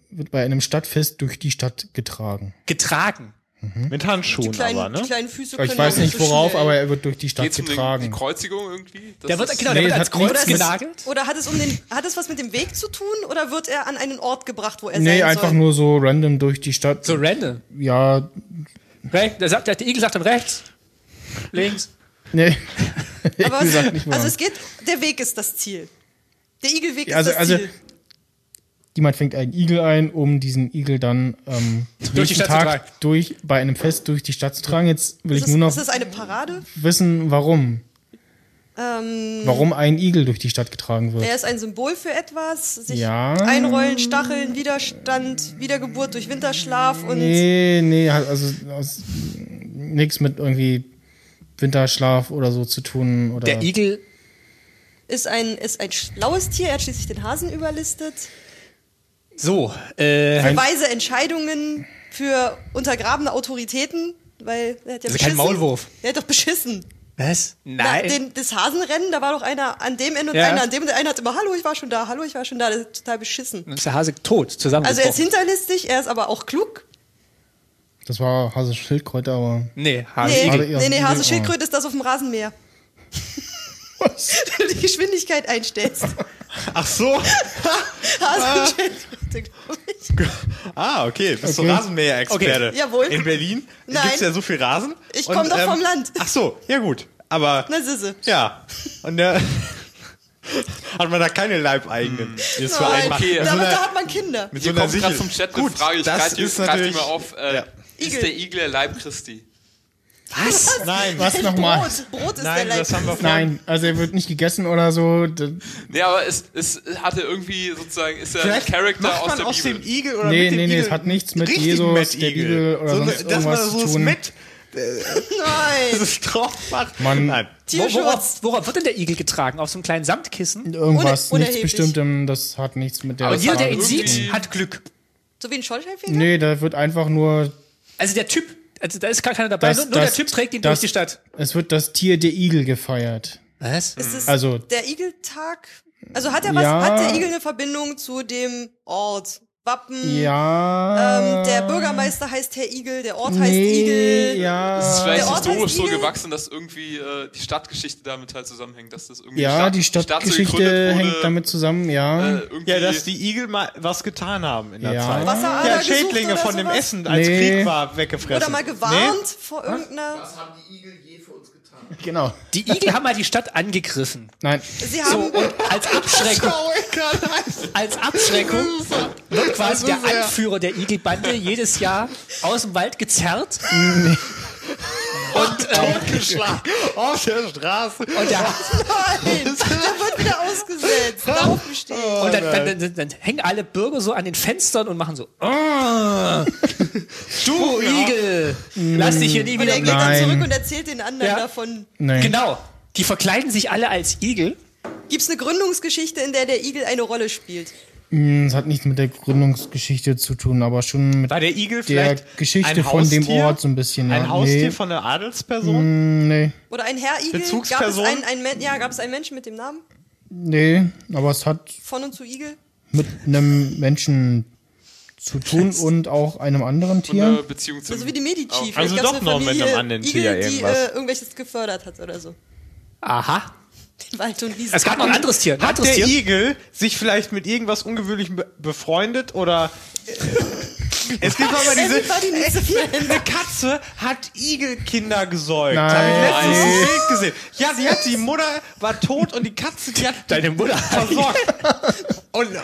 [SPEAKER 1] äh, wird bei einem Stadtfest durch die Stadt getragen.
[SPEAKER 3] Getragen.
[SPEAKER 5] Mit
[SPEAKER 2] Hm? Die
[SPEAKER 5] Handschuhen
[SPEAKER 2] kleinen,
[SPEAKER 5] aber,
[SPEAKER 2] die
[SPEAKER 5] ne?
[SPEAKER 2] kleinen Füße können
[SPEAKER 1] Ich weiß
[SPEAKER 2] auch
[SPEAKER 1] nicht
[SPEAKER 2] so
[SPEAKER 1] worauf,
[SPEAKER 2] schnell.
[SPEAKER 1] aber er wird durch die Stadt
[SPEAKER 4] Geht's um den, die
[SPEAKER 1] getragen.
[SPEAKER 4] Kreuzigung irgendwie? Das
[SPEAKER 3] Der wird,
[SPEAKER 4] ist-
[SPEAKER 3] genau,
[SPEAKER 1] nee,
[SPEAKER 3] der
[SPEAKER 1] das
[SPEAKER 3] wird als
[SPEAKER 1] hat nichts
[SPEAKER 3] Kreuz
[SPEAKER 1] mit-
[SPEAKER 3] genagelt.
[SPEAKER 2] Oder hat es, um den, hat es was mit dem Weg zu tun oder wird er an einen Ort gebracht, wo er
[SPEAKER 1] Nee,
[SPEAKER 2] sein
[SPEAKER 1] einfach
[SPEAKER 2] soll?
[SPEAKER 1] nur so random durch die Stadt.
[SPEAKER 3] So random.
[SPEAKER 1] Ja,
[SPEAKER 3] Rechts, der, sagt, der, der Igel sagt dann rechts, links.
[SPEAKER 1] nee.
[SPEAKER 2] Aber,
[SPEAKER 1] Wie gesagt, nicht
[SPEAKER 2] also
[SPEAKER 1] wahr.
[SPEAKER 2] es geht, der Weg ist das Ziel. Der Igelweg ist
[SPEAKER 1] Also-
[SPEAKER 2] das
[SPEAKER 1] also-
[SPEAKER 2] Ziel.
[SPEAKER 1] Jemand fängt einen Igel ein, um diesen Igel dann ähm, durch
[SPEAKER 3] die Stadt zu tragen.
[SPEAKER 1] durch bei einem Fest durch die Stadt zu tragen. Jetzt will
[SPEAKER 2] Ist
[SPEAKER 1] ich
[SPEAKER 2] das,
[SPEAKER 1] nur noch
[SPEAKER 2] ist das eine Parade?
[SPEAKER 1] wissen, warum.
[SPEAKER 2] Ähm,
[SPEAKER 1] Warum ein Igel durch die Stadt getragen wird.
[SPEAKER 2] er ist ein Symbol für etwas, sich
[SPEAKER 1] Ja.
[SPEAKER 2] einrollen, stacheln, Widerstand, Wiedergeburt durch Winterschlaf und
[SPEAKER 1] Nee, nee, hat also aus, nichts mit irgendwie Winterschlaf oder so zu tun. Oder
[SPEAKER 3] Der Igel,
[SPEAKER 2] ist, ein, ist ein schlaues Tier. Er hat schließlich den Hasen überlistet.
[SPEAKER 3] so, äh,
[SPEAKER 1] Ein-
[SPEAKER 2] Weise Entscheidungen für untergrabene Autoritäten, weil er hat ja
[SPEAKER 3] Also kein
[SPEAKER 2] beschissen.
[SPEAKER 3] Maulwurf.
[SPEAKER 2] Er hat doch beschissen.
[SPEAKER 3] was?
[SPEAKER 2] Na,
[SPEAKER 3] Nein.
[SPEAKER 2] den, das Hasenrennen, da war doch einer an dem Ende und
[SPEAKER 3] Ja.
[SPEAKER 2] einer an dem und der eine hat immer, hallo, ich war schon da, hallo, ich war schon da, das ist total beschissen.
[SPEAKER 3] Dann ist der Hase tot, zusammen.
[SPEAKER 2] Also er ist hinterlistig, er ist aber auch klug.
[SPEAKER 1] das war Hase Schildkröte, aber.
[SPEAKER 3] Nee, Hase,
[SPEAKER 2] Nee,
[SPEAKER 1] Igel.
[SPEAKER 3] Igel.
[SPEAKER 2] nee, nee, Hase
[SPEAKER 1] Igel.
[SPEAKER 2] Schildkröte ist das auf dem Rasenmäher. Wenn du die Geschwindigkeit einstellst.
[SPEAKER 5] Ach so.
[SPEAKER 2] Hase Schildkröte, glaube ich.
[SPEAKER 5] Ah, okay. Bist du
[SPEAKER 1] Okay.
[SPEAKER 5] Rasenmäher-Experte?
[SPEAKER 2] Okay. Jawohl.
[SPEAKER 5] In Berlin
[SPEAKER 2] Nein.
[SPEAKER 5] gibt's ja so viel Rasen.
[SPEAKER 2] Ich
[SPEAKER 5] Und, ähm,
[SPEAKER 2] komm doch vom Land.
[SPEAKER 5] Ach so, ja gut. Aber
[SPEAKER 2] Na Sisse.
[SPEAKER 5] ja. Und der hat man da keine Leibeigenen. Jetzt für
[SPEAKER 2] Nein,
[SPEAKER 5] einmal.
[SPEAKER 4] Okay,
[SPEAKER 5] Mit so
[SPEAKER 2] damit
[SPEAKER 5] einer-
[SPEAKER 2] da hat man Kinder.
[SPEAKER 5] mit so
[SPEAKER 4] Hm. Hier
[SPEAKER 5] einer
[SPEAKER 4] kommt gerade
[SPEAKER 5] Sichel.
[SPEAKER 4] vom Chat eine
[SPEAKER 5] Gut,
[SPEAKER 4] Frage. Ich
[SPEAKER 5] das
[SPEAKER 4] greife die,
[SPEAKER 5] ist
[SPEAKER 4] greif die
[SPEAKER 5] natürlich-
[SPEAKER 4] mal auf. Äh,
[SPEAKER 5] ja.
[SPEAKER 4] Ist
[SPEAKER 2] Igel.
[SPEAKER 4] der Igel der Leib Christi?
[SPEAKER 3] Was?
[SPEAKER 5] Nein,
[SPEAKER 1] Was nochmal?
[SPEAKER 2] Brot, Brot ist
[SPEAKER 5] nein,
[SPEAKER 2] der
[SPEAKER 5] das haben
[SPEAKER 2] Leib.
[SPEAKER 5] wir vor.
[SPEAKER 1] Nein, also er wird nicht gegessen oder so. D-
[SPEAKER 4] Nee, aber es, es hatte irgendwie sozusagen, ist er ein
[SPEAKER 5] Vielleicht
[SPEAKER 4] Charakter
[SPEAKER 5] macht
[SPEAKER 4] aus
[SPEAKER 5] man
[SPEAKER 4] der
[SPEAKER 5] Also aus
[SPEAKER 4] Bibel.
[SPEAKER 5] dem Igel oder
[SPEAKER 1] Nee,
[SPEAKER 5] mit dem
[SPEAKER 1] nee, nee,
[SPEAKER 5] Igel
[SPEAKER 1] es hat nichts mit
[SPEAKER 5] richtigen
[SPEAKER 1] Jesus,
[SPEAKER 5] Met-Igel.
[SPEAKER 1] der Bibel oder
[SPEAKER 5] so,
[SPEAKER 1] sonst
[SPEAKER 5] Dass man
[SPEAKER 1] irgendwas
[SPEAKER 5] da so
[SPEAKER 1] zu
[SPEAKER 5] das
[SPEAKER 1] tun.
[SPEAKER 5] Met
[SPEAKER 2] Nein.
[SPEAKER 5] das drauf macht.
[SPEAKER 1] Mann.
[SPEAKER 5] Nein.
[SPEAKER 3] Wo-
[SPEAKER 2] Tierschutz.
[SPEAKER 3] Worauf, worauf wird denn der Igel getragen? Auf so einem kleinen Samtkissen?
[SPEAKER 1] Irgendwas,
[SPEAKER 2] Ohne-
[SPEAKER 1] nichts
[SPEAKER 2] unerheblich.
[SPEAKER 1] Bestimmtem, das hat nichts mit der.
[SPEAKER 3] Und jeder, der ihn
[SPEAKER 1] Frage zu tun.
[SPEAKER 3] sieht, hat Glück.
[SPEAKER 2] So wie ein Schornsteinfeger?
[SPEAKER 1] Nee, da wird einfach nur.
[SPEAKER 3] Also der Typ, also da ist gar keiner dabei,
[SPEAKER 1] Das-
[SPEAKER 3] nur, nur
[SPEAKER 1] das-
[SPEAKER 3] der Typ trägt ihn
[SPEAKER 1] das-
[SPEAKER 3] durch die Stadt.
[SPEAKER 1] Es wird das Tier der Igel gefeiert.
[SPEAKER 3] Was?
[SPEAKER 2] Ist es
[SPEAKER 1] Also-
[SPEAKER 2] der Igeltag? Also hat er was,
[SPEAKER 1] Ja.
[SPEAKER 2] hat der Igel eine Verbindung zu dem Ort? Wappen?
[SPEAKER 1] Ja.
[SPEAKER 2] Ähm, der Bürgermeister heißt Herr Igel, der Ort heißt
[SPEAKER 1] nee,
[SPEAKER 2] Igel.
[SPEAKER 1] Ja.
[SPEAKER 4] Es ist vielleicht
[SPEAKER 2] Der Ort
[SPEAKER 4] historisch
[SPEAKER 2] heißt
[SPEAKER 4] so
[SPEAKER 2] Igel?
[SPEAKER 4] gewachsen, dass irgendwie äh, die Stadtgeschichte damit halt zusammenhängt, dass das irgendwie
[SPEAKER 1] Ja, die
[SPEAKER 4] Stadt- so
[SPEAKER 1] Stadtgeschichte
[SPEAKER 4] gegründet wurde,
[SPEAKER 1] hängt damit zusammen,
[SPEAKER 4] äh,
[SPEAKER 1] ja.
[SPEAKER 4] irgendwie-
[SPEAKER 5] Ja, dass die Ah, Igel mal was getan haben in der
[SPEAKER 1] Ja.
[SPEAKER 5] Zeit.
[SPEAKER 2] Wasserader
[SPEAKER 5] ja,
[SPEAKER 2] gesucht
[SPEAKER 5] Schädlinge
[SPEAKER 2] oder
[SPEAKER 5] von dem
[SPEAKER 2] sowas?
[SPEAKER 5] Essen, als
[SPEAKER 1] Nee.
[SPEAKER 5] Krieg war, weggefressen.
[SPEAKER 2] Oder mal gewarnt vor irgendeiner.
[SPEAKER 6] Was haben die Igel je für uns getan?
[SPEAKER 1] Genau.
[SPEAKER 3] Die Igel haben mal die Stadt angegriffen.
[SPEAKER 1] Nein.
[SPEAKER 2] Sie
[SPEAKER 3] So,
[SPEAKER 2] haben.
[SPEAKER 3] und als Abschreckung, als Abschreckung wird quasi der Anführer der Igelbande jedes Jahr aus dem Wald gezerrt. Und, äh,
[SPEAKER 5] Geschlagen auf der Straße.
[SPEAKER 3] und, der,
[SPEAKER 2] Nein! da wird wieder ausgesetzt. Darauf
[SPEAKER 5] Oh,
[SPEAKER 2] bestehen.
[SPEAKER 3] und dann, dann, dann, dann, hängen alle Bürger so an den Fenstern und machen so, "Ah, du Igel, lass dich hier nie
[SPEAKER 2] Und er
[SPEAKER 3] wieder
[SPEAKER 2] geht
[SPEAKER 1] Nein.
[SPEAKER 2] dann zurück und erzählt den anderen
[SPEAKER 3] Ja.
[SPEAKER 2] davon.
[SPEAKER 1] Nein.
[SPEAKER 3] Genau. Die verkleiden sich alle als Igel.
[SPEAKER 2] Gibt's eine Gründungsgeschichte, in der der Igel eine Rolle spielt?
[SPEAKER 1] Es hat nichts mit der Gründungsgeschichte zu tun, aber schon mit
[SPEAKER 5] War der
[SPEAKER 1] der
[SPEAKER 5] Igel vielleicht
[SPEAKER 1] Geschichte
[SPEAKER 5] ein
[SPEAKER 1] von dem
[SPEAKER 5] Haustier?
[SPEAKER 1] Ort so ein bisschen. Ja.
[SPEAKER 5] Ein Haustier
[SPEAKER 1] nee, Mhm.
[SPEAKER 5] von einer Adelsperson?
[SPEAKER 1] nee,
[SPEAKER 2] Oder ein Herr Igel? Gab es
[SPEAKER 5] Bezugsperson?
[SPEAKER 2] einen, einen, Men- ja, gab es einen Menschen mit dem Namen?
[SPEAKER 1] nee, aber es hat
[SPEAKER 2] Von und zu Igel?
[SPEAKER 1] mit einem Menschen zu tun und auch einem anderen
[SPEAKER 4] und äh, eine
[SPEAKER 1] Tier.
[SPEAKER 4] Beziehung zu
[SPEAKER 2] Also wie die Medici.
[SPEAKER 5] Also
[SPEAKER 2] gab's
[SPEAKER 5] doch noch mit einem anderen
[SPEAKER 2] Igel,
[SPEAKER 5] Tier
[SPEAKER 2] die
[SPEAKER 5] irgendwas.
[SPEAKER 2] äh, irgendwelches gefördert hat oder so.
[SPEAKER 3] Aha.
[SPEAKER 2] Den Wald und Wiesen.
[SPEAKER 3] Es gab noch ein anderes Tier. Ein
[SPEAKER 5] Hat
[SPEAKER 3] anderes
[SPEAKER 5] der
[SPEAKER 3] Tier.
[SPEAKER 5] Igel sich vielleicht mit irgendwas Ungewöhnlichem be befreundet oder. es gibt aber diese.
[SPEAKER 2] Everybody needs
[SPEAKER 3] Äh,
[SPEAKER 2] a friend.
[SPEAKER 5] Eine Katze hat Igelkinder gesäugt.
[SPEAKER 1] Nein.
[SPEAKER 5] Hab ich letztens
[SPEAKER 1] Nein.
[SPEAKER 5] ein Bild gesehen. Ja, sie hat, die Mutter war tot und die Katze, die hat
[SPEAKER 3] Deine Mutter.
[SPEAKER 5] versorgt. Und äh,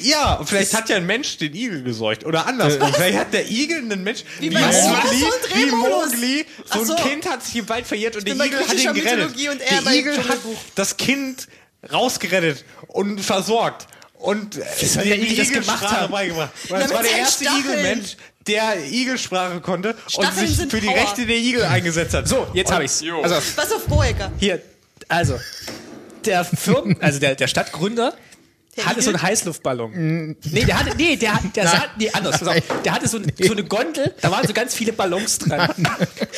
[SPEAKER 5] ja, und vielleicht hat ja ein Mensch den Igel gesäugt oder
[SPEAKER 3] Äh,
[SPEAKER 5] andersrum. Vielleicht hat der Igel einen Mensch wie,
[SPEAKER 2] bei Swasso und
[SPEAKER 5] wie
[SPEAKER 2] Drehmodus.
[SPEAKER 5] Mowgli, so,
[SPEAKER 2] Ach so.
[SPEAKER 5] ein Kind hat sich im Wald verirrt und der
[SPEAKER 2] bin bei
[SPEAKER 5] Igel hat
[SPEAKER 2] griechischer
[SPEAKER 5] ihn gerettet.
[SPEAKER 2] Mythologie und er
[SPEAKER 5] Der
[SPEAKER 2] bei
[SPEAKER 5] Igel hat
[SPEAKER 2] Dschungelbuch.
[SPEAKER 5] das Kind rausgerettet und versorgt. Und äh,
[SPEAKER 3] soll
[SPEAKER 5] dem
[SPEAKER 3] der Igel das
[SPEAKER 5] Igel
[SPEAKER 3] gemacht
[SPEAKER 5] Sprache
[SPEAKER 3] haben?
[SPEAKER 5] beigebracht. Weil
[SPEAKER 2] Damit
[SPEAKER 5] das war der
[SPEAKER 2] sein
[SPEAKER 5] erste
[SPEAKER 2] Stacheln.
[SPEAKER 5] Igelmensch, der Igelsprache konnte
[SPEAKER 2] Stacheln
[SPEAKER 5] und sich
[SPEAKER 2] sind
[SPEAKER 5] für die
[SPEAKER 2] Power.
[SPEAKER 5] Rechte der Igel eingesetzt hat. So,
[SPEAKER 3] Jetzt habe ich's.
[SPEAKER 4] Jo.
[SPEAKER 3] Also,
[SPEAKER 2] Was auf Boecker?
[SPEAKER 3] hier, also, der Firmen, also der, der Stadtgründer
[SPEAKER 2] Der
[SPEAKER 3] hatte so einen
[SPEAKER 2] Igel?
[SPEAKER 1] Mm.
[SPEAKER 3] Heißluftballon. Nee, der hatte, nee, der, hat- der sah, nee, anders. Pass auf. Der hatte so, ein- so eine Gondel, da waren so ganz viele Ballons dran.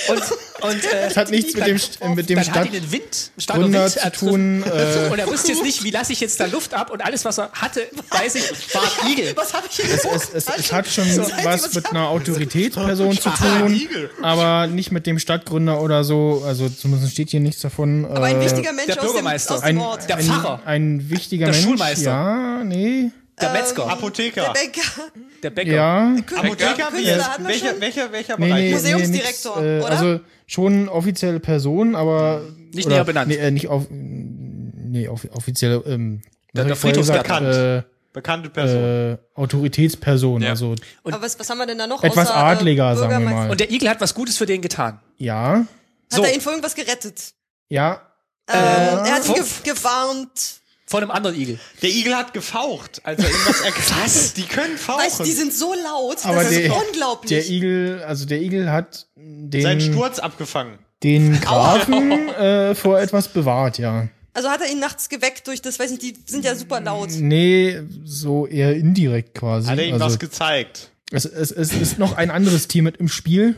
[SPEAKER 3] Und, und, äh,
[SPEAKER 1] Das hat nichts mit dem, St- äh, mit dem
[SPEAKER 3] dann hat
[SPEAKER 1] Stadt.
[SPEAKER 3] ihn den Wind, starker
[SPEAKER 1] Gründer
[SPEAKER 3] Wind
[SPEAKER 1] zu
[SPEAKER 3] ergriffen.
[SPEAKER 1] tun. Äh,
[SPEAKER 3] und er wusste jetzt nicht, wie lasse ich jetzt da Luft ab und alles, was er hatte, weiß ich, war Igel.
[SPEAKER 2] Was habe ich hier gesagt?
[SPEAKER 1] es, es, es hat schon was mit einer Autoritätsperson zu
[SPEAKER 5] ein
[SPEAKER 1] tun,
[SPEAKER 5] Igel.
[SPEAKER 1] aber nicht mit dem Stadtgründer oder so. Also zumindest steht hier nichts davon.
[SPEAKER 2] Aber ein
[SPEAKER 1] Äh,
[SPEAKER 2] wichtiger Mensch aus dem, aus
[SPEAKER 3] Bürgermeister.
[SPEAKER 2] dem
[SPEAKER 1] ein,
[SPEAKER 2] Ort.
[SPEAKER 3] Der
[SPEAKER 1] ein,
[SPEAKER 3] Pfarrer.
[SPEAKER 1] Ein wichtiger
[SPEAKER 3] Der
[SPEAKER 1] Mensch.
[SPEAKER 3] Schulmeister.
[SPEAKER 1] Ja, nee.
[SPEAKER 2] Äh,
[SPEAKER 3] Der Metzger,
[SPEAKER 5] Apotheker.
[SPEAKER 2] Bäcker.
[SPEAKER 3] der Bäcker.
[SPEAKER 1] Ja.
[SPEAKER 5] Apotheker?
[SPEAKER 2] Künstler
[SPEAKER 5] Yes.
[SPEAKER 2] hatten wir
[SPEAKER 5] Welcher,
[SPEAKER 2] schon.
[SPEAKER 5] welcher, welcher
[SPEAKER 1] Nee,
[SPEAKER 5] Bereich?
[SPEAKER 1] nee,
[SPEAKER 2] Museumsdirektor,
[SPEAKER 1] nee, nix, äh,
[SPEAKER 2] oder?
[SPEAKER 1] Also schon offizielle Person, aber.
[SPEAKER 3] Nicht
[SPEAKER 1] oder,
[SPEAKER 3] näher Hm. benannt.
[SPEAKER 1] Nee, äh, nicht auf, nee, auf, offizielle. Ähm, was
[SPEAKER 3] Der-
[SPEAKER 1] hab
[SPEAKER 3] der
[SPEAKER 1] ich vorher
[SPEAKER 3] Friedhof
[SPEAKER 1] gesagt?
[SPEAKER 5] bekannt. Bekannte Person.
[SPEAKER 1] Äh, äh, Autoritätsperson.
[SPEAKER 4] Ja.
[SPEAKER 1] Also
[SPEAKER 2] Aber was, was haben wir denn da noch?
[SPEAKER 1] etwas
[SPEAKER 2] außer, äh,
[SPEAKER 1] adliger, sagen wir mal.
[SPEAKER 3] Und der Igel hat was Gutes für den getan.
[SPEAKER 1] ja.
[SPEAKER 2] Hat
[SPEAKER 3] So.
[SPEAKER 2] er ihn vor irgendwas gerettet?
[SPEAKER 1] Ja.
[SPEAKER 2] Ähm, er hat ihn
[SPEAKER 3] Vor-
[SPEAKER 2] ge gewarnt.
[SPEAKER 3] Von einem anderen Igel.
[SPEAKER 5] Der Igel hat gefaucht, als er irgendwas erkannt hat. Die können fauchen.
[SPEAKER 2] Weißt du, die sind so laut,
[SPEAKER 1] Aber
[SPEAKER 2] das
[SPEAKER 1] der-
[SPEAKER 2] ist unglaublich.
[SPEAKER 1] Der Igel, also der Igel hat
[SPEAKER 5] Seinen
[SPEAKER 1] den,
[SPEAKER 5] Sturz abgefangen.
[SPEAKER 1] den Grafen äh, vor etwas bewahrt, ja.
[SPEAKER 2] also hat er ihn nachts geweckt durch das, weiß nicht, die sind ja super laut.
[SPEAKER 1] Nee, so eher indirekt quasi.
[SPEAKER 5] Hat er ihm
[SPEAKER 1] also,
[SPEAKER 5] was gezeigt?
[SPEAKER 1] es, es, es ist noch ein anderes Team mit im Spiel.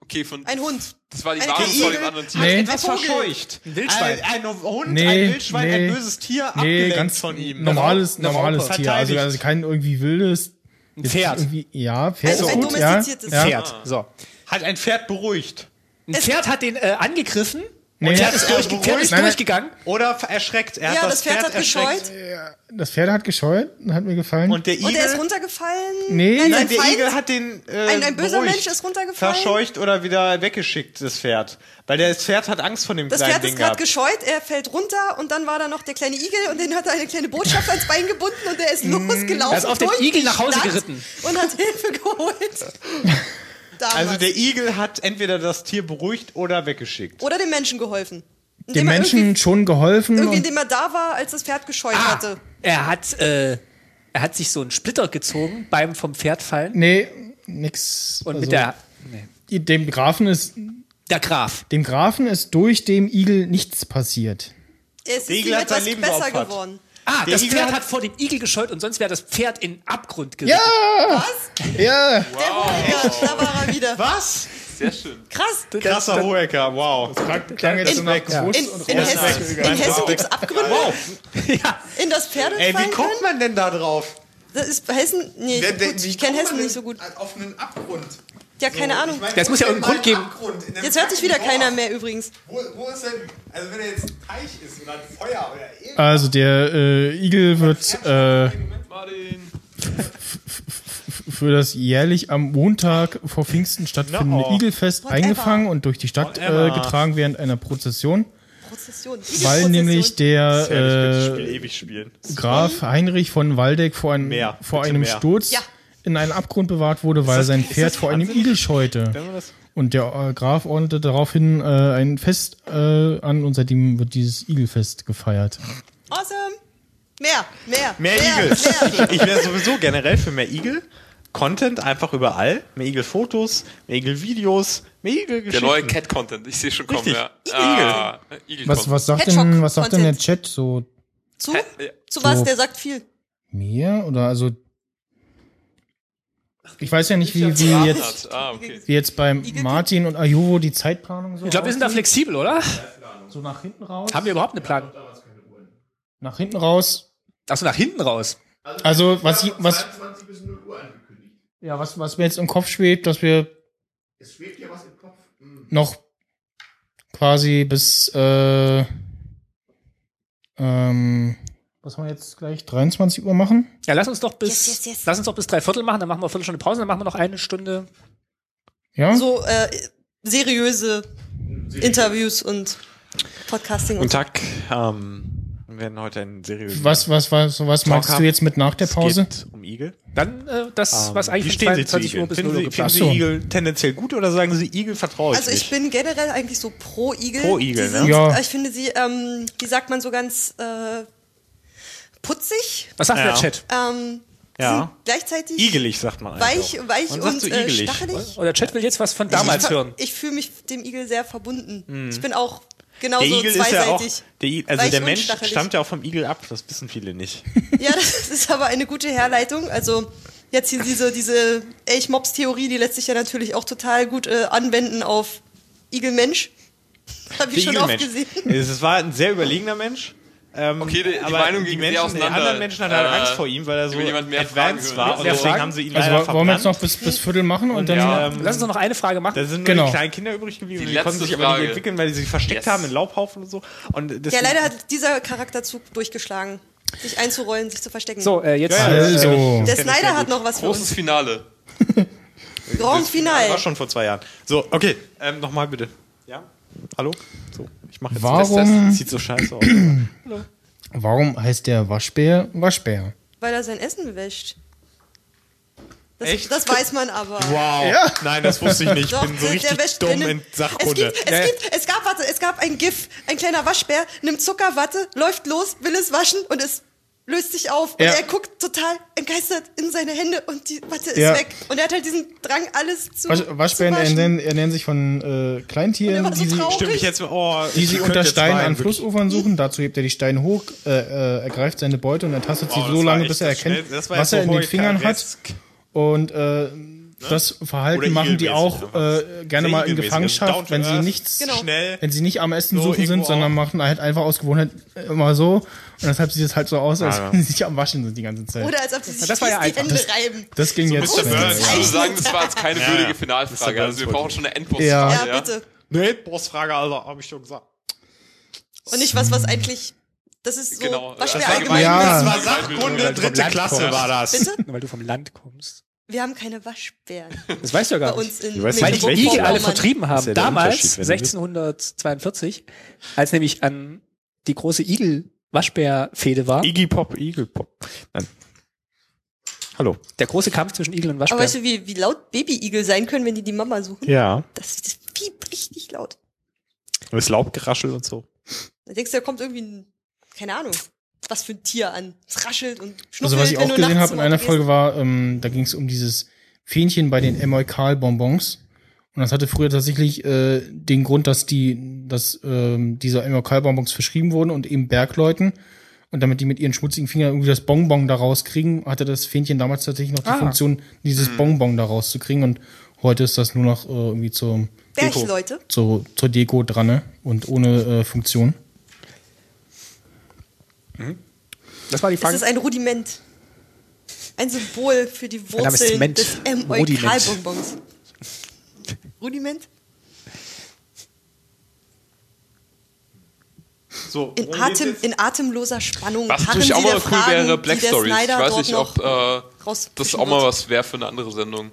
[SPEAKER 4] Okay, von,
[SPEAKER 2] Ein Hund.
[SPEAKER 4] das war die
[SPEAKER 2] Ein
[SPEAKER 4] Warnung
[SPEAKER 2] Igel.
[SPEAKER 4] vor dem anderen Team.
[SPEAKER 1] Nee.
[SPEAKER 5] Etwas verscheucht. Ein
[SPEAKER 3] Wildschwein.
[SPEAKER 5] Ein, ein Hund,
[SPEAKER 1] Nee,
[SPEAKER 5] ein Wildschwein,
[SPEAKER 1] nee.
[SPEAKER 5] ein böses Tier,
[SPEAKER 1] Nee,
[SPEAKER 5] abgelenkt
[SPEAKER 1] ganz
[SPEAKER 5] von ihm.
[SPEAKER 1] normales,
[SPEAKER 3] Eine Raupe.
[SPEAKER 1] normales Tier. Also,
[SPEAKER 5] Verteidigt.
[SPEAKER 1] also kein irgendwie wildes. Ein
[SPEAKER 3] Pferd.
[SPEAKER 1] Ja, Pferd
[SPEAKER 2] Also
[SPEAKER 1] ist
[SPEAKER 2] ein
[SPEAKER 1] gut, ja.
[SPEAKER 2] domestiziertes
[SPEAKER 1] ja.
[SPEAKER 3] Pferd. So.
[SPEAKER 5] Hat ein Pferd beruhigt.
[SPEAKER 3] Ein Pferd hat den äh, angegriffen
[SPEAKER 1] Nee.
[SPEAKER 3] und Pferd ist, durchge Pferd ist
[SPEAKER 1] Nein, nein.
[SPEAKER 3] durchgegangen.
[SPEAKER 5] Oder ver- erschreckt. Er
[SPEAKER 2] Ja,
[SPEAKER 5] hat
[SPEAKER 2] das,
[SPEAKER 5] das
[SPEAKER 2] Pferd, hat
[SPEAKER 5] erschreckt.
[SPEAKER 2] gescheut
[SPEAKER 1] Das Pferd hat gescheut, hat mir gefallen.
[SPEAKER 5] Und der Igel,
[SPEAKER 2] und er ist runtergefallen.
[SPEAKER 1] Nee.
[SPEAKER 2] Nein,
[SPEAKER 5] nein,
[SPEAKER 2] sein
[SPEAKER 5] der
[SPEAKER 2] Feind.
[SPEAKER 5] Igel hat den äh,
[SPEAKER 2] Ein- ein böser
[SPEAKER 5] beruhigt,
[SPEAKER 2] Mensch ist runtergefallen.
[SPEAKER 5] Verscheucht oder wieder weggeschickt, das Pferd. Weil das Pferd hat Angst vor dem
[SPEAKER 2] das
[SPEAKER 5] kleinen
[SPEAKER 2] Pferd
[SPEAKER 5] Ding
[SPEAKER 2] ist gerade
[SPEAKER 5] gehabt.
[SPEAKER 2] gescheut, er fällt runter und dann war da noch der kleine Igel und den hat er eine kleine Botschaft ans Bein gebunden und der
[SPEAKER 1] Mm.
[SPEAKER 2] ist losgelaufen.
[SPEAKER 3] Er ist auf den
[SPEAKER 2] durch
[SPEAKER 3] Igel
[SPEAKER 2] die
[SPEAKER 3] nach Hause
[SPEAKER 2] Stadt
[SPEAKER 3] geritten.
[SPEAKER 2] Und hat Hilfe geholt. Damals.
[SPEAKER 5] Also der Igel hat entweder das Tier beruhigt oder weggeschickt.
[SPEAKER 2] Oder dem Menschen geholfen. Indem
[SPEAKER 1] dem
[SPEAKER 2] er
[SPEAKER 1] Menschen
[SPEAKER 2] Irgendwie,
[SPEAKER 1] schon geholfen.
[SPEAKER 2] irgendwie
[SPEAKER 1] Und,
[SPEAKER 2] indem er da war, als das Pferd gescheut
[SPEAKER 3] Ah,
[SPEAKER 2] hatte.
[SPEAKER 3] er hat, äh, er hat sich so einen Splitter gezogen beim vom Pferd fallen
[SPEAKER 1] nee, nix.
[SPEAKER 3] und
[SPEAKER 1] also,
[SPEAKER 3] mit der
[SPEAKER 1] dem Grafen ist,
[SPEAKER 3] der Graf.
[SPEAKER 1] dem Grafen ist durch dem Igel nichts passiert.
[SPEAKER 2] Es ist
[SPEAKER 5] Der Igel
[SPEAKER 2] ihm
[SPEAKER 5] hat
[SPEAKER 2] etwas
[SPEAKER 5] sein Leben
[SPEAKER 2] besser
[SPEAKER 5] geopfert.
[SPEAKER 2] geworden.
[SPEAKER 3] Ah,
[SPEAKER 5] Der
[SPEAKER 3] das
[SPEAKER 5] Igel
[SPEAKER 3] Pferd
[SPEAKER 5] hat-
[SPEAKER 3] hat vor dem Igel gescheut und sonst wäre das Pferd in den Abgrund geritten.
[SPEAKER 1] Ja,
[SPEAKER 2] Der Hooligan, Oh da war er wieder.
[SPEAKER 5] Oh, Was?
[SPEAKER 4] Sehr schön.
[SPEAKER 2] Krass.
[SPEAKER 5] Krasser Hohecker, wow.
[SPEAKER 1] klang jetzt so nach
[SPEAKER 5] weg.
[SPEAKER 1] Brust
[SPEAKER 2] In,
[SPEAKER 1] und
[SPEAKER 2] in
[SPEAKER 1] raus.
[SPEAKER 2] Hessen, in Hessen gibt es Abgründe.
[SPEAKER 3] Ja.
[SPEAKER 2] In das
[SPEAKER 5] Ey, wie
[SPEAKER 2] Pferdefallen
[SPEAKER 5] kommt man denn da drauf?
[SPEAKER 2] Das ist Hessen. Nee, gut, ich kenne Hessen nicht so gut.
[SPEAKER 7] Auf einen Abgrund.
[SPEAKER 2] Ja, keine Ahnung.
[SPEAKER 3] Das muss ja irgendeinen Grund geben.
[SPEAKER 2] Jetzt hört sich wieder keiner mehr übrigens.
[SPEAKER 7] Wo, wo ist denn, also wenn er jetzt ein Teich ist oder ein Feuer oder irgendwas.
[SPEAKER 1] Also der äh, Igel wird äh,
[SPEAKER 4] Martin.
[SPEAKER 1] für das jährlich am Montag vor Pfingsten stattfindende
[SPEAKER 5] No.
[SPEAKER 1] Igelfest eingefangen und durch die Stadt äh, getragen während einer Prozession,
[SPEAKER 2] Prozession.
[SPEAKER 1] weil
[SPEAKER 2] Prozession.
[SPEAKER 1] nämlich
[SPEAKER 5] Ich will das
[SPEAKER 1] der
[SPEAKER 5] Spiel
[SPEAKER 1] äh,
[SPEAKER 5] ewig spielen.
[SPEAKER 1] Graf Heinrich von Waldeck vor, ein,
[SPEAKER 5] Mehr,
[SPEAKER 1] vor
[SPEAKER 5] bitte
[SPEAKER 1] einem
[SPEAKER 5] mehr.
[SPEAKER 1] Sturz
[SPEAKER 2] Ja.
[SPEAKER 1] in einen Abgrund bewahrt wurde, weil sein Pferd vor einem Igel scheute. Und der äh, Graf ordnete daraufhin äh, ein Fest äh, an und seitdem wird dieses Igelfest gefeiert.
[SPEAKER 2] Awesome. Mehr, mehr,
[SPEAKER 5] Mehr Igel. Ich wäre sowieso generell für mehr Igel. Content einfach überall. Mehr Igel-Fotos, mehr Igel-Videos, mehr
[SPEAKER 4] Der
[SPEAKER 5] Igel-Geschichten.
[SPEAKER 4] neue Cat-Content. Ich sehe schon kommen,
[SPEAKER 5] Richtig.
[SPEAKER 4] ja.
[SPEAKER 5] Igel.
[SPEAKER 4] Ah, Igel.
[SPEAKER 1] Was, was sagt denn
[SPEAKER 2] Hedgehog
[SPEAKER 1] was sagt denn der
[SPEAKER 2] Content.
[SPEAKER 1] Chat so
[SPEAKER 2] Zu?
[SPEAKER 4] Ja.
[SPEAKER 2] Zu was? Der sagt viel.
[SPEAKER 1] mir oder also ich weiß ja nicht wie, wie jetzt
[SPEAKER 4] Ah, okay.
[SPEAKER 1] wie jetzt beim Martin und Ayovo die Zeitplanung so
[SPEAKER 3] Ich glaube, wir sind da flexibel, oder?
[SPEAKER 1] so nach hinten raus
[SPEAKER 3] Haben wir überhaupt eine Plan?
[SPEAKER 1] nach hinten raus
[SPEAKER 3] Achso, nach hinten raus.
[SPEAKER 1] also was ich- was ja was was mir jetzt im Kopf schwebt dass wir
[SPEAKER 6] Es schwebt ja was im Kopf. Hm.
[SPEAKER 1] noch quasi bis äh, ähm, was haben wir jetzt gleich 23 Uhr machen
[SPEAKER 3] Ja, lass uns doch bis,
[SPEAKER 2] Yes, yes, yes.
[SPEAKER 3] lass uns doch bis drei Viertel machen, dann machen wir eine Viertelstunde Pause, dann machen wir noch eine Stunde.
[SPEAKER 1] ja
[SPEAKER 2] So äh, seriöse Interviews und Podcasting
[SPEAKER 5] Guten
[SPEAKER 2] und so.
[SPEAKER 5] Tag. Ähm, wir werden heute einen seriösen
[SPEAKER 1] was was was was meinst
[SPEAKER 5] Talk
[SPEAKER 1] du
[SPEAKER 5] ab.
[SPEAKER 1] jetzt mit nach der
[SPEAKER 5] Es
[SPEAKER 1] Pause
[SPEAKER 5] geht um Igel.
[SPEAKER 3] Dann äh, das, was eigentlich von
[SPEAKER 5] Ähm, Wie stehen Sie zu
[SPEAKER 3] 22 Uhr
[SPEAKER 5] Igel?
[SPEAKER 3] bis
[SPEAKER 5] Finden
[SPEAKER 3] 0 Uhr
[SPEAKER 5] Sie,
[SPEAKER 3] geplant
[SPEAKER 5] finden Sie
[SPEAKER 1] Ach so.
[SPEAKER 5] Igel tendenziell gut oder sagen Sie, Igel vertraue ich
[SPEAKER 2] Also ich
[SPEAKER 5] nicht?
[SPEAKER 2] bin generell eigentlich so pro Igel.
[SPEAKER 5] Pro Igel,
[SPEAKER 2] die sind, äh,
[SPEAKER 1] ne? Ja.
[SPEAKER 2] Ich finde sie, ähm, wie sagt man so ganz äh, putzig.
[SPEAKER 3] Was sagt
[SPEAKER 5] Ja.
[SPEAKER 3] der Chat?
[SPEAKER 2] Ähm,
[SPEAKER 5] Ja.
[SPEAKER 2] sind gleichzeitig
[SPEAKER 5] Igelig, sagt man eigentlich.
[SPEAKER 2] weich,
[SPEAKER 5] auch.
[SPEAKER 2] weich
[SPEAKER 5] Man
[SPEAKER 2] und,
[SPEAKER 5] sagt so
[SPEAKER 2] äh,
[SPEAKER 5] igelig.
[SPEAKER 2] stachelig.
[SPEAKER 3] Und der Chat will jetzt was von damals
[SPEAKER 2] ich,
[SPEAKER 3] hören.
[SPEAKER 2] Ich fühle mich dem Igel sehr verbunden. Ich bin auch genauso
[SPEAKER 5] Hm. Der Igel ist ja auch,
[SPEAKER 2] zweiseitig.
[SPEAKER 5] der, I- also
[SPEAKER 2] Weich
[SPEAKER 5] der
[SPEAKER 2] und
[SPEAKER 5] Mensch
[SPEAKER 2] stachelig.
[SPEAKER 5] stammt ja auch vom Igel ab, das wissen viele nicht.
[SPEAKER 2] Ja, das ist aber eine gute Herleitung. Also jetzt hier diese, diese Elch-Mobs-Theorie, die lässt sich ja natürlich auch total gut äh, anwenden auf Igel-Mensch. Hab ich schon oft gesehen.
[SPEAKER 5] Es war ein sehr überlegener Mensch. Ähm,
[SPEAKER 4] Okay, die- die
[SPEAKER 5] aber
[SPEAKER 4] Meinung
[SPEAKER 5] die
[SPEAKER 4] ging sehr
[SPEAKER 5] Menschen,
[SPEAKER 4] auseinander.
[SPEAKER 5] Die anderen Menschen hatten halt
[SPEAKER 4] Äh,
[SPEAKER 5] Angst vor ihm, weil er so
[SPEAKER 4] will jemand mehr
[SPEAKER 5] advanced
[SPEAKER 4] fragen?
[SPEAKER 5] war. Und
[SPEAKER 4] Mehr
[SPEAKER 5] deswegen
[SPEAKER 3] fragen?
[SPEAKER 5] haben sie ihn leider
[SPEAKER 1] Also wollen wir
[SPEAKER 5] verbrannt.
[SPEAKER 1] jetzt noch bis, bis Viertel machen und dann.
[SPEAKER 5] ja,
[SPEAKER 3] Lass uns doch noch eine Frage machen.
[SPEAKER 5] Da sind nur
[SPEAKER 1] Genau.
[SPEAKER 5] die kleinen Kinder übrig geblieben.
[SPEAKER 4] Die
[SPEAKER 5] Die,
[SPEAKER 4] letzte
[SPEAKER 5] konnten sich aber
[SPEAKER 4] Frage.
[SPEAKER 5] nicht entwickeln, weil sie sich versteckt
[SPEAKER 4] Yes.
[SPEAKER 5] haben in Laubhaufen und so. Und deswegen-
[SPEAKER 2] Ja, leider hat dieser Charakterzug durchgeschlagen. Sich einzurollen, sich zu verstecken.
[SPEAKER 3] so, äh, jetzt.
[SPEAKER 5] Ja, ja, das-
[SPEAKER 1] Also.
[SPEAKER 2] Der
[SPEAKER 5] das kenn ich sehr
[SPEAKER 2] Snyder hat
[SPEAKER 5] gut.
[SPEAKER 2] noch was für
[SPEAKER 4] Großes
[SPEAKER 2] uns.
[SPEAKER 4] Finale.
[SPEAKER 2] Grand
[SPEAKER 5] Das
[SPEAKER 2] Finale.
[SPEAKER 1] halt.
[SPEAKER 5] war schon vor zwei Jahren. So, okay, ähm, nochmal bitte. Ja? Hallo? So, ich mache jetzt
[SPEAKER 1] Warum,
[SPEAKER 5] Das sieht so scheiße aus.
[SPEAKER 1] warum heißt der Waschbär Waschbär?
[SPEAKER 2] Weil er sein Essen wäscht. Das,
[SPEAKER 5] Echt?
[SPEAKER 2] das weiß man aber.
[SPEAKER 5] Wow. Nein, das wusste ich nicht. Ich bin
[SPEAKER 2] der-
[SPEAKER 5] so
[SPEAKER 2] der
[SPEAKER 5] richtig
[SPEAKER 2] wäscht-
[SPEAKER 5] dumm
[SPEAKER 2] der
[SPEAKER 5] in
[SPEAKER 2] nimmt-
[SPEAKER 5] Sachkunde.
[SPEAKER 2] Es, gibt, es, gibt, es gab, warte, es gab ein GIF. Ein kleiner Waschbär nimmt Zuckerwatte, läuft los, will es waschen und es löst sich auf. Und
[SPEAKER 1] Ja.
[SPEAKER 2] er guckt total entgeistert in seine Hände und die Watte ist
[SPEAKER 1] Ja.
[SPEAKER 2] weg. Und er hat halt diesen Drang, alles zu
[SPEAKER 1] Wasch,
[SPEAKER 2] zu
[SPEAKER 1] Waschbären
[SPEAKER 2] waschen.
[SPEAKER 1] ernähren, ernähren sich von äh,
[SPEAKER 2] Und er
[SPEAKER 1] Kleintieren,
[SPEAKER 2] war so
[SPEAKER 1] die sie,
[SPEAKER 2] traurig.
[SPEAKER 5] Stimmt, ich jetzt oh,
[SPEAKER 1] die
[SPEAKER 5] ich
[SPEAKER 1] sie
[SPEAKER 5] könnte
[SPEAKER 1] unter
[SPEAKER 5] jetzt
[SPEAKER 1] Steinen
[SPEAKER 5] weinen,
[SPEAKER 1] an
[SPEAKER 5] wirklich.
[SPEAKER 1] Flussufern suchen. Dazu hebt er die Steine hoch, äh, äh, ergreift seine Beute und ertastet
[SPEAKER 5] Oh,
[SPEAKER 1] sie
[SPEAKER 5] das
[SPEAKER 1] so
[SPEAKER 5] war
[SPEAKER 1] lange,
[SPEAKER 5] echt
[SPEAKER 1] bis er
[SPEAKER 5] das
[SPEAKER 1] erkennt,
[SPEAKER 5] schnell- das war jetzt
[SPEAKER 1] was er in den
[SPEAKER 5] Hohoy
[SPEAKER 1] Fingern hat.
[SPEAKER 5] Karesk.
[SPEAKER 1] Und äh, das Verhalten
[SPEAKER 5] Ne? Oder
[SPEAKER 1] machen die
[SPEAKER 5] igelmäßig
[SPEAKER 1] auch
[SPEAKER 5] einfach.
[SPEAKER 1] äh, gerne mal in
[SPEAKER 5] Regelmäßig, down
[SPEAKER 1] Gefangenschaft,
[SPEAKER 5] to
[SPEAKER 1] wenn sie
[SPEAKER 5] earth,
[SPEAKER 1] nichts,
[SPEAKER 2] Genau.
[SPEAKER 5] Schnell.
[SPEAKER 1] wenn sie nicht am Essen
[SPEAKER 5] So,
[SPEAKER 1] suchen sind,
[SPEAKER 5] irgendwo
[SPEAKER 1] sondern
[SPEAKER 5] auch.
[SPEAKER 1] machen halt einfach aus Gewohnheit immer so. Und deshalb sieht es halt so aus, als
[SPEAKER 5] Ah, Ja, ja.
[SPEAKER 1] wenn sie sich am Waschen sind die ganze Zeit.
[SPEAKER 2] Oder als ob sie sich
[SPEAKER 3] das war ja
[SPEAKER 2] die Hände reiben.
[SPEAKER 1] das ging jetzt.
[SPEAKER 5] Mr.
[SPEAKER 1] schnell.
[SPEAKER 5] Burns.
[SPEAKER 4] Ich würde sagen, das war jetzt keine
[SPEAKER 5] Ja, ja.
[SPEAKER 4] würdige
[SPEAKER 5] Das ist
[SPEAKER 4] Finalfrage.
[SPEAKER 5] ja
[SPEAKER 4] Also wir
[SPEAKER 5] ganz
[SPEAKER 4] brauchen schon eine
[SPEAKER 1] Ja.
[SPEAKER 4] Endboss-Frage.
[SPEAKER 2] Ja, bitte.
[SPEAKER 5] Nee, Bossfrage, also habe ich schon gesagt.
[SPEAKER 2] Und nicht was, was eigentlich. Das ist so
[SPEAKER 4] Genau.
[SPEAKER 2] Waschbär
[SPEAKER 4] Das war
[SPEAKER 2] allgemein.
[SPEAKER 1] gemein. Ja.
[SPEAKER 5] Das war Sachkunde, dritte Klasse war das.
[SPEAKER 2] Bitte?
[SPEAKER 3] Nur weil du vom Land kommst.
[SPEAKER 2] Wir haben keine Waschbären
[SPEAKER 3] Das weißt du ja
[SPEAKER 2] bei
[SPEAKER 3] gar nicht.
[SPEAKER 2] uns in
[SPEAKER 5] Ich weiß nicht,
[SPEAKER 3] Weil die
[SPEAKER 5] Welche
[SPEAKER 3] Igel alle
[SPEAKER 5] Form?
[SPEAKER 3] vertrieben
[SPEAKER 5] ist ja
[SPEAKER 3] haben.
[SPEAKER 5] der
[SPEAKER 3] Damals,
[SPEAKER 5] Unterschied, wenn du-
[SPEAKER 3] 1642, als nämlich an die große Igel-Waschbär-Fehde war,
[SPEAKER 5] Iggy Pop, Igel Pop. Nein. Hallo.
[SPEAKER 3] der große Kampf zwischen Igel und
[SPEAKER 2] Aber
[SPEAKER 3] Waschbär.
[SPEAKER 2] weißt du, wie, wie laut Babyigel sein können, wenn die die Mama suchen?
[SPEAKER 5] Ja.
[SPEAKER 2] Das, das piept richtig laut.
[SPEAKER 5] Und das Laubgeraschel und so.
[SPEAKER 2] Da denkst du, da kommt irgendwie ein, keine Ahnung, was für ein Tier an. Es raschelt und schnuppelt.
[SPEAKER 1] Also was ich
[SPEAKER 2] wenn
[SPEAKER 1] auch
[SPEAKER 2] du
[SPEAKER 1] gesehen
[SPEAKER 2] nachts
[SPEAKER 1] habe in
[SPEAKER 2] zum
[SPEAKER 1] einer
[SPEAKER 2] Auto
[SPEAKER 1] Folge war, ähm, da ging es um dieses Fähnchen bei den Emoikal-Bonbons. Und das hatte früher tatsächlich äh, den Grund, dass die, dass ähm, diese Emoikal-Bonbons verschrieben wurden und eben Bergleuten. Und damit die mit ihren schmutzigen Fingern irgendwie das Bonbon da rauskriegen, hatte das Fähnchen damals tatsächlich noch die
[SPEAKER 2] Ah.
[SPEAKER 1] Funktion,
[SPEAKER 2] Mhm.
[SPEAKER 1] dieses Bonbon da rauszukriegen. Und heute ist das nur noch äh, irgendwie zur,
[SPEAKER 2] Gehst. Bergleute.
[SPEAKER 1] zur, zur Deko dran ne? und ohne äh, Funktion.
[SPEAKER 3] das war die
[SPEAKER 2] Das
[SPEAKER 3] Frage.
[SPEAKER 2] ist ein Rudiment. Ein Symbol für die
[SPEAKER 3] Name ist
[SPEAKER 2] Wurzeln
[SPEAKER 3] Ment.
[SPEAKER 2] des
[SPEAKER 3] Rudiment.
[SPEAKER 2] Emoikalbonbons. Rudiment?
[SPEAKER 5] So,
[SPEAKER 2] In, Atem, in atemloser Spannung.
[SPEAKER 4] Was
[SPEAKER 2] harren
[SPEAKER 4] natürlich auch
[SPEAKER 2] sie
[SPEAKER 4] mal
[SPEAKER 2] der
[SPEAKER 4] cool
[SPEAKER 2] Fragen, die
[SPEAKER 4] wäre,
[SPEAKER 2] der
[SPEAKER 4] Black Stories. Ich
[SPEAKER 2] Snyder
[SPEAKER 4] weiß
[SPEAKER 2] dort
[SPEAKER 4] nicht, ob
[SPEAKER 2] noch
[SPEAKER 4] äh, das
[SPEAKER 2] rauspischen
[SPEAKER 4] auch mal
[SPEAKER 2] wird.
[SPEAKER 4] was wäre für eine andere Sendung.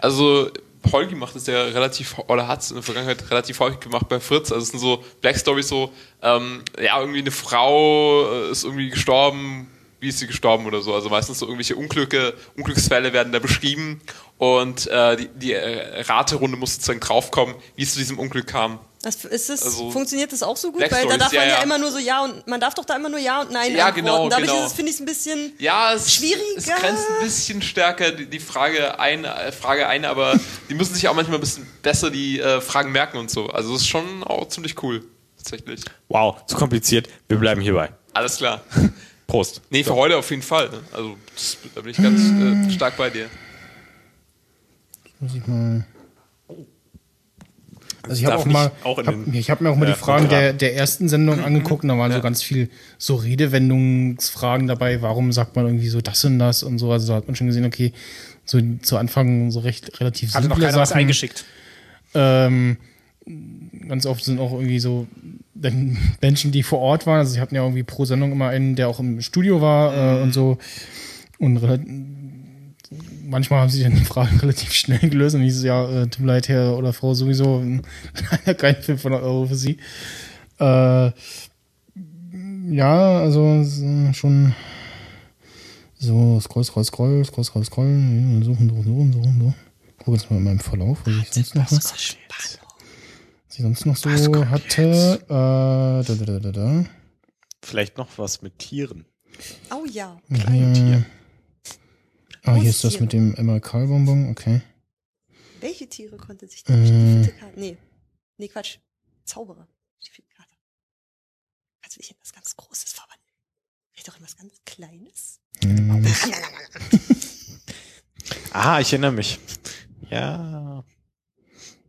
[SPEAKER 4] Also, Holgi macht das ja relativ, oder hat es in der Vergangenheit relativ häufig gemacht bei Fritz. Also, es sind so Black Stories, so, ähm, ja, irgendwie eine Frau äh, ist irgendwie gestorben, wie ist sie gestorben oder so. Also, meistens so irgendwelche Unglücke, Unglücksfälle werden da beschrieben und äh, die, die äh, Raterunde muss sozusagen draufkommen, wie es zu diesem Unglück kam.
[SPEAKER 2] Das, ist das,
[SPEAKER 4] Also-
[SPEAKER 2] funktioniert das auch so gut?
[SPEAKER 4] Black
[SPEAKER 2] Weil da
[SPEAKER 4] Stories,
[SPEAKER 2] darf man
[SPEAKER 4] ja,
[SPEAKER 2] ja,
[SPEAKER 4] ja.
[SPEAKER 2] immer nur so Ja und man darf doch da immer nur Ja und Nein
[SPEAKER 4] Ja,
[SPEAKER 2] antworten.
[SPEAKER 4] genau,
[SPEAKER 2] Dadurch
[SPEAKER 4] genau.
[SPEAKER 2] ist es, finde ich, ein bisschen.
[SPEAKER 4] Ja, es,
[SPEAKER 2] Schwieriger.
[SPEAKER 4] es grenzt ein bisschen stärker die, die Frage ein, äh, Frage ein, aber die müssen sich auch manchmal ein bisschen besser die äh, Fragen merken und so. Also es ist schon auch ziemlich cool, tatsächlich.
[SPEAKER 5] Wow, zu kompliziert. Wir bleiben hierbei.
[SPEAKER 4] Alles klar.
[SPEAKER 5] Prost.
[SPEAKER 4] Nee, für heute auf jeden Fall. ne? Also das, da bin ich ganz äh, stark bei dir.
[SPEAKER 1] Muss ich mal. Also ich habe
[SPEAKER 5] darf
[SPEAKER 1] auch mal,
[SPEAKER 5] nicht auch in
[SPEAKER 1] hab,
[SPEAKER 5] den-
[SPEAKER 1] ich habe mir auch mal
[SPEAKER 5] Ja,
[SPEAKER 1] die Fragen
[SPEAKER 5] Programm.
[SPEAKER 1] der, der ersten Sendung angeguckt und da waren so ganz viel so Redewendungsfragen dabei. Warum sagt man irgendwie so das und das und so? Also da hat man schon gesehen, okay, so zu Anfang so recht relativ
[SPEAKER 3] Hatte noch
[SPEAKER 1] simple
[SPEAKER 3] keiner was
[SPEAKER 1] Sachen.
[SPEAKER 3] eingeschickt.
[SPEAKER 1] Ähm, ganz oft sind auch irgendwie so dann Menschen, die vor Ort waren. Also ich hatten ja irgendwie pro Sendung immer einen, der auch im Studio war äh, und so. Und rela- manchmal haben sie dann die Fragen relativ schnell gelöst und hieß es ja, äh, tut mir leid, Herr oder Frau, sowieso mh, leider kein 500 Euro für sie. Äh, ja, also es, äh, schon so scroll, scroll, scroll, scroll, scroll, scroll, ja, suchen, suchen, suchen, suchen, so. Guck jetzt mal in meinem Verlauf, was ich sonst noch was ich sonst noch so hatte. Äh, da, da, da, da, da.
[SPEAKER 5] Vielleicht noch was mit Tieren.
[SPEAKER 2] Oh ja.
[SPEAKER 5] Kleine Tier.
[SPEAKER 1] Ah, hier ist das mit dem MLK-Bonbon, okay.
[SPEAKER 2] Welche Tiere konnte sich denn die vierte Karte? Nee. Nee, Quatsch. Zauberer. Die vierte Karte. Kannst du dich in was ganz Großes verwandeln? Vielleicht auch in was ganz Kleines?
[SPEAKER 1] Hm.
[SPEAKER 5] Ah, ich erinnere mich. Ja.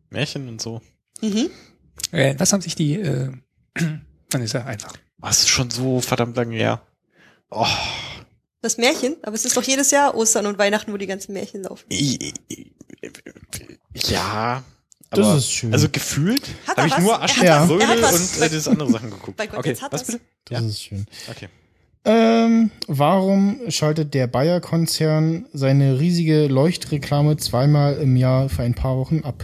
[SPEAKER 5] Märchen und so.
[SPEAKER 2] Mhm.
[SPEAKER 3] Äh, was haben sich die, äh, dann ist er einfach.
[SPEAKER 5] Was ist schon so verdammt lange her. Oh,
[SPEAKER 2] Das Märchen, aber es ist doch jedes Jahr Ostern und Weihnachten, wo die ganzen Märchen laufen.
[SPEAKER 5] i- i- i- ja.
[SPEAKER 1] Das
[SPEAKER 5] aber-
[SPEAKER 1] ist schön.
[SPEAKER 5] Also gefühlt
[SPEAKER 2] Hat er
[SPEAKER 5] habe ich
[SPEAKER 2] was?
[SPEAKER 5] nur
[SPEAKER 2] Er hat
[SPEAKER 1] was.
[SPEAKER 5] Aschenbrödel
[SPEAKER 2] Er hat was.
[SPEAKER 5] und äh, das andere Sachen geguckt.
[SPEAKER 2] Bei Gott,
[SPEAKER 5] okay,
[SPEAKER 2] jetzt hat
[SPEAKER 5] was
[SPEAKER 2] er's.
[SPEAKER 5] bitte?
[SPEAKER 1] Das
[SPEAKER 5] Ja.
[SPEAKER 1] ist schön.
[SPEAKER 5] Okay.
[SPEAKER 1] Ähm, warum schaltet der Bayer-Konzern seine riesige Leuchtreklame zweimal im Jahr für ein paar Wochen ab?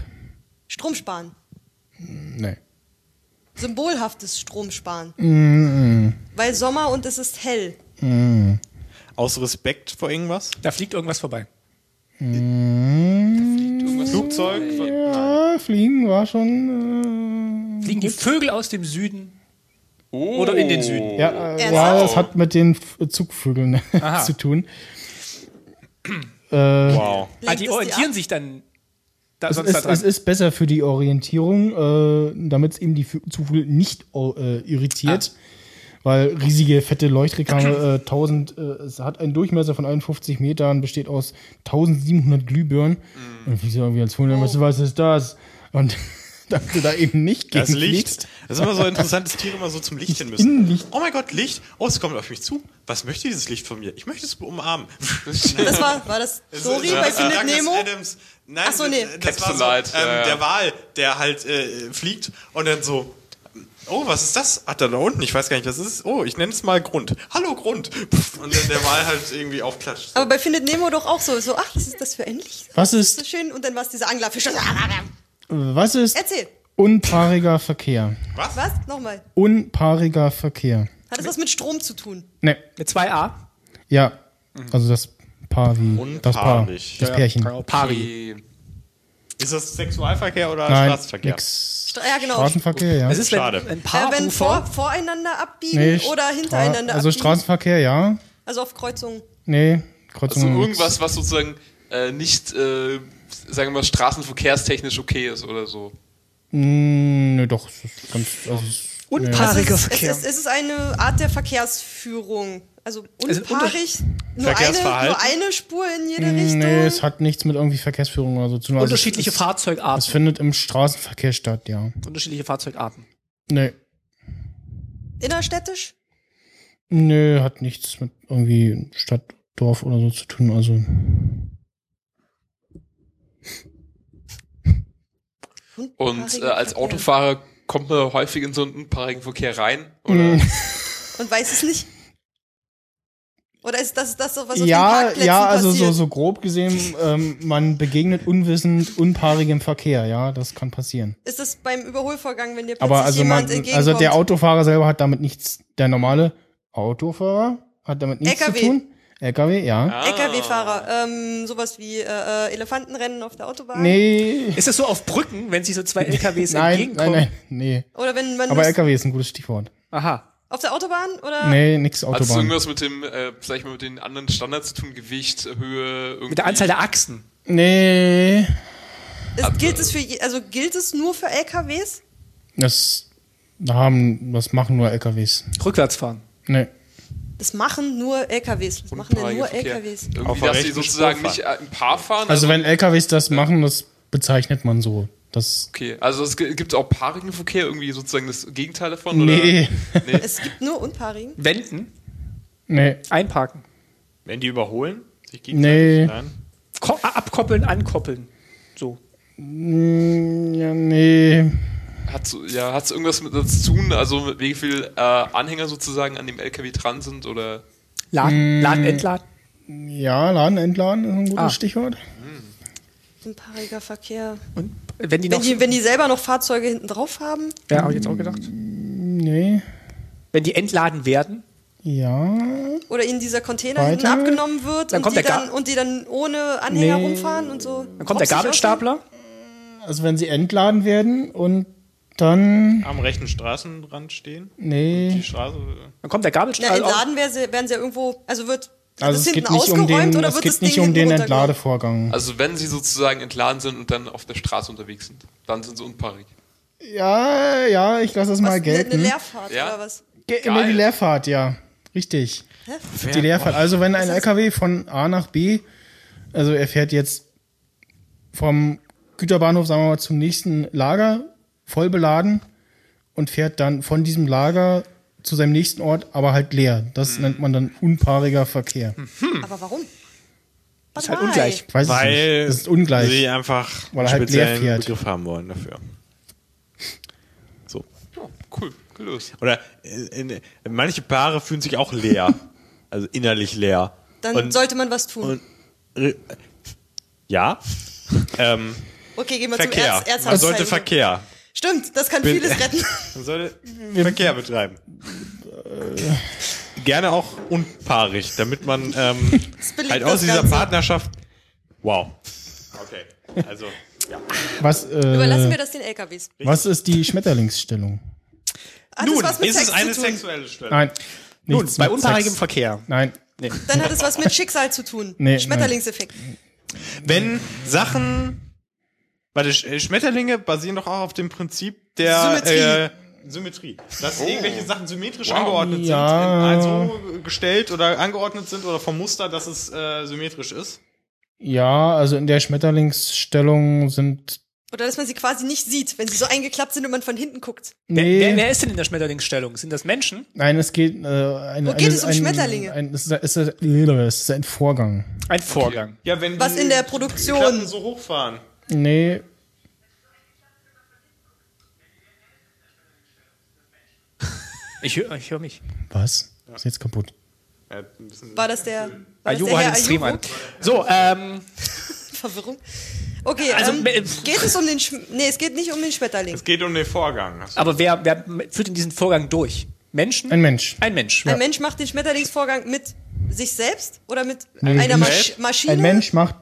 [SPEAKER 2] Strom sparen.
[SPEAKER 1] Nee.
[SPEAKER 2] Symbolhaftes Strom sparen. Weil Sommer und es ist hell.
[SPEAKER 5] Aus Respekt vor irgendwas?
[SPEAKER 3] Da fliegt irgendwas vorbei.
[SPEAKER 5] Flugzeug?
[SPEAKER 1] Ja, Fliegen war schon.
[SPEAKER 3] Fliegen die Vögel aus dem Süden?
[SPEAKER 4] Oh.
[SPEAKER 3] Oder in den Süden.
[SPEAKER 1] Äh, ja, äh,
[SPEAKER 2] Ernsthaft?
[SPEAKER 1] ja, das hat mit den F- Zugvögeln
[SPEAKER 3] Aha.
[SPEAKER 1] zu tun. Äh,
[SPEAKER 3] Ah,
[SPEAKER 5] Wow.
[SPEAKER 2] Lenkt
[SPEAKER 3] die
[SPEAKER 2] es
[SPEAKER 3] orientieren
[SPEAKER 2] ab?
[SPEAKER 3] sich dann da
[SPEAKER 1] Es
[SPEAKER 3] sonst
[SPEAKER 1] ist,
[SPEAKER 3] Also da dran.
[SPEAKER 1] es ist besser für die Orientierung, äh, damit es eben die Vö- Zugvögel nicht oh, äh, irritiert, weil riesige, fette Leuchtreklame, äh, 1000, äh, es hat einen Durchmesser von 51 Metern, besteht aus 1700 Glühbirnen. Und dann fliegst du irgendwie als Vogel, oh. was ist das? Und damit du da eben nicht gegen
[SPEAKER 5] Das Licht.
[SPEAKER 1] fliegst.
[SPEAKER 5] Das ist immer so interessant, dass Tiere immer so zum Licht hin
[SPEAKER 1] In
[SPEAKER 5] müssen.
[SPEAKER 1] Licht.
[SPEAKER 5] Oh mein Gott, Licht. Oh, es kommt auf mich zu. Was möchte dieses Licht von mir? Ich möchte es umarmen.
[SPEAKER 2] Das war, war das Dory bei Findet
[SPEAKER 5] Douglas
[SPEAKER 2] Nemo?
[SPEAKER 5] Adams. Nein,
[SPEAKER 2] Ach so, nee.
[SPEAKER 5] das war so,
[SPEAKER 4] Capsulite,
[SPEAKER 5] ähm,
[SPEAKER 4] ja, ja.
[SPEAKER 5] der Wal, der halt äh, fliegt und dann so, oh, was ist das? Ach, da da unten, ich weiß gar nicht, was es ist. Oh, ich nenne es mal Grund. Hallo, Grund. Pff, Und dann der Wal halt irgendwie aufklatscht.
[SPEAKER 2] Aber bei Findet Nemo doch auch so. So, ach, was ist das für ein Licht?
[SPEAKER 1] Was
[SPEAKER 2] So
[SPEAKER 1] ist,
[SPEAKER 2] schön. Und dann war es dieser Anglerfisch.
[SPEAKER 1] was ist
[SPEAKER 2] Erzähl.
[SPEAKER 1] unpaariger Verkehr?
[SPEAKER 2] Was? Nochmal.
[SPEAKER 1] Unpaariger Verkehr.
[SPEAKER 2] Hat es was mit Strom zu tun?
[SPEAKER 1] Ne,
[SPEAKER 3] Mit 2a.
[SPEAKER 1] ja, also das Paar wie, das Paar,
[SPEAKER 5] Unpaarig.
[SPEAKER 1] das Pärchen.
[SPEAKER 3] Pari.
[SPEAKER 4] Okay.
[SPEAKER 5] Ist das Sexualverkehr oder
[SPEAKER 1] Nein,
[SPEAKER 5] Straßenverkehr?
[SPEAKER 1] nix.
[SPEAKER 2] Stra- ja, genau.
[SPEAKER 1] Straßenverkehr, ja.
[SPEAKER 3] Es ist, wenn
[SPEAKER 5] Schade.
[SPEAKER 3] ein
[SPEAKER 2] Äh,
[SPEAKER 3] paar
[SPEAKER 2] wenn vor,
[SPEAKER 3] Ufer
[SPEAKER 2] voreinander abbiegen
[SPEAKER 1] Nee,
[SPEAKER 2] oder
[SPEAKER 1] Stra-
[SPEAKER 2] hintereinander
[SPEAKER 1] Also
[SPEAKER 2] abbiegen.
[SPEAKER 1] Straßenverkehr, ja.
[SPEAKER 2] also auf Kreuzungen.
[SPEAKER 1] Nee, Kreuzung.
[SPEAKER 4] Also
[SPEAKER 1] nix.
[SPEAKER 4] irgendwas, was sozusagen äh, nicht, äh, sagen wir mal, straßenverkehrstechnisch okay ist oder so.
[SPEAKER 1] Mm, nee, doch, es ist ganz. Also, es ist-
[SPEAKER 3] unpaariger
[SPEAKER 2] Es
[SPEAKER 3] Verkehr.
[SPEAKER 2] ist, es ist eine Art der Verkehrsführung. Also
[SPEAKER 3] ist
[SPEAKER 2] unpaarig, nur, eine,
[SPEAKER 5] Verkehrsverhalten?
[SPEAKER 2] nur eine Spur in jede
[SPEAKER 1] nee,
[SPEAKER 2] Richtung.
[SPEAKER 1] nee, es hat nichts mit irgendwie Verkehrsführung oder so zu tun. Also,
[SPEAKER 3] Unterschiedliche
[SPEAKER 1] es, Es
[SPEAKER 3] Fahrzeugarten.
[SPEAKER 1] findet im Straßenverkehr statt, ja.
[SPEAKER 3] Unterschiedliche Fahrzeugarten.
[SPEAKER 1] Nee.
[SPEAKER 2] Innerstädtisch?
[SPEAKER 1] Nee, hat nichts mit irgendwie Stadt, Dorf oder so zu tun. Also.
[SPEAKER 4] Und äh,
[SPEAKER 2] Unpaariger
[SPEAKER 4] als
[SPEAKER 2] Verkehr.
[SPEAKER 4] Autofahrer kommt man häufig in so einen unpaarigen Verkehr rein. Oder?
[SPEAKER 2] Und weiß es nicht? Oder ist das das, was auf den
[SPEAKER 1] ja,
[SPEAKER 2] Parkplätzen
[SPEAKER 1] ja, also so,
[SPEAKER 2] passiert?
[SPEAKER 1] so grob gesehen, ähm, man begegnet unwissend unpaarigem Verkehr, ja, das kann passieren.
[SPEAKER 2] Ist das beim Überholvorgang, wenn dir plötzlich
[SPEAKER 1] Aber also
[SPEAKER 2] jemand
[SPEAKER 1] man,
[SPEAKER 2] entgegenkommt?
[SPEAKER 1] also der Autofahrer selber hat damit nichts, der normale Autofahrer hat damit nichts
[SPEAKER 2] LKW.
[SPEAKER 1] zu tun. LKW, ja.
[SPEAKER 2] LKW-Fahrer, ähm, sowas wie äh, äh, Elefantenrennen auf der Autobahn.
[SPEAKER 1] Nee.
[SPEAKER 3] Ist das so auf Brücken, wenn sich so zwei LKWs
[SPEAKER 1] Nein, nein,
[SPEAKER 3] entgegenkommen?
[SPEAKER 1] nein, nee.
[SPEAKER 2] Oder wenn man
[SPEAKER 1] Aber
[SPEAKER 2] durchs-
[SPEAKER 1] LKW ist ein gutes Stichwort.
[SPEAKER 3] Aha.
[SPEAKER 2] auf der Autobahn oder
[SPEAKER 1] Nee, nix
[SPEAKER 4] Hat es
[SPEAKER 1] Autobahn.
[SPEAKER 4] irgendwas mit dem, äh, sag ich mal, mit den anderen Standards zu tun? Gewicht, Höhe, irgendwie.
[SPEAKER 3] Mit der Anzahl der Achsen.
[SPEAKER 1] Nee.
[SPEAKER 2] es, gilt es für je- also gilt es nur für LKWs?
[SPEAKER 1] Das haben, das machen nur LKWs.
[SPEAKER 3] Rückwärts fahren.
[SPEAKER 1] Nee.
[SPEAKER 2] Das machen nur LKWs. Das machen ja nur
[SPEAKER 4] Verkehr.
[SPEAKER 2] LKWs.
[SPEAKER 5] Auf
[SPEAKER 4] Irgendwie,
[SPEAKER 5] der
[SPEAKER 4] dass sie
[SPEAKER 5] rechten
[SPEAKER 4] sozusagen
[SPEAKER 5] Spur
[SPEAKER 4] nicht äh, im Paar fahren.
[SPEAKER 1] Also wenn LKWs das machen, das bezeichnet man so. Das
[SPEAKER 4] Okay, also es gibt auch paarigen Verkehr, irgendwie sozusagen das Gegenteil davon?
[SPEAKER 1] Nee.
[SPEAKER 4] Oder? Nee.
[SPEAKER 2] Es gibt nur Unpaarigen.
[SPEAKER 3] Wenden,
[SPEAKER 1] Nee.
[SPEAKER 3] einparken.
[SPEAKER 5] Wenn die überholen? Sich
[SPEAKER 1] Nee.
[SPEAKER 5] gegenseitig? Nein.
[SPEAKER 3] Ko abkoppeln, ankoppeln. So.
[SPEAKER 1] Mm, Ja, nee.
[SPEAKER 4] Hat so- ja, hat's irgendwas mit das zu tun, also mit wie viel äh, Anhänger sozusagen an dem LKW dran sind oder
[SPEAKER 3] Laden,
[SPEAKER 1] Mm.
[SPEAKER 3] laden, entladen.
[SPEAKER 1] Ja, Laden entladen ist ein gutes
[SPEAKER 3] Ah.
[SPEAKER 1] Stichwort.
[SPEAKER 2] Unpaariger Verkehr.
[SPEAKER 3] Und wenn die
[SPEAKER 2] Wenn
[SPEAKER 3] noch.
[SPEAKER 2] die, wenn die selber noch Fahrzeuge hinten drauf haben,
[SPEAKER 3] ja, habe ich jetzt auch gedacht.
[SPEAKER 1] Nee.
[SPEAKER 3] Wenn die entladen werden,
[SPEAKER 1] Ja.
[SPEAKER 2] oder ihnen dieser Container
[SPEAKER 1] Weiter.
[SPEAKER 2] hinten abgenommen wird
[SPEAKER 3] Dann
[SPEAKER 2] und,
[SPEAKER 3] kommt
[SPEAKER 2] die
[SPEAKER 3] der Ga-
[SPEAKER 2] dann, und die dann ohne Anhänger
[SPEAKER 1] Nee.
[SPEAKER 2] rumfahren und so.
[SPEAKER 3] dann kommt der Gabelstapler.
[SPEAKER 1] Also wenn sie entladen werden und dann.
[SPEAKER 5] Am rechten Straßenrand stehen?
[SPEAKER 1] Nee.
[SPEAKER 5] Die Straße.
[SPEAKER 3] Dann kommt der
[SPEAKER 5] äh,
[SPEAKER 2] Ja,
[SPEAKER 3] Gabelstapler.
[SPEAKER 2] entladen werden sie, werden sie ja irgendwo, also wird
[SPEAKER 1] Also
[SPEAKER 2] Ist
[SPEAKER 1] es geht
[SPEAKER 2] hinten
[SPEAKER 1] nicht um
[SPEAKER 2] ausgeräumt
[SPEAKER 1] den,
[SPEAKER 2] oder
[SPEAKER 1] es
[SPEAKER 2] wird das
[SPEAKER 1] geht
[SPEAKER 2] Ding
[SPEAKER 1] nicht um
[SPEAKER 2] hinten
[SPEAKER 1] den
[SPEAKER 2] runtergeräumt?
[SPEAKER 1] Entladevorgang.
[SPEAKER 4] Also wenn sie sozusagen entladen sind und dann auf der Straße unterwegs sind, dann sind sie unpaarig.
[SPEAKER 1] ja, ja, ich lasse es mal ne?
[SPEAKER 2] Was, eine, eine
[SPEAKER 1] gelten.
[SPEAKER 2] Leerfahrt
[SPEAKER 4] Ja.
[SPEAKER 2] oder was?
[SPEAKER 1] Ge-
[SPEAKER 4] Geil.
[SPEAKER 1] Nee, die Leerfahrt, ja. Richtig. Die Leerfahrt. Also wenn ein LKW von A nach B, also er fährt jetzt vom Güterbahnhof, sagen wir mal, zum nächsten Lager, voll beladen und fährt dann von diesem Lager zu seinem nächsten Ort, aber halt leer. Das
[SPEAKER 5] Hm.
[SPEAKER 1] nennt man dann unpaariger Verkehr.
[SPEAKER 2] Aber warum?
[SPEAKER 3] Ist Hm. halt ungleich.
[SPEAKER 1] Ich weiß es nicht. Das ist ungleich.
[SPEAKER 5] sie einfach
[SPEAKER 1] Weil er halt
[SPEAKER 5] speziellen
[SPEAKER 1] leer fährt.
[SPEAKER 5] Begriff haben wollen dafür. So.
[SPEAKER 4] Ja, cool, gelöst.
[SPEAKER 5] Oder äh, in, manche Paare fühlen sich auch leer. also innerlich leer.
[SPEAKER 2] Dann
[SPEAKER 5] Und-
[SPEAKER 2] sollte man was tun.
[SPEAKER 5] Und, äh, ja. ähm,
[SPEAKER 2] okay, gehen wir
[SPEAKER 5] Verkehr.
[SPEAKER 2] zum Erz
[SPEAKER 5] Man sollte
[SPEAKER 2] Erzhandzeichen.
[SPEAKER 5] Verkehr.
[SPEAKER 2] Stimmt, das kann
[SPEAKER 5] Bin-
[SPEAKER 2] vieles retten.
[SPEAKER 5] Man sollte Verkehr betreiben. Gerne auch unpaarig, damit man ähm,
[SPEAKER 2] belegt
[SPEAKER 5] halt
[SPEAKER 2] das
[SPEAKER 5] aus dieser
[SPEAKER 2] Ganze.
[SPEAKER 5] Partnerschaft. Wow. Okay. Also,
[SPEAKER 1] Was,
[SPEAKER 2] Überlassen
[SPEAKER 1] äh,
[SPEAKER 2] wir das den LKWs.
[SPEAKER 1] was ist die Schmetterlingsstellung?
[SPEAKER 2] Hat
[SPEAKER 5] nun
[SPEAKER 2] es was mit
[SPEAKER 5] ist
[SPEAKER 2] Sex
[SPEAKER 5] es eine
[SPEAKER 2] zu tun?
[SPEAKER 5] sexuelle Stelle.
[SPEAKER 1] Nein.
[SPEAKER 3] Nun,
[SPEAKER 1] Nichts
[SPEAKER 3] bei
[SPEAKER 1] mit
[SPEAKER 3] unpaarigem
[SPEAKER 1] Sex.
[SPEAKER 3] Verkehr.
[SPEAKER 1] Nein.
[SPEAKER 2] Dann hat es was mit Schicksal zu tun.
[SPEAKER 1] Nee,
[SPEAKER 2] Schmetterlingseffekt.
[SPEAKER 5] Wenn Sachen. Warte, Sch- äh, Schmetterlinge basieren doch auch auf dem Prinzip der
[SPEAKER 2] Symmetrie.
[SPEAKER 5] Äh, Symmetrie. Dass irgendwelche Sachen symmetrisch angeordnet
[SPEAKER 1] Oh. Ja.
[SPEAKER 5] sind, in- also gestellt oder angeordnet sind oder vom Muster, dass es äh, symmetrisch ist.
[SPEAKER 1] Ja, also in der Schmetterlingsstellung sind.
[SPEAKER 2] Oder dass man sie quasi nicht sieht, wenn sie so eingeklappt sind und man von hinten guckt.
[SPEAKER 1] Nee,
[SPEAKER 3] Wer, wer ist denn in der Schmetterlingsstellung? Sind das Menschen?
[SPEAKER 1] nein, es geht. Äh, eine,
[SPEAKER 2] Wo geht
[SPEAKER 1] eine,
[SPEAKER 2] es um
[SPEAKER 1] ein,
[SPEAKER 2] Schmetterlinge?
[SPEAKER 1] Ein, es, ist, es, ist, es ist ein Vorgang.
[SPEAKER 3] Ein Vorgang.
[SPEAKER 5] Ja, wenn
[SPEAKER 2] Was
[SPEAKER 5] die
[SPEAKER 2] in der
[SPEAKER 5] Klappen
[SPEAKER 2] Produktion.
[SPEAKER 5] so hochfahren.
[SPEAKER 1] Nee,
[SPEAKER 3] Ich höre ich hör mich.
[SPEAKER 1] was? Ist jetzt kaputt.
[SPEAKER 5] Ja, ein bisschen
[SPEAKER 2] War das der. War das
[SPEAKER 3] Ayuro
[SPEAKER 2] der
[SPEAKER 3] hat
[SPEAKER 2] Herr
[SPEAKER 3] den Stream
[SPEAKER 2] Ayuro?
[SPEAKER 3] an. So, ähm,
[SPEAKER 2] Verwirrung. Okay,
[SPEAKER 3] Also,
[SPEAKER 2] ähm,
[SPEAKER 3] me-
[SPEAKER 2] geht es um den Sch Nee, es geht nicht um den Schmetterling.
[SPEAKER 5] Es geht um den Vorgang. Das
[SPEAKER 3] aber wer, wer führt denn diesen Vorgang durch? Menschen?
[SPEAKER 1] Ein Mensch.
[SPEAKER 3] Ein Mensch.
[SPEAKER 5] um-
[SPEAKER 2] Ein Mensch macht den Schmetterlingsvorgang mit sich selbst oder mit
[SPEAKER 1] Nee,
[SPEAKER 2] einer
[SPEAKER 1] ich-
[SPEAKER 2] Masch Maschine?
[SPEAKER 1] Ein Mensch macht.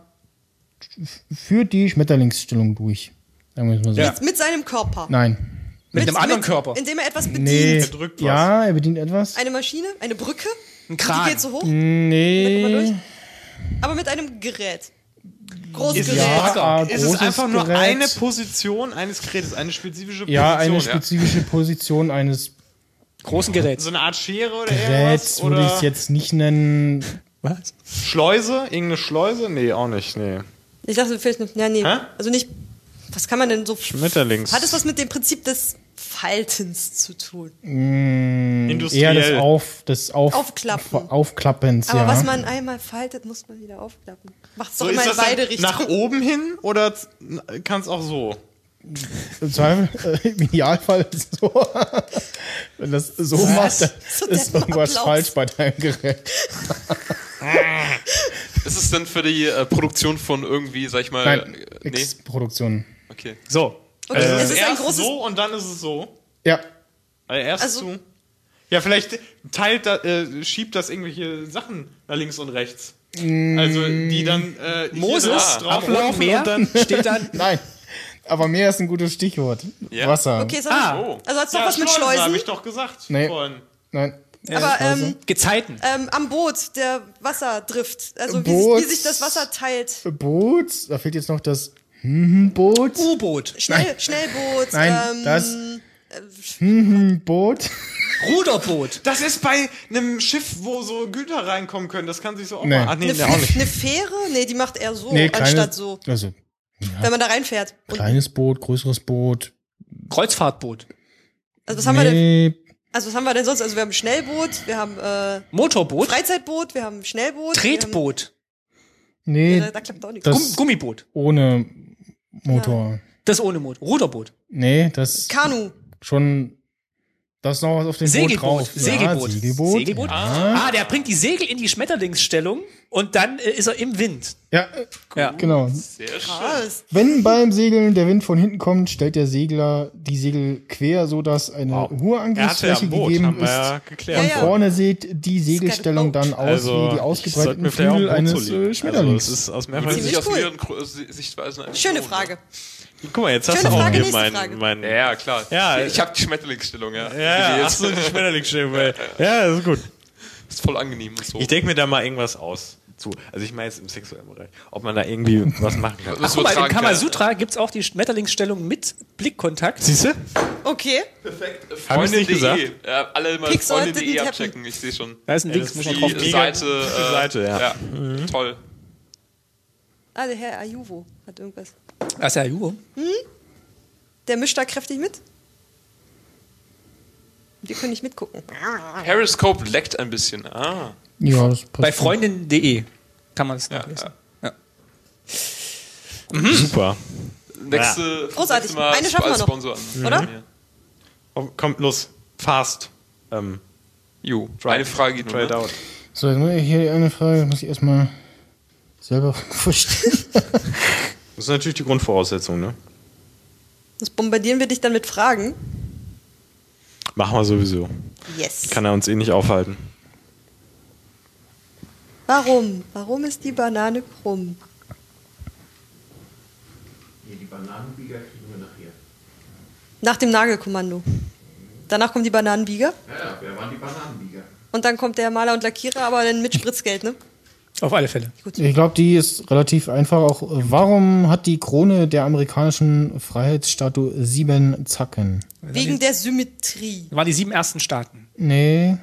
[SPEAKER 1] f- führt die Schmetterlingsstellung durch. Sagen wir es mal so.
[SPEAKER 3] Ja.
[SPEAKER 2] Mit seinem Körper.
[SPEAKER 1] Nein.
[SPEAKER 3] mit, einem anderen Körper.
[SPEAKER 2] Indem er etwas bedient.
[SPEAKER 1] Nee.
[SPEAKER 5] Er drückt was.
[SPEAKER 1] Ja, er bedient etwas.
[SPEAKER 2] Eine Maschine, eine Brücke.
[SPEAKER 3] Ein
[SPEAKER 2] Die
[SPEAKER 3] Kran.
[SPEAKER 2] geht so hoch, guck mal durch.
[SPEAKER 1] nee.
[SPEAKER 2] aber mit einem Gerät. Großes
[SPEAKER 5] Ist es
[SPEAKER 2] Gerät.
[SPEAKER 5] Bagger?
[SPEAKER 1] Ah,
[SPEAKER 5] ist es
[SPEAKER 1] großes
[SPEAKER 5] einfach nur
[SPEAKER 1] Gerät.
[SPEAKER 5] eine Position eines Gerätes, eine spezifische Position.
[SPEAKER 1] Ja, eine
[SPEAKER 4] ja.
[SPEAKER 1] spezifische Position eines
[SPEAKER 3] Großen Gerät.
[SPEAKER 5] so eine Art Schere oder
[SPEAKER 1] Geräts
[SPEAKER 5] irgendwas?
[SPEAKER 1] würde
[SPEAKER 5] Oder
[SPEAKER 1] ich es jetzt nicht nennen.
[SPEAKER 3] Was?
[SPEAKER 5] Schleuse? Irgendeine Schleuse? Nee, auch nicht. Nee.
[SPEAKER 2] Ich dachte, vielleicht noch, ja, nee.
[SPEAKER 5] Hä?
[SPEAKER 2] Also nicht, was kann man denn so.
[SPEAKER 5] Schmetterlings.
[SPEAKER 2] Hat es was mit dem Prinzip des Faltens zu tun?
[SPEAKER 1] Eher Hm,
[SPEAKER 5] Industriell.
[SPEAKER 1] des, Auf, des Auf,
[SPEAKER 2] Aufklappen.
[SPEAKER 1] Aufklappens,
[SPEAKER 2] Aber
[SPEAKER 1] ja.
[SPEAKER 2] was man einmal faltet, muss man wieder aufklappen. Macht's doch
[SPEAKER 5] so,
[SPEAKER 2] immer
[SPEAKER 5] ist
[SPEAKER 2] in
[SPEAKER 5] das dann
[SPEAKER 2] beide Richtungen.
[SPEAKER 5] nach oben hin oder kann es auch so?
[SPEAKER 1] Im Zweifel, äh, im Idealfall ist es so. Wenn das so macht, dann
[SPEAKER 2] So
[SPEAKER 1] ist
[SPEAKER 2] der
[SPEAKER 1] irgendwas
[SPEAKER 2] Applaus.
[SPEAKER 1] falsch bei deinem Gerät.
[SPEAKER 4] Ist es denn für die äh, Produktion von irgendwie, sag ich mal,
[SPEAKER 1] Nein,
[SPEAKER 4] äh, nee?
[SPEAKER 1] X-Produktion.
[SPEAKER 4] Okay.
[SPEAKER 3] So.
[SPEAKER 2] Okay, es ist ein
[SPEAKER 5] äh, Erst
[SPEAKER 2] großes.
[SPEAKER 5] so und dann ist es so.
[SPEAKER 1] Ja,
[SPEAKER 5] Also erst
[SPEAKER 2] Also-
[SPEAKER 5] zu. Ja, vielleicht teilt da, äh, schiebt das irgendwelche Sachen nach links und rechts.
[SPEAKER 1] Mm.
[SPEAKER 5] Also die dann äh, hier
[SPEAKER 3] Moses,
[SPEAKER 5] da
[SPEAKER 3] Ablauf,
[SPEAKER 5] drauflaufen
[SPEAKER 3] Meer,
[SPEAKER 5] und dann
[SPEAKER 3] steht dann
[SPEAKER 1] nein. Aber mehr ist ein gutes Stichwort.
[SPEAKER 4] Ja.
[SPEAKER 1] Wasser.
[SPEAKER 2] Okay, es hat,
[SPEAKER 3] Ah.
[SPEAKER 5] Oh.
[SPEAKER 2] also hat's doch was mit
[SPEAKER 5] habe
[SPEAKER 2] Schleusen.
[SPEAKER 5] ich doch gesagt.
[SPEAKER 1] Nee.
[SPEAKER 5] vorhin.
[SPEAKER 1] Nein.
[SPEAKER 2] aber ähm,
[SPEAKER 3] Gezeiten.
[SPEAKER 2] ähm, am Boot, der Wasserdrift. Also wie,
[SPEAKER 1] Boot.
[SPEAKER 2] sich- wie sich das Wasser teilt.
[SPEAKER 1] Boot, da fehlt jetzt noch das hm, Boot.
[SPEAKER 3] U-Boot.
[SPEAKER 2] Schnell, Schnellboot.
[SPEAKER 1] Nein,
[SPEAKER 2] ähm,
[SPEAKER 1] das hm, Boot.
[SPEAKER 3] Ruderboot.
[SPEAKER 5] Das ist bei einem Schiff, wo so Güter reinkommen können. Das kann sich so auch
[SPEAKER 1] Nee.
[SPEAKER 5] mal. Ach nee,
[SPEAKER 2] Eine,
[SPEAKER 5] nee, auch nicht.
[SPEAKER 2] eine Fähre? Nee, die macht eher so,
[SPEAKER 1] Nee,
[SPEAKER 2] Oh, anstatt
[SPEAKER 1] kleines,
[SPEAKER 2] so.
[SPEAKER 1] also,
[SPEAKER 2] Wenn man da reinfährt. Und,
[SPEAKER 1] kleines Boot, größeres Boot.
[SPEAKER 3] Kreuzfahrtboot.
[SPEAKER 2] also was haben wir denn?
[SPEAKER 1] Nee,
[SPEAKER 2] Also was haben wir denn sonst? Also wir haben Schnellboot, wir haben äh,
[SPEAKER 3] Motorboot.
[SPEAKER 2] Freizeitboot, wir haben Schnellboot.
[SPEAKER 3] Tretboot.
[SPEAKER 1] nee,
[SPEAKER 2] Wir haben, da, da klappt auch nichts.
[SPEAKER 1] das
[SPEAKER 3] Gumm Gummiboot.
[SPEAKER 1] ohne Motor.
[SPEAKER 3] Das ohne Motor. Ruderboot.
[SPEAKER 1] Nee, das
[SPEAKER 2] Kanu.
[SPEAKER 1] schon. Da ist noch was auf dem Boot
[SPEAKER 3] Segelboot.
[SPEAKER 1] drauf.
[SPEAKER 3] Segelboot.
[SPEAKER 1] Ja, Segelboot.
[SPEAKER 3] Segelboot.
[SPEAKER 1] Ja.
[SPEAKER 3] Ah. der bringt die Segel in die Schmetterlingsstellung und dann äh, ist er im Wind.
[SPEAKER 1] Ja, äh,
[SPEAKER 3] Ja.
[SPEAKER 1] genau.
[SPEAKER 4] Sehr schön.
[SPEAKER 2] Was?
[SPEAKER 1] Wenn beim Segeln der Wind von hinten kommt, stellt der Segler die Segel quer, sodass eine hohe
[SPEAKER 5] Er hatte ja
[SPEAKER 1] Angriffsfläche
[SPEAKER 5] ein Boot,
[SPEAKER 1] gegeben
[SPEAKER 5] haben
[SPEAKER 1] ist.
[SPEAKER 5] wir ja geklärt.
[SPEAKER 1] Von
[SPEAKER 2] Ja, ja.
[SPEAKER 1] vorne sieht die Segelstellung dann aus
[SPEAKER 5] Also,
[SPEAKER 1] wie die
[SPEAKER 5] ich sollte
[SPEAKER 1] ausgebreiteten
[SPEAKER 5] mir vielleicht auch ein
[SPEAKER 1] Flügel
[SPEAKER 5] Boot
[SPEAKER 1] eines
[SPEAKER 5] zulegen.
[SPEAKER 1] äh, Schmetterlings.
[SPEAKER 5] Also, es ist aus
[SPEAKER 4] Würde
[SPEAKER 5] mehreren
[SPEAKER 4] sich aus
[SPEAKER 2] cool.
[SPEAKER 4] mehreren Gro- äh, Si- Sichtweisen eine
[SPEAKER 2] Schöne
[SPEAKER 4] Person-
[SPEAKER 2] Frage.
[SPEAKER 5] Guck mal, jetzt hast
[SPEAKER 2] Schöne
[SPEAKER 5] du auch
[SPEAKER 2] Frage,
[SPEAKER 5] hier
[SPEAKER 2] nächste
[SPEAKER 5] mein,
[SPEAKER 2] Frage.
[SPEAKER 5] mein.
[SPEAKER 4] Ja, ja, klar.
[SPEAKER 5] Ja,
[SPEAKER 4] ich ich habe die Schmetterlingsstellung, ja.
[SPEAKER 5] ja,
[SPEAKER 4] Die
[SPEAKER 5] ja
[SPEAKER 4] jetzt-
[SPEAKER 5] hast du die Schmetterlingsstimme. Ja, das ist gut.
[SPEAKER 4] Ist voll angenehm und so.
[SPEAKER 5] Ich denke mir da mal irgendwas aus. Zu. Also ich meine jetzt im sexuellen Bereich. Ob man da irgendwie was machen kann.
[SPEAKER 4] Das
[SPEAKER 3] Guck mal, im
[SPEAKER 4] übertragen kann.
[SPEAKER 3] Kamasutra gibt es auch die Schmetterlingsstellung mit Blickkontakt.
[SPEAKER 5] Siehst du?
[SPEAKER 2] Okay.
[SPEAKER 5] Hab ich's nicht
[SPEAKER 4] Freunde.de. E. Ja, alle mal
[SPEAKER 2] Pixel
[SPEAKER 4] Freunde.de
[SPEAKER 2] didn't happen.
[SPEAKER 4] E abchecken, ich sehe schon.
[SPEAKER 3] Da ist ein Link, muss man drauf
[SPEAKER 4] Die Seite, äh,
[SPEAKER 5] Seite, ja.
[SPEAKER 4] Toll.
[SPEAKER 2] Ah, der Herr Ayuvo hat irgendwas.
[SPEAKER 3] Ach Ah, ja, Juhu.
[SPEAKER 2] Der mischt da kräftig mit. Wir können nicht mitgucken.
[SPEAKER 4] Periscope leckt ein bisschen. Ah.
[SPEAKER 1] Ja, das passt.
[SPEAKER 3] Bei Freundin.de kann man es nachlesen. Ja.
[SPEAKER 5] Super.
[SPEAKER 4] Nächste,
[SPEAKER 2] Großartig.
[SPEAKER 4] nächste Mal
[SPEAKER 2] Eine schaffen wir
[SPEAKER 4] als
[SPEAKER 2] noch.
[SPEAKER 4] Sponsor an.
[SPEAKER 2] Oder?
[SPEAKER 5] Oh, kommt los. Fast. Ähm,
[SPEAKER 4] Jo, eine Frage geht noch.
[SPEAKER 5] try it
[SPEAKER 4] Ne?
[SPEAKER 5] out.
[SPEAKER 1] So, jetzt muss ich hier eine Frage, muss ich erstmal selber verstehen.
[SPEAKER 5] Das ist natürlich die Grundvoraussetzung, ne?
[SPEAKER 2] Das bombardieren wir dich dann mit Fragen.
[SPEAKER 5] Machen wir sowieso.
[SPEAKER 2] Yes.
[SPEAKER 5] Kann er uns eh nicht aufhalten.
[SPEAKER 2] Warum? Warum ist die Banane krumm?
[SPEAKER 6] die Bananenbieger kriegen wir nachher.
[SPEAKER 2] Nach dem Nagelkommando. Danach kommt die Bananenbieger.
[SPEAKER 6] Ja, wer waren die Bananenbieger?
[SPEAKER 2] Und dann kommt der Maler und Lackierer, aber dann mit Spritzgeld, ne?
[SPEAKER 3] Auf alle Fälle.
[SPEAKER 1] Ich glaube, die ist relativ einfach auch. äh, Warum hat die Krone der amerikanischen Freiheitsstatue sieben Zacken?
[SPEAKER 2] Wegen der Symmetrie.
[SPEAKER 3] Das waren die sieben ersten Staaten.
[SPEAKER 1] Nee,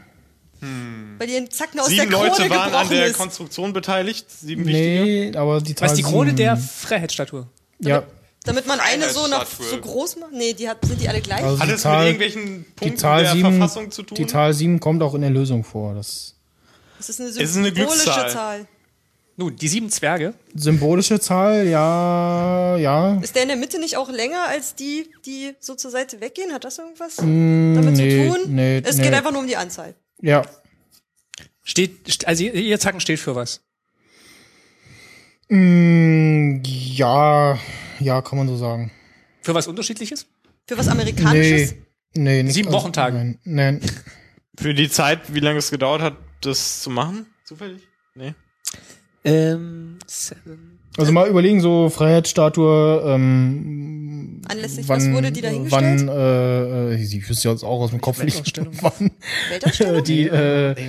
[SPEAKER 2] Weil die einen Zacken aus der
[SPEAKER 5] Sieben
[SPEAKER 2] Krone
[SPEAKER 5] Leute waren
[SPEAKER 2] gebrochen
[SPEAKER 5] an der
[SPEAKER 2] ist.
[SPEAKER 5] Konstruktion beteiligt. Sieben wichtige.
[SPEAKER 1] nee, aber die
[SPEAKER 3] Was die
[SPEAKER 1] Zahl
[SPEAKER 3] Krone
[SPEAKER 1] sieben-
[SPEAKER 3] der Freiheitsstatue?
[SPEAKER 1] Ja,
[SPEAKER 2] Damit man eine so nach
[SPEAKER 4] Freiheitsstatue.
[SPEAKER 2] so groß macht. Nee, die hat, sind die alle gleich.
[SPEAKER 1] also
[SPEAKER 5] Hat
[SPEAKER 1] die
[SPEAKER 5] es
[SPEAKER 1] Zahl,
[SPEAKER 5] mit irgendwelchen Punkten
[SPEAKER 1] die Zahl
[SPEAKER 5] der
[SPEAKER 1] sieben,
[SPEAKER 5] Verfassung zu tun?
[SPEAKER 1] Die Zahl 7 kommt auch in der Lösung vor. Das
[SPEAKER 2] Das ist eine
[SPEAKER 5] ist eine
[SPEAKER 2] symbolische
[SPEAKER 5] Glückszahl.
[SPEAKER 2] Zahl.
[SPEAKER 3] Nun, die sieben Zwerge.
[SPEAKER 1] symbolische Zahl, ja, ja.
[SPEAKER 2] Ist der in der Mitte nicht auch länger als die, die so zur Seite weggehen? Hat das irgendwas damit
[SPEAKER 1] Mm, nee,
[SPEAKER 2] zu tun?
[SPEAKER 1] nee,
[SPEAKER 2] es
[SPEAKER 1] nee.
[SPEAKER 2] geht einfach nur um die Anzahl.
[SPEAKER 1] Ja,
[SPEAKER 3] Steht, st- also ihr Zacken steht für was.
[SPEAKER 1] Mm, ja, ja, kann man so sagen.
[SPEAKER 3] Für was Unterschiedliches?
[SPEAKER 2] Für was Amerikanisches?
[SPEAKER 1] nee, nicht
[SPEAKER 3] Sieben
[SPEAKER 1] als-
[SPEAKER 3] Wochentage.
[SPEAKER 1] Nein, nein.
[SPEAKER 5] Für die Zeit, wie lange es gedauert hat, das zu machen? Zufällig? Nee.
[SPEAKER 3] Ähm, seven.
[SPEAKER 1] Also mal überlegen, so Freiheitsstatue, ähm,
[SPEAKER 2] Anlässlich was
[SPEAKER 1] wann,
[SPEAKER 2] wurde die dahingestellt?
[SPEAKER 1] wann, äh, äh, ich wüsste jetzt auch aus dem Kopf nicht, wann äh,
[SPEAKER 2] Weltausstellung?
[SPEAKER 1] die äh,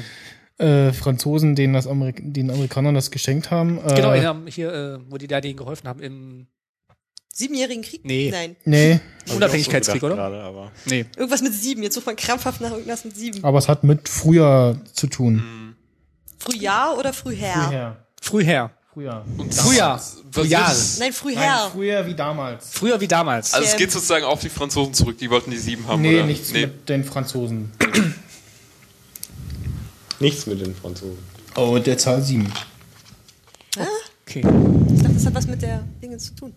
[SPEAKER 1] äh, Franzosen, denen das Amerik den Amerikanern das geschenkt haben. Äh,
[SPEAKER 3] Genau, die haben hier, äh, wo die da denen geholfen haben, im
[SPEAKER 2] Siebenjährigen Krieg?
[SPEAKER 3] Nee.
[SPEAKER 2] Nein.
[SPEAKER 1] Nee,
[SPEAKER 3] Unabhängigkeitskrieg, oder?
[SPEAKER 5] Gerade, aber.
[SPEAKER 3] Nee.
[SPEAKER 2] Irgendwas mit sieben. Jetzt sucht man krampfhaft nach irgendwas mit sieben.
[SPEAKER 1] aber es hat mit früher zu tun.
[SPEAKER 2] Frühjahr oder
[SPEAKER 3] Mhm.
[SPEAKER 2] Frühherr?
[SPEAKER 1] Früher.
[SPEAKER 3] Früher.
[SPEAKER 1] Früher.
[SPEAKER 3] Früher. Früher.
[SPEAKER 4] ist-
[SPEAKER 2] Nein,
[SPEAKER 1] Nein,
[SPEAKER 2] Frühherr.
[SPEAKER 1] früher wie damals.
[SPEAKER 3] Früher wie damals.
[SPEAKER 4] Also es
[SPEAKER 2] Ähm.
[SPEAKER 4] geht sozusagen auf die Franzosen zurück, die wollten die sieben haben,
[SPEAKER 1] Nee,
[SPEAKER 4] oder?
[SPEAKER 1] nichts mit den Franzosen.
[SPEAKER 5] Nichts mit den Franzosen.
[SPEAKER 1] Oh, der Zahl 7.
[SPEAKER 3] Okay.
[SPEAKER 2] Ich dachte, das hat was mit der Dinge zu tun.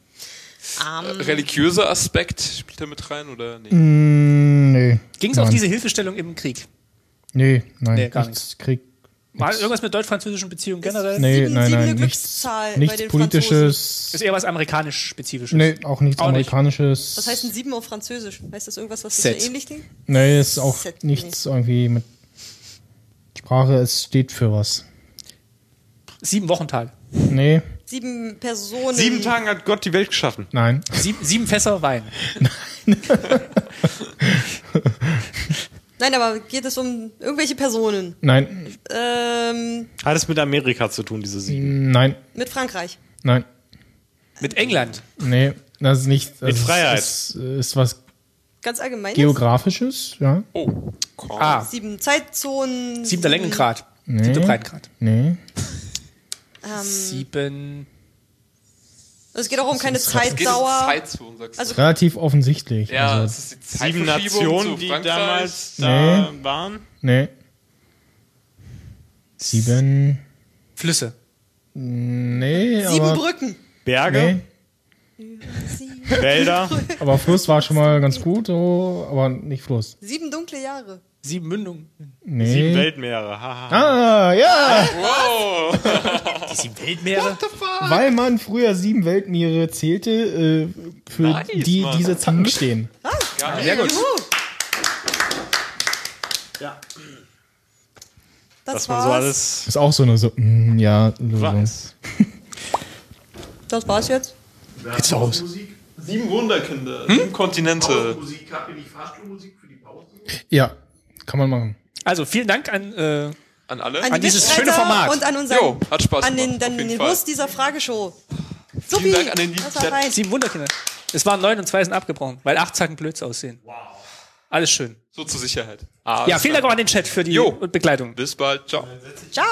[SPEAKER 4] Ähm. Religiöser Aspekt spielt da mit rein, oder? Nee.
[SPEAKER 1] Nee.
[SPEAKER 3] Ging es auf
[SPEAKER 1] Nein.
[SPEAKER 3] diese Hilfestellung im Krieg?
[SPEAKER 1] Nee, nein.
[SPEAKER 3] Nee, gar
[SPEAKER 1] nichts. Krieg.
[SPEAKER 3] War irgendwas mit deutsch-französischen Beziehungen generell?
[SPEAKER 1] Nee,
[SPEAKER 2] Sieben-
[SPEAKER 1] nein,
[SPEAKER 2] siebene
[SPEAKER 1] nein. Nichts,
[SPEAKER 2] Glückszahl bei
[SPEAKER 1] nichts
[SPEAKER 2] den
[SPEAKER 1] politisches.
[SPEAKER 3] Ist eher was amerikanisch-spezifisches.
[SPEAKER 1] Nee, auch nichts
[SPEAKER 3] Auch nicht.
[SPEAKER 1] amerikanisches.
[SPEAKER 2] Was heißt ein Sieben auf Französisch? Heißt das irgendwas, was
[SPEAKER 3] Set.
[SPEAKER 2] so ähnlich klingt?
[SPEAKER 1] Nee, ist auch
[SPEAKER 2] Set-
[SPEAKER 1] nichts irgendwie mit Sprache, es steht für was.
[SPEAKER 3] Sieben Wochentage.
[SPEAKER 1] Nee,
[SPEAKER 2] Sieben Personen.
[SPEAKER 5] Sieben Tagen hat Gott die Welt geschaffen.
[SPEAKER 1] nein.
[SPEAKER 3] Sieben, sieben Fässer Wein.
[SPEAKER 2] Nein, aber geht es um irgendwelche Personen?
[SPEAKER 1] Nein,
[SPEAKER 2] Ähm,
[SPEAKER 5] Hat es mit Amerika zu tun, diese Sieben?
[SPEAKER 1] nein,
[SPEAKER 2] mit Frankreich.
[SPEAKER 1] nein.
[SPEAKER 3] Mit England.
[SPEAKER 1] Nee, das ist nicht. Das
[SPEAKER 5] Mit Freiheit.
[SPEAKER 1] Ist, ist, ist was
[SPEAKER 2] Ganz allgemein.
[SPEAKER 1] Geografisches, ja.
[SPEAKER 4] Oh, komm.
[SPEAKER 3] Ah,
[SPEAKER 2] Sieben Zeitzonen.
[SPEAKER 3] siebter Längengrad.
[SPEAKER 1] Nee.
[SPEAKER 3] Siebter Breitengrad.
[SPEAKER 1] Nee.
[SPEAKER 3] Sieben.
[SPEAKER 2] Es geht auch um keine
[SPEAKER 4] Geht es um
[SPEAKER 2] Zeitdauer.
[SPEAKER 4] Zeitzone, sagst du?
[SPEAKER 2] Also-
[SPEAKER 1] Relativ offensichtlich.
[SPEAKER 4] ja,
[SPEAKER 1] also,
[SPEAKER 4] es ist die Zeitverschiebung
[SPEAKER 5] Sieben Nationen,
[SPEAKER 4] zu
[SPEAKER 5] die
[SPEAKER 4] Frankreich.
[SPEAKER 5] damals da waren?
[SPEAKER 1] nee. Sieben.
[SPEAKER 3] Flüsse.
[SPEAKER 1] Nee,
[SPEAKER 2] Sieben
[SPEAKER 1] aber.
[SPEAKER 2] Brücken.
[SPEAKER 5] Berge,
[SPEAKER 1] nee,
[SPEAKER 5] Wälder.
[SPEAKER 1] aber Fluss war schon mal ganz gut, so, aber nicht Fluss.
[SPEAKER 2] Sieben dunkle Jahre.
[SPEAKER 3] Sieben Mündungen.
[SPEAKER 1] Nee.
[SPEAKER 5] Sieben Weltmeere, haha.
[SPEAKER 1] Ah, ja!
[SPEAKER 3] Die sieben Weltmeere.
[SPEAKER 1] Weil man früher sieben Weltmeere zählte, äh, für
[SPEAKER 4] Nice,
[SPEAKER 1] die
[SPEAKER 4] Mann.
[SPEAKER 1] diese Zacken stehen.
[SPEAKER 4] Sehr gut.
[SPEAKER 2] Juhu.
[SPEAKER 5] Ja.
[SPEAKER 2] Das,
[SPEAKER 5] Dass man
[SPEAKER 2] war's.
[SPEAKER 5] so alles
[SPEAKER 1] Ist auch so eine so, mm, ja, Lösung.
[SPEAKER 5] weiß.
[SPEAKER 2] Das war's jetzt.
[SPEAKER 6] Jetzt
[SPEAKER 1] raus.
[SPEAKER 6] Musik,
[SPEAKER 4] Sieben Wunderkinder,
[SPEAKER 5] äh,
[SPEAKER 4] sieben Hm? Kontinente.
[SPEAKER 6] Musik, habt ihr die Fahrstuhlmusik für die Pause?
[SPEAKER 1] Ja, kann man machen.
[SPEAKER 3] Also vielen Dank an äh,
[SPEAKER 4] an alle.
[SPEAKER 2] An, die
[SPEAKER 3] dieses
[SPEAKER 2] Mitstreiter
[SPEAKER 3] schöne Format.
[SPEAKER 2] Und an unseren,
[SPEAKER 4] Jo, hat Spaß
[SPEAKER 2] an den,
[SPEAKER 4] gemacht,
[SPEAKER 2] dann
[SPEAKER 4] auf jeden
[SPEAKER 2] den
[SPEAKER 4] Fall.
[SPEAKER 2] Host dieser Frageshow. Supi,
[SPEAKER 4] Dank an den lieben
[SPEAKER 2] das war
[SPEAKER 4] Chat.
[SPEAKER 2] fein.
[SPEAKER 3] Sieben Wunderkinder. Es waren neun und zwei sind abgebrochen, weil acht Zacken blöds aussehen. Wow. Alles schön.
[SPEAKER 4] So zur Sicherheit. Ah,
[SPEAKER 3] Ja, vielen Dank auch an den Chat für die
[SPEAKER 4] Jo.
[SPEAKER 3] und Begleitung.
[SPEAKER 4] Bis bald. Ciao.
[SPEAKER 2] Ciao.